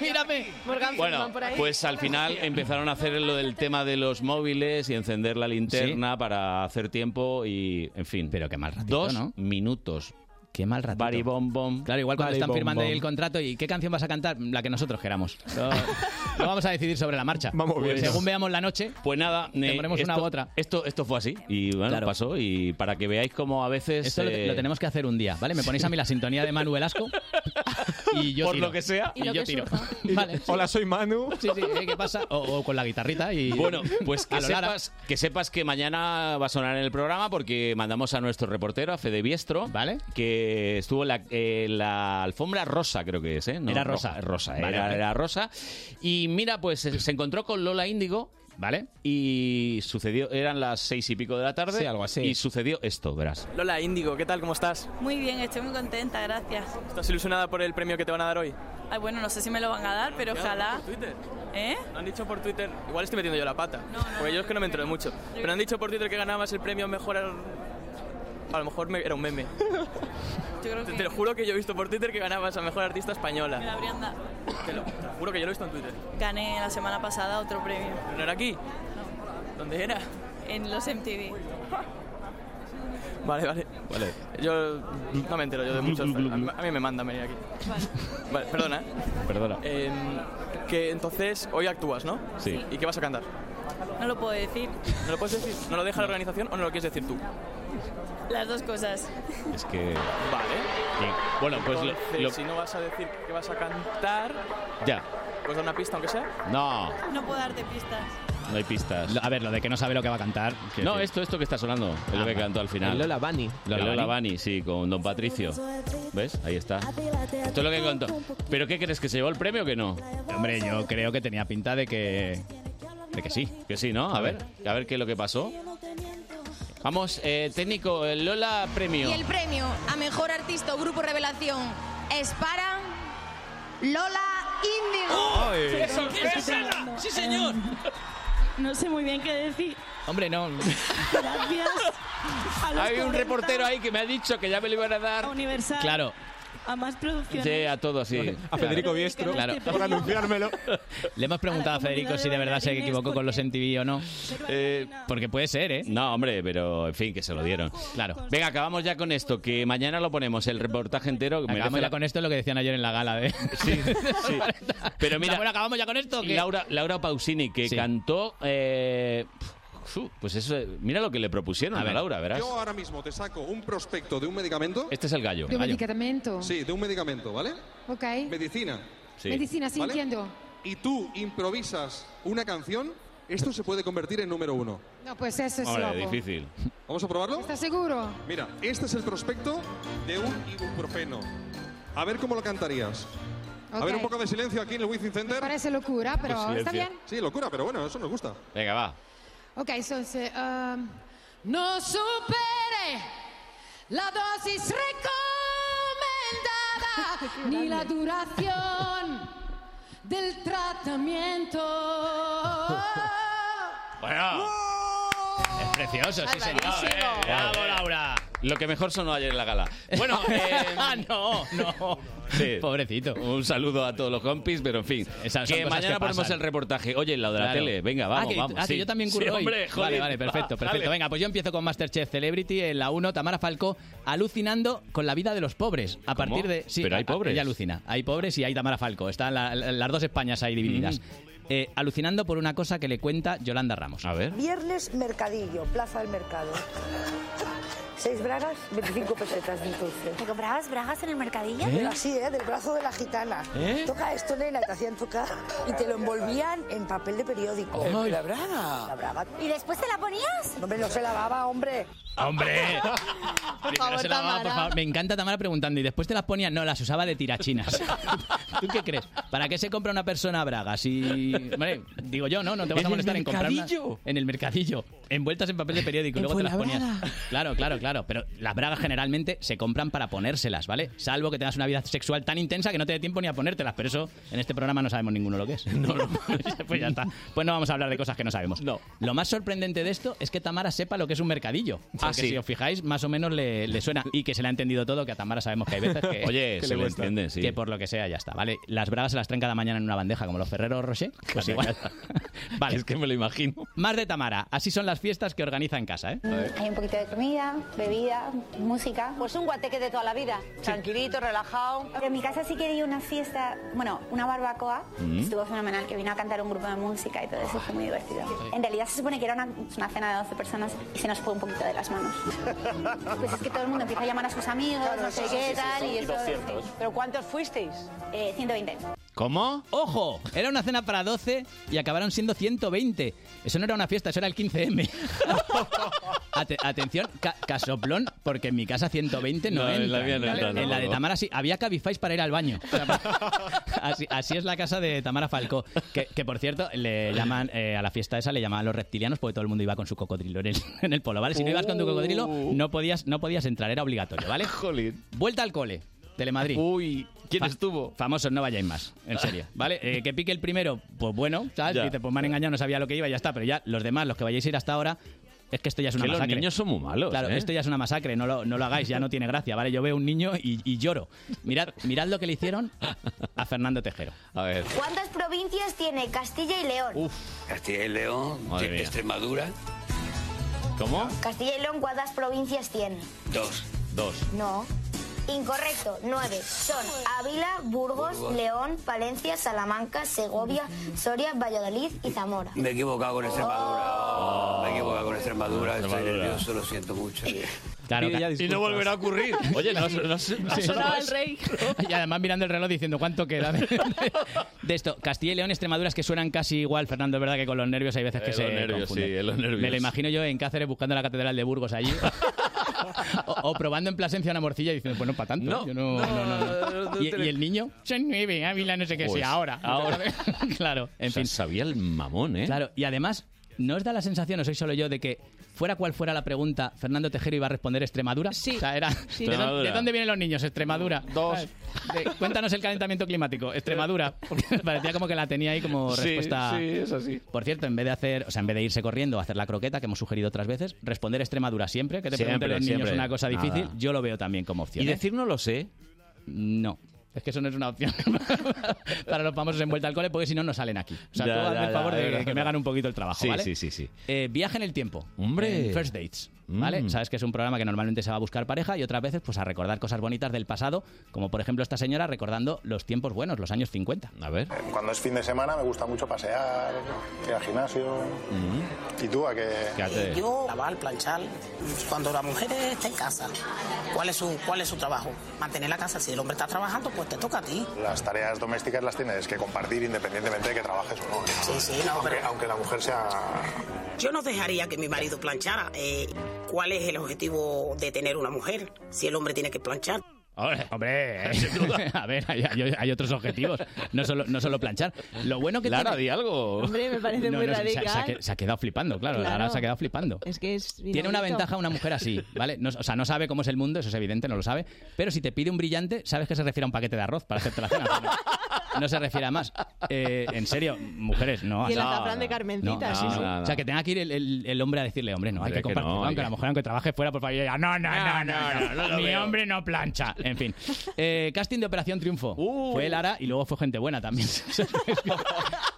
Speaker 23: Mírame.
Speaker 12: Morgan
Speaker 1: Bueno,
Speaker 12: Freeman por ahí.
Speaker 1: pues al final empezaron a hacer lo del tema de los móviles y encender la linterna para hacer tiempo y, en fin. Pero qué mal ratito, Dos
Speaker 23: ¿no?
Speaker 1: minutos.
Speaker 23: Qué mal ratito.
Speaker 1: Bari bom bom.
Speaker 23: Claro, igual cuando están firmando ahí el contrato y qué canción vas a cantar, la que nosotros queramos. [laughs] Lo, lo vamos a decidir sobre la marcha. Vamos
Speaker 1: viendo.
Speaker 23: Según veamos la noche.
Speaker 1: Pues nada, eh,
Speaker 23: ponemos
Speaker 1: esto-
Speaker 23: una u otra.
Speaker 1: Esto, esto fue así y bueno,
Speaker 23: Claro.
Speaker 1: pasó y para que veáis cómo a veces...
Speaker 23: Esto lo,
Speaker 1: eh,
Speaker 23: lo tenemos que hacer un día, ¿vale? Me ponéis a mí la sintonía de Manu
Speaker 1: [laughs]
Speaker 23: Velasco y yo
Speaker 1: Por
Speaker 23: tiro.
Speaker 1: lo que sea.
Speaker 23: y, yo tiro.
Speaker 11: Hola, soy Manu.
Speaker 23: Sí, sí, ¿eh? ¿qué pasa? O, o con la guitarrita y
Speaker 1: Bueno, pues
Speaker 23: a
Speaker 1: [laughs] que
Speaker 23: lo Lara.
Speaker 1: sepas, que sepas que mañana va a sonar en el programa porque mandamos a nuestro reportero, a Fede Biestro, ¿Vale? que estuvo en la, eh, la alfombra rosa, creo que es, ¿eh? No,
Speaker 23: Era rosa.
Speaker 1: roja, rosa,
Speaker 23: Vale,
Speaker 1: era,
Speaker 23: vale.
Speaker 1: era rosa. Y mira, pues se, se encontró con Lola Índigo. ¿Vale? Y sucedió, eran las seis y pico de la tarde.
Speaker 27: Sí, algo así.
Speaker 1: Y sucedió esto, verás.
Speaker 27: Lola Índigo, ¿qué tal? ¿Cómo estás?
Speaker 40: Muy bien, estoy muy contenta, gracias.
Speaker 27: ¿Estás ilusionada por el premio que te van a dar hoy?
Speaker 40: Ay, bueno, no sé si me lo van a dar, pero
Speaker 27: ¿Qué
Speaker 40: ojalá.
Speaker 27: hago por Twitter?
Speaker 40: ¿Eh?
Speaker 27: ¿No han dicho por Twitter? Igual estoy metiendo yo la pata. porque yo es que no me entero de mucho. Pero han dicho por Twitter que ganabas el premio mejor. al- A lo mejor me- era un meme. te, te lo juro que [laughs] yo he visto por Twitter que ganabas a mejor artista española.
Speaker 40: Me lo habrían dado.
Speaker 27: Te lo, te lo juro que yo lo he visto en Twitter.
Speaker 40: Gané la semana pasada otro premio
Speaker 27: ¿Pero no era aquí? ¿Dónde era?
Speaker 40: en los MTV.
Speaker 27: Vale, vale.
Speaker 1: Vale.
Speaker 27: Yo no me entero yo de
Speaker 1: Glu,
Speaker 27: muchos.
Speaker 1: glu, glu,
Speaker 27: A,
Speaker 1: glu.
Speaker 27: a mí me mandan venir aquí. Vale, perdona. ¿eh?
Speaker 1: Perdona.
Speaker 27: Eh, que entonces hoy actúas, ¿no?
Speaker 1: Sí.
Speaker 27: ¿Y qué vas a cantar?
Speaker 40: No lo puedo decir,
Speaker 27: ¿No lo puedes decir? ¿No lo deja la organización o no lo quieres decir tú?
Speaker 40: las dos cosas.
Speaker 1: Es que.
Speaker 27: Vale.
Speaker 1: Bueno, pues lo-
Speaker 27: Entonces,
Speaker 1: lo-
Speaker 27: si no vas a decir que vas a cantar,
Speaker 1: ya.
Speaker 27: ¿puedes dar una pista aunque sea?
Speaker 1: No,
Speaker 40: No puedo darte pistas.
Speaker 1: no hay pistas.
Speaker 23: A ver, lo de que no sabe lo que va a cantar. Ah,
Speaker 1: No, esto, esto que está sonando, el que cantó al final.
Speaker 11: El Lola
Speaker 1: Bani.
Speaker 11: Lola
Speaker 1: Lola, Lola
Speaker 11: Bunny.
Speaker 1: Bunny, sí, con Don Patricio. ¿Ves? Ahí está. Esto es lo que contó. ¿Pero qué crees? ¿Que se llevó el premio o que no?
Speaker 23: Hombre, yo creo que tenía pinta de que.
Speaker 1: De que sí. Que sí, ¿no? A, ver. A ver qué es lo que pasó. Vamos, eh, técnico, eh, Lola premio.
Speaker 20: Y el premio a mejor artista o grupo revelación es para Lola Índigo.
Speaker 23: ¡Ay! ¡Qué
Speaker 20: sorpresa!
Speaker 23: ¡Sí, señor!
Speaker 20: No sé muy bien qué decir.
Speaker 23: Hombre, no.
Speaker 20: Gracias. a los
Speaker 1: Hay un
Speaker 20: 40,
Speaker 1: reportero ahí que me ha dicho que ya me lo iban a dar.
Speaker 20: a Universal.
Speaker 1: Claro.
Speaker 20: A más producciones.
Speaker 1: Sí, a todo así.
Speaker 11: [laughs] A Federico Biestro
Speaker 23: Claro.
Speaker 11: por anunciármelo.
Speaker 23: Le hemos preguntado a Federico si de verdad se equivocó con los MTV o no.
Speaker 1: porque puede ser, ¿eh? No, hombre, pero en fin, que se lo dieron. Claro. Venga, acabamos ya con esto, que mañana lo ponemos, el reportaje entero. que
Speaker 23: Acabamos
Speaker 1: merece la-
Speaker 23: ya con esto lo que decían ayer en la gala
Speaker 1: [laughs]
Speaker 23: de.
Speaker 1: Pero mira,
Speaker 23: Bueno, acabamos ya con esto. que
Speaker 1: Laura, Laura Pausini, que cantó. eh, uf, pues eso, eh, mira lo que le propusieron a, Laura, verás.
Speaker 8: Yo ahora mismo te saco un prospecto de un medicamento.
Speaker 1: Este es el gallo.
Speaker 8: ¿De un
Speaker 1: Gallo.
Speaker 8: medicamento? Sí, de un medicamento, ¿vale? Ok. Medicina.
Speaker 1: Sí.
Speaker 8: Medicina, sí, entiendo. Y tú improvisas una canción
Speaker 26: Esto se puede convertir en número uno.
Speaker 16: No, pues eso es loco.
Speaker 1: difícil.
Speaker 26: ¿Vamos a probarlo?
Speaker 16: ¿Estás seguro?
Speaker 26: Mira, este es el prospecto de un ibuprofeno. A ver cómo lo cantarías. A ver
Speaker 16: Ok.
Speaker 26: un poco de silencio aquí en el Wizzing Center. Pues
Speaker 16: Parece locura, pero está bien.
Speaker 26: Sí, locura, pero bueno, eso nos gusta.
Speaker 1: Venga, va.
Speaker 16: Ok, entonces. um, no supere la dosis recomendada ni la duración del tratamiento.
Speaker 1: Bueno.
Speaker 8: ¡Oh!
Speaker 1: Es precioso, sí, señor.
Speaker 16: Barbarísimo.
Speaker 1: Eh,
Speaker 23: Bravo,
Speaker 1: Laura. Lo que mejor sonó ayer en la gala.
Speaker 23: [laughs]
Speaker 1: Bueno,
Speaker 11: eh,
Speaker 23: Ah, no, no. [laughs]
Speaker 1: Pobrecito. Un saludo a todos los compis, pero en fin.
Speaker 23: Esas son
Speaker 1: que
Speaker 23: cosas
Speaker 1: mañana
Speaker 23: que
Speaker 1: ponemos
Speaker 23: pasan.
Speaker 1: el reportaje. Oye, en la de la
Speaker 23: Claro.
Speaker 1: tele. Venga,
Speaker 23: Ah,
Speaker 1: vamos,
Speaker 23: que-
Speaker 1: vamos.
Speaker 23: ah, que
Speaker 1: sí.
Speaker 23: yo también curro
Speaker 1: Sí,
Speaker 23: hoy.
Speaker 1: hombre, joder.
Speaker 23: Vale, vale, perfecto,
Speaker 1: Va,
Speaker 23: perfecto.
Speaker 1: dale.
Speaker 23: Venga, pues yo empiezo con Masterchef Celebrity en la 1, Tamara Falcó alucinando con la vida de los pobres. A
Speaker 1: ¿Cómo?
Speaker 23: partir de
Speaker 1: Pero hay
Speaker 23: a- a-
Speaker 1: pobres.
Speaker 23: Ella alucina. Hay pobres y hay Tamara Falcó. Están la- la- las dos Españas ahí divididas.
Speaker 1: Mm.
Speaker 23: Eh, alucinando por una cosa que le cuenta Yolanda Ramos. A ver.
Speaker 13: Viernes, mercadillo, plaza del mercado. Seis bragas, 25 pesetas entonces. ¿Te comprabas bragas en el mercadillo?
Speaker 20: ¿Eh?
Speaker 13: Pero así, ¿eh? Del brazo de la gitana.
Speaker 20: ¿Eh?
Speaker 13: Toca esto, nena, te hacían tocar y te lo envolvían en papel de periódico.
Speaker 20: Ay.
Speaker 13: la braga! La braga. ¿Y después te la ponías? No, hombre, no se lavaba, hombre.
Speaker 23: ¡Hombre!
Speaker 13: Por
Speaker 23: Primero
Speaker 13: favor,
Speaker 23: se lavaba,
Speaker 13: Tamara.
Speaker 23: por favor. Me encanta Tamara preguntando y después te las ponía. No, las usaba de tirachinas. [laughs] ¿Tú qué crees? ¿Para qué se compra una persona bragas? Y, hombre, digo yo, ¿no? No te vas
Speaker 24: ¿En
Speaker 23: a
Speaker 24: el
Speaker 23: molestar en comprarlas.
Speaker 24: mercadillo?
Speaker 23: En el mercadillo. Envueltas en papel de periódico y
Speaker 24: En
Speaker 23: luego te las ponías.
Speaker 24: Fuenlabrada.
Speaker 23: [laughs] Claro, claro, claro. Pero las bragas generalmente se compran para ponérselas, ¿vale? Salvo que tengas una vida sexual tan intensa que no te dé tiempo ni a ponértelas. Pero eso en este programa no sabemos ninguno lo
Speaker 1: [laughs]
Speaker 23: que es. No, no. [laughs] pues ya está. Pues no vamos a hablar de cosas que no sabemos. No. Lo más sorprendente de esto es que Tamara sepa lo que es un mercadillo. Porque
Speaker 1: Ah, sí.
Speaker 23: si os fijáis, más o menos le, le suena. Y que se le ha entendido todo, que a Tamara sabemos que hay veces
Speaker 1: [laughs]
Speaker 23: que.
Speaker 1: Oye,
Speaker 23: que
Speaker 1: se le
Speaker 23: cuesta.
Speaker 1: entiende, sí.
Speaker 23: Que por lo que sea, ya está, ¿vale? Las bragas se las traen cada mañana en una bandeja, como los Ferreros Rocher. Pues
Speaker 1: Cada-
Speaker 23: igual. [laughs]
Speaker 1: [laughs]
Speaker 23: vale. Es que
Speaker 1: me lo imagino.
Speaker 23: Más de Tamara. Así son las fiestas que organiza en casa, ¿eh?
Speaker 20: Hay un poquito de comida, bebida, música. Pues un guateque de toda la vida. Tranquilito, relajado. En mi casa sí que di una fiesta, bueno, una barbacoa.
Speaker 21: Mm.
Speaker 20: Estuvo fenomenal, que vino a cantar un grupo de música y todo eso. Fue muy divertido. En realidad se supone que era una, una cena de 12 personas y se nos fue un poquito de las [laughs] manos. Pues es que todo el mundo empieza a llamar a sus amigos,
Speaker 21: Claro,
Speaker 20: no sé
Speaker 21: sí, sí,
Speaker 20: qué
Speaker 21: sí,
Speaker 20: tal.
Speaker 21: sí,
Speaker 20: y
Speaker 21: y
Speaker 20: eso, Eh,
Speaker 21: 200.
Speaker 20: ¿Pero cuántos fuisteis? 120.
Speaker 23: ¿Cómo? ¡Ojo! Era una cena para 12 y acabaron siendo 120. Eso no era una fiesta, eso era el
Speaker 1: [laughs]
Speaker 23: 15M. Ate- atención, ca- casoplón, porque en mi casa 120 no,
Speaker 1: No, en la
Speaker 23: entra,
Speaker 1: mía no
Speaker 23: ¿vale?
Speaker 1: entra, no,
Speaker 23: En la de
Speaker 1: no.
Speaker 23: Tamara sí. Había cabifáis para ir al baño. O sea, pues,
Speaker 1: [laughs]
Speaker 23: así, así es la casa de Tamara Falcó. Que, que, por cierto, le llaman eh, a la fiesta esa le llamaban los reptilianos porque todo el mundo iba con su cocodrilo en el, [laughs] en el polo, ¿vale? Si no ibas con tu cocodrilo,
Speaker 1: Uh.
Speaker 23: no podías, no podías entrar, era obligatorio,
Speaker 1: [laughs]
Speaker 23: ¿vale? Vuelta al cole. Telemadrid. Uy, ¿quién estuvo? Famosos, no vayáis más, en serio. ¿Vale? Eh, que pique el primero, pues bueno, ¿sabes?
Speaker 1: Ya.
Speaker 23: Dice, pues me han engañado, no sabía lo que iba y ya está. Pero ya los demás, los que vayáis a ir hasta ahora, es que esto ya es una
Speaker 1: Que los
Speaker 23: masacre.
Speaker 1: niños son muy malos,
Speaker 23: Claro,
Speaker 1: ¿eh?
Speaker 23: esto ya es una masacre, no lo, no lo hagáis, ya no tiene gracia, ¿vale? Yo veo un niño y, y lloro. Mirad, mirad lo que le hicieron a Fernando Tejero.
Speaker 1: A ver.
Speaker 20: ¿Cuántas provincias tiene Castilla y León?
Speaker 41: Castilla y León,
Speaker 1: Madre mía.
Speaker 41: Extremadura.
Speaker 1: ¿Cómo?
Speaker 20: Castilla y León, ¿cuántas provincias tiene?
Speaker 41: Dos.
Speaker 1: Dos.
Speaker 20: No. Incorrecto, nueve. Son Ávila, Burgos,
Speaker 41: Burgos.
Speaker 20: León, Palencia, Salamanca, Segovia, Soria, Valladolid y Zamora.
Speaker 41: Me he equivocado con Extremadura.
Speaker 5: Oh.
Speaker 41: me he equivocado con Extremadura. Estoy
Speaker 1: Extremadura.
Speaker 41: nervioso, lo siento mucho.
Speaker 23: Claro, ca-
Speaker 41: Y no volverá a
Speaker 5: [laughs]
Speaker 41: ocurrir.
Speaker 1: Oye, no, no, no-
Speaker 23: Sí.
Speaker 1: sonaba el
Speaker 23: rey. Y además mirando el reloj diciendo cuánto queda de, de esto. Castilla y León, Extremadura es que suenan casi igual, Fernando, es verdad que con los nervios hay veces que
Speaker 1: Eh,
Speaker 23: se
Speaker 1: los nervios,
Speaker 23: confunden.
Speaker 1: sí, eh, los nervios.
Speaker 23: Me lo imagino yo en Cáceres buscando la catedral de Burgos
Speaker 1: [laughs]
Speaker 23: allí. o, o probando en Plasencia una morcilla y diciendo, pues no para tanto. yo no- no, no, no. [laughs] Y, y el niño, son nueve, Ávila, no sé qué, sí,
Speaker 1: Pues,
Speaker 23: ahora.
Speaker 1: [laughs] ahora.
Speaker 23: [laughs] claro, en fin.
Speaker 1: Sabía el mamón, ¿eh?
Speaker 23: Claro, y además, ¿no os da la sensación, o soy solo yo, de que fuera cual fuera la pregunta, Fernando Tejero iba a responder Extremadura? Sí. O sea, era, ¿de, dónde-
Speaker 1: Extremadura.
Speaker 23: de dónde vienen los niños? Extremadura. Dos. cuéntanos el calentamiento climático. Extremadura. Porque [laughs] parecía como que la tenía ahí como
Speaker 1: Sí,
Speaker 23: respuesta.
Speaker 1: sí, es así.
Speaker 23: Por cierto, en vez de hacer, o sea, en vez de irse corriendo a hacer la croqueta, que hemos sugerido otras veces, responder Extremadura siempre, que te
Speaker 1: Siempre,
Speaker 23: pregunten los niños
Speaker 1: siempre.
Speaker 23: una cosa
Speaker 1: Nada.
Speaker 23: difícil, yo lo veo también como opción.
Speaker 1: Y decir
Speaker 23: no lo sé? No. Es que eso no es una opción [laughs] para los famosos en vuelta al cole, porque si no, no salen aquí. O sea,
Speaker 1: Ya,
Speaker 23: tú hazme
Speaker 1: ya,
Speaker 23: el favor
Speaker 1: ya,
Speaker 23: de
Speaker 1: es verdad.
Speaker 23: que me hagan un poquito el trabajo,
Speaker 1: Sí,
Speaker 23: ¿vale?
Speaker 1: sí, sí, sí.
Speaker 23: Eh, viaje en el tiempo.
Speaker 1: Hombre.
Speaker 23: En First Dates. ¿Vale?
Speaker 1: Mm.
Speaker 23: Sabes que es un programa que normalmente se va a buscar pareja y otras veces pues a recordar cosas bonitas del pasado, como por ejemplo esta señora recordando los tiempos buenos, los años 50. A ver.
Speaker 42: Cuando es fin de semana me gusta mucho pasear, ir al gimnasio. ¿Y tú a qué?
Speaker 43: Yo lavar, planchar. Cuando la mujer está en casa, ¿cuál es su, cuál es su trabajo? Mantener la casa. Si el hombre está trabajando, pues te
Speaker 31: toca a ti.
Speaker 42: Las tareas domésticas las tienes que compartir independientemente de que trabajes o no. Sí, sí, no, aunque, aunque la mujer sea
Speaker 31: Yo no dejaría que mi marido planchara. Eh, ¿Cuál es el objetivo de tener una mujer si el hombre tiene que planchar?
Speaker 23: Hombre,
Speaker 1: [laughs]
Speaker 23: hombre, eh. [laughs] a ver, hay, hay- hay otros objetivos, no solo, no solo planchar. Lo bueno que
Speaker 1: Lara,
Speaker 23: tiene-
Speaker 1: di algo.
Speaker 12: Hombre, me parece muy
Speaker 23: se- se ha- Se, ha,
Speaker 12: radical.
Speaker 23: que- se ha quedado flipando, claro,
Speaker 12: Claro.
Speaker 23: Lara se ha quedado flipando.
Speaker 12: Es que es.
Speaker 23: Tiene una
Speaker 12: inaudito.
Speaker 23: ventaja una mujer así, ¿vale? No- o sea, no sabe cómo es el mundo, eso es evidente, no lo sabe. Pero si te pide un brillante, sabes que se refiere a un paquete de arroz para hacerte la cena. pero No, no se refiere a más. Eh, en serio, mujeres, no.
Speaker 12: Y el
Speaker 23: no,
Speaker 12: azafrán de
Speaker 23: no,
Speaker 12: Carmencita,
Speaker 23: no,
Speaker 12: sí,
Speaker 23: no,
Speaker 12: sí.
Speaker 23: no, no. O sea, que tenga que ir el, el- el hombre a decirle, hombre, no, hay
Speaker 1: Hombre,
Speaker 23: que
Speaker 1: que
Speaker 23: compartir.
Speaker 1: no, hay
Speaker 23: aunque
Speaker 1: que-
Speaker 23: la mujer, aunque trabaje fuera, por favor, y ella, no, no, no, no, no,
Speaker 1: no lo
Speaker 23: mi
Speaker 1: veo".
Speaker 23: hombre no plancha. En fin. Eh, casting de Operación Triunfo.
Speaker 1: Uh.
Speaker 23: Fue Lara y luego fue gente buena
Speaker 1: [laughs]
Speaker 23: también.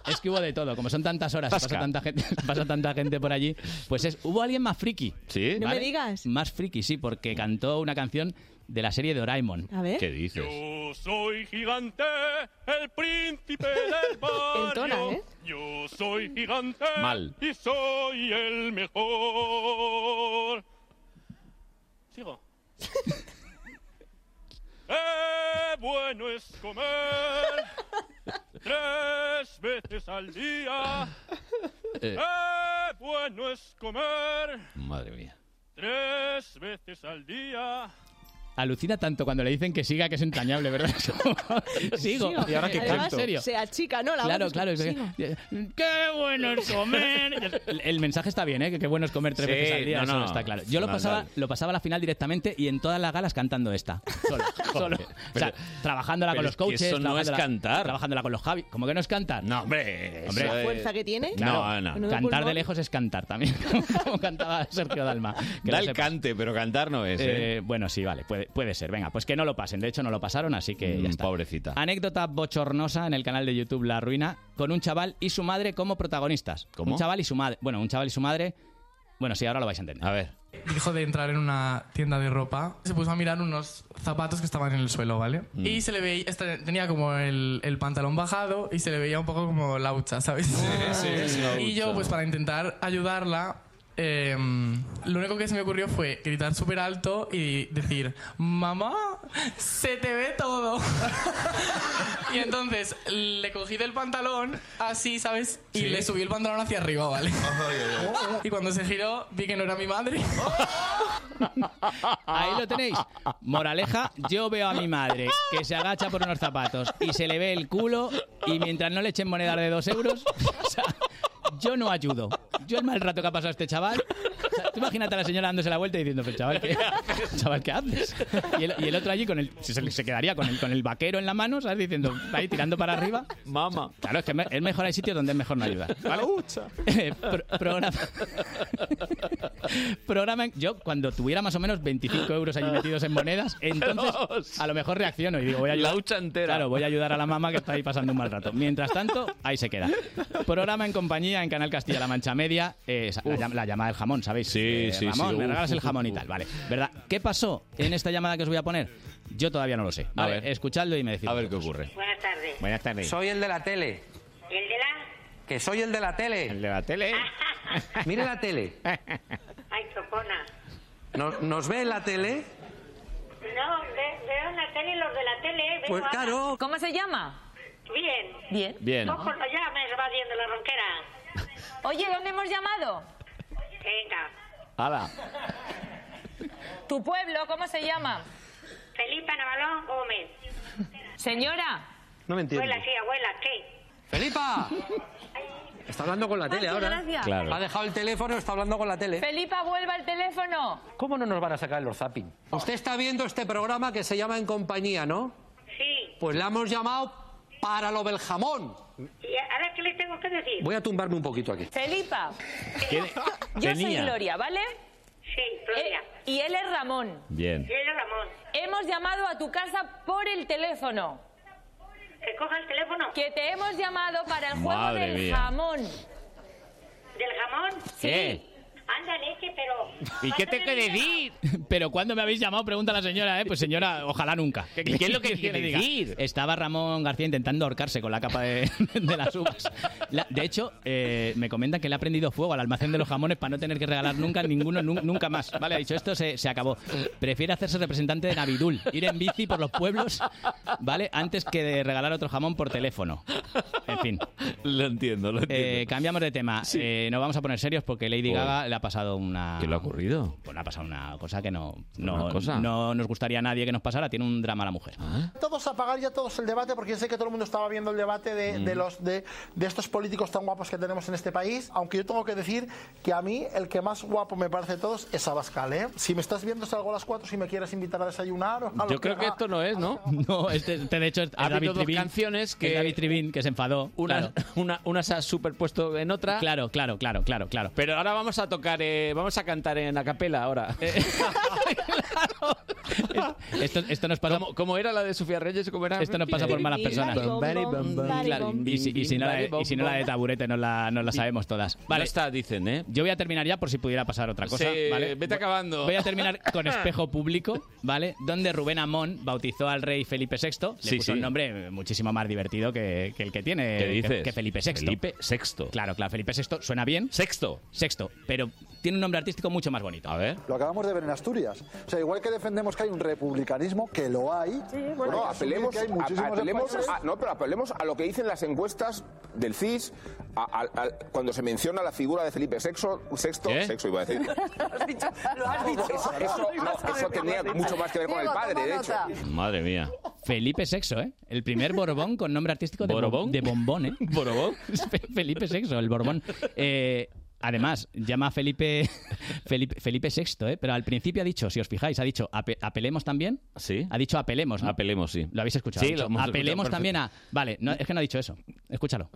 Speaker 23: Es que hubo de todo, como son tantas horas,
Speaker 1: Tasca.
Speaker 23: pasa tanta, gente, [laughs] pasa tanta gente por allí, pues es, hubo alguien más friki.
Speaker 1: ¿Sí?
Speaker 12: No me digas.
Speaker 23: Más friki, sí, porque cantó una canción de la serie Doraemon.
Speaker 12: A ver.
Speaker 1: ¿Qué dices?
Speaker 24: Yo soy gigante, el príncipe del
Speaker 12: [laughs]
Speaker 24: barrio.
Speaker 12: Entona, ¿eh?
Speaker 24: Yo soy gigante
Speaker 1: Mal.
Speaker 24: y soy el mejor. Sigo.
Speaker 12: [laughs]
Speaker 24: Qué bueno es comer tres veces al día.
Speaker 1: [laughs] Eh.
Speaker 24: Qué bueno es comer
Speaker 1: Madre mía.
Speaker 24: tres veces al día.
Speaker 23: Alucina tanto cuando le dicen que siga que es entrañable, ¿verdad? [laughs] Sigo.
Speaker 12: Además,
Speaker 23: ¿En serio?
Speaker 12: Se achica, ¿no? La
Speaker 23: Claro,
Speaker 12: voz.
Speaker 23: claro. es que-
Speaker 12: Sigo.
Speaker 23: ¡Qué bueno es comer! El, el mensaje está bien, ¿eh? Que qué bueno es comer tres
Speaker 1: Sí,
Speaker 23: veces al día,
Speaker 1: no,
Speaker 23: eso
Speaker 1: no.
Speaker 23: está claro. Yo lo
Speaker 1: No,
Speaker 23: pasaba,
Speaker 1: no.
Speaker 23: lo pasaba a la final directamente y en todas las galas cantando esta.
Speaker 1: [laughs]
Speaker 23: Solo, solo. o sea, trabajándola con
Speaker 1: pero
Speaker 23: los
Speaker 1: es que
Speaker 23: coaches.
Speaker 1: eso no es
Speaker 23: trabajándola-
Speaker 1: cantar.
Speaker 23: Trabajándola con los Javi. ¿Cómo que no es cantar?
Speaker 1: No, hombre.
Speaker 23: Hombre, eh,
Speaker 12: La fuerza que tiene.
Speaker 23: Claro,
Speaker 1: no.
Speaker 23: Cantar
Speaker 1: Menudo
Speaker 23: de
Speaker 1: pulmón.
Speaker 23: lejos es cantar también, [laughs] como cantaba Sergio Dalma.
Speaker 1: Da el
Speaker 23: cante,
Speaker 1: pero cantar no es. ¿eh?
Speaker 23: bueno, sí, vale, puede, puede ser. Venga, pues que no lo pasen. De hecho, no lo pasaron, así que ya
Speaker 1: Mm,
Speaker 23: está.
Speaker 1: Pobrecita.
Speaker 23: Anécdota bochornosa en el canal de YouTube La Ruina, con un chaval y su madre como protagonistas.
Speaker 1: ¿Cómo?
Speaker 23: Un chaval y su madre. Bueno, un chaval y su madre. Bueno, sí, ahora lo vais a entender. A ver.
Speaker 43: Dijo de entrar en una tienda de ropa. Se puso a mirar unos zapatos que estaban en el suelo, ¿vale?
Speaker 23: Mm.
Speaker 43: Y se le veía, este- tenía como el, el pantalón bajado y se le veía un poco como la hucha, ¿sabes?
Speaker 31: sí, es la
Speaker 43: [laughs] y yo,
Speaker 31: hucha.
Speaker 43: pues para intentar ayudarla, eh, lo único que se me ocurrió fue gritar súper alto y decir, mamá, se te ve todo. [laughs] y entonces le cogí del pantalón, así, ¿sabes? Y
Speaker 31: Sí.
Speaker 43: le subí el pantalón hacia arriba, ¿vale? [laughs] y cuando se giró, vi que no era mi madre.
Speaker 23: Ahí lo tenéis. Moraleja, yo veo a mi madre que se agacha por unos zapatos y se le ve el culo y mientras no le echen moneda de dos euros, [laughs] o sea, yo no ayudo. Yo el mal rato que ha pasado este chaval... o sea, tú imagínate a la señora dándose la vuelta y diciendo, "Pero, chaval, ¿qué, chaval, ¿qué haces? Y el, y el otro allí con el, se, se quedaría con el, con el vaquero en la mano, ¿sabes? Diciendo, ahí tirando para arriba. Mama. Claro, es que me- es mejor hay sitios donde es mejor no ayudar. ¿vale? Eh, pro- programa programa en- yo cuando tuviera más o menos 25 euros ahí metidos en monedas entonces a lo mejor reacciono y digo voy a ayudar claro voy a ayudar a la mamá que está ahí pasando un mal rato mientras tanto ahí se queda programa en compañía en Canal Castilla-La Mancha Media eh, esa- la, llam- la llamada del jamón ¿sabéis? sí,
Speaker 1: sí,
Speaker 23: Ramón
Speaker 1: sí,
Speaker 23: me
Speaker 1: uf,
Speaker 23: regalas el
Speaker 1: uf,
Speaker 23: jamón y
Speaker 1: uf.
Speaker 23: tal vale ¿verdad? ¿qué pasó en esta llamada que os voy a poner? yo todavía no lo sé vale,
Speaker 1: ver.
Speaker 23: escuchadlo y me decís a ver qué ocurre
Speaker 5: Buenas tardes.
Speaker 23: buenas tardes
Speaker 5: Soy el de la tele. ¿El de la? Que soy el de la tele. El de la tele. Mire la tele.
Speaker 23: [laughs]
Speaker 5: Ay, Chocona. No- ¿Nos ve en la tele? No, ve- veo en la tele los de la tele. vengo Pues ahora. claro. ¿Cómo se llama? Bien.
Speaker 20: Bien.
Speaker 5: Bien.
Speaker 20: Bien.
Speaker 5: Cójalo ya, me va viendo la ronquera.
Speaker 20: Oye, ¿dónde hemos llamado?
Speaker 5: Venga.
Speaker 23: ¡Hala!
Speaker 20: ¿Tu pueblo cómo se llama?
Speaker 5: Felipa Navalón Gómez.
Speaker 20: Señora.
Speaker 5: No
Speaker 20: me entiende.
Speaker 5: Abuela, sí, abuela, ¿qué? ¡Felipa! Está hablando con la
Speaker 20: tele Ay, qué ahora. gracia. Claro.
Speaker 5: Ha dejado el teléfono, está hablando con la tele.
Speaker 20: Felipa, vuelva al teléfono.
Speaker 5: ¿Cómo no nos van a sacar los zapping? Usted está viendo este programa que se llama En Compañía, ¿no? Sí. Pues la hemos llamado para lo del jamón.
Speaker 20: ¿Y ahora qué le tengo que decir?
Speaker 5: Voy a tumbarme un poquito aquí.
Speaker 1: [laughs]
Speaker 20: Felipa, yo soy Gloria, ¿vale? Sí, Gloria. y él es Ramón.
Speaker 1: Bien.
Speaker 20: Ramón. Hemos llamado a tu casa por el teléfono. ¿Que coja el teléfono? Que te hemos llamado para el juego
Speaker 1: Madre
Speaker 20: del
Speaker 1: mía.
Speaker 20: jamón.
Speaker 5: ¿Del jamón?
Speaker 20: Sí. Anda leche, pero...
Speaker 23: ¿Y qué te quiere decir? Pero ¿cuándo me habéis llamado? Pregunta la señora, ¿eh? Pues señora, ojalá nunca.
Speaker 44: ¿Qué- qué es lo que quiere
Speaker 23: le diga?
Speaker 44: decir?
Speaker 23: Estaba Ramón García intentando ahorcarse con la capa de, [laughs] de las uvas. La- de hecho, eh, me comentan que le ha prendido fuego al almacén de los jamones para no tener que regalar nunca ninguno, nun- nunca más. Vale, ha dicho esto, se, se acabó. Prefiere hacerse representante de Navidul, ir en bici por los pueblos, ¿vale? Antes que de regalar otro jamón por teléfono. En fin.
Speaker 1: [laughs] Lo entiendo, lo
Speaker 23: entiendo. cambiamos de tema. Eh, no vamos a poner serios porque Lady
Speaker 1: Uy.
Speaker 23: Gaga le ha pasado una...
Speaker 1: ¿Qué le ha ocurrido?
Speaker 23: Bueno, ha pasado una cosa que no, no,
Speaker 1: ¿Una cosa? ¿Ah?
Speaker 23: no nos gustaría a nadie que nos pasara. Tiene un drama la mujer.
Speaker 42: Todos apagar ya todos el debate, porque yo sé que todo el mundo estaba viendo el debate de,
Speaker 23: Mm.
Speaker 42: de los, de, de estos políticos tan guapos que tenemos en este país. Aunque yo tengo que decir que a mí el que más guapo me parece de todos es Abascal. ¿eh? Si me estás viendo, salgo a las 4 si me quieres invitar a desayunar. o a lo
Speaker 1: Yo creo que
Speaker 42: haga.
Speaker 1: esto no es, ¿no?
Speaker 23: [laughs] No, este, este, de hecho es
Speaker 1: Ha
Speaker 23: es David
Speaker 1: habido dos
Speaker 23: Tribín.
Speaker 1: canciones que...
Speaker 23: Es David Tribín que se enfadó.
Speaker 1: Una, [laughs] una, una se ha superpuesto en otra.
Speaker 23: Claro, claro, claro, claro, claro.
Speaker 1: Pero ahora vamos a tocar, eh, vamos a cantar en
Speaker 23: [laughs]
Speaker 1: acapela ahora.
Speaker 23: esto, esto nos pasa...
Speaker 1: ¿Cómo, cómo era la de Sofía Reyes? ¿Cómo era?
Speaker 23: Esto nos pasa por malas personas. Claro, y, si, y si no la de, y si no la de taburete, no la, no la sabemos todas. Vale.
Speaker 1: Ya está, dicen, ¿eh?
Speaker 23: Yo voy a terminar ya por si pudiera pasar otra cosa.
Speaker 1: Sí,
Speaker 23: ¿vale?
Speaker 1: vete acabando.
Speaker 23: Voy a terminar con
Speaker 1: Ah.
Speaker 23: espejo público, ¿vale? Donde Rubén Amón bautizó al rey Felipe VI. Le
Speaker 1: Sí,
Speaker 23: puso
Speaker 1: sí.
Speaker 23: un nombre eh, muchísimo más divertido que, que el que tiene
Speaker 1: ¿Qué
Speaker 23: que-
Speaker 1: dices?
Speaker 23: Que, Felipe VI.
Speaker 1: Felipe VI.
Speaker 23: Claro, claro, Felipe VI suena bien.
Speaker 1: Sexto.
Speaker 23: Sexto, pero tiene un nombre artístico mucho más bonito. A
Speaker 1: ver.
Speaker 45: Lo acabamos de ver en Asturias. O sea, igual que defendemos que hay un republicanismo, que lo hay. hay que
Speaker 30: Bueno,
Speaker 45: asumir
Speaker 30: apelemos,
Speaker 45: que hay muchísimos
Speaker 30: a- apelemos
Speaker 45: españoles-
Speaker 30: a, no, pero apelemos a lo que dicen las encuestas del CIS a- a- a- cuando se menciona la figura de Felipe Sexo, sexto, sexo iba a decir.
Speaker 13: Lo has dicho.
Speaker 30: Eso, eso- no, eso tenía mucho más que ver con el
Speaker 13: Diego,
Speaker 30: padre,
Speaker 13: toma
Speaker 30: de hecho.
Speaker 13: nota.
Speaker 1: Madre mía.
Speaker 23: Felipe VI, ¿eh? El primer Borbón con nombre artístico de,
Speaker 1: ¿Borbón?
Speaker 23: bom- de bombón, ¿eh?
Speaker 1: [laughs] ¿Borbón?
Speaker 23: [laughs] Felipe VI, el Borbón. Eh, además, llama a Felipe, [laughs] Felipe, Felipe VI, ¿eh? Pero al principio ha dicho, si os fijáis, ha dicho, "Ape- apelemos también.
Speaker 1: Sí.
Speaker 23: Ha dicho apelemos, ¿no?
Speaker 1: Apelemos, sí.
Speaker 23: ¿Lo habéis escuchado?
Speaker 1: Sí,
Speaker 23: Ha dicho,
Speaker 1: lo hemos
Speaker 23: apelemos
Speaker 1: escuchado,
Speaker 23: también a...
Speaker 1: perfecto.
Speaker 23: Vale, no, es que no ha dicho eso. Escúchalo.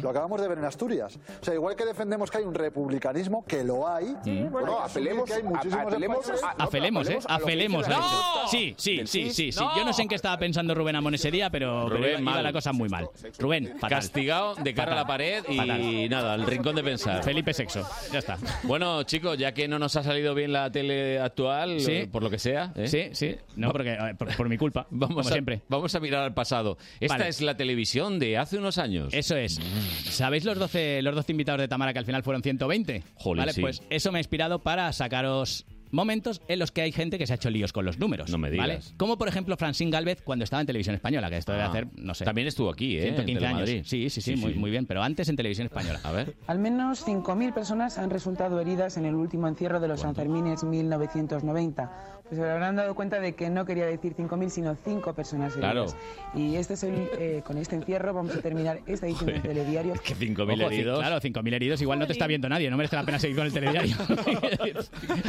Speaker 45: Lo acabamos de ver en Asturias. O sea, igual que defendemos que hay un republicanismo, que lo hay.
Speaker 30: bueno,
Speaker 45: hay que
Speaker 30: no,
Speaker 45: asumir
Speaker 30: apelemos
Speaker 45: que hay muchísimos
Speaker 30: a- apelemos
Speaker 45: españoles-
Speaker 30: a-
Speaker 23: Afelemos, ¿eh? Afelemos.
Speaker 45: a lo que dice la
Speaker 23: ¿eh?
Speaker 45: encuesta.
Speaker 23: Sí, sí, sí, sí, sí. Yo no sé en qué estaba pensando Rubén Amón ese día, pero, pero
Speaker 1: Rubén,
Speaker 23: iba, iba
Speaker 1: mal.
Speaker 23: la cosa muy mal. Rubén, fatal.
Speaker 1: Castigado de cara a la pared y
Speaker 23: Fatal.
Speaker 1: nada, al rincón de pensar.
Speaker 23: Felipe Sexo. Ya está.
Speaker 1: Bueno, chicos, ya que no nos ha salido bien la tele actual,
Speaker 23: Sí.
Speaker 1: eh, por lo que sea. ¿eh?
Speaker 23: Sí, sí. No, porque eh, por, por mi culpa, como
Speaker 1: [laughs] Vamos a,
Speaker 23: siempre.
Speaker 1: vamos a mirar al pasado. Esta
Speaker 23: Vale.
Speaker 1: es la televisión de hace unos años. Mm.
Speaker 23: Eso es. ¿Sabéis los 12, los 12 invitados de Tamara que al final fueron 120?
Speaker 1: Jolín,
Speaker 23: vale,
Speaker 1: sí.
Speaker 23: pues eso me ha inspirado para sacaros momentos en los que hay gente que se ha hecho líos con los números. No me
Speaker 1: digas.
Speaker 23: Como por ejemplo Francine Galvez cuando estaba en Televisión Española, que esto debe
Speaker 1: Ah.
Speaker 23: hacer, no sé.
Speaker 1: También estuvo aquí, ¿eh?
Speaker 23: 115
Speaker 1: en
Speaker 23: años.
Speaker 1: Telemadrid.
Speaker 23: Sí, sí, sí, muy, muy bien, pero antes en
Speaker 1: [laughs]
Speaker 23: Televisión Española.
Speaker 1: A ver.
Speaker 2: Al menos 5.000 personas han resultado heridas en el último encierro de los Sanfermines 1990. Pues se habrán dado cuenta de que no quería decir 5.000, sino 5 personas heridas. Y este es el, eh, con este encierro vamos a terminar esta
Speaker 1: [laughs]
Speaker 2: edición del telediario.
Speaker 23: Que 5.000
Speaker 1: heridos.
Speaker 23: Claro, 5.000 heridos. Igual no te está viendo nadie. No merece la pena seguir con
Speaker 12: [laughs]
Speaker 23: el telediario.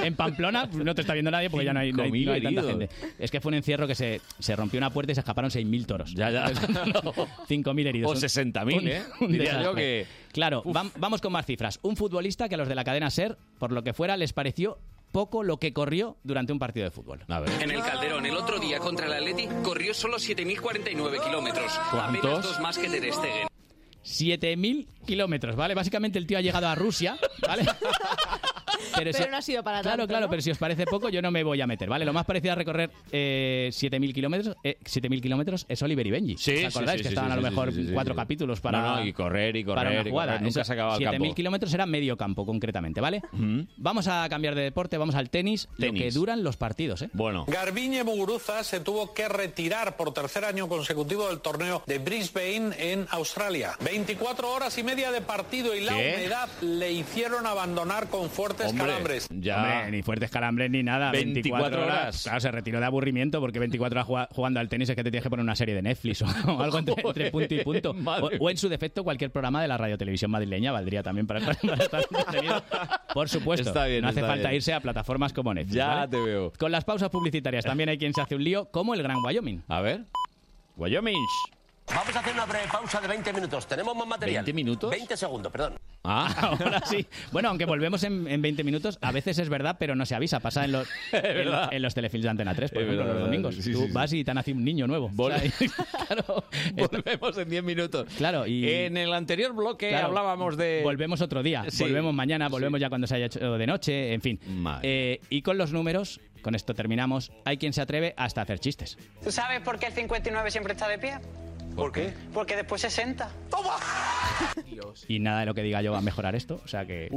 Speaker 23: en Pamplona pues, no te está viendo nadie porque ya no hay, no hay-
Speaker 1: 5.000
Speaker 23: no hay tanta
Speaker 1: heridos.
Speaker 23: gente. Es que fue un encierro que se, se rompió una puerta y se escaparon 6.000 toros. Ya, ya. [laughs] 5.000 heridos.
Speaker 1: O 60.000,
Speaker 23: Un-
Speaker 1: ¿eh?
Speaker 23: [laughs] un
Speaker 1: Diría yo
Speaker 23: desastre.
Speaker 1: que-
Speaker 23: Claro, vam- vamos con más cifras. Un futbolista que a los de la cadena SER, por lo que fuera, les pareció poco lo que corrió durante un partido de fútbol.
Speaker 1: A ver.
Speaker 46: En el Calderón, el otro día contra el Atleti, corrió solo 7.049 kilómetros. Apenas dos más que Ter Stegen.
Speaker 23: 7.000 kilómetros, ¿vale? Básicamente el tío ha llegado a Rusia,
Speaker 12: [laughs]
Speaker 23: ¿vale?
Speaker 12: Pero,
Speaker 23: si-
Speaker 12: no ha sido para
Speaker 23: Claro,
Speaker 12: tanto,
Speaker 23: claro,
Speaker 12: ¿no?
Speaker 23: pero si os parece poco, yo no me voy a meter, ¿vale? Lo más parecido a recorrer eh, 7.000 kilómetros eh, 7.000 kilómetros es Oliver y Benji.
Speaker 1: Sí,
Speaker 23: ¿Os acordáis
Speaker 1: sí, sí,
Speaker 23: que
Speaker 1: sí,
Speaker 23: estaban
Speaker 1: sí,
Speaker 23: a lo
Speaker 1: sí,
Speaker 23: mejor
Speaker 1: sí, sí, sí,
Speaker 23: cuatro
Speaker 1: sí.
Speaker 23: capítulos para,
Speaker 1: No, no, y correr, y correr,
Speaker 23: para una
Speaker 1: y
Speaker 23: jugada?
Speaker 1: correr. Nunca
Speaker 23: Eso,
Speaker 1: se acababa el
Speaker 23: 7.000
Speaker 1: campo.
Speaker 23: kilómetros era medio campo, concretamente, ¿vale? Vamos a cambiar de deporte, vamos al tenis, lo que duran los partidos, ¿eh?
Speaker 1: Bueno.
Speaker 7: Garbiñe Muguruza se tuvo que retirar por tercer año consecutivo del torneo de Brisbane en Australia. 24 horas y media de partido y la
Speaker 23: ¿Qué?
Speaker 7: humedad le hicieron abandonar con fuertes calambres.
Speaker 23: Hombre, ni fuertes calambres ni nada. 24,
Speaker 7: 24
Speaker 23: horas.
Speaker 7: horas.
Speaker 23: Claro, se retiró de aburrimiento porque 24 horas juega- jugando al tenis es que te tienes que poner una serie de Netflix o, [laughs] o algo entre,
Speaker 44: Joder,
Speaker 23: entre punto y
Speaker 1: [laughs]
Speaker 23: punto. O,
Speaker 44: madre
Speaker 23: o en su defecto, cualquier programa de la radio televisión madrileña valdría también para [laughs] estar, para estar entretenido. Por supuesto,
Speaker 1: Está bien,
Speaker 23: no hace
Speaker 1: está
Speaker 23: falta
Speaker 1: bien.
Speaker 23: irse a plataformas como Netflix.
Speaker 1: Ya
Speaker 23: ¿vale?
Speaker 1: te veo.
Speaker 23: Con las pausas publicitarias también hay quien se hace un lío, como el Gran Wyoming.
Speaker 1: A ver. Wyoming.
Speaker 47: Vamos a hacer una breve pausa de 20 minutos. Tenemos más material.
Speaker 23: ¿20 minutos?
Speaker 47: 20 segundos, perdón.
Speaker 23: Ah, [laughs] ahora sí. Bueno, aunque volvemos en, en 20 minutos, a veces es verdad, pero no se avisa. Pasa en
Speaker 1: [laughs]
Speaker 23: los, en,
Speaker 1: verdad.
Speaker 23: en los telefilms de Antena 3, por
Speaker 1: Es
Speaker 23: ejemplo,
Speaker 1: verdad,
Speaker 23: los
Speaker 1: verdad.
Speaker 23: domingos.
Speaker 1: Sí,
Speaker 23: Tú
Speaker 1: sí, sí.
Speaker 23: vas y te nace un niño nuevo. [laughs]
Speaker 1: Vol-
Speaker 23: O sea,
Speaker 1: [laughs] Volvemos en 10 minutos.
Speaker 23: Claro, y...
Speaker 1: En el anterior bloque
Speaker 23: Claro,
Speaker 1: hablábamos de...
Speaker 23: Volvemos otro día,
Speaker 1: Sí.
Speaker 23: volvemos mañana, volvemos ya cuando se haya hecho de noche, en fin. Eh, y con los números, con esto terminamos, hay quien se atreve hasta a hacer chistes.
Speaker 48: ¿Tú sabes por qué el 59 siempre está de pie?
Speaker 23: ¿Por qué?
Speaker 48: Porque después 60. ¡Toma!
Speaker 23: Y nada de lo que diga yo va a mejorar esto, o sea que...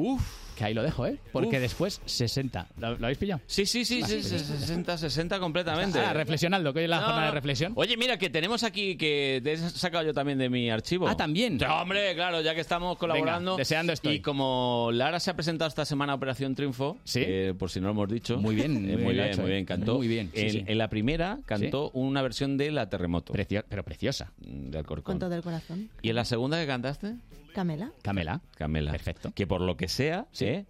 Speaker 23: Que ahí lo dejo, ¿eh? Porque
Speaker 1: Uf.
Speaker 23: después 60. ¿Lo, lo habéis pillado?
Speaker 1: Sí, sí, sí,
Speaker 23: Vale,
Speaker 1: sí,
Speaker 23: pues
Speaker 1: sí,
Speaker 23: ya está.
Speaker 1: 60, 60 completamente.
Speaker 23: Ah, reflexionando, que hoy es la
Speaker 1: No,
Speaker 23: jornada de
Speaker 1: no.
Speaker 23: reflexión.
Speaker 1: Oye, mira, que tenemos aquí, que te he sacado yo también de mi archivo.
Speaker 23: Ah, también.
Speaker 1: No, hombre, claro, ya que estamos colaborando.
Speaker 23: Venga, deseando estoy.
Speaker 1: Y como Lara se ha presentado esta semana a Operación Triunfo, eh, por si no lo hemos dicho.
Speaker 23: Muy bien, muy
Speaker 1: eh,
Speaker 23: bien
Speaker 1: muy
Speaker 23: lo ha
Speaker 1: bien,
Speaker 23: hecho,
Speaker 1: muy
Speaker 23: eh.
Speaker 1: bien, cantó.
Speaker 23: Muy bien, sí,
Speaker 1: en,
Speaker 23: sí.
Speaker 1: en la primera cantó una versión de La Terremoto. Mm,
Speaker 23: pero preciosa.
Speaker 1: De Alcorcón.
Speaker 12: Con todo el corazón.
Speaker 1: ¿Y en la segunda que cantaste?
Speaker 12: Camela.
Speaker 23: Camela.
Speaker 1: Camela. Perfecto. Que por lo que sea, ¿eh?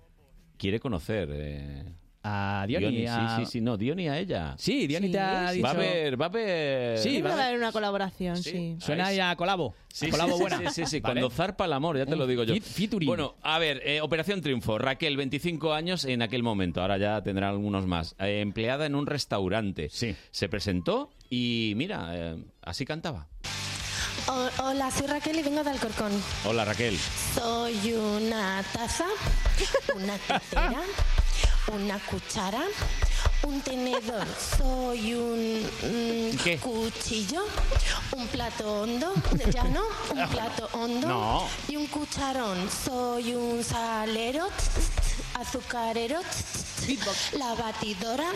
Speaker 1: quiere conocer. eh,
Speaker 23: A Diony, a-
Speaker 1: Sí, sí, sí, no, Diony a ella.
Speaker 23: Sí, Diony te ha
Speaker 1: sí.
Speaker 23: dicho-
Speaker 1: Va a ver, va a ver.
Speaker 12: Siempre va a haber una colaboración, sí.
Speaker 23: Suena ya a colabo.
Speaker 1: Sí,
Speaker 23: a colabo
Speaker 1: sí, sí,
Speaker 23: buena.
Speaker 1: Sí, sí, sí.
Speaker 23: Vale.
Speaker 1: Cuando zarpa el amor, ya te
Speaker 23: Un
Speaker 1: lo digo yo.
Speaker 23: fit- featuring.
Speaker 1: Bueno, a ver, eh, Operación Triunfo. Raquel, 25 años en aquel momento. Ahora ya tendrá algunos más. Eh, empleada en un restaurante. Sí. Se presentó y mira, eh, así cantaba.
Speaker 48: O- Hola, soy Raquel y vengo de Alcorcón.
Speaker 1: Hola,
Speaker 23: [laughs]
Speaker 1: Raquel.
Speaker 48: Soy una taza, una tetera, una cuchara, un tenedor. Soy un mm,
Speaker 12: ¿Qué?
Speaker 48: cuchillo, un plato hondo, ya no, un plato hondo
Speaker 12: No.
Speaker 48: y un cucharón. Soy un salero, azucarero, la batidora,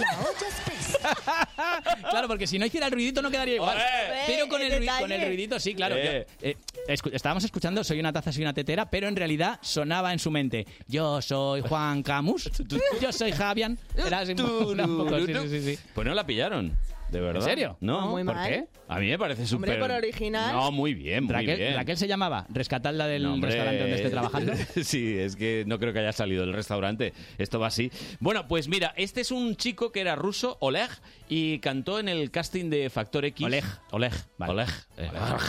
Speaker 48: la olla express.
Speaker 1: [laughs]
Speaker 23: Claro, porque si no hiciera el ruidito no quedaría igual.
Speaker 48: ¡Olé!
Speaker 23: Pero con
Speaker 48: ¡Qué
Speaker 23: el, ruid-
Speaker 48: detalle!
Speaker 23: con el ruidito sí, claro.
Speaker 1: Eh.
Speaker 23: yo- eh, escu- estábamos escuchando Soy una taza, soy una tetera, pero en realidad sonaba en su mente Yo soy Juan
Speaker 1: [laughs]
Speaker 23: Camus, yo soy Javian. Era así un poco, sí, sí, sí, sí.
Speaker 1: Pues no la pillaron, de verdad.
Speaker 23: serio?
Speaker 1: No,
Speaker 12: Ah, muy
Speaker 1: ¿por
Speaker 12: mal.
Speaker 1: qué? A mí me parece súper.
Speaker 12: Hombre, por original.
Speaker 1: No, muy bien, muy
Speaker 23: Raquel,
Speaker 1: bien.
Speaker 23: Raquel se llamaba Rescatadla del
Speaker 1: No, hombre.
Speaker 23: restaurante donde esté trabajando.
Speaker 1: [laughs] sí, es que no creo que haya salido del restaurante. Esto va así. Bueno, pues mira, este es un chico que era ruso, Oleg, y cantó en el casting de Factor X. Oleg. Oleg. Oleg. Eh, Oleg.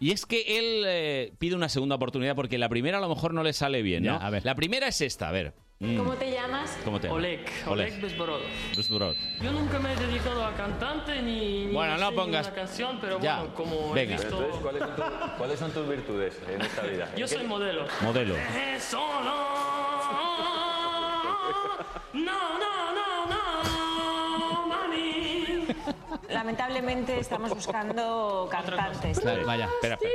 Speaker 1: Y es que él eh, pide una segunda oportunidad porque la primera a lo mejor no le sale bien, ¿no?
Speaker 23: Ya, a ver.
Speaker 1: La primera es esta, a ver. Mm.
Speaker 15: ¿Cómo te llamas?
Speaker 1: ¿Cómo te llamas?
Speaker 15: Oleg.
Speaker 1: Oleg.
Speaker 15: Oleg Besborod.
Speaker 1: Rus Brod.
Speaker 15: Yo nunca me he dedicado a cantante ni, ni
Speaker 1: Bueno,
Speaker 15: sé
Speaker 1: no
Speaker 15: ni
Speaker 1: pongas-
Speaker 15: una canción, pero
Speaker 1: Ya.
Speaker 15: bueno, como
Speaker 1: Venga.
Speaker 15: he visto...
Speaker 1: Pero entonces,
Speaker 15: ¿cuáles, son tus virtudes en esta vida? Yo soy modelo.
Speaker 1: Modelo.
Speaker 15: Eh, Solo. No, no, no, no, mami.
Speaker 12: Lamentablemente estamos buscando cantantes.
Speaker 23: Claro, vaya.
Speaker 1: Espera, espera.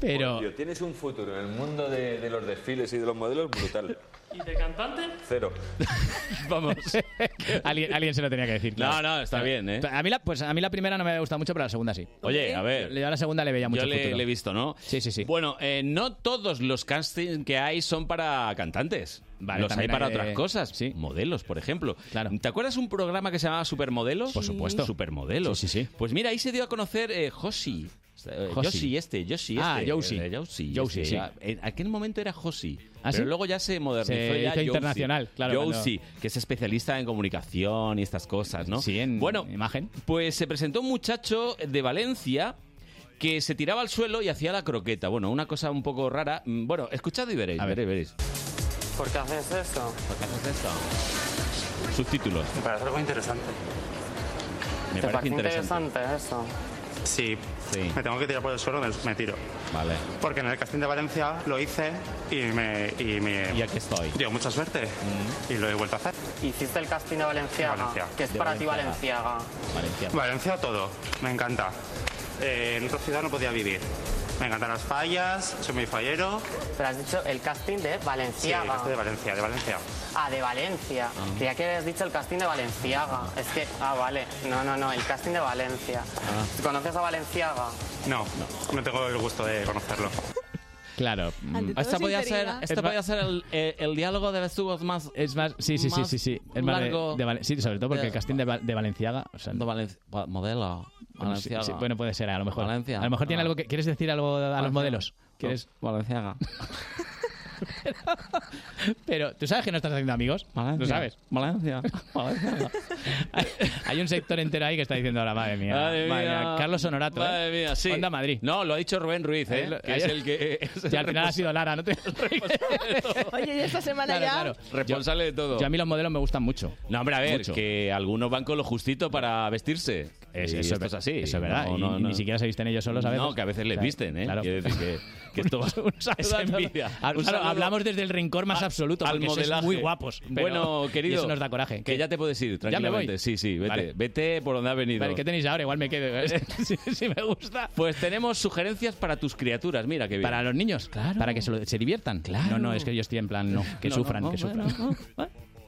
Speaker 23: Pero...
Speaker 49: tienes un futuro en el mundo de, de los desfiles y de los modelos
Speaker 23: [laughs]
Speaker 49: brutal.
Speaker 15: ¿Y de cantante?
Speaker 49: Cero.
Speaker 1: Vamos.
Speaker 23: alguien, alguien se lo tenía que decir.
Speaker 1: No,
Speaker 23: claro.
Speaker 1: no, está
Speaker 23: Pero-
Speaker 1: bien, ¿eh?
Speaker 23: A mí la, pues a mí la primera no me había gustado mucho, pero la segunda sí.
Speaker 1: Oye, a ver.
Speaker 23: Yo a la segunda le veía mucho
Speaker 1: Yo le,
Speaker 23: futuro.
Speaker 1: le he visto, ¿no? Sí, sí, sí. Bueno, eh, no todos los castings que hay son para cantantes.
Speaker 23: Vale,
Speaker 1: los hay
Speaker 23: también
Speaker 1: para
Speaker 23: hay eh, de-
Speaker 1: otras cosas. Modelos, por ejemplo. ¿Te acuerdas un programa que se llamaba Supermodelos? Por supuesto. Supermodelos. Sí, sí, sí. Pues mira, ahí se dio a conocer eh, Josi. Eh,
Speaker 23: Josi.
Speaker 1: Josi este, Josi este.
Speaker 23: Ah, Josi.
Speaker 1: Eh, Josi.
Speaker 23: Josi, sí.
Speaker 1: este. Ah, En aquel momento era Josi.
Speaker 23: ¿Ah, sí?
Speaker 1: pero luego ya se modernizó.
Speaker 23: Se
Speaker 1: ya
Speaker 23: hizo
Speaker 1: Josi.
Speaker 23: internacional, claro, cuando-
Speaker 1: Josi, que es especialista en comunicación y estas cosas, ¿no? Sí, en bueno, imagen. Pues se presentó un muchacho de Valencia que se tiraba al suelo y hacía la croqueta. Bueno, una cosa un poco rara. Mm, Bueno, escuchad y veréis. A ver, veréis.
Speaker 48: ¿Por qué haces esto?
Speaker 1: ¿Por qué haces esto? Subtítulos.
Speaker 48: Me parece algo interesante.
Speaker 1: Me parece interesante.
Speaker 48: eso? Sí. Me tengo que tirar por el suelo, me, me tiro.
Speaker 1: Vale.
Speaker 48: Porque en el casting de Valencia lo hice y me... Y, me,
Speaker 1: aquí estoy. Mm.
Speaker 48: Dio mucha suerte y lo he vuelto a hacer. Hiciste el casting de Valenciaga, que es
Speaker 1: De
Speaker 48: para ti
Speaker 1: Valenciaga.
Speaker 48: Valenciaga. Valencia todo, me encanta. Eh, en otra ciudad no podía vivir. Me encantan las fallas, soy muy fallero. Pero has dicho el casting de Valenciaga. Sí, el casting de Valencia, de Valencia. Ah, de Valencia. Creía que habías dicho el casting de Valenciaga. Es que, ah, vale. No, no, no, el casting de
Speaker 1: Ah.
Speaker 48: Valencia. ¿Conoces a Valenciaga?
Speaker 49: No, no tengo el gusto de conocerlo.
Speaker 23: Claro.
Speaker 1: mm,
Speaker 48: Ante todo
Speaker 23: Esta
Speaker 48: Esta podía ser,
Speaker 23: sinceridad.
Speaker 48: esta
Speaker 23: Es
Speaker 48: podía
Speaker 23: más-
Speaker 48: ser el, eh, el diálogo de Bezubos más.
Speaker 23: Es más, Sí, sí, sí, sí, sí. Es más de-
Speaker 48: largo.
Speaker 23: de, Valen- sí, sobre todo porque
Speaker 48: de-
Speaker 23: el casting de, Val- de Valenciaga, o sea,
Speaker 48: modelo.
Speaker 23: Bueno, sí,
Speaker 48: Valenciaga.
Speaker 23: sí, bueno, puede ser, a lo mejor.
Speaker 48: Valencia.
Speaker 23: A lo mejor tiene
Speaker 48: Ah.
Speaker 23: algo que. ¿Quieres decir algo a los
Speaker 48: Valenciaga.
Speaker 23: modelos?
Speaker 1: Oh,
Speaker 23: ¿Quieres?
Speaker 48: Valenciaga.
Speaker 23: Pero, ¿tú sabes que no estás haciendo amigos? ¿Lo sabes? [laughs]
Speaker 48: Valencia. Valenciaga.
Speaker 23: Hay un sector entero ahí que está diciendo ahora, madre mía.
Speaker 48: Madre mía.
Speaker 23: Carlos Sonorato. ¿eh?
Speaker 48: Madre mía, sí.
Speaker 23: Onda Madrid.
Speaker 48: No, lo ha dicho Rubén Ruiz, ¿eh?
Speaker 23: Él-
Speaker 48: que es el
Speaker 23: [laughs]
Speaker 48: que. es el
Speaker 23: Y al final ha sido Lara, ¿no te
Speaker 12: [laughs] Oye, y esta semana ya.
Speaker 1: [laughs] Responsable de todo.
Speaker 23: Yo a mí los modelos me gustan mucho.
Speaker 1: No, hombre, a ver,
Speaker 23: Mucho.
Speaker 1: que algunos van con lo justito para vestirse.
Speaker 23: Es-
Speaker 1: Y
Speaker 23: eso es
Speaker 1: esto
Speaker 23: ver-
Speaker 1: es así.
Speaker 23: eso es verdad.
Speaker 1: No,
Speaker 23: Y-
Speaker 1: no,
Speaker 23: y
Speaker 1: no.
Speaker 23: ni siquiera se visten ellos solos a veces.
Speaker 1: No, que a veces les
Speaker 23: O sea,
Speaker 1: visten, ¿eh?
Speaker 23: claro.
Speaker 1: Quiero
Speaker 23: [laughs]
Speaker 1: decir que, que esto va [laughs] es envidia.
Speaker 23: Ah,
Speaker 1: Un
Speaker 23: claro,
Speaker 1: saludo
Speaker 23: hablamos desde el rincor más absoluto.
Speaker 1: al
Speaker 23: porque sois
Speaker 1: modelaje.
Speaker 23: muy guapos. pero-
Speaker 1: bueno,
Speaker 23: [laughs]
Speaker 1: querido.
Speaker 23: y eso nos da coraje.
Speaker 1: Que ya te puedes
Speaker 23: ¿Ya
Speaker 1: ir,
Speaker 23: me
Speaker 1: tranquilamente.
Speaker 23: voy?
Speaker 1: Sí, sí, vete.
Speaker 23: Vale.
Speaker 1: Vete por donde has venido.
Speaker 23: Vale, ¿qué tenéis ahora? Igual me quedo.
Speaker 1: [laughs]
Speaker 23: ¿eh? [laughs] si, si me gusta.
Speaker 1: Pues tenemos sugerencias para tus criaturas, mira qué bien.
Speaker 23: Para los niños, claro. Para que se, lo- se diviertan. Claro. No, no, es que yo estoy en plan, no, que
Speaker 1: No, no,
Speaker 23: sufran,
Speaker 1: no,
Speaker 23: que
Speaker 1: bueno,
Speaker 23: sufran.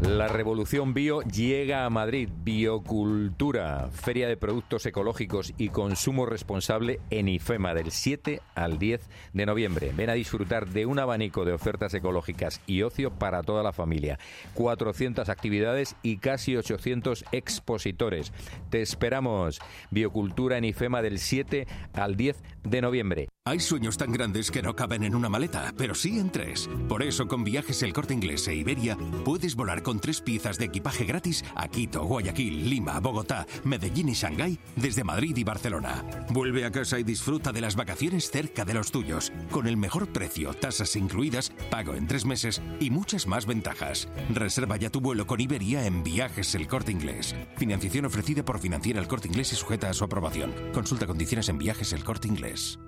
Speaker 7: La revolución bio llega a Madrid. Biocultura, feria de productos ecológicos y consumo responsable en IFEMA del 7 al 10 de noviembre. Ven a disfrutar de un abanico de ofertas ecológicas y ocio para toda la familia. 400 actividades y casi 800 expositores. Te esperamos. Biocultura en IFEMA del 7 al 10 de noviembre.
Speaker 8: Hay sueños tan grandes que no caben en una maleta, pero sí en tres. Por eso, con viajes El Corte Inglés e Iberia, puedes volar con tres piezas de equipaje gratis a Quito, Guayaquil, Lima, Bogotá, Medellín y Shanghái desde Madrid y Barcelona. Vuelve a casa y disfruta de las vacaciones cerca de los tuyos, con el mejor precio, tasas incluidas, pago en tres meses y muchas más ventajas. Reserva ya tu vuelo con Iberia en Viajes El Corte Inglés. Financiación ofrecida por Financiera El Corte Inglés y sujeta a su aprobación. Consulta condiciones en Viajes El Corte Inglés.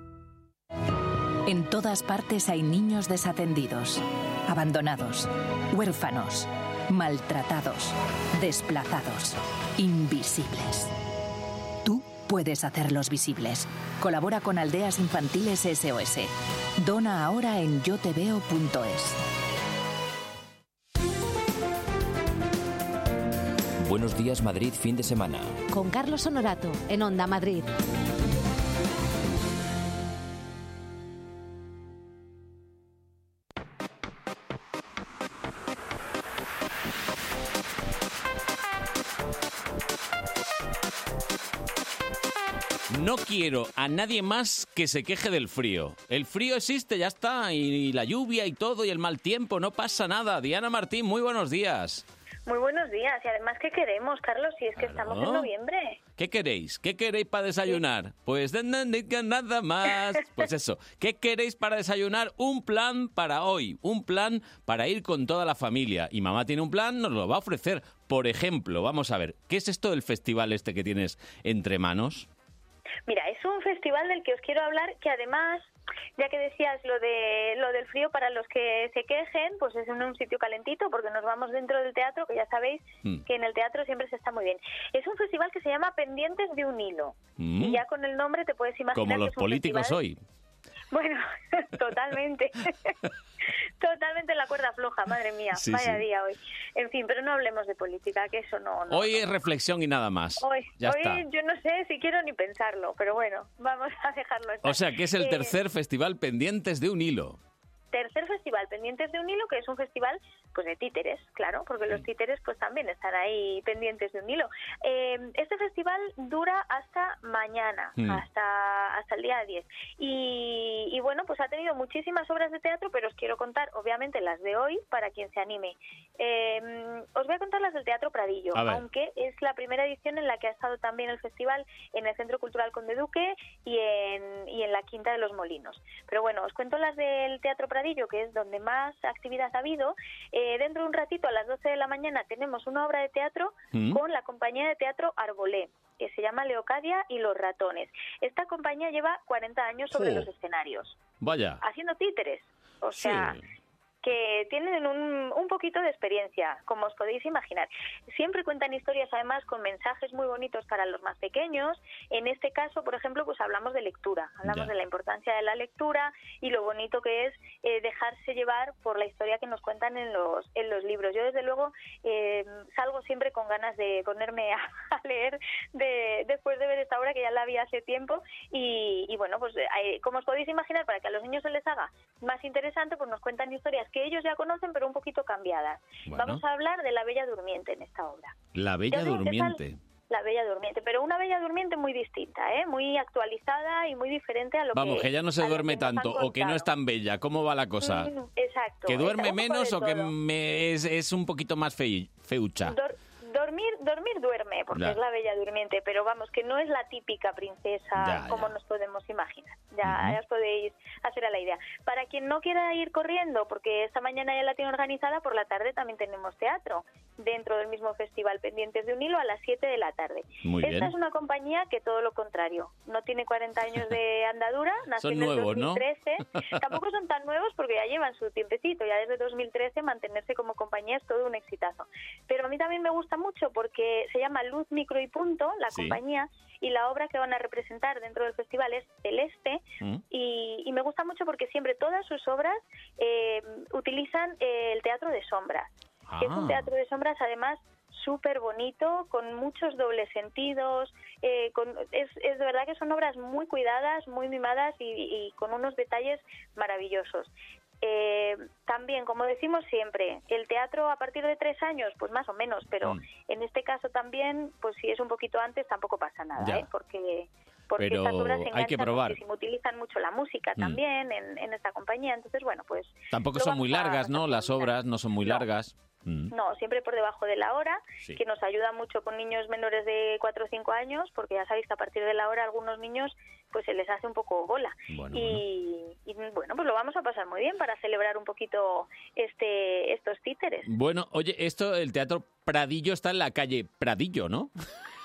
Speaker 8: En todas partes hay niños desatendidos, abandonados, huérfanos, maltratados, desplazados, invisibles. Tú puedes hacerlos visibles. Colabora con Aldeas Infantiles SOS. Dona ahora en yoteveo.es.
Speaker 5: Buenos días Madrid, fin de semana.
Speaker 10: Con Carlos Honorato, en Onda Madrid.
Speaker 1: No quiero a nadie más que se queje del frío. El frío existe, ya está, y la lluvia y todo, y el mal tiempo, no pasa nada. Diana Martín, muy buenos días.
Speaker 41: Muy buenos días. Y además, ¿qué queremos, Carlos? Si es que estamos en noviembre.
Speaker 1: ¿Qué queréis? ¿Qué queréis para desayunar? Pues de- de- de-
Speaker 41: [laughs]
Speaker 1: nada más. Pues eso. ¿Qué queréis para desayunar? Un plan para hoy. Un plan para ir con toda la familia. Y mamá tiene un plan, nos lo va a ofrecer. Por ejemplo, vamos a ver, ¿qué es esto del festival este que tienes entre manos?
Speaker 41: Mira, es un festival del que os quiero hablar que además, ya que decías lo de lo del frío para los que se quejen, pues es en un sitio calentito porque nos vamos dentro del teatro, que ya sabéis
Speaker 24: Mm.
Speaker 41: que en el teatro siempre se está muy bien. Es un festival que se llama Pendientes de un hilo.
Speaker 1: Mm.
Speaker 41: Y ya con el nombre te puedes imaginar
Speaker 1: Como
Speaker 41: que
Speaker 1: los
Speaker 41: es un
Speaker 1: políticos
Speaker 41: festival-
Speaker 1: hoy.
Speaker 41: Bueno, [laughs]
Speaker 1: [laughs]
Speaker 41: totalmente. totalmente en la cuerda floja, madre mía.
Speaker 1: Sí,
Speaker 41: Vaya
Speaker 1: sí.
Speaker 41: día hoy. En fin, pero no hablemos de política, que eso no. no
Speaker 1: Hoy es reflexión y nada más.
Speaker 41: Hoy,
Speaker 1: Ya
Speaker 41: hoy
Speaker 1: está.
Speaker 41: yo no sé si quiero ni pensarlo, pero bueno, vamos a dejarlo. estar.
Speaker 1: O sea, que es el
Speaker 41: Eh,
Speaker 1: tercer festival pendientes de un hilo.
Speaker 41: tercer festival pendientes de un hilo, que es un festival pues de títeres, claro, porque los títeres pues también están ahí pendientes de un hilo. Eh, este festival dura hasta mañana,
Speaker 35: Mm.
Speaker 41: hasta, hasta el día 10. Y, y bueno, pues ha tenido muchísimas obras de teatro, pero os quiero contar obviamente las de hoy para quien se anime. Eh, os voy a contar las del Teatro Pradillo,
Speaker 8: A ver.
Speaker 41: aunque es la primera edición en la que ha estado también el festival en el Centro Cultural Conde Duque y en, y en la Quinta de los Molinos. Pero bueno, os cuento las del Teatro Pradillo, que es donde más actividad ha habido. Eh, dentro de un ratito, a las 12 de la mañana, tenemos una obra de teatro
Speaker 13: Mm.
Speaker 41: con la compañía de teatro Arbolé que se llama Leocadia y los ratones. Esta compañía lleva 40 años sobre
Speaker 1: Jo.
Speaker 41: los escenarios,
Speaker 1: Vaya.
Speaker 41: haciendo títeres. Ah, O sea, que tienen un, un poquito de experiencia, como os podéis imaginar. Siempre cuentan historias, además, con mensajes muy bonitos para los más pequeños. En este caso, por ejemplo, pues hablamos de lectura, hablamos
Speaker 10: Ya.
Speaker 41: de la importancia de la lectura y lo bonito que es eh, dejarse llevar por la historia que nos cuentan en los, en los libros. Yo, desde luego, eh, salgo siempre con ganas de ponerme a, [laughs] a leer de- después de ver esta obra, que ya la vi hace tiempo. Y, y bueno, pues eh, como os podéis imaginar, para que a los niños se les haga más interesante, pues nos cuentan historias que ellos ya conocen, pero un poquito cambiadas.
Speaker 1: Bueno.
Speaker 41: Vamos a hablar de la Bella Durmiente en esta obra.
Speaker 1: La Bella
Speaker 41: Ya digo que tal-
Speaker 1: Durmiente.
Speaker 41: La Bella Durmiente, pero una Bella Durmiente muy distinta, ¿eh? muy actualizada y muy diferente a lo que...
Speaker 1: Vamos, que ya no se
Speaker 41: a lo
Speaker 1: duerme
Speaker 41: que nos han
Speaker 1: tanto o que no
Speaker 41: contado.
Speaker 1: es tan bella. ¿Cómo va la cosa?
Speaker 41: Mm, Exacto.
Speaker 1: ¿Que duerme
Speaker 41: Un poco
Speaker 1: menos
Speaker 41: de
Speaker 1: o que
Speaker 41: todo.
Speaker 1: me- es, es un poquito más fei- feucha?
Speaker 41: Dor- dormir, dormir duerme, porque
Speaker 1: Ya.
Speaker 41: es la bella durmiente, pero vamos, que no es la típica princesa
Speaker 1: Ya,
Speaker 41: como nos podemos imaginar. Ya, ya os podéis hacer a la idea. Para quien no quiera ir corriendo, porque esta mañana ya la tiene organizada, por la tarde también tenemos teatro dentro del mismo festival Pendientes de un Hilo a las 7 de la tarde.
Speaker 1: Muy
Speaker 41: Esta
Speaker 1: bien.
Speaker 41: es una compañía que todo lo contrario, no tiene 40 años
Speaker 1: [laughs]
Speaker 41: de andadura, nació en
Speaker 1: Son
Speaker 41: el
Speaker 1: nuevos, ¿no?
Speaker 41: 2013,
Speaker 1: [laughs]
Speaker 41: tampoco son tan nuevos porque ya llevan su tiempecito, ya desde 2013 mantenerse como compañía es todo un exitazo. Pero a mí también me gusta mucho porque se llama Luz, Micro y Punto, la
Speaker 24: Sí.
Speaker 41: compañía, y la obra que van a representar dentro del festival es Celeste,
Speaker 1: Mm.
Speaker 41: y, y me gusta mucho porque siempre todas sus obras eh, utilizan eh, el teatro de sombras, que es un
Speaker 13: Ah.
Speaker 41: teatro de sombras además súper bonito, con muchos dobles sentidos, eh, con- es, es de verdad que son obras muy cuidadas, muy mimadas y, y con unos detalles maravillosos. Eh, también, como decimos siempre, el teatro a partir de tres años, pues más o menos, pero
Speaker 1: Mm.
Speaker 41: en este caso también, pues si es un poquito antes tampoco pasa nada,
Speaker 1: Ya.
Speaker 41: ¿eh? porque porque
Speaker 1: Pero
Speaker 41: estas obras se
Speaker 1: hay que
Speaker 41: enganchan
Speaker 1: probar.
Speaker 41: muchísimo, utilizan mucho la música
Speaker 1: Mm.
Speaker 41: también en, en esta compañía, entonces bueno, pues
Speaker 1: Tampoco
Speaker 41: lo
Speaker 1: son muy
Speaker 41: vamos a-
Speaker 1: largas, ¿no? Las obras no son muy largas. Mm.
Speaker 41: no, siempre por debajo de la hora,
Speaker 1: Sí.
Speaker 41: que nos ayuda mucho con niños menores de 4 o 5 años, porque ya sabéis que a partir de la hora a algunos niños pues se les hace un poco bola.
Speaker 1: Bueno,
Speaker 41: y, y, bueno, pues lo vamos a pasar muy bien para celebrar un poquito este estos títeres.
Speaker 1: Bueno, oye, esto, el Teatro Pradillo está en la calle Pradillo, ¿no?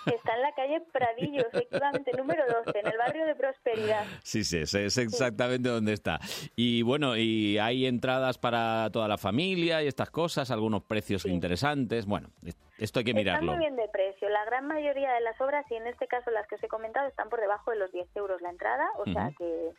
Speaker 41: Está en la calle Pradillo, efectivamente, número 12, en el barrio de Prosperidad.
Speaker 1: Sí, sí, sé, sé exactamente dónde está. Y bueno, y hay entradas para toda la familia y estas cosas, algunos precios interesantes. Bueno, es- esto hay que mirarlo.
Speaker 41: Están muy bien de precio. La gran mayoría de las obras, y en este caso las que os he comentado, están por debajo de los 10 euros la entrada, o sea
Speaker 1: Ujú.
Speaker 41: que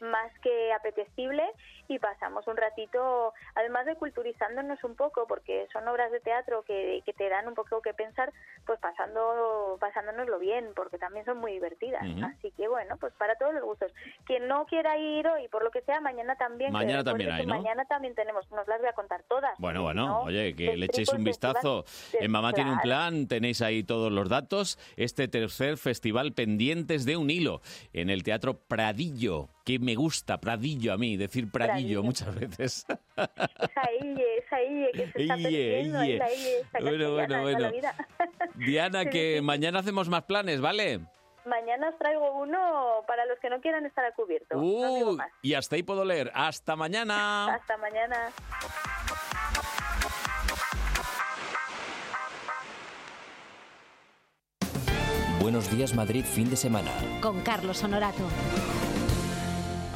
Speaker 41: más que apetecible y pasamos un ratito, además de culturizándonos un poco, porque son obras de teatro que, que te dan un poco que pensar, pues pasando, pasándonoslo bien, porque también son muy divertidas.
Speaker 1: Ujú.
Speaker 41: Así que bueno, pues para todos los gustos. Quien no quiera ir hoy, por lo que sea, mañana también. que
Speaker 1: Mañana
Speaker 41: recuerde
Speaker 1: también
Speaker 41: que
Speaker 1: hay, ¿no?
Speaker 41: Mañana también tenemos, nos las voy a contar todas.
Speaker 1: Bueno,
Speaker 41: porque si
Speaker 1: bueno,
Speaker 41: no,
Speaker 1: oye, que
Speaker 41: del
Speaker 1: le echéis
Speaker 41: triple
Speaker 1: un
Speaker 41: festival-
Speaker 1: vistazo.
Speaker 41: del-
Speaker 1: En Mamá tiene un
Speaker 41: claro.
Speaker 1: plan, tenéis ahí todos los datos. Este tercer festival pendientes de un hilo en el Teatro Pradillo, que me gusta, Pradillo a mí, decir Pradillo,
Speaker 41: Pradillo.
Speaker 1: muchas
Speaker 41: [laughs]
Speaker 1: veces.
Speaker 41: Esa Ille, esa Ille que se está
Speaker 1: Ille,
Speaker 41: perdiendo, es
Speaker 1: Ille.
Speaker 41: la Ille esta
Speaker 1: Bueno,
Speaker 41: castellana
Speaker 1: bueno,
Speaker 41: de toda la
Speaker 1: bueno.
Speaker 41: vida. [laughs]
Speaker 1: Diana,
Speaker 41: Sí,
Speaker 1: que mañana hacemos más planes, ¿vale?
Speaker 41: Mañana os traigo uno para los que no quieran estar a cubierto. no digo
Speaker 1: Uh, ah.
Speaker 41: más.
Speaker 1: y hasta ahí puedo leer. Hasta mañana.
Speaker 41: Hasta mañana.
Speaker 12: Buenos días Madrid, fin de semana.
Speaker 20: Con Carlos Honorato.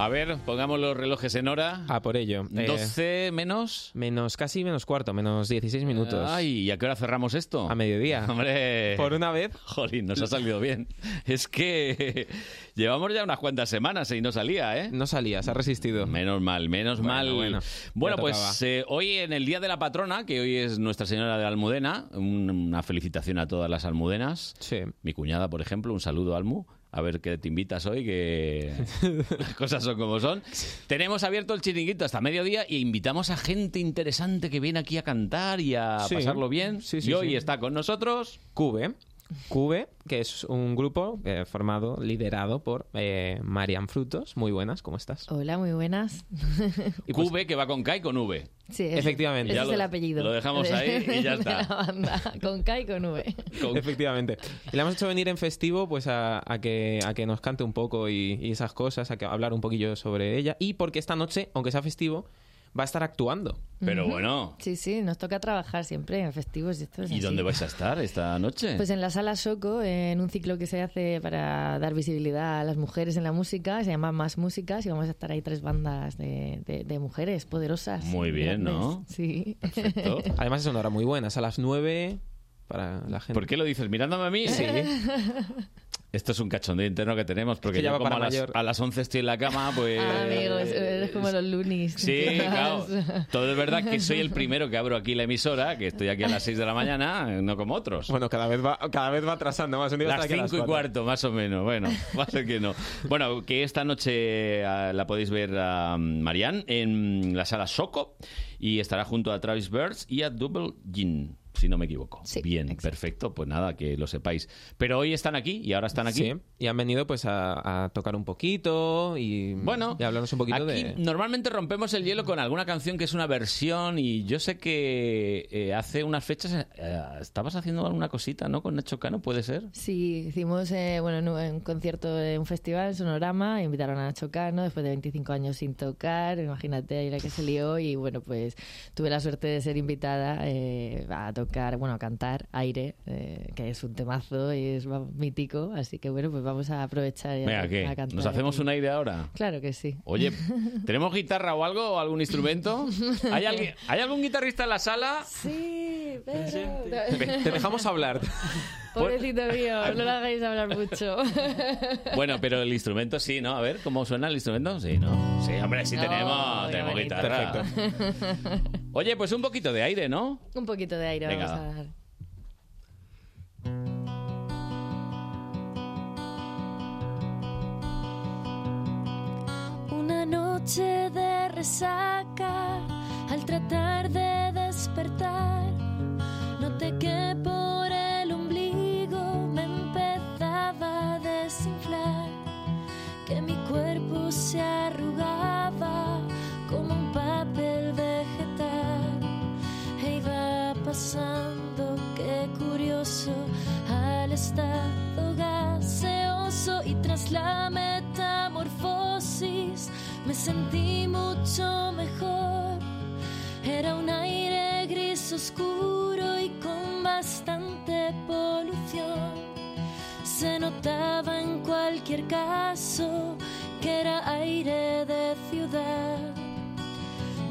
Speaker 1: A ver, pongamos los relojes en hora.
Speaker 16: A Ah, por ello. eh.
Speaker 1: 12 menos.
Speaker 16: Menos, casi menos cuarto, menos 16 minutos.
Speaker 1: Ay, ¿y a qué hora cerramos esto?
Speaker 16: A mediodía.
Speaker 1: [laughs] Hombre.
Speaker 16: Por una vez.
Speaker 1: Jolín, nos ha salido bien. Es que llevamos ya unas cuantas semanas y no salía, ¿eh?
Speaker 16: No salía, se ha resistido.
Speaker 1: Menos mal, menos mal.
Speaker 16: bueno,
Speaker 1: Bueno,
Speaker 16: ya tocaba.
Speaker 1: pues eh, hoy en el Día de la Patrona, que hoy es Nuestra Señora de la Almudena, un- una felicitación a todas las almudenas. Mi cuñada, por ejemplo, un saludo, Almu. A ver qué te invitas hoy,
Speaker 16: [laughs]
Speaker 1: que las cosas son como son. Tenemos abierto el chiringuito hasta mediodía y invitamos a gente interesante que viene aquí a cantar y a
Speaker 16: Sí.
Speaker 1: pasarlo bien.
Speaker 16: Sí, sí,
Speaker 1: y hoy
Speaker 16: sí.
Speaker 1: está con nosotros.
Speaker 16: Cube. Cube, que es un grupo eh, formado, liderado por eh, Marian Frutos. Muy buenas, ¿cómo estás?
Speaker 34: Hola, muy buenas.
Speaker 1: [laughs] Cube, que va con K y con V.
Speaker 34: Sí, ese-
Speaker 16: Efectivamente.
Speaker 34: Ese
Speaker 16: Ya
Speaker 34: es
Speaker 16: lo-
Speaker 34: el apellido.
Speaker 16: lo dejamos
Speaker 34: de-
Speaker 16: ahí y ya
Speaker 34: [laughs] de
Speaker 16: está.
Speaker 34: la banda, con K y con V.
Speaker 16: Efectivamente. Y la hemos hecho venir en festivo pues a, a que, a que nos cante un poco y, y esas cosas, a que hablar un poquillo sobre ella. Y porque esta noche, aunque sea festivo, va a estar actuando.
Speaker 1: Pero bueno.
Speaker 34: Sí, sí, nos toca trabajar siempre en festivos y esto es
Speaker 1: ¿Y
Speaker 34: Pues así.
Speaker 1: dónde vais a estar esta noche?
Speaker 34: Pues en la sala Soco, en un ciclo que se hace para dar visibilidad a las mujeres en la música, se llama Más Músicas y vamos a estar ahí tres bandas de, de- de mujeres poderosas.
Speaker 16: Muy bien,
Speaker 34: grandes.
Speaker 16: ¿no?
Speaker 34: Sí. [laughs]
Speaker 16: Además es una hora muy buena, es a las 9 para la gente. ¿Por
Speaker 1: qué lo dices? ¿Mirándome a mí?
Speaker 16: Sí.
Speaker 1: Esto es un cachondeo interno que tenemos, porque
Speaker 16: que ya
Speaker 1: yo
Speaker 16: va
Speaker 1: como
Speaker 16: para
Speaker 1: a las,
Speaker 16: mayor.
Speaker 1: a las 11 estoy en la cama, pues...
Speaker 34: Ah, amigos, eres como los lunis.
Speaker 1: Sí, claro. Todo es verdad que soy el primero que abro aquí la emisora, que estoy aquí a las 6 de la mañana, no como otros.
Speaker 16: Bueno, cada vez va, cada vez va atrasando más. Un día
Speaker 1: Las
Speaker 16: hasta que
Speaker 1: 5 y
Speaker 16: cuatro.
Speaker 1: cuarto, más o menos. Bueno, va a ser que no. Bueno, que esta noche ah, la podéis ver a mm, Marianne en mm, la sala Soco y estará junto a Travis Birds y a Double Gin, si no me equivoco. Bien, perfecto. Pues nada, que lo sepáis. Pero hoy están aquí y ahora están aquí.
Speaker 16: Sí, y han venido pues a, a tocar un poquito y, bueno, y hablarnos un poquito
Speaker 1: Aquí
Speaker 16: de...
Speaker 1: normalmente rompemos el hielo con alguna canción que es una versión y yo sé que eh, hace unas fechas eh, estabas haciendo alguna cosita, ¿no? Con Nacho Cano, ¿puede ser?
Speaker 34: Sí, hicimos eh, bueno, en un, en un concierto en un festival, en Sonorama, invitaron a Nacho Cano después de 25 años sin tocar, imagínate ahí la que se lió y bueno, pues tuve la suerte de ser invitada eh, a tocar, bueno, a cantar Aire, eh, que es un temazo y es va- mítico, así que bueno, pues vamos a aprovechar y a-
Speaker 1: Venga,
Speaker 34: a
Speaker 1: ¿qué?
Speaker 34: cantar
Speaker 1: ¿Nos hacemos
Speaker 34: aquí.
Speaker 1: un aire ahora?
Speaker 34: Claro que sí. [laughs]
Speaker 1: Oye, ¿tenemos guitarra o algo? ¿O algún instrumento? ¿Hay, alguien- ¿hay algún guitarrista en la sala? [laughs]
Speaker 34: Sí, pero...
Speaker 1: hablar.
Speaker 34: [laughs] Pobrecito mío, no lo hagáis hablar mucho.
Speaker 1: [laughs] Bueno, pero el instrumento sí, ¿no? A ver, ¿cómo suena el instrumento? Sí, ¿no? Sí, hombre, sí
Speaker 34: No,
Speaker 1: tenemos,
Speaker 34: qué
Speaker 1: tenemos
Speaker 34: bonito.
Speaker 1: guitarra. Oye, pues un poquito de aire, ¿no?
Speaker 34: [laughs] Un poquito de aire
Speaker 1: Venga,
Speaker 34: vamos
Speaker 1: va.
Speaker 34: a dar.
Speaker 35: Una noche de resaca al tratar de despertar. Noté que por el ombligo me empezaba a desinflar. Que mi cuerpo se arrugaba como un papel vegetal. E iba pasando, qué curioso, al estado gaseoso y tras la metamorfosis me sentí mucho mejor. Era un aire gris oscuro y con bastante polución. Se notaba en cualquier caso que era aire de ciudad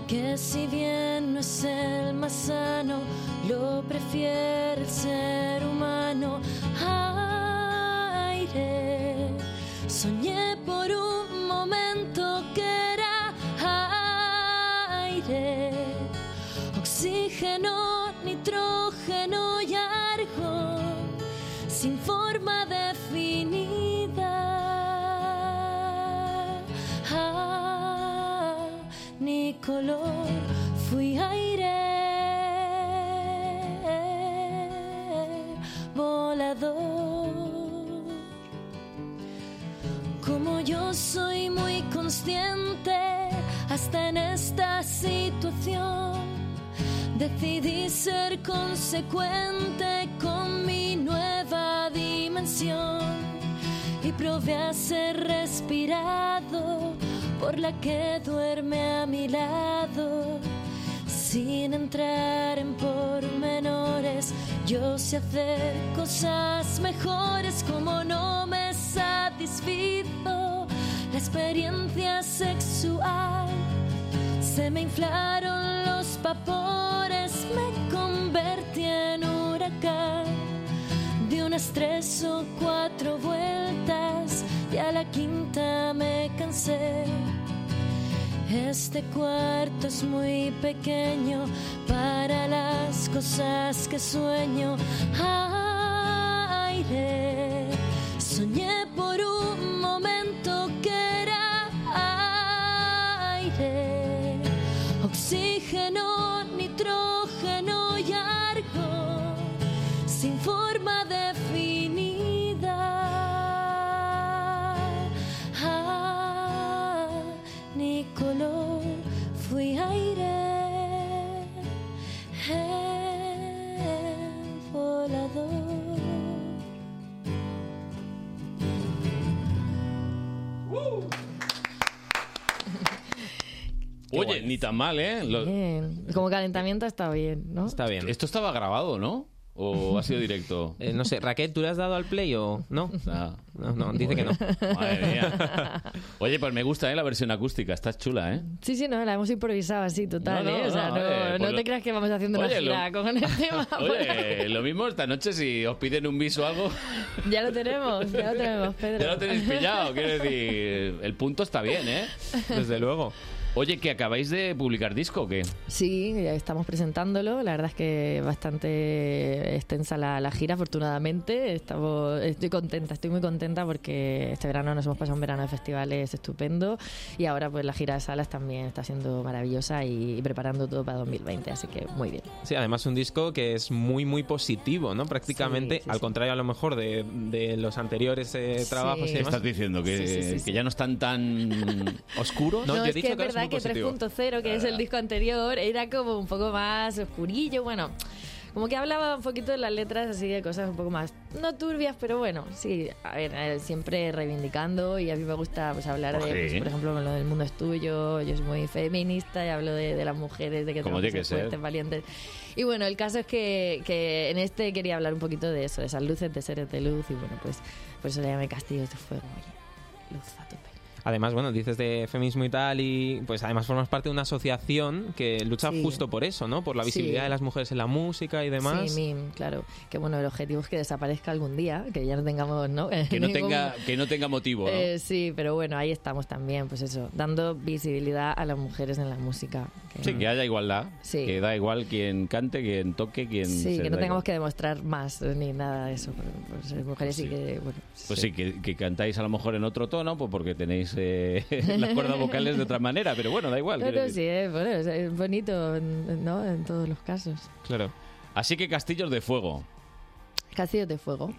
Speaker 35: que si bien no es el más sano, lo prefiere el ser humano. Aire, soñé por un momento que era aire, oxígeno, nitrógeno y argón, sin forma definida. Ah, ni color, fui aire volador. Como yo soy muy consciente, hasta en esta situación decidí ser consecuente con mi nueva dimensión y probé a ser respirado por la que duerme a mi lado. Sin entrar en pormenores, yo sé hacer cosas mejores como no me satisfizo la experiencia sexual. Se me inflaron los vapores, me convertí en huracán. De unas tres o cuatro vueltas y a la quinta me cansé. Este cuarto es muy pequeño para las cosas que sueño. Aire, soñé por un Ah, eh,
Speaker 1: Oye, ni tan mal, ¿eh? Lo-
Speaker 34: Bien. Como calentamiento está bien, ¿no?
Speaker 16: Está bien.
Speaker 1: Esto estaba grabado, ¿no? ¿O ha sido
Speaker 11: [laughs]
Speaker 1: directo?
Speaker 16: Eh, no sé, Raquel, ¿tú le has dado al play o
Speaker 1: [laughs]
Speaker 16: no?
Speaker 1: No,
Speaker 16: no, dice que no.
Speaker 1: Madre mía. Oye, pues me gusta, ¿eh? La versión acústica, está chula, ¿eh?
Speaker 34: Sí, sí, no, la hemos improvisado así, total,
Speaker 1: No, no,
Speaker 34: ¿eh? O sea,
Speaker 1: no,
Speaker 34: no,
Speaker 1: oye, pues
Speaker 34: no
Speaker 1: lo-
Speaker 34: te creas que vamos haciendo
Speaker 1: Oye,
Speaker 34: una
Speaker 1: lo- [laughs]
Speaker 34: gira con el tema.
Speaker 1: Oye, lo mismo esta noche si os piden un viso o algo,
Speaker 34: Ya lo tenemos, ya lo tenemos,
Speaker 1: [laughs]
Speaker 34: Pedro.
Speaker 1: ya lo tenéis pillado. Quiero decir, el punto está bien, ¿eh?
Speaker 16: Desde luego.
Speaker 1: Oye, ¿que acabáis de publicar disco o qué?
Speaker 34: [laughs] Sí, ya estamos presentándolo. La verdad es que bastante extensa la, la gira, afortunadamente. Estamos, estoy contenta, estoy muy contenta porque este verano nos hemos pasado un verano de festivales estupendo y ahora pues la gira de salas también está siendo maravillosa y, preparando todo para 2020, así que muy bien.
Speaker 16: Sí, además un disco que es muy, muy positivo, ¿no? Prácticamente, al contrario a lo mejor de, de los anteriores eh,
Speaker 34: Sí.
Speaker 16: trabajos y
Speaker 1: ¿Qué
Speaker 16: demás.
Speaker 1: estás diciendo? ¿Que,
Speaker 16: Sí, sí, sí, sí.
Speaker 1: que ya no están
Speaker 34: [laughs]
Speaker 1: tan oscuros?
Speaker 34: No, es que es Ah. verdad que 3.0, que es el disco anterior, era como un poco más oscurillo, bueno. Como que hablaba un poquito de las letras, así de cosas un poco más, no turbias, pero bueno, sí, a ver, eh, siempre reivindicando y a mí me gusta pues hablar de,
Speaker 1: Sí.
Speaker 34: pues, por ejemplo, con lo del mundo es tuyo, yo soy muy feminista y hablo de, de las mujeres, de que
Speaker 1: Como tiene
Speaker 34: tenemos que
Speaker 1: que
Speaker 34: ser
Speaker 1: ser.
Speaker 34: fuertes, valientes. Y bueno, el caso es que, que en este quería hablar un poquito de eso, de esas luces, de seres de luz y bueno, pues por eso le llamé Castillos de Fuego, oye, luz a tope.
Speaker 16: Además, bueno, dices de feminismo y tal, y pues además formas parte de una asociación que lucha
Speaker 34: Sí.
Speaker 16: justo por eso, ¿no? Por la
Speaker 34: Sí.
Speaker 16: visibilidad de las mujeres en la música y demás.
Speaker 34: Sí, MIM, claro. Que bueno, el objetivo es que desaparezca algún día, que ya no tengamos, ¿no?
Speaker 1: Que no,
Speaker 34: [laughs] Ningún-
Speaker 1: tenga, que no tenga motivo, ¿no?
Speaker 34: Eh, sí, pero bueno, ahí estamos también, pues eso, dando visibilidad a las mujeres en la música. Que-
Speaker 1: Sí, que haya igualdad.
Speaker 34: Sí.
Speaker 1: Que da igual quien cante, quien toque, quien...
Speaker 34: Sí,
Speaker 1: se
Speaker 34: que no
Speaker 1: da
Speaker 34: tengamos
Speaker 1: igual.
Speaker 34: que demostrar más eh, ni nada de eso por, por ser mujeres y que, bueno,
Speaker 1: Pues sí, que, que cantáis a lo mejor en otro tono, pues porque tenéis eh, [laughs] las cuerdas vocales de otra manera, pero bueno, da igual.
Speaker 34: No,
Speaker 1: quiero
Speaker 34: no,
Speaker 1: decir.
Speaker 34: sí, eh, bueno, es- es bonito, ¿no? En todos los casos.
Speaker 16: Claro.
Speaker 1: Así que Castillos de Fuego,
Speaker 34: Castillos de fuego.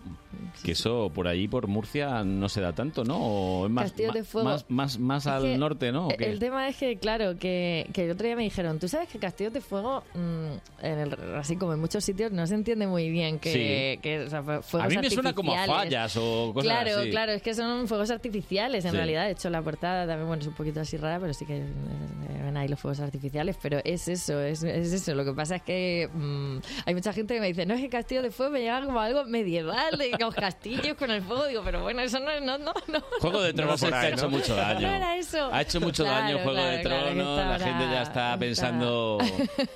Speaker 1: que eso por allí, por Murcia, no se da tanto, ¿no? O es más,
Speaker 34: Castillos de
Speaker 1: más-
Speaker 34: Fuego.
Speaker 1: Más, más, más
Speaker 34: Es
Speaker 1: al
Speaker 34: que
Speaker 1: norte, ¿no? ¿O qué?
Speaker 34: Eh, El tema es que, claro, que, que el otro día me dijeron, tú sabes que Castillos de Fuego, mm, en el- así como en muchos sitios, no se entiende muy bien que,
Speaker 1: Sí.
Speaker 34: que, o sea, fue-
Speaker 1: a
Speaker 34: fuegos
Speaker 1: mí me suena
Speaker 34: artificiales".
Speaker 1: como a fallas o cosas
Speaker 34: claro,
Speaker 1: así.
Speaker 34: claro, es que son fuegos artificiales en
Speaker 1: Sí.
Speaker 34: realidad. De hecho, la portada también, bueno, es un poquito así rara, pero sí que eh, ven ahí los fuegos artificiales. Pero es eso, es, es eso. Lo que pasa es que mm, hay mucha gente que me dice, no, es que Castillo de Fuego me lleva como algo medieval, de los castillos con el fuego. Digo, pero bueno, eso no es, no, no, no.
Speaker 1: Juego de
Speaker 34: No va
Speaker 1: Tronos
Speaker 34: por
Speaker 1: es que
Speaker 34: ahí,
Speaker 1: ha
Speaker 34: ¿no?
Speaker 1: hecho mucho daño.
Speaker 34: No era eso.
Speaker 1: Ha hecho mucho
Speaker 34: Claro,
Speaker 1: daño Juego de
Speaker 34: claro, claro, que
Speaker 1: Tronos,
Speaker 34: está
Speaker 1: la gente ya
Speaker 34: ahora-
Speaker 1: está
Speaker 34: [laughs]
Speaker 1: pensando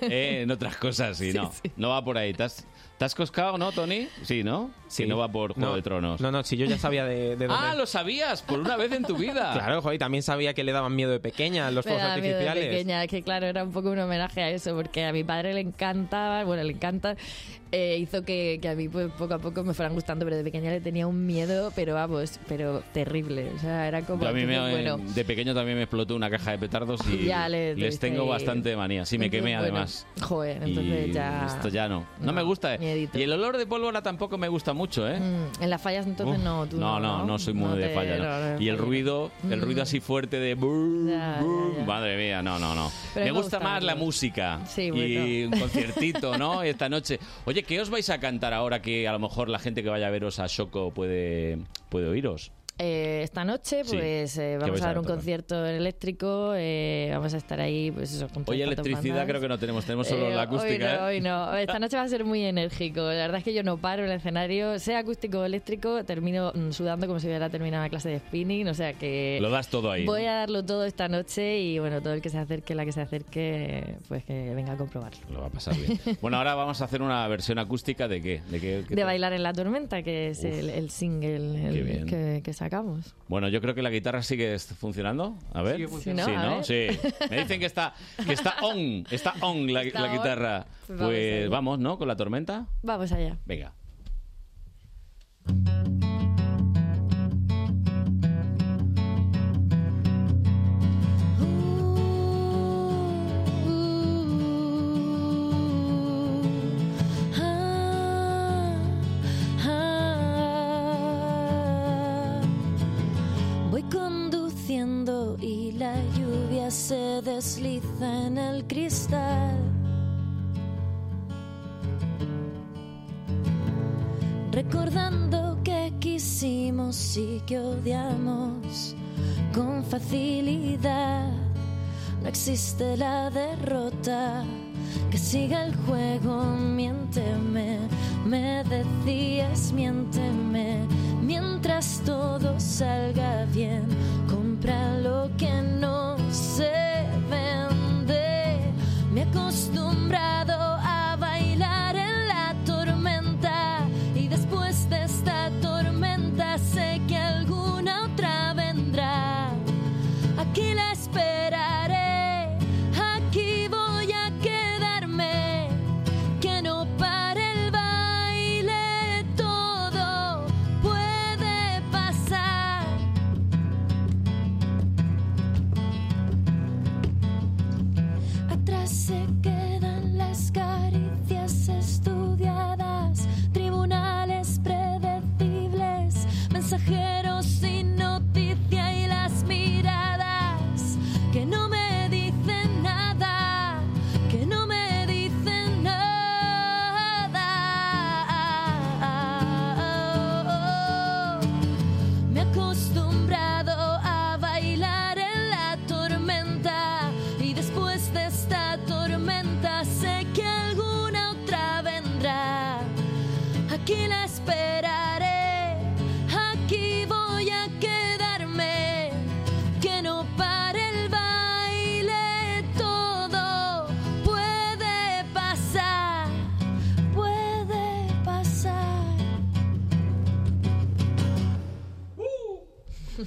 Speaker 1: eh, en otras cosas y no, no va por ahí. ¿Te has, te has coscado, no, Tony? Sí, ¿no? Sí. no va por Juego
Speaker 16: No.
Speaker 1: de Tronos.
Speaker 16: No, no, si yo ya sabía de, de dónde...
Speaker 1: Ah, lo sabías, por una vez en tu vida.
Speaker 16: [laughs] Claro, joder, y también sabía que le daban miedo de pequeña los
Speaker 34: Me
Speaker 16: fuegos
Speaker 34: daba miedo de
Speaker 16: artificiales.
Speaker 34: pequeña, que claro, era un poco un homenaje a eso, porque a mi padre le encantaba, bueno, le encanta, eh, hizo que, que a mí pues, poco a poco me fueran gustando, pero de pequeña le tenía un miedo, pero vamos, pero terrible. O sea, era como,
Speaker 1: Yo a mí me-
Speaker 34: entonces, bueno,
Speaker 1: de pequeño también me explotó una caja de petardos y
Speaker 34: Ya le
Speaker 1: les
Speaker 34: tuviste
Speaker 1: tengo
Speaker 34: ahí.
Speaker 1: bastante manía. Sí, me
Speaker 34: Entonces,
Speaker 1: quemé
Speaker 34: bueno,
Speaker 1: además.
Speaker 34: joder,
Speaker 1: Y
Speaker 34: entonces ya...
Speaker 1: Esto ya no. No, me gusta. eh. Y el olor de pólvora tampoco me gusta mucho, ¿eh?
Speaker 34: Mm, en las fallas entonces
Speaker 1: Uf,
Speaker 34: no, tú
Speaker 1: no,
Speaker 34: no,
Speaker 1: no, no soy muy
Speaker 34: No
Speaker 1: de
Speaker 34: te-
Speaker 1: falla. ¿no?
Speaker 34: no, no,
Speaker 1: y el ruido, el
Speaker 34: Mm.
Speaker 1: ruido así fuerte de... brrr,
Speaker 34: Ya,
Speaker 1: brrr,
Speaker 34: ya, ya.
Speaker 1: Madre mía, no, no, no.
Speaker 34: Pero
Speaker 1: me
Speaker 34: me
Speaker 1: gusta
Speaker 34: gusta
Speaker 1: más la
Speaker 34: verlos.
Speaker 1: música.
Speaker 34: Sí,
Speaker 1: Y
Speaker 34: bueno.
Speaker 1: un conciertito,
Speaker 34: [laughs]
Speaker 1: ¿no? Esta noche. Oye, ¿qué os vais a cantar ahora que a lo mejor la gente que vaya a veros a Shoko puede, puede oíros?
Speaker 34: Eh, esta noche
Speaker 1: Sí.
Speaker 34: pues eh,
Speaker 1: ¿Qué
Speaker 34: vamos
Speaker 1: vais
Speaker 34: a
Speaker 1: a
Speaker 34: dar un
Speaker 1: tocar?
Speaker 34: concierto eléctrico, eh, vamos a estar ahí pues eso, junto a
Speaker 1: Hoy
Speaker 34: tantas
Speaker 1: electricidad
Speaker 34: bandas.
Speaker 1: creo que no tenemos, tenemos solo
Speaker 34: Eh,
Speaker 1: la acústica.
Speaker 34: Hoy
Speaker 1: ¿eh?
Speaker 34: no, hoy no. Esta noche va a ser muy enérgico. La verdad es que yo no paro en el escenario, sea acústico o eléctrico, termino mm, sudando como si hubiera terminado la clase de spinning. O sea que.
Speaker 1: Lo das todo ahí.
Speaker 34: Voy
Speaker 1: ¿no?
Speaker 34: a darlo todo esta noche y bueno, todo el que se acerque, la que se acerque, pues que venga a comprobarlo.
Speaker 1: Lo va a pasar bien. Bueno, ahora vamos a hacer una versión acústica de qué. ¿De qué, qué
Speaker 34: [laughs] De
Speaker 1: te-
Speaker 34: Bailar en la Tormenta, que es el, el single el
Speaker 1: qué bien.
Speaker 34: que, que sacamos.
Speaker 1: Bueno, yo creo que la guitarra sigue est- funcionando. A ver.
Speaker 34: Sigue funcionando.
Speaker 1: Sí,
Speaker 34: Sí, ¿no?
Speaker 1: ¿no? Sí. Me dicen que está, que está on, está on la,
Speaker 34: Está
Speaker 1: la
Speaker 34: on.
Speaker 1: guitarra.
Speaker 34: Pues vamos
Speaker 1: Pues
Speaker 34: ahí.
Speaker 1: vamos, ¿no? Con la tormenta.
Speaker 34: Vamos allá.
Speaker 1: Venga.
Speaker 35: Ah, Voy conduciendo y la lluvia se desliza en el cristal. Recordando que quisimos y que odiamos con facilidad. no existe la derrota. Que siga el juego, miénteme, me decías, miénteme. Mientras todo salga bien, compra lo que no se vende. Me he acostumbrado a bailar en la tormenta y después de esta tormenta sé que alguna otra vendrá. Aquí la esperaré, aquí voy a quedarme. Que no pare el baile, todo puede pasar. Atrás se quedan las caricias estudiadas, tribunales predecibles, mensajeros sin noticia y las miradas que no me dicen nada, que no me dicen nada. Me he acostumbrado a bailar en la tormenta y después de esta tormenta sé que alguna otra vendrá. Aquí la esperaré, aquí voy a quedarme. Que no pare el baile, todo puede pasar, puede pasar. [laughs]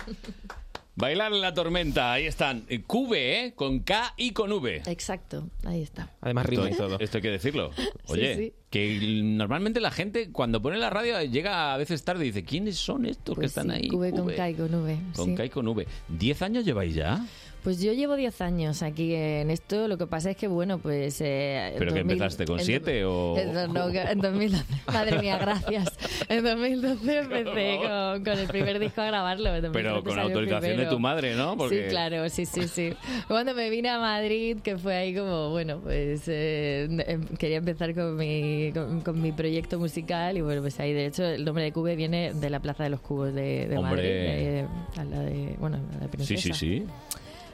Speaker 1: Bailar en la tormenta, ahí están. Eh, QV, ¿eh? Con K y con V.
Speaker 34: Exacto, ahí está.
Speaker 1: Además
Speaker 16: rima y
Speaker 1: todo. Esto hay que decirlo. Oye,
Speaker 34: sí.
Speaker 1: que l- normalmente la gente cuando pone la radio llega a veces tarde y dice, ¿quiénes son estos que
Speaker 34: Pues
Speaker 1: están
Speaker 34: sí,
Speaker 1: ahí?
Speaker 34: Cube con
Speaker 1: Q V.
Speaker 34: K y con V.
Speaker 1: Con
Speaker 34: sí.
Speaker 1: K y con V. ¿Diez años lleváis ya?
Speaker 34: Pues yo llevo 10 años aquí en esto. Lo que pasa es que, bueno, pues. eh, en
Speaker 1: ¿Pero que
Speaker 34: 2000
Speaker 1: empezaste con
Speaker 34: en-
Speaker 1: siete o...?
Speaker 34: En, do- no, en
Speaker 1: [laughs]
Speaker 34: 2012. Madre mía, gracias. En 2012 empecé con, con el primer disco a grabarlo. en 2013
Speaker 1: Pero con
Speaker 34: salió el
Speaker 1: autorización de
Speaker 34: primero.
Speaker 1: tu madre, ¿no? Porque-
Speaker 34: Sí, claro, sí, sí, sí. Cuando me vine a Madrid, que fue ahí como, bueno, pues eh, em- quería empezar con mi, con, con mi proyecto musical y bueno, pues ahí, de hecho, el nombre de Cube viene de la Plaza de los Cubos de, de
Speaker 1: Hombre.
Speaker 34: Madrid, de- a la de, bueno, a la
Speaker 1: Sí,
Speaker 34: princesa.
Speaker 1: sí, sí.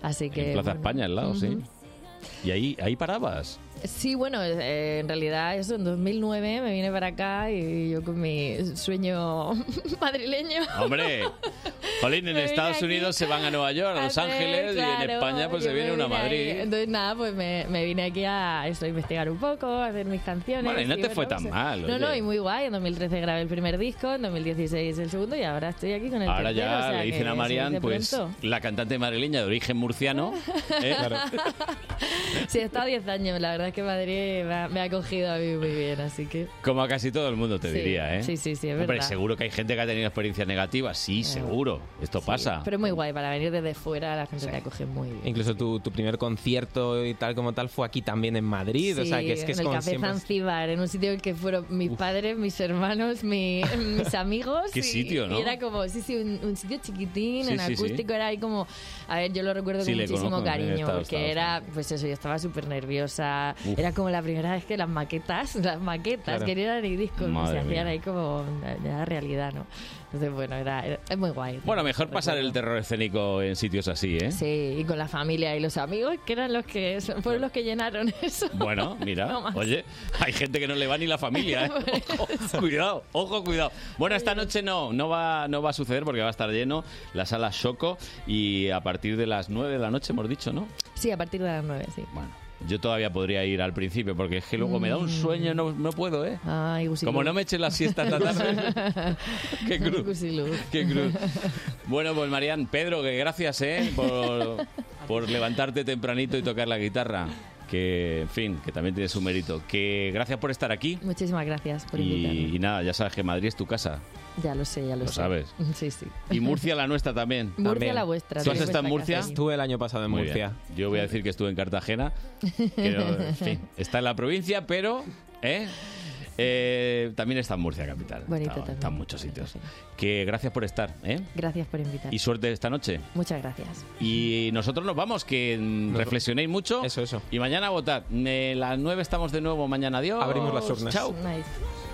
Speaker 34: Así que,
Speaker 1: en Plaza
Speaker 34: bueno.
Speaker 1: España al lado, sí.
Speaker 34: Ujú.
Speaker 1: Y ahí, ahí parabas.
Speaker 34: Sí, bueno, eh, en realidad eso, en 2009 me vine para acá y yo con mi sueño [laughs] madrileño. [laughs]
Speaker 1: Hombre, Jolín, en
Speaker 34: Me vine
Speaker 1: Estados
Speaker 34: aquí
Speaker 1: Unidos se van a Nueva York, a Los
Speaker 34: hacer,
Speaker 1: Ángeles, y en
Speaker 34: Eh, claro,
Speaker 1: España pues
Speaker 34: yo
Speaker 1: se
Speaker 34: me
Speaker 1: viene una
Speaker 34: vine ahí.
Speaker 1: Madrid.
Speaker 34: Entonces nada, pues me, me vine aquí a, eso, a investigar un poco, a hacer mis canciones.
Speaker 1: Bueno, y no te fue tan
Speaker 34: pues,
Speaker 1: mal,
Speaker 34: No, no,
Speaker 1: oye.
Speaker 34: y muy guay. En 2013 grabé el primer disco, en 2016 el segundo y ahora estoy aquí con el
Speaker 1: Ahora
Speaker 34: tercero.
Speaker 1: ya
Speaker 34: o sea
Speaker 1: le
Speaker 34: que
Speaker 1: dicen a
Speaker 34: se
Speaker 1: Marian,
Speaker 34: dice
Speaker 1: pues
Speaker 34: pronto.
Speaker 1: la cantante madrileña de origen
Speaker 34: [laughs]
Speaker 1: murciano. ¿eh?
Speaker 34: Sí, he estado 10 años. La verdad es que Madrid me ha, me ha acogido a mí muy bien, así que...
Speaker 1: Como a casi todo el mundo te
Speaker 34: Sí,
Speaker 1: diría, ¿eh?
Speaker 34: sí, sí, sí, es
Speaker 1: Hombre,
Speaker 34: verdad. Eh,
Speaker 1: seguro que hay gente que ha tenido experiencias negativas, sí, seguro. Esto pasa.
Speaker 34: Pero es muy guay, para venir desde fuera la gente te acoge muy bien.
Speaker 16: Incluso tu, tu primer concierto y tal como tal fue aquí también en Madrid. o sea, que es que
Speaker 34: en
Speaker 16: es
Speaker 34: el
Speaker 16: como
Speaker 34: Café
Speaker 16: siempre-
Speaker 34: Zanzíbar, en un sitio en que fueron mis padres, mis hermanos, mi- [laughs] mis amigos.
Speaker 16: Qué
Speaker 34: y-
Speaker 16: sitio, ¿no?
Speaker 34: Y era como, sí, sí, un, un sitio chiquitín,
Speaker 1: Sí,
Speaker 34: en
Speaker 1: sí, sí.
Speaker 34: acústico, era ahí como... A ver, yo lo recuerdo
Speaker 1: Sí,
Speaker 34: con
Speaker 1: le
Speaker 34: muchísimo
Speaker 1: conozco, he
Speaker 34: cariño,
Speaker 1: estado, he
Speaker 34: porque
Speaker 1: estado, he
Speaker 34: era, pues eso, yo estaba súper nerviosa.
Speaker 1: Uf.
Speaker 34: Era como la primera vez que las maquetas, las maquetas,
Speaker 1: Claro.
Speaker 34: que no eran ni discos,
Speaker 1: Madre
Speaker 34: se hacían
Speaker 1: mía.
Speaker 34: ahí como... Era realidad, ¿no? Entonces, bueno, era, era- es muy guay.
Speaker 1: Bueno, mejor pasar el terror escénico en sitios así, ¿eh?
Speaker 34: Sí, y con la familia y los amigos, que eran los que fueron los que llenaron [laughs] eso.
Speaker 1: Bueno, mira,
Speaker 34: No más.
Speaker 1: oye, hay gente que no le va ni la familia,
Speaker 34: [laughs]
Speaker 1: ¿eh? Ojo, [laughs] cuidado, ojo, cuidado. Bueno, esta noche no, no va, no va a suceder porque va a estar lleno la sala Soco y a partir de las 9 de la noche hemos dicho, ¿no?
Speaker 34: Sí, a partir de las 9, sí.
Speaker 1: Yo todavía podría ir al principio porque es que luego me da un
Speaker 34: Mm.
Speaker 1: sueño, no, no puedo, ¿eh?
Speaker 34: Ay, Gusiluz.
Speaker 1: Como no me eche la siesta esta
Speaker 34: [laughs]
Speaker 1: tarde, qué cruz.
Speaker 34: Gusiluz.
Speaker 1: Qué
Speaker 34: [laughs]
Speaker 1: cruz. Bueno, pues Marian, Pedro, que gracias, ¿eh? Por, por levantarte tempranito y tocar la guitarra. Que, en fin, que también tiene su mérito. Que gracias por estar aquí.
Speaker 34: Muchísimas gracias por invitarme.
Speaker 1: Y, y nada, ya sabes que Madrid es tu casa.
Speaker 34: Ya lo sé, ya lo,
Speaker 1: Lo
Speaker 34: sé.
Speaker 1: sabes.
Speaker 34: [laughs] Sí, sí.
Speaker 1: Y Murcia la nuestra también.
Speaker 34: Murcia También. la vuestra,
Speaker 1: ¿Tú has
Speaker 34: tenéis
Speaker 1: estado en
Speaker 34: vuestra
Speaker 1: Murcia?
Speaker 34: casa.
Speaker 16: Estuve el año pasado en
Speaker 1: Muy
Speaker 16: Murcia.
Speaker 1: bien. Yo voy a decir que estuve en
Speaker 34: [laughs]
Speaker 1: Cartagena. que no- en fin, está en la provincia, pero ¿eh? Eh, también está en Murcia capital.
Speaker 34: Bonito
Speaker 1: está,
Speaker 34: también.
Speaker 1: está en muchos sitios. Que gracias por estar. ¿eh?
Speaker 34: Gracias por invitarme.
Speaker 1: Y suerte esta noche.
Speaker 34: Muchas gracias.
Speaker 1: Y nosotros nos vamos, que mm, reflexionéis mucho. Eso, eso. Y mañana votad. Eh, las 9 estamos de nuevo. Mañana, adiós.
Speaker 16: Abrimos las urnas.
Speaker 1: Chao.
Speaker 34: Nice.